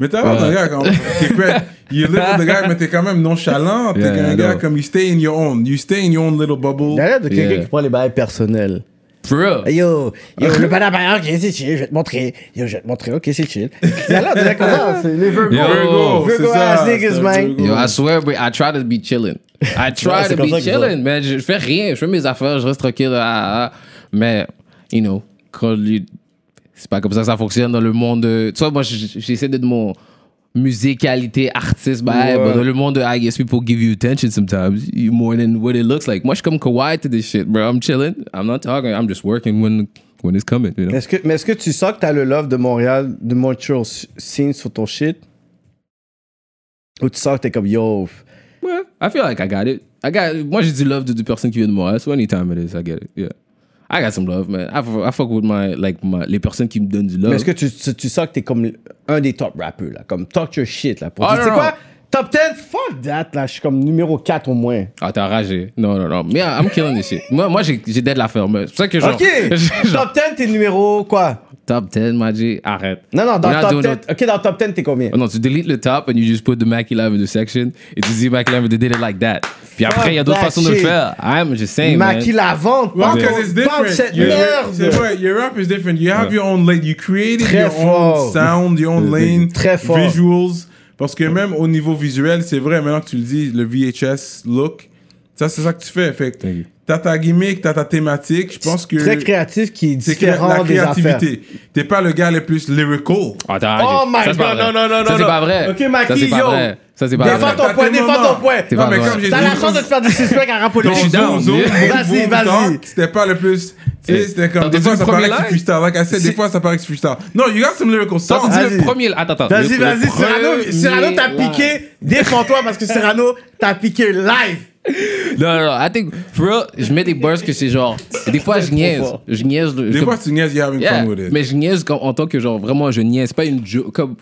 Speaker 1: Mais t'as l'air d'un gars quand t'es prêt. You live with the guy, mais t'es quand même nonchalant. T'es
Speaker 3: Yeah,
Speaker 1: un
Speaker 3: I
Speaker 1: gars
Speaker 3: know.
Speaker 1: comme you stay in your own, you stay in your own little bubble.
Speaker 2: Il a l'air de quelqu'un
Speaker 3: Yeah.
Speaker 2: qui prend les bails personnels.
Speaker 3: For real.
Speaker 2: Yo, yo, le panama, ok, c'est chill, je vais te montrer. Yo, je vais te montrer, ok, c'est chill. Il a l'air de comme ça, c'est les Virgo.
Speaker 3: Yo.
Speaker 1: Virgo, c'est
Speaker 2: Virgo
Speaker 1: ça.
Speaker 2: ass niggas,
Speaker 1: c'est un
Speaker 2: man.
Speaker 1: Virgo.
Speaker 3: Yo, I swear, but I try to be chilling.
Speaker 2: *laughs*
Speaker 3: I
Speaker 2: Ouais,
Speaker 3: try
Speaker 2: c'est
Speaker 3: to
Speaker 2: comme ça
Speaker 3: be
Speaker 2: qu'il faut.
Speaker 3: chilling, mais je, je fais rien. Je fais mes affaires, je reste tranquille. ah, ah, ah. Mais, you know, quand les- c'est pas comme ça que ça fonctionne dans le monde. euh, Tu vois, moi, j- j'essaie d'être mon musicalité, artiste, bah, hey,
Speaker 2: Ouais.
Speaker 3: but dans le monde de I guess people give you attention sometimes, you- more than what it looks like. Moi, je suis comme Kawhi to this shit, bro. I'm chilling. I'm not talking. I'm just working when, when it's coming, you know.
Speaker 2: Est-ce que, mais est-ce que tu sens que t'as le love de Montréal, de Montreal scene sur ton shit? Ou tu sens que t'es comme yo? f-
Speaker 3: Ouais, I feel like I got it. I got. Moi, j'ai du love de deux personnes qui viennent de Montréal, so anytime it is, I get it. Yeah. I got some love, man. I, f- I fuck with my, like, my, les personnes qui me donnent du love.
Speaker 2: Mais est-ce que tu, tu, tu sens que t'es comme un des top rappers, là? Comme talk your shit, là. Pour
Speaker 3: Ah,
Speaker 2: dire,
Speaker 3: non,
Speaker 2: tu sais
Speaker 3: non.
Speaker 2: quoi? Top 10, fuck that, là. Je suis comme numéro 4 au moins.
Speaker 3: Ah, t'as ragé. Non, non, non. Mais yeah, I'm killing this shit. Moi, moi j'ai j'ai dead la ferme. C'est pour ça que genre.
Speaker 2: Ok!
Speaker 3: *laughs* genre,
Speaker 2: top 10, t'es numéro quoi?
Speaker 3: top 10, Maji, arrête.
Speaker 2: Non, non, dans
Speaker 3: We're not
Speaker 2: le
Speaker 3: doing
Speaker 2: top 10. Ok, dans le top 10, t'es combien?
Speaker 3: Oh non, tu deletes le top and you just put the Macky Love in the section et tu dis Macky Love they did it like that. Puis après, il y a d'autres
Speaker 2: that
Speaker 3: façons de le
Speaker 2: shit.
Speaker 3: faire. I'm just saying,
Speaker 2: Maquis
Speaker 3: man.
Speaker 2: la vente,
Speaker 1: Well,
Speaker 2: pas
Speaker 1: because it's
Speaker 2: ton- pas de cette
Speaker 1: different. Your,
Speaker 2: merde!
Speaker 1: c'est vrai, your rap is different. You have your own lane. You created
Speaker 2: Très
Speaker 1: your
Speaker 2: fort.
Speaker 1: own sound, your own lane.
Speaker 2: Très fort.
Speaker 1: Visuals. Parce que même au niveau visuel, c'est vrai, maintenant que tu le dis, le VHS look, ça, c'est ça que tu fais. Fait que
Speaker 3: Thank you.
Speaker 1: t'as ta gimmick, t'as ta thématique. Je pense que
Speaker 2: Très créatif qui est
Speaker 1: c'est cré- la
Speaker 2: différent des affaires.
Speaker 1: créativité. T'es pas le gars le plus lyrical.
Speaker 3: Oh, t'as
Speaker 2: Oh
Speaker 3: ragé. Ça,
Speaker 2: my
Speaker 3: c'est
Speaker 2: God,
Speaker 3: pas vrai.
Speaker 2: non, non, non,
Speaker 3: Ça,
Speaker 2: non,
Speaker 3: c'est
Speaker 2: non.
Speaker 3: pas vrai.
Speaker 2: Ok,
Speaker 3: Ça,
Speaker 2: Macky,
Speaker 3: c'est pas
Speaker 2: yo,
Speaker 3: vrai. Ça, c'est pas
Speaker 1: Défends
Speaker 3: vrai.
Speaker 2: Défends ton
Speaker 1: t'as
Speaker 2: point,
Speaker 1: tellement
Speaker 2: défends
Speaker 1: marre.
Speaker 2: ton point.
Speaker 3: T'es
Speaker 1: Non, mais
Speaker 3: pas
Speaker 1: comme
Speaker 3: vrai.
Speaker 1: j'ai
Speaker 2: T'as
Speaker 1: dit-
Speaker 2: la chance de te faire du
Speaker 3: *laughs*
Speaker 2: suspect en rap
Speaker 1: Donc,
Speaker 3: Je suis
Speaker 2: politique.
Speaker 3: dans- down.
Speaker 1: zoom, zoom,
Speaker 2: Vas-y,
Speaker 1: boom, boom,
Speaker 2: vas-y.
Speaker 1: talk, C'était pas le plus. tu sais, C'était comme.
Speaker 3: T'as
Speaker 1: Des fois,
Speaker 3: entendu
Speaker 1: ça
Speaker 3: le
Speaker 1: paraît que
Speaker 3: premier
Speaker 1: c'est
Speaker 3: live
Speaker 1: freestyle. Like I said, des
Speaker 3: C'est-
Speaker 1: fois, ça paraît que c'est freestyle. Non, you got some lyrical
Speaker 3: Attends,
Speaker 1: songs.
Speaker 3: dis
Speaker 2: Vas-y.
Speaker 3: le premier. Attends, attends.
Speaker 2: Vas-y,
Speaker 3: Le- le
Speaker 2: vas-y, Cyrano,
Speaker 3: premier
Speaker 2: Cyrano t'as
Speaker 3: live.
Speaker 2: piqué, défends-toi parce que Cyrano t'as piqué live.
Speaker 3: Non, non, non. I think, for real, je mets des bars que c'est genre. Des fois, je niaise.
Speaker 2: fort.
Speaker 3: Je niaise. de-
Speaker 1: Des
Speaker 3: comme-
Speaker 1: fois, tu niaises, you're having
Speaker 3: Yeah,
Speaker 1: fun with it.
Speaker 3: Mais je niaise comme, en tant que genre, vraiment, je niaise. Pas une jo- comme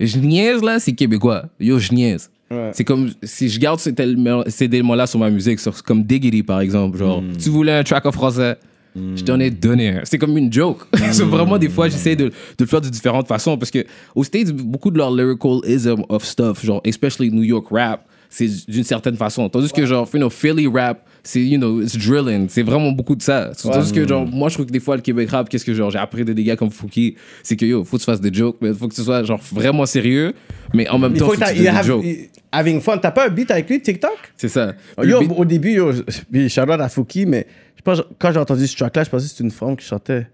Speaker 3: Je niaise là, c'est québécois. Yo, je niaise. C'est comme si je garde cet élément- cet élément-là sur ma musique, sur- comme Diggity par exemple. Genre,
Speaker 1: Mm.
Speaker 3: tu voulais un track en français, je t'en ai donné un. C'est comme une joke. *laughs* C'est
Speaker 1: Mm.
Speaker 3: vraiment des fois, j'essaie de, de le faire de différentes façons parce que aux States, beaucoup de leur lyricalism of stuff, genre, especially New York rap, c'est d'une certaine façon. Tandis que genre, you know, Philly rap, c'est, you know, it's drilling. C'est vraiment beaucoup de ça. Tandis que
Speaker 2: Mm.
Speaker 3: genre, moi, je trouve que des fois, le Québec rap, qu'est-ce que genre, j'ai appris de des gars comme Fouki, c'est que yo, faut que tu fasses des jokes, mais faut que tu sois genre vraiment sérieux, mais en même
Speaker 2: Il
Speaker 3: temps,
Speaker 2: faut
Speaker 3: faut
Speaker 2: que
Speaker 3: que tu
Speaker 2: t'as.
Speaker 3: fasses des
Speaker 2: have-
Speaker 3: jokes.
Speaker 2: Having fun, t'as pas un beat avec lui, TikTok?
Speaker 3: C'est ça.
Speaker 2: Oh, Yo,
Speaker 3: Le beat-
Speaker 2: au début, yo, je- puis Charlotte à Fouki, mais je pense, quand j'ai entendu ce track-là, je pensais que c'était une femme qui chantait.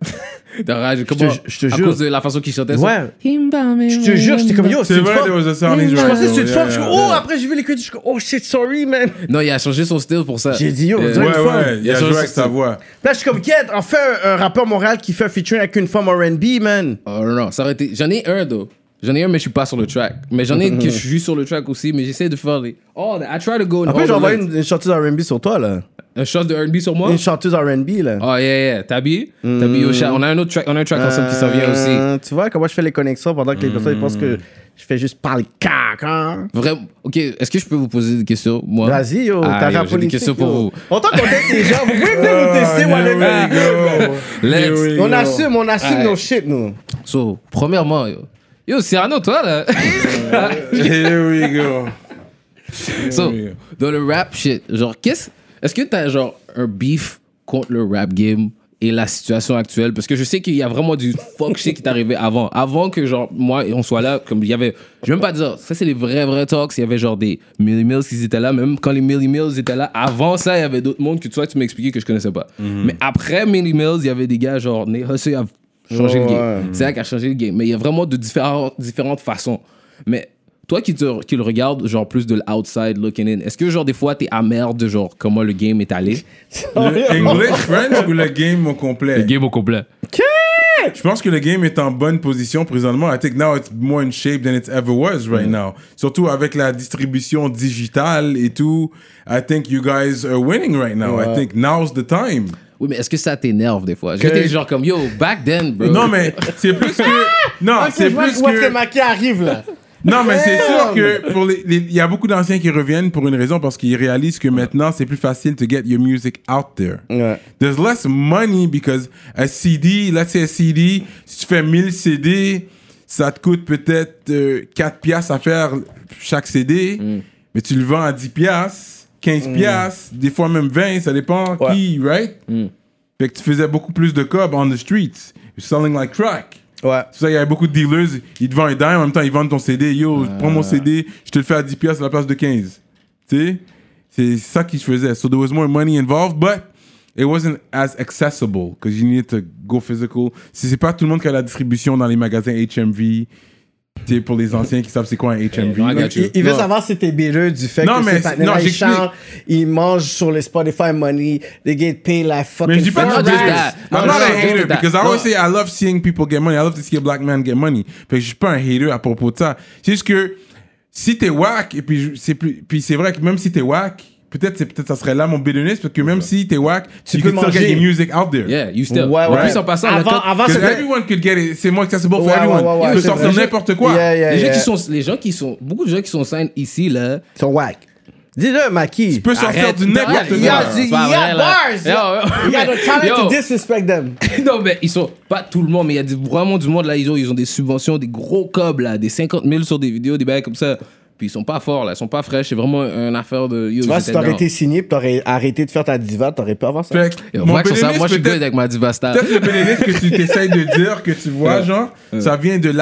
Speaker 3: de rage, comment-
Speaker 2: ju- je te
Speaker 3: à
Speaker 2: jure.
Speaker 3: cause de la façon qu'il chantait. ça.
Speaker 2: Ouais. Je te jure, j'étais comme yo, c'est
Speaker 1: C'est
Speaker 2: une
Speaker 1: vrai, there
Speaker 2: femme.
Speaker 1: was a sound in
Speaker 2: Je
Speaker 1: your
Speaker 2: pensais que c'était une
Speaker 1: yeah,
Speaker 2: femme. Je suis
Speaker 1: yeah,
Speaker 2: comme, oh,
Speaker 1: yeah.
Speaker 2: après j'ai vu les critiques, je suis comme, oh shit, sorry, man.
Speaker 3: Non, il a changé son style pour ça. Euh,
Speaker 2: J'ai dit, yo, on dirait-
Speaker 3: ouais.
Speaker 1: Ouais,
Speaker 2: fun.
Speaker 1: ouais, il a
Speaker 3: Ça,
Speaker 1: joué
Speaker 3: c'est-
Speaker 1: avec sa voix.
Speaker 2: Là, je suis comme, get, enfin, un rappeur Montréal qui fait un featuring avec une femme RB, man.
Speaker 3: Oh, non, non, ça aurait été. J'en ai un, though. J'en ai un, mais je suis pas sur le track. Mais j'en ai
Speaker 2: *laughs*
Speaker 3: que je suis sur le track aussi, mais j'essaie de faire des. Oh, I try to go. in
Speaker 2: Après,
Speaker 3: all
Speaker 2: j'ai
Speaker 3: the
Speaker 2: envoyé
Speaker 3: lines.
Speaker 2: une, une chanteuse RB sur toi, là.
Speaker 3: Un shot de RB sur moi.
Speaker 2: Une chanteuse RB, là.
Speaker 3: Oh, yeah, yeah. Tabi. Tabi, au chat. On a un autre track, on a un track ensemble Ah, qui s'en vient aussi.
Speaker 2: Hmm. Euh, Tu vois comment je fais les connexions pendant que les personnes ils pensent que je fais juste parler caca.
Speaker 3: Vraiment. Ok, est-ce que je peux vous poser des questions, moi
Speaker 2: Vas-y, yo,
Speaker 3: Ah,
Speaker 2: t'as
Speaker 3: yo,
Speaker 2: rap
Speaker 3: J'ai des
Speaker 2: politique,
Speaker 3: questions pour
Speaker 2: yo.
Speaker 3: vous.
Speaker 2: Autant qu'on teste les gens, vous pouvez venir nous tester,
Speaker 1: Ah,
Speaker 2: whatever.
Speaker 1: there
Speaker 3: *laughs*
Speaker 1: we go.
Speaker 3: Let's-
Speaker 1: Here we
Speaker 2: On
Speaker 1: go.
Speaker 2: assume, on assume
Speaker 3: Ouais.
Speaker 2: nos shit, nous.
Speaker 3: So, premièrement, yo. Yo, Cyrano, toi, là.
Speaker 2: *laughs*
Speaker 1: Here we go.
Speaker 3: So,
Speaker 1: Oui.
Speaker 3: dans le rap shit, genre, qu'est-ce. Est-ce que t'as, genre, un beef contre le rap game et la situation actuelle? Parce que je sais qu'il y a vraiment du fuck shit qui est arrivé avant. Avant que, genre, moi, et on soit là, comme il y avait. Je vais même pas dire, ça, c'est les vrais, vrais talks. Il y avait, genre, des Millie Mills qui étaient là. Même quand les Millie Mills étaient là, avant ça, il y avait d'autres mondes que toi, tu m'expliquais que je connaissais pas.
Speaker 1: Mhm.
Speaker 3: Mais après Millie Mills, il y avait des gars, genre, Nate Hussey a changé
Speaker 2: Ouais,
Speaker 3: le
Speaker 2: ouais.
Speaker 3: game. C'est ça qui a changé le game. Mais il y a vraiment de différentes, différentes façons. Mais toi qui, te- qui le regardes, genre plus de l'outside looking in, est-ce que genre des fois t'es amer de genre comment le game est allé
Speaker 1: Le English, French ou le game au complet?
Speaker 3: game au complet.
Speaker 1: Je pense que le game est en bonne position présentement. I think now it's more in shape than it ever was
Speaker 3: Mm.
Speaker 1: right now. Surtout avec la distribution digitale et tout. I think you guys are winning right now. I think now's the time.
Speaker 3: Oui, mais est-ce que ça t'énerve des fois J'étais genre comme yo, back then, bro.
Speaker 1: Non, mais c'est plus que. Non,
Speaker 2: Ah! Ok,
Speaker 1: c'est
Speaker 2: je vois
Speaker 1: plus
Speaker 2: où est-ce
Speaker 1: que.
Speaker 2: que Maki arrive, là.
Speaker 1: Non, mais c'est sûr
Speaker 2: Damn.
Speaker 1: que pour les, les- il y a beaucoup d'anciens qui reviennent pour une raison parce qu'ils réalisent que maintenant c'est plus facile to get your music out there.
Speaker 2: Ouais.
Speaker 1: There's less money because a CD, let's say a CD, si tu fais 1000 CD, ça te coûte peut-être euh, 4 piastres à faire chaque CD,
Speaker 2: Mm.
Speaker 1: mais tu le vends à 10 piastres, 15 piastres, des fois même 20, ça dépend
Speaker 2: Ouais. Mm.
Speaker 1: qui, right? Fait que tu faisais beaucoup plus de cob on the streets. You're selling like crack.
Speaker 2: Ouais.
Speaker 1: C'est pour ça qu'il y avait beaucoup de dealers, ils te vendent un dime, en même temps ils vendent ton CD. Yo, prends
Speaker 3: Ah.
Speaker 1: mon CD, je te le fais à 10 piastres à la place de 15. Tu sais? C'est ça qu'ils faisaient. So there was more money involved, but it wasn't as accessible because you needed to go physical. Si c'est pas tout le monde qui a la distribution dans les magasins HMV, tu sais, pour les anciens qui savent c'est quoi un HMV.
Speaker 3: non, I got
Speaker 2: Il,
Speaker 3: you.
Speaker 2: il veut
Speaker 1: Non.
Speaker 2: savoir si t'es béreux du fait
Speaker 1: Non,
Speaker 2: que
Speaker 1: mais-
Speaker 2: ces partenaires-là,
Speaker 1: non,
Speaker 2: ils
Speaker 1: j'explique.
Speaker 2: chantent, ils mangent sur les Spotify money, they get paid like fucking
Speaker 1: Mais je dis pas
Speaker 3: Not
Speaker 1: que
Speaker 2: fat
Speaker 3: just
Speaker 2: rats.
Speaker 3: that.
Speaker 1: I'm
Speaker 3: No,
Speaker 1: not
Speaker 3: no,
Speaker 1: a
Speaker 3: just
Speaker 1: hater
Speaker 3: that.
Speaker 1: because I always
Speaker 3: No.
Speaker 1: say I love seeing people get money. I love to see a black man get money. Fait que je suis pas un hater à propos de ça. C'est juste que si t'es whack et puis je- c'est plus, puis c'est vrai que même si t'es whack, peut-être c'est peut-être ça serait là mon bédonniste parce que même si t'es whack, tu
Speaker 2: peux
Speaker 1: peux still get
Speaker 2: manger.
Speaker 1: your music out there.
Speaker 3: Yeah, you still.
Speaker 2: Ouais,
Speaker 3: En
Speaker 2: ouais.
Speaker 3: plus, en passant, le
Speaker 2: Avant-
Speaker 3: code-
Speaker 2: avant,
Speaker 1: Because
Speaker 2: c'était-
Speaker 1: everyone could get it. C'est more accessible for
Speaker 2: Ouais, ouais,
Speaker 1: everyone.
Speaker 2: ouais, ouais,
Speaker 1: tu peux
Speaker 2: c'est
Speaker 1: sortir
Speaker 2: vrai.
Speaker 1: n'importe quoi.
Speaker 2: Yeah, yeah,
Speaker 3: les, gens
Speaker 2: yeah.
Speaker 3: qui sont, les gens qui sont. Beaucoup de gens qui sont sign ici, là.
Speaker 2: Ils sont whack. Dis-le, Maki.
Speaker 1: Tu peux sortir
Speaker 3: arrêtent.
Speaker 1: du n'importe
Speaker 3: Il
Speaker 2: Il y a,
Speaker 3: Ouais,
Speaker 2: du-
Speaker 3: c'est
Speaker 1: quoi.
Speaker 2: il y
Speaker 3: pas vrai,
Speaker 2: a
Speaker 3: là.
Speaker 2: bars.
Speaker 3: Yo,
Speaker 2: Il y a le talent
Speaker 3: yo.
Speaker 2: to disrespect them.
Speaker 3: non, mais ils sont. Pas tout le monde, mais il y a du- vraiment du monde, là. Ils ont, ils ont des subventions, des gros cobs, là. Des 50 000 sur des vidéos, des bails comme ça. Puis ils sont pas forts, là. Ils sont pas fraîches. C'est vraiment une affaire de. Yo,
Speaker 2: Tu vois,
Speaker 3: ils
Speaker 2: si
Speaker 3: étaient
Speaker 2: t'aurais
Speaker 3: down.
Speaker 2: été signé pis t'aurais arrêté de faire ta diva, t'aurais pas avoir ça.
Speaker 1: Fait que
Speaker 3: Yo,
Speaker 1: mon
Speaker 3: moi, je suis ça-
Speaker 1: bédonniste,
Speaker 3: moi, je suis good
Speaker 1: peut-être-
Speaker 3: avec ma diva star.
Speaker 1: Peut-être le bénéfice que tu t'essayes de dire, que tu vois, genre, ça vient de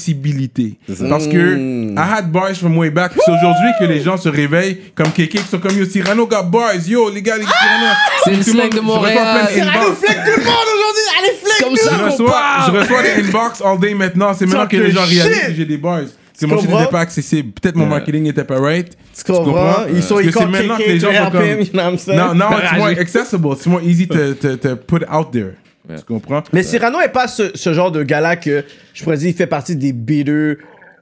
Speaker 1: l'accessibilité. Parce que I had boys from way back. puis C'est aujourd'hui que les gens se réveillent comme Kéké, qui sont comme Yo, Cyrano got boys. Yo, les gars, les Cyrano.
Speaker 3: C'est le
Speaker 1: Tout
Speaker 3: slang
Speaker 1: monde-
Speaker 3: de
Speaker 1: je reçois plein
Speaker 3: Montréal.
Speaker 1: de
Speaker 2: Allez,
Speaker 1: inbox.
Speaker 2: flic tout le monde aujourd'hui! Allez,
Speaker 3: *laughs*
Speaker 2: flic!
Speaker 3: Comme
Speaker 1: Je
Speaker 3: ça qu'on
Speaker 1: reçois,
Speaker 3: parle.
Speaker 1: je reçois des inbox all day maintenant. C'est maintenant que
Speaker 2: Talk
Speaker 1: les gens
Speaker 2: your
Speaker 1: réalisent
Speaker 2: shit.
Speaker 1: que j'ai des boys. C'est mon shit
Speaker 2: Comprends?
Speaker 1: n'était pas accessible. Peut-être mon marketing n'était pas right.
Speaker 2: Tu comprends? Ils sont-
Speaker 1: Parce
Speaker 2: ils
Speaker 1: que c'est
Speaker 2: can't
Speaker 1: maintenant
Speaker 2: kick
Speaker 1: que les
Speaker 2: it,
Speaker 1: gens
Speaker 2: they
Speaker 1: sont
Speaker 2: help him, you know what I'm
Speaker 1: comme.
Speaker 2: saying?
Speaker 1: Non, non, it's more accessible. It's more easy to, to, to put out there. Tu comprends?
Speaker 2: Mais Cyrano est pas ce, ce genre de gars-là que je pourrais dire, il fait partie des bitter,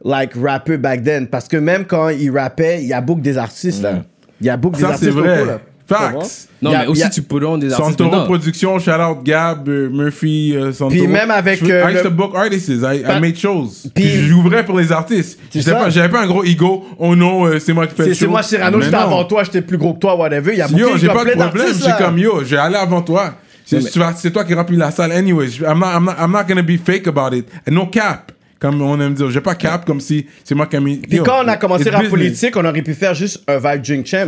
Speaker 2: like, rappers back then. Parce que même quand il rappait, il y a beaucoup des artistes, là. Il y a beaucoup des
Speaker 1: Ça, c'est
Speaker 2: artistes.
Speaker 1: vrai.
Speaker 2: locaux, là. Tu comprends?
Speaker 1: Facts.
Speaker 3: Non,
Speaker 2: Il y a-
Speaker 3: mais aussi,
Speaker 2: il y a-
Speaker 3: tu peux des artistes.
Speaker 1: Santoro
Speaker 3: dedans.
Speaker 1: Productions, shout out Gab, euh, Murphy, euh, Santoro.
Speaker 2: Puis même avec,
Speaker 1: Je fais-
Speaker 2: euh,
Speaker 1: I used to
Speaker 2: le-
Speaker 1: book artists, I, I
Speaker 2: Pat-
Speaker 1: made shows.
Speaker 2: Puis-
Speaker 1: Puis j'ouvrais pour les artistes.
Speaker 2: C'est
Speaker 1: J'étais
Speaker 2: ça.
Speaker 1: pas- J'avais pas, un gros ego, oh non, euh, c'est moi qui fais le
Speaker 2: C'est
Speaker 1: show.
Speaker 2: c'est moi, Cyrano,
Speaker 1: Mais
Speaker 2: j'étais
Speaker 1: non.
Speaker 2: avant toi, j'étais plus gros que toi, whatever. Il y a beaucoup
Speaker 1: Yo, j'ai
Speaker 2: il y a
Speaker 1: pas de
Speaker 2: plein
Speaker 1: problème,
Speaker 2: d'artistes,
Speaker 1: j'ai
Speaker 2: là.
Speaker 1: comme yo, j'ai allé avant toi. C'est tu vas- c'est toi qui remplis la salle anyways. I'm not, I'm not, I'm not gonna be fake about it. No cap. Comme on aime dire, j'ai pas cap comme si c'est moi qui ai mis.
Speaker 2: Puis
Speaker 1: Yo,
Speaker 2: quand on a commencé
Speaker 1: it's
Speaker 2: la
Speaker 1: business.
Speaker 2: politique, on aurait pu faire juste un vibe drink champ.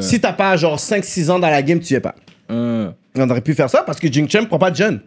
Speaker 2: Si t'as pas genre 5-6 ans dans la game, tu y es pas.
Speaker 3: Euh,
Speaker 2: On aurait pu faire ça parce que drink champ prend pas de jeunes.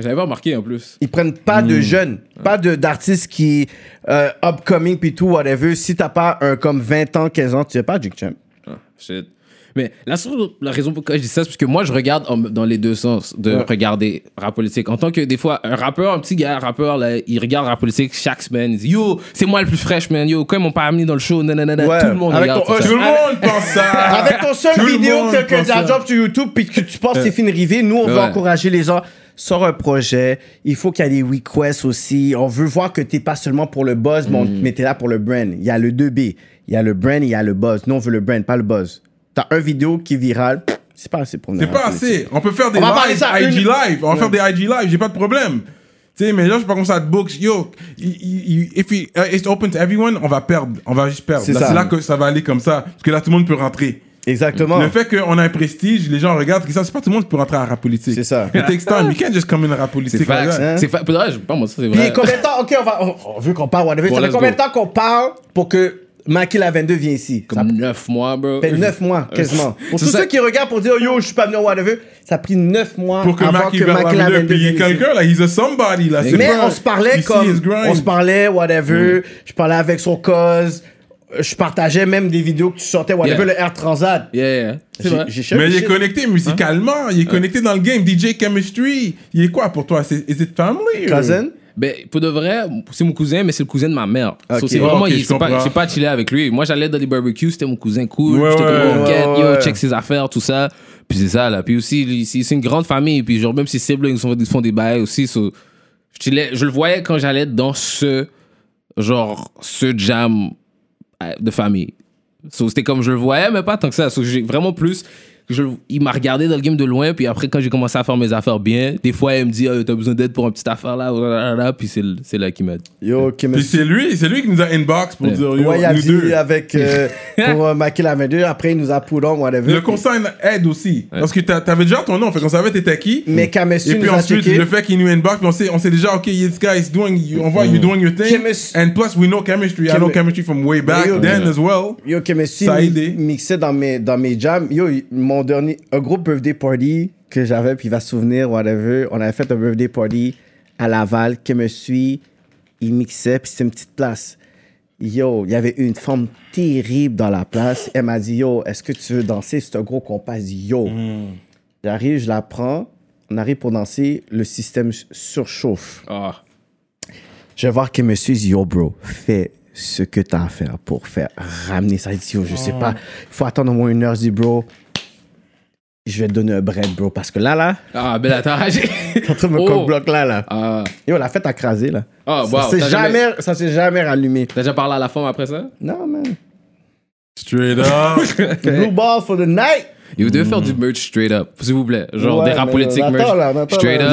Speaker 3: J'avais pas remarqué en plus.
Speaker 2: Ils prennent pas de jeunes, pas de d'artistes qui euh, upcoming puis tout whatever. Si t'as pas un comme 20 ans, 15 ans, tu es pas Drink Champ.
Speaker 3: Ah, shit. Mais la, seule- la raison pour laquelle je dis ça, c'est parce que moi, je regarde en- dans les deux sens de regarder rap politique. En tant que, des fois, un rappeur, un petit gars, un rappeur, là, il regarde rap politique chaque semaine. Il dit Yo, c'est moi le plus fresh, man. Yo, quand ils m'ont pas amené dans le show, nanana,
Speaker 2: Ouais.
Speaker 3: tout le monde
Speaker 2: Avec
Speaker 3: regarde.
Speaker 2: ton
Speaker 3: tout ça.
Speaker 1: Tout le monde pense ça.
Speaker 2: Avec ton seul
Speaker 1: Ah. Tout le
Speaker 2: vidéo
Speaker 1: monde
Speaker 2: que, que
Speaker 1: pense
Speaker 2: tu as
Speaker 1: ça.
Speaker 2: drop sur YouTube puis que tu penses c'est fini de river, nous on veut
Speaker 3: Ouais.
Speaker 2: encourager les gens. Sors un projet, il faut qu'il y ait des requests aussi. On veut voir que t'es pas seulement pour le buzz, mais, on- mais t'es là pour le brand. Il y a le 2B, il y a le brand, il y a le buzz. Nous on veut le brand, pas le buzz. T'as un vidéo qui est virale, c'est pas assez pour nous.
Speaker 1: C'est pas assez. On peut faire des
Speaker 2: On va parler
Speaker 1: lives,
Speaker 2: ça à
Speaker 1: IG
Speaker 2: une-
Speaker 1: live. On va faire des IG live, j'ai pas de problème. Tu sais, mais là, je sais pas comme ça de books. Yo, y- y- y- if it- uh, it's open to everyone, on va perdre. On va juste perdre.
Speaker 2: C'est
Speaker 1: Là,
Speaker 2: ça.
Speaker 1: C'est là que ça va aller comme ça. Parce que là, tout le monde peut rentrer.
Speaker 2: Exactement.
Speaker 1: Le fait qu'on a un prestige, les gens regardent que ça, c'est pas tout le monde qui peut rentrer à la rap politique.
Speaker 2: C'est ça.
Speaker 1: It takes time. You can't just come in à la rap politique.
Speaker 3: C'est
Speaker 1: like
Speaker 3: facts.
Speaker 1: that.
Speaker 2: hein.
Speaker 3: C'est facts. Pour de vrai, je sais pas moi, ça, c'est
Speaker 2: Puis
Speaker 3: vrai.
Speaker 2: combien de temps, ok, on va, on, on veut qu'on parle, whatever.
Speaker 3: Bon,
Speaker 2: ça fait
Speaker 3: let's
Speaker 2: combien de
Speaker 3: go.
Speaker 2: temps qu'on parle pour que Maki la 22 vienne ici?
Speaker 3: Comme 9 mois, bro.
Speaker 2: Ça fait 9 mois,
Speaker 1: Euh,
Speaker 2: quasiment. Pour
Speaker 3: C'est
Speaker 2: tous
Speaker 3: ça.
Speaker 2: ceux qui regardent pour dire, yo, je suis pas venu au whatever, ça a pris 9 mois
Speaker 1: Pour que
Speaker 2: avant
Speaker 1: Marc
Speaker 2: que Maki la
Speaker 1: Iverla
Speaker 2: 22
Speaker 1: paye
Speaker 2: vienne ici.
Speaker 1: quelqu'un, là, he's a somebody, là. c'est
Speaker 2: Mais
Speaker 1: pas-
Speaker 2: on se parlait
Speaker 1: Ici,
Speaker 2: comme,
Speaker 1: it's grind. Mm.
Speaker 2: on se parlait, whatever. Je parlais avec son cause. Je partageais même des vidéos que tu sortais, whatever, le Air Transat.
Speaker 3: Yeah, yeah. C'est
Speaker 2: J'ai-
Speaker 3: vrai.
Speaker 2: j'ai cherché
Speaker 1: Mais il
Speaker 2: le
Speaker 1: est
Speaker 2: shit. Hein?
Speaker 1: connecté musicalement, il est connecté dans le game. DJ Chemistry, il est quoi pour toi? C'est- Is it family? or-
Speaker 2: Cousin?
Speaker 3: Ben, pour de vrai, c'est mon cousin, mais c'est le cousin de ma mère.
Speaker 2: Ok.
Speaker 3: So, c'est vraiment,
Speaker 1: Ok,
Speaker 3: il-
Speaker 1: je
Speaker 3: c'est pas,
Speaker 1: comprends.
Speaker 3: j'ai pas chillé avec lui. Moi, j'allais dans les barbecues, c'était mon cousin cool.
Speaker 1: Ouais,
Speaker 3: J'étais
Speaker 1: ouais.
Speaker 3: comme, oh, get,
Speaker 2: Ouais,
Speaker 3: yo,
Speaker 2: ouais.
Speaker 3: check ses affaires, tout ça. Puis c'est ça, là. Puis aussi, lui, c'est c'est une grande famille. Puis genre, même ses siblings sont, ils font des bails aussi. So, je, chillais- je le voyais quand j'allais dans ce, genre, ce jam euh, de famille. So, c'était comme je le voyais, mais pas tant que ça. So, j'ai vraiment plus. Je, il m'a regardé dans le game de loin, puis après, quand j'ai commencé à faire mes affaires bien, des fois, il me dit Ah, T'as besoin d'aide pour une petite affaire là, blablabla. puis c'est le- c'est là qu'il m'aide.
Speaker 2: Yo, Kim
Speaker 1: Puis c'est lui, c'est lui qui nous a inbox pour dire yo,
Speaker 2: Ouais, il a
Speaker 1: nous
Speaker 2: dit
Speaker 1: deux. *laughs*
Speaker 2: avec, euh, pour euh, Maki la 22. Après, il nous a poudon, whatever.
Speaker 1: Le consign aide aussi. Parce que t'a- t'avais déjà ton nom, fait qu'on savait t'étais qui.
Speaker 2: Mais
Speaker 1: Mm. Et
Speaker 2: Kamessu
Speaker 1: puis
Speaker 2: nous a
Speaker 1: ensuite,
Speaker 2: checké.
Speaker 1: le fait qu'il nous inbox, on sait, on sait déjà, ok, this guy is doing, you- on voit you doing your thing.
Speaker 2: Chemis-
Speaker 1: And plus, we know chemistry. I
Speaker 2: Chemi-
Speaker 1: know chemistry from way back
Speaker 2: Yo,
Speaker 1: then as well.
Speaker 2: Yo, que Messi
Speaker 1: Ça a aidé.
Speaker 2: mixait dans mes, dans mes jams. Yo, mon dernier, un gros birthday party que j'avais, puis il va se souvenir, whatever. On avait fait un birthday party à Laval, que me suis, il mixait, puis c'était une petite place. Yo, il y avait une femme terrible dans la place. Elle m'a dit, yo, est-ce que tu veux danser? C'est un gros compas. Je dis, yo.
Speaker 1: Mm.
Speaker 2: J'arrive, je la prends. On arrive pour danser. Le système s- surchauffe.
Speaker 3: Ah.
Speaker 2: Je vais voir que monsieur dit, yo, bro, fais ce que t'as à faire pour faire ramener ça ici. Yo, je sais pas. Il faut attendre au moins une heure. Je dis, bro, je vais te donner un bread, bro. Parce que là, là,
Speaker 3: Ah, ben attends, *laughs* j'ai.
Speaker 2: t'es en train de me
Speaker 3: Oh.
Speaker 2: cock-block là, là.
Speaker 3: Ah,
Speaker 2: Yo, la fête a crasé, là.
Speaker 3: Ah,
Speaker 2: ça
Speaker 3: wow,
Speaker 2: s'est
Speaker 3: t'as
Speaker 2: jamais, ça s'est jamais rallumé.
Speaker 3: T'as déjà parlé à la femme après ça
Speaker 2: Non, man.
Speaker 1: Straight up.
Speaker 2: Blue ball for the night.
Speaker 3: Ils devaient faire du merch straight up, s'il vous plaît. Genre
Speaker 2: Hmm. Ouais,
Speaker 3: des rap
Speaker 2: mais
Speaker 3: politiques
Speaker 2: on attend,
Speaker 3: merch.
Speaker 2: là, on attend,
Speaker 3: straight
Speaker 2: là.
Speaker 3: up.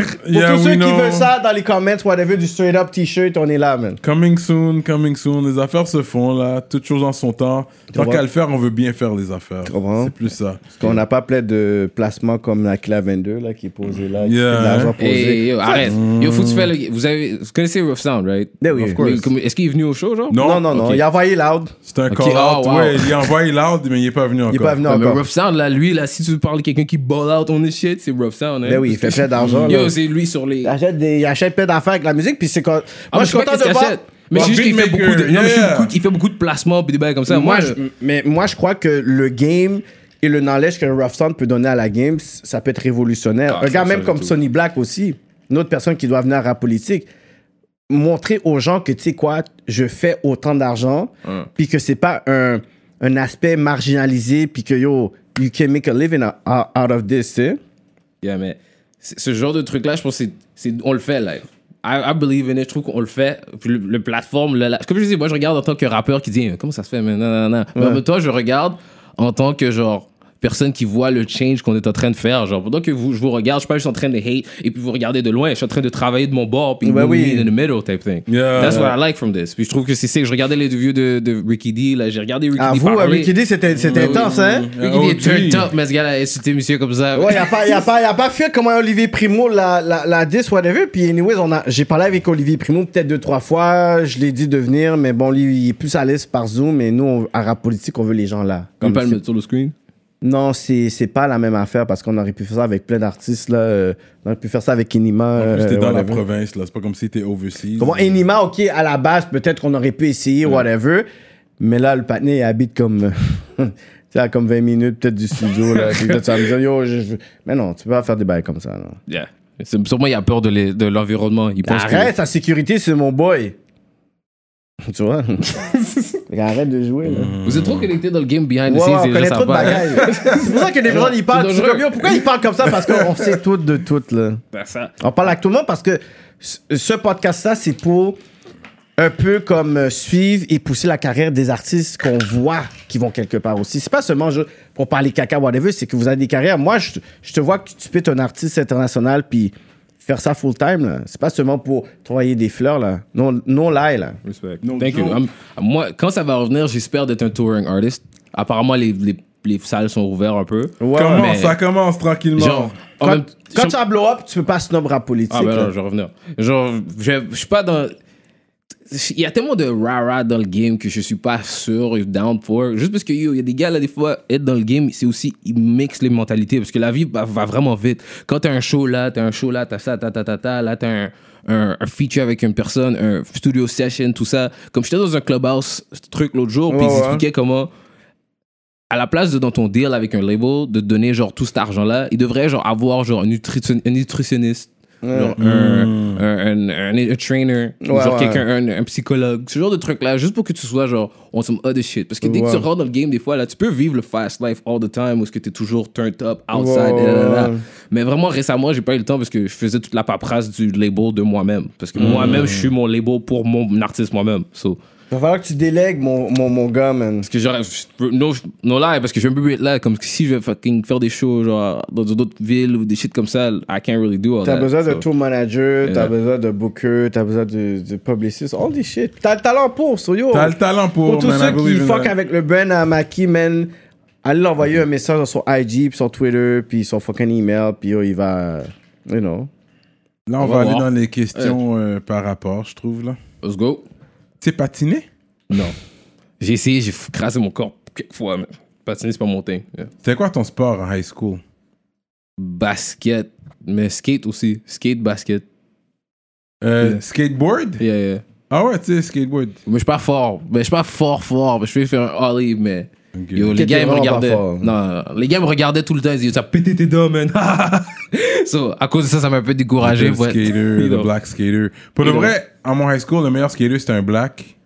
Speaker 1: *laughs* Yeah, yeah. Yeah,
Speaker 2: Pour tous
Speaker 1: we
Speaker 2: ceux qui
Speaker 1: know.
Speaker 2: veulent ça, dans les comments, whatever, du straight up t-shirt, on est là, man.
Speaker 1: Coming soon, coming soon. Les affaires se font, là. Toutes choses en son temps. Tant
Speaker 2: vois.
Speaker 1: qu'à le faire, on veut bien faire les affaires.
Speaker 2: comprends?
Speaker 1: C'est plus ça.
Speaker 2: Qu'on n'a pas plein de placements comme la Cla 22, là, qui est posée là. qui
Speaker 1: Yeah.
Speaker 2: fait de l'argent
Speaker 3: Hey,
Speaker 2: posé.
Speaker 3: yo, arrête. Yo, faut que tu fasses le. Vous, avez... vous connaissez Rough Sound, right?
Speaker 2: hmm. Yeah, oui.
Speaker 3: Of course. Mais Est-ce qu'il est venu au show, genre
Speaker 1: Non,
Speaker 2: Non, non, non.
Speaker 3: ok.
Speaker 2: Il a envoyé loud.
Speaker 1: C'est un
Speaker 3: Ok,
Speaker 1: call out.
Speaker 3: oh, wow.
Speaker 1: Ouais, il a envoyé loud, mais il est pas venu encore.
Speaker 2: Il est pas venu
Speaker 3: Non, mais
Speaker 2: encore.
Speaker 3: Rough Sound, là, lui, là, si tu parles de quelqu'un qui ball out on his shit, c'est Rough Sound. Hein?
Speaker 2: Ben oui, il fait
Speaker 3: Parce que-
Speaker 2: plein d'argent, là.
Speaker 3: Yo, c'est lui sur les.
Speaker 2: Il achète, des, il achète plein d'affaires avec la musique, puis c'est quand. Moi,
Speaker 3: Ah, mais
Speaker 2: je suis
Speaker 3: sais pas
Speaker 2: content de
Speaker 3: qu'est-ce
Speaker 2: voir.
Speaker 3: qu'il achète. Mais
Speaker 1: Bon,
Speaker 3: c'est juste qu'il fait
Speaker 1: beatmaker,
Speaker 3: beaucoup de. Non, mais je sais
Speaker 1: yeah.
Speaker 3: beaucoup- il fait beaucoup de placements puis des bails comme ça.
Speaker 2: moi,
Speaker 3: Moi,
Speaker 2: je,
Speaker 3: je-
Speaker 2: mais moi, je crois que le game et le knowledge que Rough Sound peut donner à la game, c- ça peut être révolutionnaire.
Speaker 3: Ah,
Speaker 2: Regarde,
Speaker 3: ça, ça
Speaker 2: même
Speaker 3: veut
Speaker 2: comme
Speaker 3: tout.
Speaker 2: Sonny Black aussi, une autre personne qui doit venir à la politique. montrer aux gens que tu sais quoi, je fais autant d'argent,
Speaker 3: Hein.
Speaker 2: puis que c'est pas un, un aspect marginalisé, puis que yo, you can make a living o- o- out of this, tu sais.
Speaker 3: Yeah, mais c- ce genre de truc-là, je pense que c'est- c'est- on le fait live. I, I believe in it, je trouve qu'on le fait. Puis le, le plateforme, le- la- comme je dis, moi je regarde en tant que rappeur qui dit comment ça se fait, mais non, non, non. Mais en même temps, je regarde en tant que genre personne qui voit le change qu'on est en train de faire. Genre, pendant que vous, je vous regarde, je suis pas juste en train de hate et puis vous regardez de loin, je suis en train de travailler de mon bord, puis
Speaker 2: Ouais,
Speaker 3: you
Speaker 2: oui.
Speaker 3: meet in the middle type thing.
Speaker 1: Yeah.
Speaker 3: That's what I like from this. Puis je trouve que c'est sick. Je regardais les vidéos de, de Ricky D, là, j'ai regardé Ricky
Speaker 2: À
Speaker 3: D.
Speaker 2: Ah, vous, à
Speaker 3: parler.
Speaker 2: Ricky D, c'était c'était
Speaker 3: Ben oui.
Speaker 2: intense, hein?
Speaker 3: Ricky D est
Speaker 1: OG.
Speaker 3: turned up, mais ce gars-là, c'est un monsieur comme ça.
Speaker 2: Ah Ouais, y a pas, y a pas, y a pas fait comment Olivier Primo la, la, la 10, whatever. Puis, anyways, on a, j'ai parlé avec Olivier Primo peut-être deux, trois fois. Je l'ai dit de venir, mais bon, lui, il est plus à l'aise par Zoom. Et nous, on- à Rap Politique, on veut les gens là.
Speaker 3: Comme
Speaker 2: Comme
Speaker 3: pas le
Speaker 2: c'est-
Speaker 3: mettre sur le screen.
Speaker 2: non, c'est, c'est pas la même affaire parce qu'on aurait pu faire ça avec plein d'artistes, là. euh, on aurait pu faire ça avec Enima.
Speaker 1: En plus,
Speaker 2: euh,
Speaker 1: t'es dans la
Speaker 2: whatever.
Speaker 1: province, là. C'est pas comme si t'es overseas.
Speaker 2: Comment Enima, ok, à la base, peut-être qu'on aurait pu essayer, whatever. Mais là, le patiné, il habite comme. euh, *laughs* tu sais, à comme 20 minutes, peut-être du
Speaker 1: *laughs*
Speaker 2: studio, là. Puis là, tu vas me dire, yo, je- je- Mais non, tu peux pas faire des bails comme ça, non.
Speaker 3: Yeah. C'est- Sûrement, il a peur de les- de l'environnement. Il pense que-
Speaker 2: Arrête, sa sécurité, c'est mon boy. *laughs* Tu *laughs* vois? Arrête de jouer, là.
Speaker 3: Vous êtes trop connecté dans le game behind
Speaker 2: Ouais,
Speaker 3: the
Speaker 2: Mm. ouais,
Speaker 3: scenes. les
Speaker 2: on
Speaker 3: gens
Speaker 2: connaît
Speaker 3: savent
Speaker 2: trop de
Speaker 3: pas.
Speaker 2: bagailles. *laughs* c'est pour ça que les gens, ils parlent.
Speaker 3: C'est
Speaker 2: c'est
Speaker 3: dangereux.
Speaker 2: comme, yo, pourquoi ils parlent comme ça? Parce qu'on sait tout de tout, là.
Speaker 3: Ben, ça-
Speaker 2: On parle à tout le monde parce que ce- ce podcast-là, c'est pour un peu comme euh, suivre et pousser la carrière des artistes qu'on voit qui vont quelque part aussi. C'est pas seulement je- pour parler caca, whatever, c'est que vous avez des carrières. Moi, je, je te vois que tu peux être un artiste international puis faire ça full-time. là. C'est pas seulement pour travailler des fleurs, là. Non, non lie, là.
Speaker 1: No
Speaker 3: Thank you.
Speaker 1: joke.
Speaker 3: I'm- moi, quand ça va revenir, j'espère d'être un touring artist. Apparemment, les, les, les salles sont ouvertes un peu.
Speaker 2: Ouais,
Speaker 1: Comment
Speaker 3: mais-
Speaker 1: ça commence tranquillement.
Speaker 3: Genre, en
Speaker 2: Quand,
Speaker 3: même-
Speaker 2: quand
Speaker 3: sur-
Speaker 2: tu as blow up, tu peux pas snob rap politique.
Speaker 3: Ah ben
Speaker 2: là.
Speaker 3: non, je vais revenir. Genre, je, je suis pas dans... Il y a tellement de rara dans le game que je suis pas sûr et down for. Juste parce que yo, il y a des gars là, des fois, être dans le game, c'est aussi, ils mixent les mentalités parce que la vie va, va vraiment vite. Quand t'as un show là, t'as un show là, t'as ça, ta ta ta ta, là t'as un, un, un feature avec une personne, un studio session, tout ça. Comme j'étais dans un clubhouse ce truc l'autre jour, puis
Speaker 2: Ouais,
Speaker 3: ils
Speaker 2: ouais.
Speaker 3: expliquaient comment à la place de dans ton deal avec un label de donner genre tout cet argent là il devrait genre avoir genre un, nutrition- un nutritionniste genre un, un, un, un- un trainer ou genre
Speaker 2: ouais.
Speaker 3: quelqu'un un, un psychologue ce genre de truc là juste pour que tu sois genre on some other shit parce que dès que tu
Speaker 2: Ouais.
Speaker 3: rentres dans le game des fois là tu peux vivre le fast life all the time où est-ce que t'es toujours turned up outside
Speaker 2: Ouais, ouais,
Speaker 3: et là, là, là.
Speaker 2: ouais.
Speaker 3: mais vraiment récemment j'ai pas eu le temps parce que je faisais toute la paperasse du label de moi-même parce
Speaker 2: Hmm.
Speaker 3: que moi-même je suis mon label pour mon artiste moi-même so
Speaker 2: Il va falloir que tu délègues mon, mon, mon gars, man.
Speaker 3: parce que genre, je peux- no, no lie, parce que je veux plus être là, comme si je vais fucking faire des shows genre dans d'autres villes ou des shit comme ça, I can't really do all
Speaker 2: T'as
Speaker 3: that.
Speaker 2: besoin de
Speaker 3: So,
Speaker 2: tour manager,
Speaker 3: Yeah.
Speaker 2: t'as besoin de booker, t'as besoin de, de publicist, all this shit. T'as le talent pour, so yo.
Speaker 1: T'as le talent pour,
Speaker 2: Pour tous
Speaker 1: man, I
Speaker 2: ceux qui
Speaker 1: believe in
Speaker 2: fuck
Speaker 1: that.
Speaker 2: avec le brand à Maki, man, allez l'envoyer un message sur son IG, puis sur Twitter, puis sur fucking email, puis yo, il va, you know.
Speaker 1: Là, on,
Speaker 3: On
Speaker 1: va,
Speaker 3: va
Speaker 1: aller
Speaker 3: voir.
Speaker 1: dans les questions euh, par rapport, je trouve, là.
Speaker 3: Let's go.
Speaker 1: T'es patiné?
Speaker 3: Non. J'ai essayé, j'ai f- crassé mon corps quelques fois, mais patiner, c'est pas mon thing. Yeah.
Speaker 1: C'était quoi ton sport en high school?
Speaker 3: Basket, mais skate aussi. Skate, basket.
Speaker 1: Euh, Skateboard?
Speaker 3: Yeah, yeah.
Speaker 1: Ah ouais, tu sais, skateboard.
Speaker 3: Mais je suis pas fort. Mais je suis pas fort, fort. Mais je peux faire un ollie, mais. Yo, les
Speaker 2: T'étais
Speaker 3: gars, ils me
Speaker 2: vraiment pas
Speaker 3: regardaient.
Speaker 2: fort. hein.
Speaker 3: Non, non, non. les gars me regardaient tout le temps. Ils disaient, ça pété tes dents, man. *laughs* so, à cause de ça, ça m'a un peu découragé.
Speaker 1: le
Speaker 3: but-
Speaker 1: skater,
Speaker 3: You
Speaker 1: le
Speaker 3: know.
Speaker 1: black skater. Pour le
Speaker 3: You know.
Speaker 1: vrai, à mon high school, le meilleur skater, c'était un black.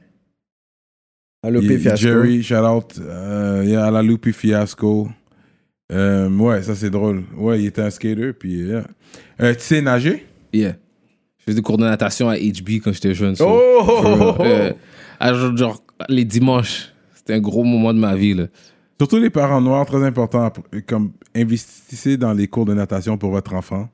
Speaker 2: Allô,
Speaker 1: Il-
Speaker 2: P. Fiasco.
Speaker 1: Jerry, shout out. Euh, yeah, à la Lupi Fiasco. Euh, ouais, ça c'est drôle. Ouais, il était un skater, puis yeah. Euh, tu sais nager?
Speaker 3: Yeah. Je faisais des cours de natation à HB quand j'étais jeune. so-
Speaker 2: Oh, oh, oh, oh. *laughs*
Speaker 3: Euh, à genre, genre, les dimanches, c'était un gros moment de ma vie. Là.
Speaker 1: Surtout les parents noirs, très important, comme investissez dans les cours de natation pour votre enfant.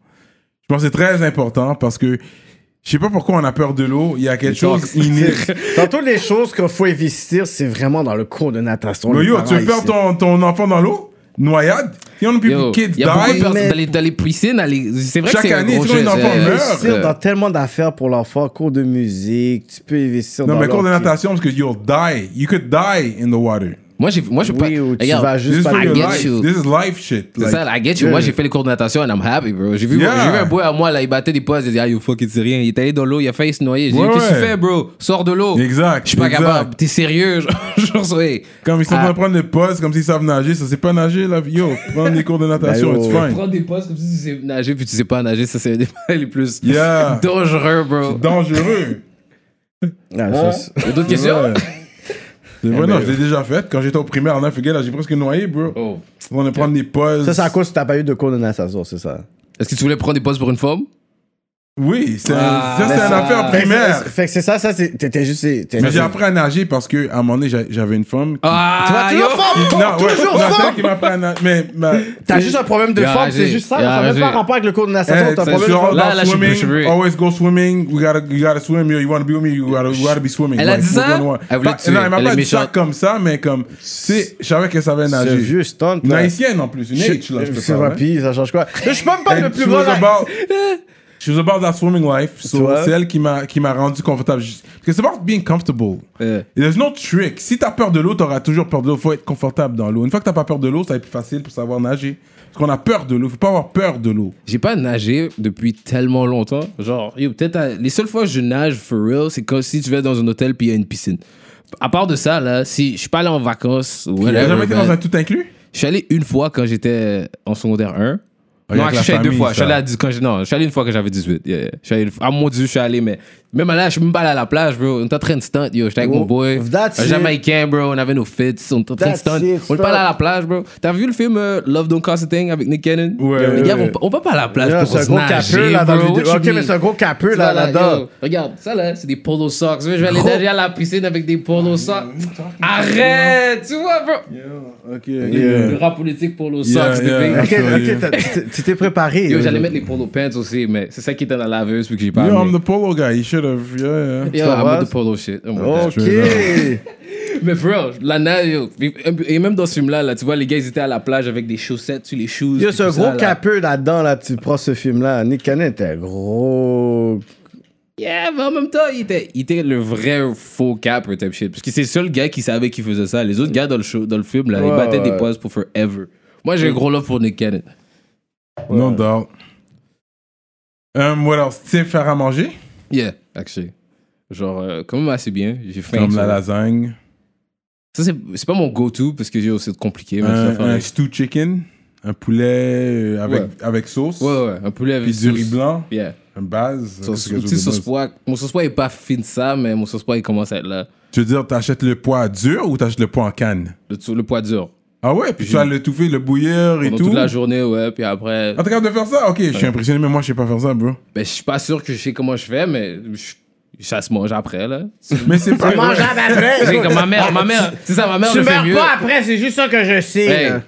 Speaker 1: Je pense que c'est très important parce que je sais pas pourquoi on a peur de l'eau, il y a quelque
Speaker 3: Les
Speaker 1: chose
Speaker 3: sharks.
Speaker 1: inné.
Speaker 2: *laughs* Dans toutes les choses qu'il faut investir, c'est vraiment dans le cours de natation.
Speaker 1: Mais
Speaker 2: les
Speaker 1: yo,
Speaker 2: parents
Speaker 1: tu veux perdre
Speaker 2: ici.
Speaker 1: ton, ton enfant dans l'eau? Noyade? Young people,
Speaker 3: Yo,
Speaker 1: kids
Speaker 3: y a beaucoup de
Speaker 1: die.
Speaker 3: personnes
Speaker 2: mais-
Speaker 3: dans les, dans les piscines. à les- C'est vrai
Speaker 1: Chaque
Speaker 3: que c'est un
Speaker 1: année,
Speaker 3: gros
Speaker 1: tu vois,
Speaker 3: geste,
Speaker 1: un enfant
Speaker 3: euh,
Speaker 1: meurt.
Speaker 2: investir
Speaker 3: euh,
Speaker 2: dans tellement d'affaires pour l'enfant, cours de musique, tu peux investir
Speaker 1: Non,
Speaker 2: dans
Speaker 1: mais cours de
Speaker 2: leur-
Speaker 1: natation, parce que you'll die. You could die in the water.
Speaker 3: Moi, j'ai, moi, je suis pas.
Speaker 2: Oui, ou tu
Speaker 3: regarde,
Speaker 2: vas
Speaker 1: This
Speaker 2: juste
Speaker 1: is
Speaker 2: pas
Speaker 1: for
Speaker 3: I
Speaker 1: your
Speaker 3: get
Speaker 1: life.
Speaker 3: you.
Speaker 1: This is life shit.
Speaker 3: C'est
Speaker 1: Like,
Speaker 3: ça, I get you. Moi, j'ai fait les cours de natation and I'm happy, bro. J'ai vu,
Speaker 1: Yeah.
Speaker 3: j'ai vu un boy à moi, là, il battait des poids, il disait, ah, yo, fuck, it, c'est rien. Il est allé dans l'eau, il a failli se noyer. J'ai
Speaker 1: Ouais,
Speaker 3: dit, qu'est-ce que tu
Speaker 1: ouais.
Speaker 3: fais, bro? Sors de l'eau.
Speaker 1: Exact,
Speaker 3: Je suis pas
Speaker 1: exact.
Speaker 3: capable. T'es sérieux? Genre, *laughs* soyez.
Speaker 1: Comme ils sont en
Speaker 3: Ah.
Speaker 1: train de prendre des postes, comme s'ils savent nager, ça c'est pas nager la vie. Yo, prendre des cours de natation,
Speaker 2: Ben,
Speaker 1: it's
Speaker 2: yo.
Speaker 1: fine.
Speaker 3: Prends des postes comme si *laughs* tu sais nager puis tu sais pas nager, ça c'est un des les plus
Speaker 1: Yeah.
Speaker 3: dangereux, bro.
Speaker 1: Dangereux.
Speaker 2: Ah, ça,
Speaker 3: Hein?
Speaker 2: c'est-
Speaker 3: Il y a D'autres questions
Speaker 1: Ouais. C'est vrai,
Speaker 2: Eh
Speaker 1: non,
Speaker 2: ben,
Speaker 1: je l'ai déjà fait. Quand j'étais au primaire en Afrique, là, j'ai presque noyé, bro.
Speaker 3: Oh.
Speaker 1: On allait prendre des pauses.
Speaker 2: ça, c'est à cause que t'as pas eu de cours de natation, c'est ça.
Speaker 3: Est-ce que tu voulais prendre des pauses pour une forme
Speaker 1: Oui, c'est
Speaker 3: Ah,
Speaker 1: ça, c'est
Speaker 3: mais
Speaker 1: un
Speaker 3: ça-
Speaker 1: affaire
Speaker 3: mais
Speaker 1: primaire.
Speaker 2: Fait que c'est- Fait que c'est ça, ça, c'est- t'étais juste. t'étais-
Speaker 1: Mais j'ai appris à nager parce que à un moment donné, j'a- j'avais une femme. qui-
Speaker 3: Ah,
Speaker 2: Tu vas toujours fort,
Speaker 1: non,
Speaker 2: toujours
Speaker 1: ouais, non,
Speaker 2: fort.
Speaker 1: c'est elle qui m'a appris à nager. Mais, ma-
Speaker 2: T'as juste un problème de
Speaker 3: Il a
Speaker 2: forme,
Speaker 3: ragé.
Speaker 2: c'est juste ça.
Speaker 3: Il a
Speaker 2: Ça n'a même
Speaker 3: ragé.
Speaker 2: pas rapport avec le cours de natation.
Speaker 1: Hey,
Speaker 2: T'as un
Speaker 1: Eh, c'est
Speaker 2: problème de
Speaker 1: genre
Speaker 2: forme.
Speaker 3: Là,
Speaker 1: about
Speaker 3: là, je suis plus
Speaker 1: swimming.
Speaker 3: cheveux.
Speaker 1: Always go swimming. We gotta, you gotta swim. You, you wanna be with me. You gotta, you gotta be swimming.
Speaker 3: Elle a dit
Speaker 1: we're
Speaker 3: ça?
Speaker 1: gonna-
Speaker 3: Elle voulait
Speaker 1: Pas-
Speaker 3: te tuer.
Speaker 1: Non, elle m'a
Speaker 3: Elle
Speaker 1: pas
Speaker 3: est
Speaker 1: dit ça
Speaker 3: méchante.
Speaker 1: comme ça, mais comme, tu sais, je savais qu'elle savait
Speaker 2: Ce
Speaker 1: nager.
Speaker 2: vieux stunt,
Speaker 1: Une
Speaker 2: là.
Speaker 1: haïtienne en plus, une H là, je te
Speaker 2: C'est
Speaker 1: parle,
Speaker 2: un
Speaker 1: hein.
Speaker 2: pays, ça change quoi Je suis même pas
Speaker 1: And
Speaker 2: le plus
Speaker 1: she
Speaker 2: bon.
Speaker 1: was
Speaker 2: là. *laughs*
Speaker 1: about- She was about that swimming life. So
Speaker 2: vois?
Speaker 1: c'est elle qui m'a qui m'a rendu confortable. Je- Parce que c'est about being comfortable.
Speaker 3: Ouais.
Speaker 1: There's no trick. Si t'as peur de l'eau, t'auras toujours peur de l'eau. Faut être confortable dans l'eau. Une fois que t'as pas peur de l'eau, ça va être plus facile pour savoir nager. Parce qu'on a peur de l'eau. Faut pas avoir peur de l'eau.
Speaker 3: J'ai pas nagé depuis tellement longtemps. Genre, yo, peut-être à- les seules fois que je nage for real, c'est comme si tu vas dans un hôtel puis il y a une piscine. À part de ça, là, si je suis pas allé en vacances ou
Speaker 1: T'as
Speaker 3: whatever,
Speaker 1: euh, jamais été
Speaker 3: man.
Speaker 1: dans un tout inclus?
Speaker 3: Je suis allé une fois quand j'étais euh, en secondaire 1.
Speaker 2: Oh,
Speaker 1: Ah,
Speaker 3: non,
Speaker 1: avec la
Speaker 3: je suis allé deux
Speaker 1: famille,
Speaker 3: fois. Je suis
Speaker 1: ça.
Speaker 3: allé à dix- quand j'ai- non, je suis allé une fois quand j'avais 18. Yeah, yeah. Je suis allé une fois. À mon dieu, je suis allé, mais même là, je suis même pas allé à la plage, bro. On était en train de stunt, yo. J'étais avec
Speaker 2: Oh,
Speaker 3: mon boy.
Speaker 2: that's
Speaker 3: Un
Speaker 2: it.
Speaker 3: Jamaïcain, bro. On avait nos fits. On était en train de
Speaker 2: That's
Speaker 3: stunt.
Speaker 2: it,
Speaker 3: On est pas allé à
Speaker 2: stop.
Speaker 3: la plage, bro. T'as vu le film euh, Love Don't Cost a Thing avec Nick Cannon?
Speaker 1: Ouais,
Speaker 3: Yo,
Speaker 1: ouais,
Speaker 3: les gars,
Speaker 1: ouais.
Speaker 3: on, on va pas à la plage
Speaker 2: Là,
Speaker 3: pour
Speaker 2: C'est un
Speaker 3: se
Speaker 2: gros
Speaker 3: nager,
Speaker 2: capeux là
Speaker 3: bro.
Speaker 2: dans le
Speaker 3: What
Speaker 2: vidéo.
Speaker 3: you
Speaker 2: Ok, mais
Speaker 3: mean?
Speaker 2: c'est un gros capeux là
Speaker 3: Voilà,
Speaker 2: là-dedans.
Speaker 3: yo, regarde, ça là, c'est des polo socks. Je vais aller
Speaker 2: Gros.
Speaker 3: derrière la piscine avec des polo socks. Arrête, tu vois, bro.
Speaker 1: Ok,
Speaker 3: Le rap politique pour nos
Speaker 1: Yeah,
Speaker 3: socks
Speaker 1: yeah.
Speaker 3: de
Speaker 1: Yeah.
Speaker 3: pays.
Speaker 2: Ok, ok, t'as- tu- tu t'es préparé.
Speaker 3: Yo, j'allais mettre les polo pants aussi, mais c'est ça qui était dans la laveuse puis que j'ai pas
Speaker 1: Yo, I'm
Speaker 3: amené.
Speaker 1: the polo guy. You should have. Yeah, yeah.
Speaker 3: Yo,
Speaker 2: Ça
Speaker 3: I'm
Speaker 2: va?
Speaker 3: with the polo shit. I'm with that.
Speaker 2: Oh, Ok.
Speaker 3: Mais bro, la nage, yo. Et même dans ce film-là, là, tu vois, les gars, ils étaient à la plage avec des chaussettes, tu les shoes.
Speaker 2: Yo,
Speaker 3: puis
Speaker 2: c'est un
Speaker 3: tout ça,
Speaker 2: gros
Speaker 3: là.
Speaker 2: capeux là-dedans là. Tu prends ce film là. Nick Cannon était un gros.
Speaker 3: Yeah, mais en même temps, il était, il était le vrai faux cap type shit. Parce que c'est le seul gars qui savait qu'il faisait ça. Les autres gars dans le, show, dans le film, là, ils
Speaker 2: Ouais,
Speaker 3: battaient
Speaker 2: ouais.
Speaker 3: des pauses pour forever. Moi, j'ai un gros love pour Nick Cannon.
Speaker 1: No doubt. Um, what else? Tu sais faire à manger?
Speaker 3: Yeah, actually. Genre, euh, quand même assez bien. J'ai faim.
Speaker 1: Comme
Speaker 3: tu
Speaker 1: la
Speaker 3: vois.
Speaker 1: lasagne.
Speaker 3: Ça, c'est c'est pas mon go-to parce que yo, c'est compliqué. Mais ça
Speaker 1: Un,
Speaker 3: fait-
Speaker 1: un stew chicken. Un poulet euh, avec,
Speaker 3: Ouais.
Speaker 1: avec sauce.
Speaker 3: ouais, ouais, un poulet avec
Speaker 1: Puis du
Speaker 3: sauce.
Speaker 1: riz blanc.
Speaker 3: Yeah.
Speaker 1: Un base.
Speaker 3: Sauce-
Speaker 1: Qu'est-ce que
Speaker 3: une
Speaker 1: je
Speaker 3: petite
Speaker 1: veux dire?
Speaker 3: sauce pois. Mon sauce pois est pas fin de ça, mais mon sauce pois, il commence à être là.
Speaker 1: Tu veux dire, t'achètes le poids dur ou t'achètes le poids en canne?
Speaker 3: Le, tout- le pois dur.
Speaker 1: Ah ouais, puis tu vas l'étouffer, le bouillir et
Speaker 3: Pendant
Speaker 1: tout.
Speaker 3: toute la journée, ouais. Puis après,
Speaker 1: Ah, t'es capable de faire ça? Ok, je suis impressionné, mais moi, je sais pas faire ça, bro.
Speaker 3: ben, je suis pas sûr que je sais comment je fais, mais je- ça se mange après, là. Tu
Speaker 1: *laughs* Mais c'est pas.
Speaker 2: Mangeable après.
Speaker 3: sais, comme ma mère, ma mère, c'est ça, ma mère
Speaker 2: Tu
Speaker 3: le fait
Speaker 2: meurs
Speaker 3: mieux.
Speaker 2: pas après, c'est juste ça que je sais.
Speaker 3: Hey,
Speaker 2: là.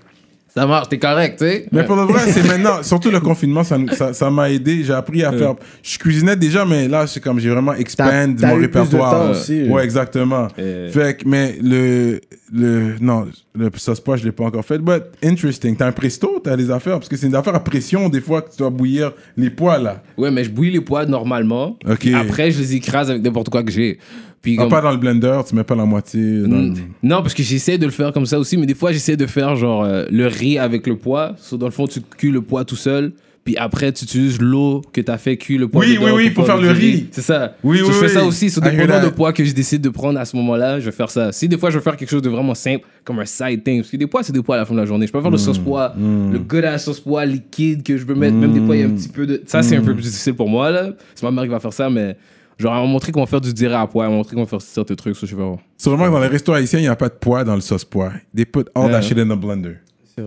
Speaker 3: ça marche, t'es correct, tu sais.
Speaker 1: Mais pour le vrai, c'est maintenant, *laughs* surtout le confinement, ça nous- ça ça m'a aidé. J'ai appris à faire. Je cuisinais déjà, mais là, c'est comme j'ai vraiment expand
Speaker 2: t'as
Speaker 1: mon
Speaker 2: eu plus de
Speaker 1: répertoire.
Speaker 2: temps aussi, euh.
Speaker 1: ouais, exactement.
Speaker 3: Euh.
Speaker 1: Fait que, mais le. le non, le sauce pas, je l'ai pas encore fait. But interesting. T'as un presto, t'as des affaires, parce que c'est une affaire à pression, des fois, que tu dois bouillir les pois, là.
Speaker 3: Ouais, mais je bouillis les pois normalement.
Speaker 1: Ok.
Speaker 3: Puis Après, je les écrase avec n'importe quoi que j'ai. Puis
Speaker 1: Ah,
Speaker 3: comme-
Speaker 1: pas dans le blender, tu mets pas la moitié. dans le-
Speaker 3: Non, parce que j'essaie de le faire comme ça aussi, mais des fois j'essaie de faire genre euh, le riz avec le pois. So, dans le fond, tu cuis le pois tout seul, puis après tu utilises l'eau que t'as fait cuire le pois.
Speaker 1: Oui,
Speaker 3: dedans
Speaker 1: oui, oui, pour faire
Speaker 3: du
Speaker 1: le riz.
Speaker 3: C'est ça.
Speaker 1: Oui,
Speaker 3: So,
Speaker 1: oui,
Speaker 3: Je fais
Speaker 1: oui.
Speaker 3: ça aussi, sur
Speaker 1: I hear
Speaker 3: dépendant
Speaker 1: that.
Speaker 3: de pois que je décide de prendre à ce moment-là, je vais faire ça. Si des fois je veux faire quelque chose de vraiment simple, comme un side thing, parce que des pois c'est des pois à la fin de la journée. Je peux faire
Speaker 1: Mm,
Speaker 3: le sauce pois, le good ass sauce pois liquide que je peux mettre, même des fois il y a un petit peu de. Ça c'est un
Speaker 1: Mm.
Speaker 3: peu plus difficile pour moi là. C'est ma mère qui va faire ça, mais genre elle m'a montré comment faire du diré à pois, elle m'a montré comment faire oh, sortes de trucs, so, je vais voir.
Speaker 1: Sûrement que dans les restos haïtiens, il n'y a pas de poids dans le sauce pois. They put all that shit in the blender.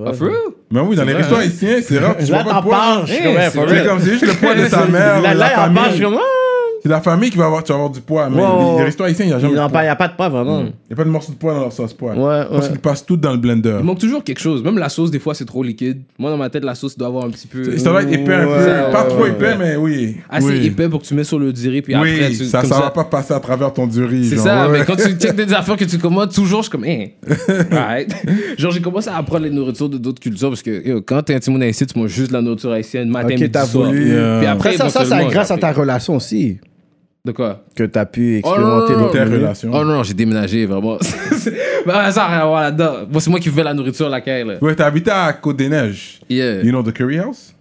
Speaker 3: Ah, for real?
Speaker 1: Mais oui, dans les restos haïtiens, c'est rare que tu vois
Speaker 2: Là,
Speaker 1: pas
Speaker 2: t'en
Speaker 1: de poids.
Speaker 2: parles. je suis
Speaker 3: Hey,
Speaker 2: comme, ouais,
Speaker 3: c'est
Speaker 2: for
Speaker 3: vrai.
Speaker 1: C'est
Speaker 2: real.
Speaker 1: comme, c'est juste le poids de sa mère. la
Speaker 2: Là, là, il en
Speaker 1: famille.
Speaker 2: parle, je suis comme. ah.
Speaker 1: C'est la famille qui va avoir, tu vas avoir du poids. Mais
Speaker 2: Ouais,
Speaker 1: les,
Speaker 2: ouais.
Speaker 1: les restos haïtiens, il n'y a
Speaker 2: Il
Speaker 1: jamais
Speaker 2: n'y
Speaker 1: de
Speaker 2: a
Speaker 1: poids.
Speaker 2: pas de pas vraiment.
Speaker 1: Il n'y a pas de morceau de poids dans leur sauce poids.
Speaker 2: Ouais,
Speaker 1: Parce
Speaker 2: ouais.
Speaker 1: qu'ils passent tout dans le blender.
Speaker 3: Il manque toujours quelque chose. Même la sauce, des fois, c'est trop liquide. Moi, dans ma tête, la sauce doit avoir un petit peu. euh,
Speaker 1: Ça doit être épais un
Speaker 2: Ouais,
Speaker 1: peu.
Speaker 2: ouais,
Speaker 1: Pas trop
Speaker 2: ouais.
Speaker 1: épais, mais oui.
Speaker 3: assez
Speaker 1: oui.
Speaker 3: Ah, épais pour que tu mets sur le diré. Puis
Speaker 1: oui,
Speaker 3: après, tu,
Speaker 1: ça
Speaker 3: comme
Speaker 1: ne va pas passer à travers ton du riz.
Speaker 3: C'est
Speaker 1: genre,
Speaker 3: ça,
Speaker 1: ouais.
Speaker 3: mais quand tu checkes des affaires que tu commandes, toujours, je suis comme,
Speaker 1: *laughs*
Speaker 3: hein. Alright. Genre, j'ai commencé à apprendre les nourritures de d'autres cultures parce que yo, quand t'es un Timon haïtien, tu manges juste de la nourriture haïtienne matin,
Speaker 2: Ok,
Speaker 3: midi,
Speaker 2: t'as
Speaker 3: soir.
Speaker 2: voulu.
Speaker 3: Puis
Speaker 1: Yeah.
Speaker 3: après,
Speaker 2: Après, ça, ça,
Speaker 3: éventuellement,
Speaker 2: c'est grâce
Speaker 3: j'ai
Speaker 2: à ta
Speaker 3: appris. relation.
Speaker 2: relation aussi
Speaker 3: De quoi
Speaker 2: que t'as pu
Speaker 3: Oh, non, non,
Speaker 2: expérimenter
Speaker 3: non,
Speaker 2: d'autres
Speaker 1: Tes
Speaker 2: menus.
Speaker 1: relations.
Speaker 3: Oh non, non, j'ai déménagé vraiment. *laughs* Bah, ça n'a rien à voir là-dedans. Moi, c'est moi qui fais la nourriture laquelle.
Speaker 1: Ouais, t'as habité à Côte-des-Neiges.
Speaker 3: Yeah.
Speaker 1: You know the curry house?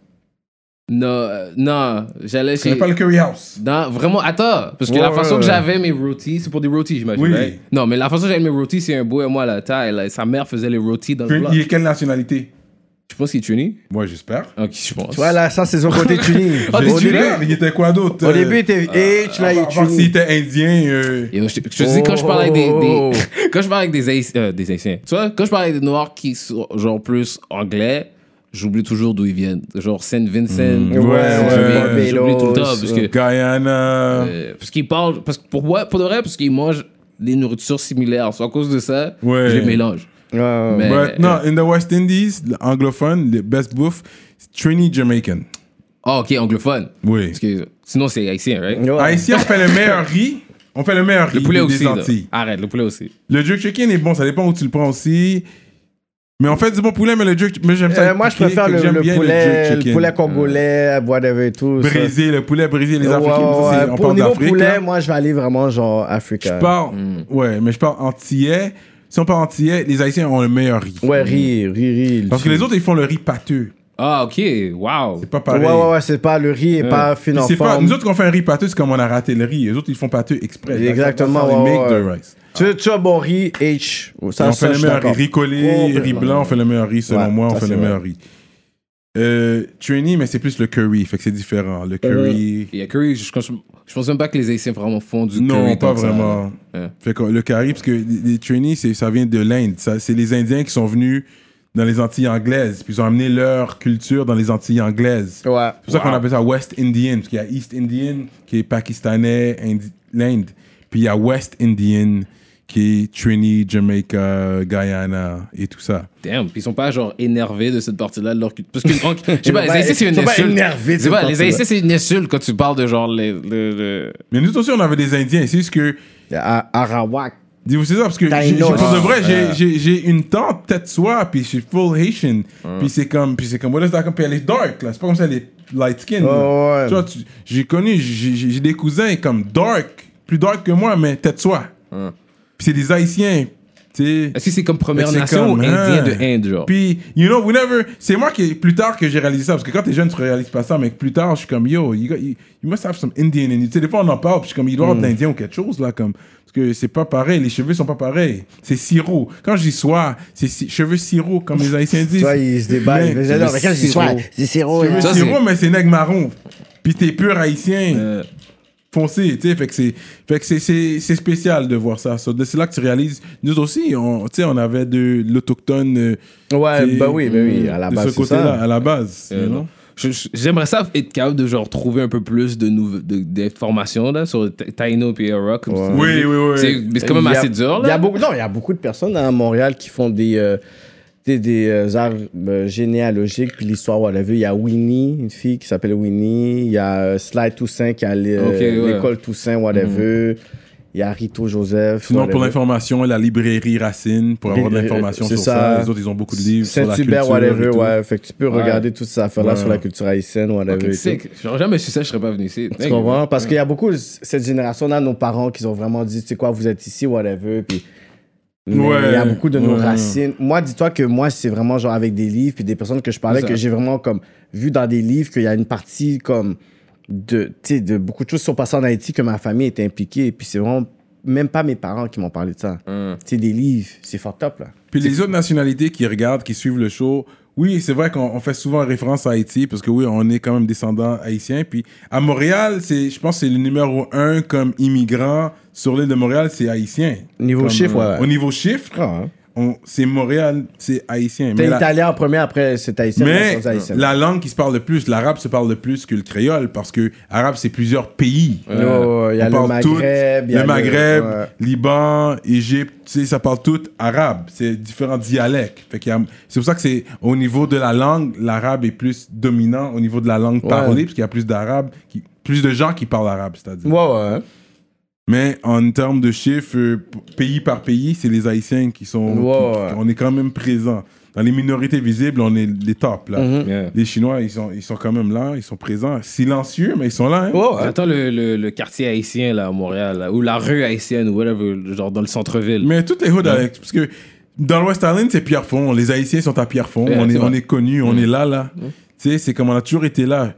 Speaker 3: Non, euh, non, j'allais
Speaker 1: Tu
Speaker 3: chez.
Speaker 1: connais pas le curry house?
Speaker 3: Non, vraiment, attends, parce que
Speaker 1: Ouais,
Speaker 3: la
Speaker 1: ouais,
Speaker 3: façon
Speaker 1: ouais.
Speaker 3: que j'avais mes rôtis, c'est pour des rôtis, j'imagine.
Speaker 1: Oui.
Speaker 3: right? Non, mais la façon que j'avais mes rôtis, c'est un boy à moi, là, taille, là, sa mère faisait les rôtis dans le
Speaker 1: Il
Speaker 3: bloc.
Speaker 1: est quelle nationalité?
Speaker 3: Je pense qu'il est tuné.
Speaker 1: Moi, j'espère.
Speaker 3: Ok, je pense.
Speaker 2: Voilà, ça, c'est son côté tuning.
Speaker 3: Ah, t'es
Speaker 2: au,
Speaker 3: tuné?
Speaker 2: début,
Speaker 1: Mais il était quoi d'autre euh,
Speaker 2: au début, Eh, il était H,
Speaker 1: Ah,
Speaker 2: là, il est
Speaker 1: Parce
Speaker 2: tuning.
Speaker 1: s'il était indien. euh,
Speaker 3: Et je, te- je te dis, quand je parle avec des,
Speaker 1: Oh.
Speaker 3: des- *laughs* quand je parle avec des, Haïti- euh, des Haïtiens, tu vois, quand je parle avec des Noirs qui sont genre plus anglais, j'oublie toujours d'où ils viennent. Genre Saint Vincent,
Speaker 1: Mm.
Speaker 2: Ouais, ouais,
Speaker 3: j'oublie- j'oublie tout le temps
Speaker 2: Barbados,
Speaker 3: parce que
Speaker 1: Guyana.
Speaker 3: euh, parce qu'ils parlent, parce que pour moi, pour de vrai, parce qu'ils mangent des nourritures similaires. Soit à cause de ça,
Speaker 1: Ouais.
Speaker 3: je les mélange.
Speaker 2: Ouais, ouais.
Speaker 3: Mais-
Speaker 1: But non,
Speaker 2: euh,
Speaker 1: in the West Indies, anglophone, the best bouffe, c'est Trini Jamaican.
Speaker 3: Ah, ok, anglophone.
Speaker 1: Oui. Ah,
Speaker 3: Parce que sinon c'est haïtien, right?
Speaker 2: Ouais.
Speaker 1: Ici, on fait le
Speaker 2: *laughs*
Speaker 1: meilleur riz. On fait le meilleur riz
Speaker 3: Le poulet
Speaker 1: des
Speaker 3: aussi. là.
Speaker 1: Antilles.
Speaker 3: Arrête, le poulet aussi.
Speaker 1: Le jerk chicken est bon, ça dépend où tu le prends aussi. Mais on fait du bon poulet, mais le jerk mais j'aime ça.
Speaker 2: Euh,
Speaker 1: avec
Speaker 2: moi, je
Speaker 1: piqué,
Speaker 2: préfère
Speaker 1: que
Speaker 2: le,
Speaker 1: j'aime
Speaker 2: le
Speaker 1: bien
Speaker 2: poulet,
Speaker 1: jerk
Speaker 2: le
Speaker 1: chicken. Ah.
Speaker 2: poulet congolais, whatever et tout. ça.
Speaker 1: Brisé, le poulet brisé, les
Speaker 2: Ouais,
Speaker 1: Africains. mais ça,
Speaker 2: ouais,
Speaker 1: c'est-
Speaker 2: ouais.
Speaker 1: on
Speaker 2: Pour
Speaker 1: parle
Speaker 2: niveau
Speaker 1: d'Afrique.
Speaker 2: poulet,
Speaker 1: là.
Speaker 2: moi, je vais aller vraiment genre Africa.
Speaker 1: Je parle,
Speaker 2: Hmm.
Speaker 1: ouais, mais je parle antillais. Si on parle antillais, les Haïtiens ont le meilleur riz.
Speaker 2: Ouais, riz, riz, riz. le
Speaker 1: Parce que
Speaker 2: riz.
Speaker 1: les autres, ils font le riz pâteux.
Speaker 3: Ah, ok, wow.
Speaker 1: C'est pas
Speaker 2: Ouais,
Speaker 1: pareil.
Speaker 2: ouais, ouais, c'est pas le riz et pas fin
Speaker 1: Puis
Speaker 2: en
Speaker 1: c'est pas,
Speaker 2: forme.
Speaker 1: nous autres, qu'on fait un riz pâteux, c'est comme on a raté le riz. Les autres, ils font pâteux exprès.
Speaker 2: Exactement,
Speaker 1: Ils
Speaker 2: ouais,
Speaker 1: make
Speaker 2: ouais,
Speaker 1: the
Speaker 2: ouais.
Speaker 1: rice.
Speaker 2: Tu veux- tu as bon riz, H. Ça,
Speaker 1: on
Speaker 2: ça,
Speaker 1: fait
Speaker 2: je
Speaker 1: le
Speaker 2: suis
Speaker 1: meilleur riz.
Speaker 2: d'accord.
Speaker 1: Riz collé, riz
Speaker 2: Complètement.
Speaker 1: blanc, on fait le meilleur riz, selon
Speaker 2: Ouais,
Speaker 1: moi, on
Speaker 2: ça,
Speaker 1: fait
Speaker 2: c'est
Speaker 1: le
Speaker 2: vrai.
Speaker 1: meilleur riz. Euh, Trini, mais c'est plus le curry, fait que c'est différent.
Speaker 2: Euh,
Speaker 1: Le curry.
Speaker 3: Il y a curry, je, je, je pense même pas que les haïtiens vraiment font du curry.
Speaker 1: Non, pas
Speaker 3: tant que ça, là.
Speaker 1: vraiment.
Speaker 3: Ouais.
Speaker 1: Fait que le curry, parce que les- les Trini, c'est- ça vient de l'Inde. Ça, C'est les Indiens qui sont venus dans les Antilles anglaises, puis ils ont amené leur culture dans les Antilles anglaises.
Speaker 2: Ouais.
Speaker 1: C'est pour ça qu'on appelle ça West Indian, parce qu'il y a East Indian qui est pakistanais, Indi- l'Inde. Puis il y a West Indian qui est Trini, Jamaica, Guyana et tout ça.
Speaker 3: Damn, puis ils sont pas genre énervés de cette partie-là de leur cul- Parce que,
Speaker 1: *laughs*
Speaker 3: en- je sais pas,
Speaker 2: Ils
Speaker 3: les
Speaker 2: sont
Speaker 3: Haïtiens, c'est une
Speaker 2: pas- ils sont pas
Speaker 3: insulte.
Speaker 2: énervés
Speaker 3: Je
Speaker 2: de
Speaker 3: sais
Speaker 2: cette
Speaker 3: pas, les
Speaker 2: partie-là.
Speaker 3: Haïtiens, c'est une insulte quand tu parles de genre les. le- le-
Speaker 1: Mais nous aussi, on avait des Indiens. C'est juste que.
Speaker 2: À- Arawak.
Speaker 1: Dis-vous, c'est ça, parce que
Speaker 2: T'as
Speaker 1: j'ai-
Speaker 2: une
Speaker 1: j'ai-
Speaker 2: autre.
Speaker 1: pour de vrai, j'ai- j'ai j'ai une tante tête soie, puis je suis full Haitian. Puis c'est comme, puis c'est comme, voilà, c'est comme, puis elle est dark, là. C'est pas comme ça, elle est light skin. là.
Speaker 2: Oh, ouais.
Speaker 1: Tu vois, tu- j'ai connu, j'ai j'ai- j'ai des cousins comme dark, plus dark que moi, mais tête soie. Puis c'est des Haïtiens, tu sais.
Speaker 3: Est-ce que c'est comme Première
Speaker 1: Fait que c'est
Speaker 3: Nation
Speaker 1: comme,
Speaker 3: ou Indien
Speaker 1: hein.
Speaker 3: de Inde, genre?
Speaker 1: Puis, you know, whenever. C'est moi qui, plus tard, que j'ai réalisé ça. Parce que quand t'es jeune, tu réalises pas ça. Mais plus tard, je suis comme, yo, you, got- you, you must have some Indian in you. Tu sais, des fois, on en parle. Puis je suis comme, il doit y
Speaker 3: Mm.
Speaker 1: avoir de l'Indien ou quelque chose, là. Comme, parce que c'est pas pareil. Les cheveux sont pas pareils. C'est sirop. Quand je dis soie, c'est si- cheveux sirop, comme les Haïtiens
Speaker 2: *laughs*
Speaker 1: disent.
Speaker 2: Tu vois, ils se débattent.
Speaker 1: Mais-
Speaker 2: Mais j'adore. Mais quand je dis
Speaker 3: sirop.
Speaker 2: ouais, c'est sirop. hein.
Speaker 1: Cheveux
Speaker 3: Ça,
Speaker 1: sirop,
Speaker 3: c'est-
Speaker 1: mais c'est nègre marron. Puis t'es pur haïtien.
Speaker 3: Euh,
Speaker 1: Foncé, tu sais, fait que c'est, fait que c'est, c'est, c'est spécial de voir ça. So, c'est là que tu réalises, nous aussi, on, tu sais, on avait de l'autochtone euh,
Speaker 2: Ouais,
Speaker 1: C'est-
Speaker 2: bah oui, bah oui, à la
Speaker 1: de
Speaker 2: base,
Speaker 1: ce
Speaker 2: c'est
Speaker 1: côté-là,
Speaker 2: ça.
Speaker 1: à la base.
Speaker 3: euh,
Speaker 1: you know?
Speaker 3: non. Je- je- J'aimerais ça être capable de genre trouver un peu plus de nouve- de- d'informations là sur T- Taino et Rock. comme tu
Speaker 1: Oui,
Speaker 3: dis.
Speaker 1: oui, oui.
Speaker 3: C'est- mais c'est quand
Speaker 2: Il
Speaker 3: même
Speaker 2: y a-
Speaker 3: assez dur
Speaker 2: il y a
Speaker 3: là.
Speaker 2: beaucoup, non, il y a beaucoup de personnes à Montréal qui font des, euh, des, des, euh, arts euh, généalogiques, puis l'histoire, on l'a vu. Il y a Winnie, une fille qui s'appelle Winnie. Il y a euh, Sly Toussaint qui a l'é-
Speaker 3: Ok, ouais. Mhm.
Speaker 2: l'école Toussaint, whatever. Il y a Rito Joseph.
Speaker 1: Sinon, pour
Speaker 2: whatever.
Speaker 1: l'information, la librairie Racine, pour avoir de
Speaker 2: Libra-
Speaker 1: l'information
Speaker 2: euh, c'est
Speaker 1: sur ça.
Speaker 2: ça.
Speaker 1: Les autres, ils ont beaucoup de livres sur la culture.
Speaker 2: Saint-Hubert,
Speaker 1: et
Speaker 2: whatever,
Speaker 1: tout.
Speaker 2: ouais. Fait que tu peux regarder toutes ces affaires-là
Speaker 1: Ouais.
Speaker 2: sur la culture haïtienne, whatever.
Speaker 3: Ok,
Speaker 2: et tout.
Speaker 3: sick. J'aurais jamais su ça, je serais pas venu ici.
Speaker 2: Tu comprends? Parce qu'il y a beaucoup, cette génération-là, nos parents qui ont vraiment dit, tu sais quoi, vous êtes ici, whatever. Puis, mais
Speaker 1: Ouais,
Speaker 2: il y a beaucoup de nos
Speaker 1: ouais.
Speaker 2: racines. Moi, dis-toi que moi, c'est vraiment genre avec des livres, puis des personnes que je parlais,
Speaker 3: C'est
Speaker 2: que
Speaker 3: ça.
Speaker 2: j'ai vraiment comme vu dans des livres qu'il y a une partie comme de, tu sais, de beaucoup de choses qui sont passées en Haïti que ma famille était impliquée. Puis c'est vraiment même pas mes parents qui m'ont parlé de ça.
Speaker 3: Hum.
Speaker 2: C'est des livres, c'est fort top, là.
Speaker 1: Puis les autres nationalités qui regardent, qui suivent le show, oui, c'est vrai qu'on on fait souvent référence à Haïti, parce que oui, on est quand même descendant haïtien. Puis à Montréal, c'est, je pense que c'est le numéro un comme immigrant sur l'île de Montréal, c'est haïtien.
Speaker 2: Niveau
Speaker 1: Comme, euh,
Speaker 2: chiffre, ouais.
Speaker 1: Au niveau chiffre,
Speaker 2: Ah, hein.
Speaker 1: on- c'est Montréal, c'est haïtien.
Speaker 2: T'es
Speaker 1: Mais la-
Speaker 2: italien en premier, après c'est haïtien,
Speaker 1: Mais
Speaker 2: après, c'est haïtien.
Speaker 1: la langue qui se parle le plus, l'arabe se parle le plus que le créole, parce que arabe, c'est plusieurs pays.
Speaker 2: Ouais, ouais, il y a
Speaker 1: On
Speaker 2: le
Speaker 1: parle
Speaker 2: Maghreb,
Speaker 1: toutes-
Speaker 2: il y
Speaker 1: le
Speaker 2: a le-
Speaker 1: Maghreb,
Speaker 2: ouais.
Speaker 1: Liban, Égypte, tu sais, ça parle tout arabe. C'est différents dialectes. Fait qu'il y a- c'est pour ça que c'est au niveau de la langue, l'arabe est plus dominant au niveau de la langue parlée, parce qu'il y a plus d'arabes, qui- plus de gens qui parlent arabe, c'est-à-dire.
Speaker 2: Ouais, ouais.
Speaker 1: Mais en termes de chiffres, euh, p- pays par pays, c'est les Haïtiens qui sont. qui-
Speaker 2: Ouais.
Speaker 1: qui- on est quand même présents. Dans les minorités visibles, on est les tops, là.
Speaker 2: Mm-hmm.
Speaker 3: Yeah.
Speaker 1: Les Chinois, ils sont, ils sont quand même là, ils sont présents, silencieux, mais ils sont là. hein.
Speaker 2: Ouais, ouais.
Speaker 3: J'attends Oh, le, le, le quartier haïtien là à Montréal, là, ou la rue haïtienne, ou whatever, genre dans le centre-ville.
Speaker 1: Mais toutes les hoods, Alex, parce que dans l'Ouest Island, c'est Pierrefonds. Les Haïtiens sont à Pierrefonds.
Speaker 3: Ouais,
Speaker 1: on,
Speaker 3: c'est
Speaker 1: est,
Speaker 2: Mm.
Speaker 3: vrai.
Speaker 1: on est connus, on est là, là. Tu sais, c'est comme on a toujours été là.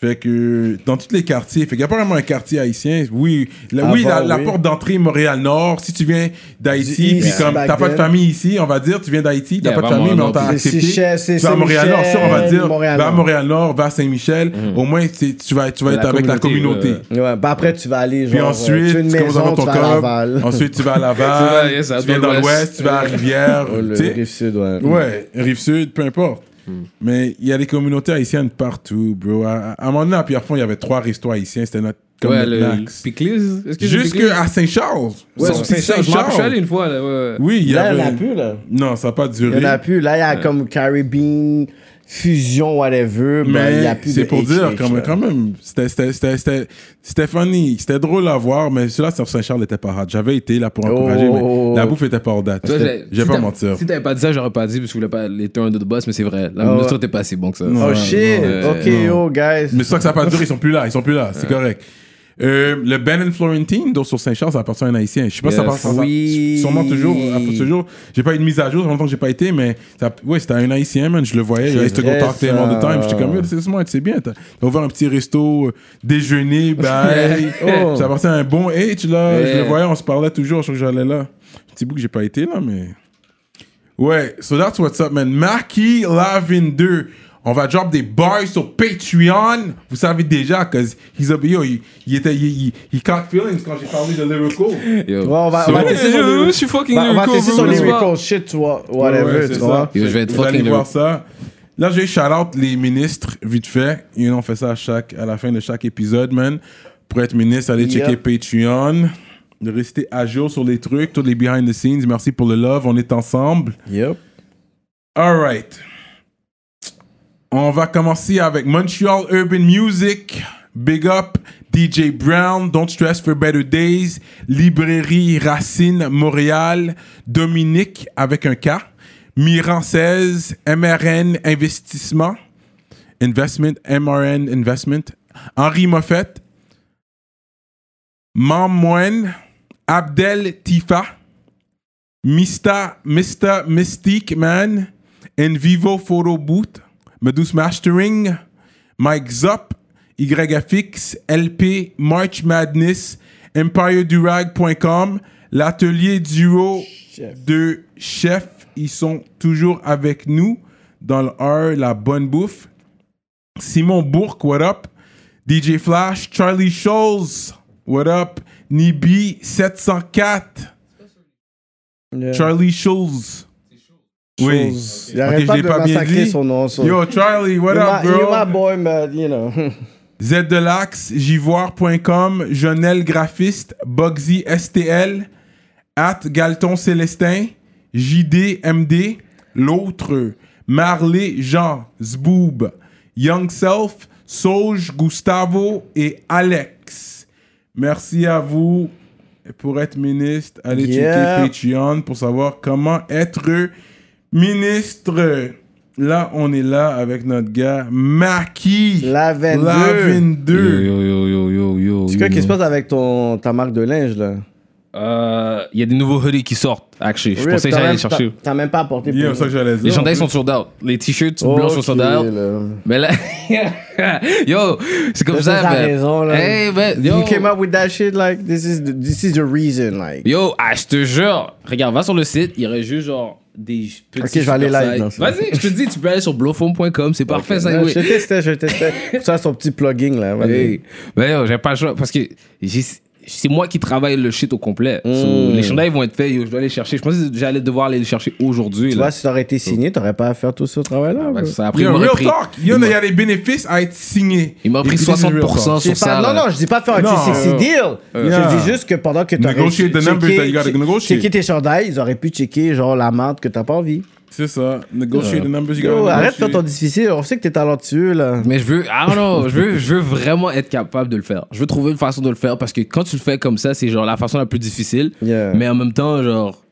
Speaker 1: Fait que dans tous les quartiers, fait qu'il n'y a pas vraiment un quartier haïtien. Oui, la,
Speaker 2: Avant,
Speaker 1: oui, la, la
Speaker 2: oui.
Speaker 1: porte d'entrée Montréal-Nord, si tu viens d'Haïti,
Speaker 2: Du
Speaker 1: puis
Speaker 2: East
Speaker 1: comme
Speaker 2: back
Speaker 1: t'as pas de
Speaker 2: then.
Speaker 1: famille ici, on va dire, tu viens d'Haïti, t'as
Speaker 3: Yeah,
Speaker 1: pas de
Speaker 3: va à
Speaker 1: famille, mais on
Speaker 3: Montréal-Nord,
Speaker 1: t'a
Speaker 2: c'est
Speaker 1: accepté.
Speaker 2: Sichet, c'est
Speaker 1: Tu vas à Montréal-Nord, ça, on va
Speaker 2: Saint-Michel,
Speaker 1: dire,
Speaker 2: Montréal-Nord.
Speaker 1: va
Speaker 2: Mm.
Speaker 1: à Montréal-Nord, va à Saint-Michel, au moins c'est- tu vas, tu vas
Speaker 3: La
Speaker 1: être avec la
Speaker 3: communauté,
Speaker 1: communauté.
Speaker 3: euh,
Speaker 2: Ouais, bah après, tu vas aller, genre,
Speaker 1: Puis
Speaker 2: euh,
Speaker 1: ensuite,
Speaker 2: tu veux une
Speaker 1: tu commences à
Speaker 2: maison,
Speaker 1: avoir
Speaker 2: tu
Speaker 1: ton
Speaker 2: vas à
Speaker 1: cob.
Speaker 2: Laval.
Speaker 1: Ensuite, tu vas à
Speaker 3: C'est vrai,
Speaker 1: Laval.
Speaker 3: c'est à
Speaker 1: tu viens
Speaker 3: dans
Speaker 1: dans
Speaker 3: l'Ouest.
Speaker 1: l'ouest, tu vas à Rivière.
Speaker 2: Oh, *laughs* le
Speaker 1: tu sais.
Speaker 2: Rive-Sud, Hmm. ouais.
Speaker 1: Ouais, Rive-Sud, peu importe. Mais il y a des communautés haïtiennes partout, bro. À, à un moment donné, à Pierrefonds, il y avait trois restos haïtiens. C'était notre comme
Speaker 3: Ouais,
Speaker 1: notre
Speaker 3: le
Speaker 1: max.
Speaker 3: Piclis. Est-ce que c'est
Speaker 1: Jusque
Speaker 3: Piclis?
Speaker 1: à Saint-Charles.
Speaker 3: Ouais,
Speaker 1: Sorti
Speaker 3: sur Saint-Charles. Je m'en rappelle, je suis allé une fois. Là, ouais.
Speaker 1: Oui, il y
Speaker 2: Là, il
Speaker 1: avait...
Speaker 2: n'y en a plus, là.
Speaker 1: Non, ça n'a pas
Speaker 2: Il
Speaker 1: duré.
Speaker 2: n'y en a plus. Là, il y a comme Caribbean, Fusion, whatever. ben, il y a
Speaker 1: mais
Speaker 2: plus
Speaker 1: c'est
Speaker 2: de
Speaker 1: pour
Speaker 2: H,
Speaker 1: dire,
Speaker 2: H,
Speaker 1: quand
Speaker 2: là.
Speaker 1: même, quand même, c'était- c'était- c'était c'était- c'était funny, c'était drôle à voir, mais celui-là sur Saint-Charles n'était pas hard. J'avais été là pour encourager,
Speaker 2: Oh.
Speaker 1: mais la bouffe était pas hors date.
Speaker 3: Toi, j'ai-
Speaker 1: Je vais
Speaker 3: si
Speaker 1: pas
Speaker 3: t'as-
Speaker 1: mentir.
Speaker 3: Si t'avais pas dit ça, j'aurais pas dit parce que je voulais pas les turn de boss, mais c'est vrai. La
Speaker 2: Ah ouais.
Speaker 3: nourriture t'es pas si bon que ça.
Speaker 1: Non.
Speaker 2: Oh
Speaker 1: Ouais,
Speaker 2: shit,
Speaker 3: non,
Speaker 2: ok,
Speaker 3: ouais.
Speaker 2: yo, guys.
Speaker 1: Mais c'est ça que ça n'a
Speaker 2: *laughs*
Speaker 1: pas duré, ils sont plus là, ils sont plus là, c'est correct. Euh, le Ben and Florentine, donc sur Saint-Charles, ça appartient à un haïtien. Je sais pas si ça
Speaker 3: Yes.
Speaker 1: appartient ça-
Speaker 2: Oui.
Speaker 1: Sûrement toujours, après ce jour. J'ai pas eu de mise à jour, ça fait longtemps que j'ai pas été, mais ça, ouais, c'était à un haïtien, man. Je le voyais, il
Speaker 2: C'est
Speaker 1: used to go
Speaker 2: vrai,
Speaker 1: talk to him all the
Speaker 2: ça.
Speaker 1: time. J'étais comme, yo, c'est smart, c'est bien. T'as t'as ouvert un petit resto, euh,
Speaker 2: *laughs*
Speaker 1: déjeuner, bye.
Speaker 2: Oh.
Speaker 1: Ça appartient à un bon H, là. Je
Speaker 3: Yeah.
Speaker 1: le voyais, on se parlait toujours, je crois que j'allais là. Petit bout que j'ai pas été, là, mais. Ouais, so that's what's up, man. Marquis Lavin 2. On va drop des bars sur Patreon. Vous savez déjà, cause he's a, yo, il, il était, il, il, he caught feelings quand j'ai parlé de Lyrical.
Speaker 3: Yo.
Speaker 2: Ouais, on va, on
Speaker 1: So-
Speaker 2: va
Speaker 3: Ouais,
Speaker 2: tester
Speaker 3: yo,
Speaker 2: sur les-
Speaker 3: euh, je suis fucking
Speaker 2: bah, on va
Speaker 3: lyrical,
Speaker 2: tester
Speaker 3: bro,
Speaker 2: sur les
Speaker 3: n'est-ce pas?
Speaker 2: records, shit, tu vois, whatever,
Speaker 1: Ouais,
Speaker 2: tu
Speaker 1: c'est
Speaker 2: vois.
Speaker 3: Yo, je vais être
Speaker 1: Vous allez
Speaker 3: fucking
Speaker 1: voir ça. Là, j'ai shout out les ministres, vite fait. You know, on fait ça à, chaque, à la fin de chaque épisode, man. Pour être ministre, allez
Speaker 2: Yeah.
Speaker 1: checker Patreon. De rester à jour sur les trucs, tous les behind the scenes. Merci pour le love. On est ensemble.
Speaker 2: Yep.
Speaker 1: All right. On va commencer avec Montreal Urban Music. Big up DJ Brown, Don't Stress for Better Days, Librairie Racine Montréal, Dominique avec un K, Miran 16, MRN Investissement, Investment, MRN Investment, Henri Moffett, Mamoine, Abdel Tifa, Mista, Mista Mystique Man, In Vivo Photo Boot, Medus Mastering, Mike Zop, YFX, LP, March Madness, EmpireDurag.com, l'atelier duo de chef, ils sont toujours avec nous dans le R, la bonne bouffe. Simon Bourque, what up? DJ Flash, Charlie Scholes, what up? Nibi 704. Charlie Schulz. Oui.
Speaker 2: Il arrête
Speaker 1: Ok, je
Speaker 2: pas
Speaker 1: l'ai
Speaker 2: de
Speaker 1: pas bien
Speaker 2: massacrer
Speaker 1: dit.
Speaker 2: son nom. son-
Speaker 1: Yo, Charlie, what
Speaker 2: You're
Speaker 1: up,
Speaker 2: my- you're
Speaker 1: bro?
Speaker 2: my boy, but, you know. *laughs*
Speaker 1: Z de l'Axe, Jivoire.com, Jonel Graphiste, Bugsy STL, at Galton Célestin, JDMD, l'autre, Marley Jean, Zboob, Young Self, Sauge Gustavo et Alex. Merci à vous pour être ministre. Allez
Speaker 2: Yeah.
Speaker 1: checker Patreon pour savoir comment être ministre. Là, on est là avec notre gars Maki
Speaker 2: Lavender.
Speaker 3: Yo,
Speaker 1: 22.
Speaker 3: yo, yo, yo, yo, yo.
Speaker 2: C'est
Speaker 3: yo.
Speaker 2: quoi qui se passe avec ton, ta marque de linge, là?
Speaker 3: Euh, Il y a des nouveaux hoodies qui sortent, actually. Je
Speaker 2: Rip,
Speaker 3: pensais que
Speaker 2: t'as
Speaker 3: j'allais
Speaker 2: même-
Speaker 3: les chercher.
Speaker 2: t'as- T'as même pas apporté
Speaker 1: Yeah, c'est ça que j'allais dire.
Speaker 3: Les chandails sont sold out. Les t-shirts blancs sont sold out. Mais là, *laughs* yo, c'est comme
Speaker 2: Ça,
Speaker 3: ça,
Speaker 2: t'as
Speaker 3: man.
Speaker 2: raison, là.
Speaker 3: Hey, man, yo.
Speaker 2: You came up with that shit, like, this is the, this is the reason, like.
Speaker 3: Yo, ah, je te jure. Regarde, va sur le site, il y aurait juste genre des petits.
Speaker 2: Ok, je vais aller
Speaker 3: super
Speaker 2: live,
Speaker 3: size.
Speaker 2: non, c'est-
Speaker 3: Vas-y, je te dis, tu peux aller sur blowphone.com, c'est parfait, ça.
Speaker 2: Non,
Speaker 3: oui.
Speaker 2: Je testais, je testais. *laughs* Pour ça, son petit plugin, là. vas-y.
Speaker 3: Hey, ben yo, j'ai pas le choix parce que j'ai- c'est moi qui travaille le shit au complet. So,
Speaker 2: Hmm.
Speaker 3: les chandails vont être faits, yo, je dois aller chercher. Je pense que j'allais devoir aller les chercher aujourd'hui. là. Ah,
Speaker 2: Tu
Speaker 3: ben,
Speaker 2: vois, si t'aurais été signé, t'aurais pas à faire tout ce travail-là.
Speaker 3: Ouais,
Speaker 2: bro.
Speaker 3: ça a pris,
Speaker 1: Yo,
Speaker 3: il m'aurait
Speaker 1: real
Speaker 3: pris-
Speaker 1: talk. Yo, il y a des bénéfices à être signé.
Speaker 3: Il m'a pris 60%
Speaker 2: C'est
Speaker 3: sur ça.
Speaker 2: pas- non,
Speaker 3: là.
Speaker 2: non, je dis pas faire un
Speaker 1: Non,
Speaker 2: TCC
Speaker 1: euh,
Speaker 2: deal.
Speaker 1: yeah.
Speaker 2: Je dis juste que pendant que t'aurais
Speaker 1: Negotiate the numbers that you gotta
Speaker 2: checké-
Speaker 1: negotiate.
Speaker 2: checké tes chandails, ils auraient pu checker genre la marque que t'as pas envie.
Speaker 1: C'est ça. Negotiate
Speaker 3: Euh,
Speaker 1: the numbers you
Speaker 2: Yo,
Speaker 1: gotta
Speaker 2: arrête de
Speaker 1: negotiate.
Speaker 2: faire ton difficile, on sait que t'es talentueux là.
Speaker 3: Mais je veux, ah non, je veux, je veux vraiment être capable de le faire. Je veux trouver une façon de le faire parce que quand tu le fais comme ça, c'est genre la façon la plus difficile.
Speaker 2: Yeah.
Speaker 3: Mais en même temps, genre,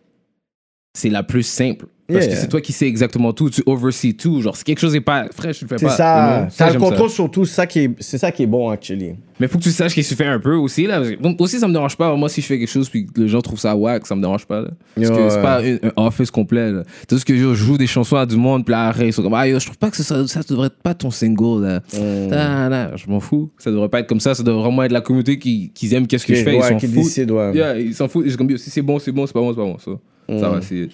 Speaker 3: c'est la plus simple. Parce
Speaker 2: Yeah.
Speaker 3: que c'est toi qui sais exactement tout, tu oversees tout. Genre, si quelque chose n'est pas frais, tu le fais
Speaker 2: C'est
Speaker 3: pas.
Speaker 2: ça.
Speaker 3: You know?
Speaker 2: T'as le
Speaker 3: j'aime
Speaker 2: contrôle sur tout. C'est ça qui est, c'est ça qui est bon, actually.
Speaker 3: Mais faut que tu saches qu'il se fait un peu aussi. Là. Donc, aussi, ça me dérange pas. Moi, si je fais quelque chose puis que les gens trouvent ça whack, ça me dérange pas. Là. Parce
Speaker 2: Ouais.
Speaker 3: que c'est pas une- un office complet. là. Tu sais, ce que yo, je joue des chansons à du monde, puis là, après, ils sont comme Ah, yo, je trouve pas que ça, ça devrait être pas ton single. Là.
Speaker 2: Mm.
Speaker 3: Ah, là, je m'en fous. Ça devrait pas être comme ça. Ça devrait vraiment être la communauté qui, qui aime qu'est-ce que
Speaker 2: Qui-
Speaker 3: je fais.
Speaker 2: ouais,
Speaker 3: ils s'en
Speaker 2: qui
Speaker 3: foutent.
Speaker 2: décide, ouais.
Speaker 3: Yeah, ils s'en foutent. J'ai comme Yo, Si c'est bon, c'est bon. C'est pas bon, c'est pas bon. Ça, ça
Speaker 2: Mm.
Speaker 3: va, c'est.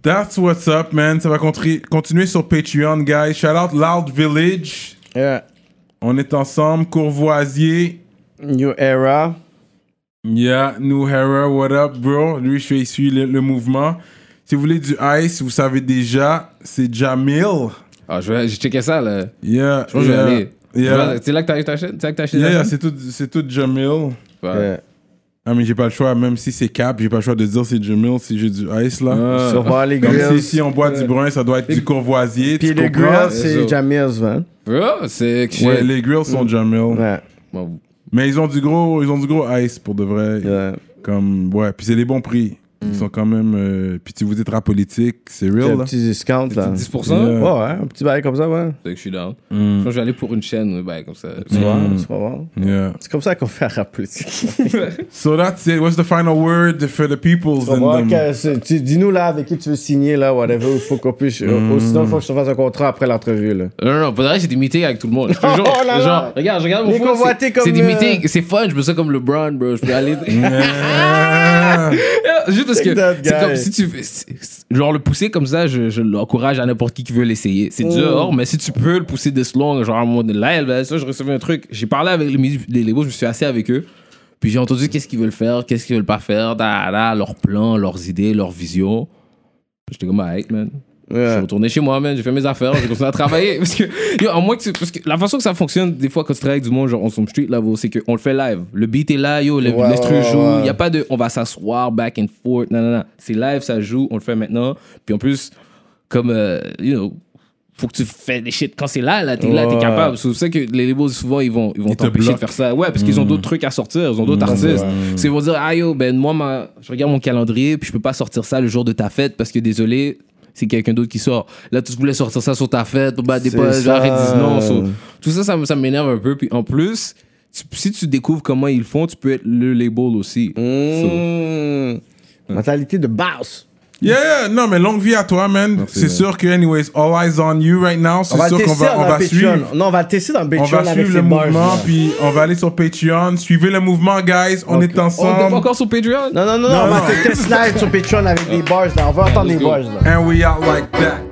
Speaker 1: That's what's up, man. Ça va contri- continuer sur Patreon, guys. Shout out Loud Village.
Speaker 2: Yeah.
Speaker 1: On est ensemble. Courvoisier.
Speaker 2: New era.
Speaker 1: Yeah, New Hera, what up, bro? Lui, je fais ici le, le mouvement. Si vous voulez du ice, vous savez déjà, c'est Jamil.
Speaker 3: Ah, je vais- j'ai checké ça. Là.
Speaker 1: Yeah.
Speaker 3: Je pense que je
Speaker 1: yeah,
Speaker 3: vais aller.
Speaker 1: Yeah.
Speaker 3: Tu vois, C'est là que t'as- t'as acheté C'est là que t'as acheté
Speaker 1: Yeah,
Speaker 3: la
Speaker 1: yeah,
Speaker 3: chaîne?
Speaker 1: c'est tout, c'est tout Jamil.
Speaker 3: Ouais.
Speaker 2: Yeah.
Speaker 1: Ah, mais j'ai pas le choix, même si c'est cap, j'ai pas le choix de dire c'est Jamil si j'ai du ice là.
Speaker 2: Sur voir les
Speaker 1: Comme si,
Speaker 2: grills.
Speaker 1: si on boit du brun, ça doit être du courvoisier.
Speaker 2: Puis
Speaker 1: tu
Speaker 2: les
Speaker 1: comprends?
Speaker 2: grills, c'est
Speaker 3: Réseau.
Speaker 2: Jamil's, man.
Speaker 3: Ouais, c'est que
Speaker 1: Ouais,
Speaker 3: j'ai-
Speaker 1: les grills sont Jamil.
Speaker 2: Ouais.
Speaker 3: Bon,
Speaker 1: Mais ils ont du gros, ils ont du gros ice pour de vrai.
Speaker 2: Yeah.
Speaker 1: Comme ouais, puis c'est des bons prix. Ils sont quand même. euh, puis si vous êtes rap politique, c'est
Speaker 2: Un
Speaker 1: real. Là.
Speaker 2: petit discount, là.
Speaker 3: 10%?
Speaker 2: Ouais, ouais, un petit bail comme ça, ouais.
Speaker 3: C'est que je suis down. Je
Speaker 1: Mm,
Speaker 3: pense que je vais aller pour une chaîne, ouais, bah, comme ça.
Speaker 2: Tu vois, tu vas voir.
Speaker 1: Yeah.
Speaker 2: C'est comme ça qu'on fait à
Speaker 3: *laughs*
Speaker 2: la politique.
Speaker 1: So that's it. What's the final word for the peoples
Speaker 2: Faut
Speaker 1: and
Speaker 2: voir
Speaker 1: them?
Speaker 2: que ce- tu- Dis-nous là avec qui tu veux signer, là, whatever. Il faut qu'on puisse.
Speaker 3: Mm.
Speaker 2: ou sinon, il faut que je te fasse un contrat après l'entrevue, là.
Speaker 3: Non, non, non, pour de vrai, j'ai des meetings avec tout le monde. Je te jure.
Speaker 2: Oh là là.
Speaker 3: genre, regarde, je regarde mon
Speaker 2: Les
Speaker 3: phone,
Speaker 2: convoités
Speaker 3: c'est-
Speaker 2: comme,
Speaker 3: C'est des
Speaker 2: euh,
Speaker 3: meetings, c'est fun, je me sens comme LeBron, bro. Je peux
Speaker 2: *laughs*
Speaker 3: aller.
Speaker 1: Yeah.
Speaker 3: Juste parce
Speaker 2: Check that
Speaker 3: que c'est
Speaker 2: guy.
Speaker 3: comme si tu. veux- c'est- c'est- Genre, le pousser comme ça, je, je l'encourage à n'importe qui qui veut l'essayer.
Speaker 2: Mm.
Speaker 3: C'est dur, mais si tu peux le pousser de ce long, genre à un moment donné, là, là, ça, je recevais un truc. J'ai parlé avec les, mus- les, les boss, je me suis assis avec eux. Puis j'ai entendu qu'est-ce qu'ils veulent faire, qu'est-ce qu'ils veulent pas faire, da, da, leurs plans, leurs idées, leurs visions. J'étais comme, alright, man. Je suis
Speaker 2: Ouais.
Speaker 3: retourné chez moi, man. J'ai fait mes affaires, j'ai continué à travailler. *laughs* Parce que, yo, à moins que tu- parce que la façon que ça fonctionne, des fois, quand tu travailles avec du monde, genre, on some street level, c'est qu'on le fait live. Le beat est là, yo, le-
Speaker 2: Ouais,
Speaker 3: l'instru
Speaker 2: ouais,
Speaker 3: joue.
Speaker 2: ouais.
Speaker 3: Il n'y a pas de on va s'asseoir, back and forth. Non, non, non. C'est live, ça joue, on le fait maintenant. Puis en plus, comme, euh, you know, faut que tu fais des shit quand c'est là, là, t'es là, t'es
Speaker 2: Ouais.
Speaker 3: capable. C'est pour ça que les labels, souvent, ils vont ils vont
Speaker 1: Ils te
Speaker 3: t'empêcher de
Speaker 1: bloquent.
Speaker 3: faire ça. Ouais, parce qu'ils
Speaker 2: Hmm.
Speaker 3: ont d'autres trucs à sortir, ils ont d'autres artistes. C'est pour dire, ah yo, ben moi, ma- je regarde mon calendrier, puis je peux pas sortir ça le jour de ta fête parce que désolé, c'est quelqu'un d'autre qui sort. Là, tu voulais sortir ça sur ta fête, bah, des
Speaker 2: C'est
Speaker 3: pas,
Speaker 2: ça.
Speaker 3: genre, ils disent non. so- tout ça, ça, me- ça m'énerve un peu. Puis en plus, tu- si tu découvres comment ils font, tu peux être le label aussi.
Speaker 2: Hmm.
Speaker 3: So,
Speaker 2: Mmh. Mentalité de boss.
Speaker 1: Yeah, yeah. non, mais longue vie à toi, man. C'est sûr que, anyways, all eyes on you right now. C'est
Speaker 2: On va le
Speaker 1: sûr qu'on
Speaker 2: tester
Speaker 1: va,
Speaker 2: dans
Speaker 1: on va
Speaker 2: Patreon.
Speaker 1: suivre.
Speaker 2: Non, on va le tester dans
Speaker 1: On
Speaker 2: Patreon
Speaker 1: va
Speaker 2: avec
Speaker 1: suivre
Speaker 2: ses
Speaker 1: le
Speaker 2: bars,
Speaker 1: mouvement,
Speaker 2: là.
Speaker 1: puis on va aller sur Patreon. Suivez le mouvement, guys. On est
Speaker 3: on est
Speaker 1: ensemble.
Speaker 3: Oh, pas encore sur Patreon?
Speaker 2: Non, non, non,
Speaker 1: Non,
Speaker 2: on va
Speaker 1: non.
Speaker 3: *laughs*
Speaker 2: te test live sur Patreon avec des bars, là. On va entendre
Speaker 3: let's
Speaker 2: les
Speaker 3: go.
Speaker 2: bars, là.
Speaker 1: And we out like that.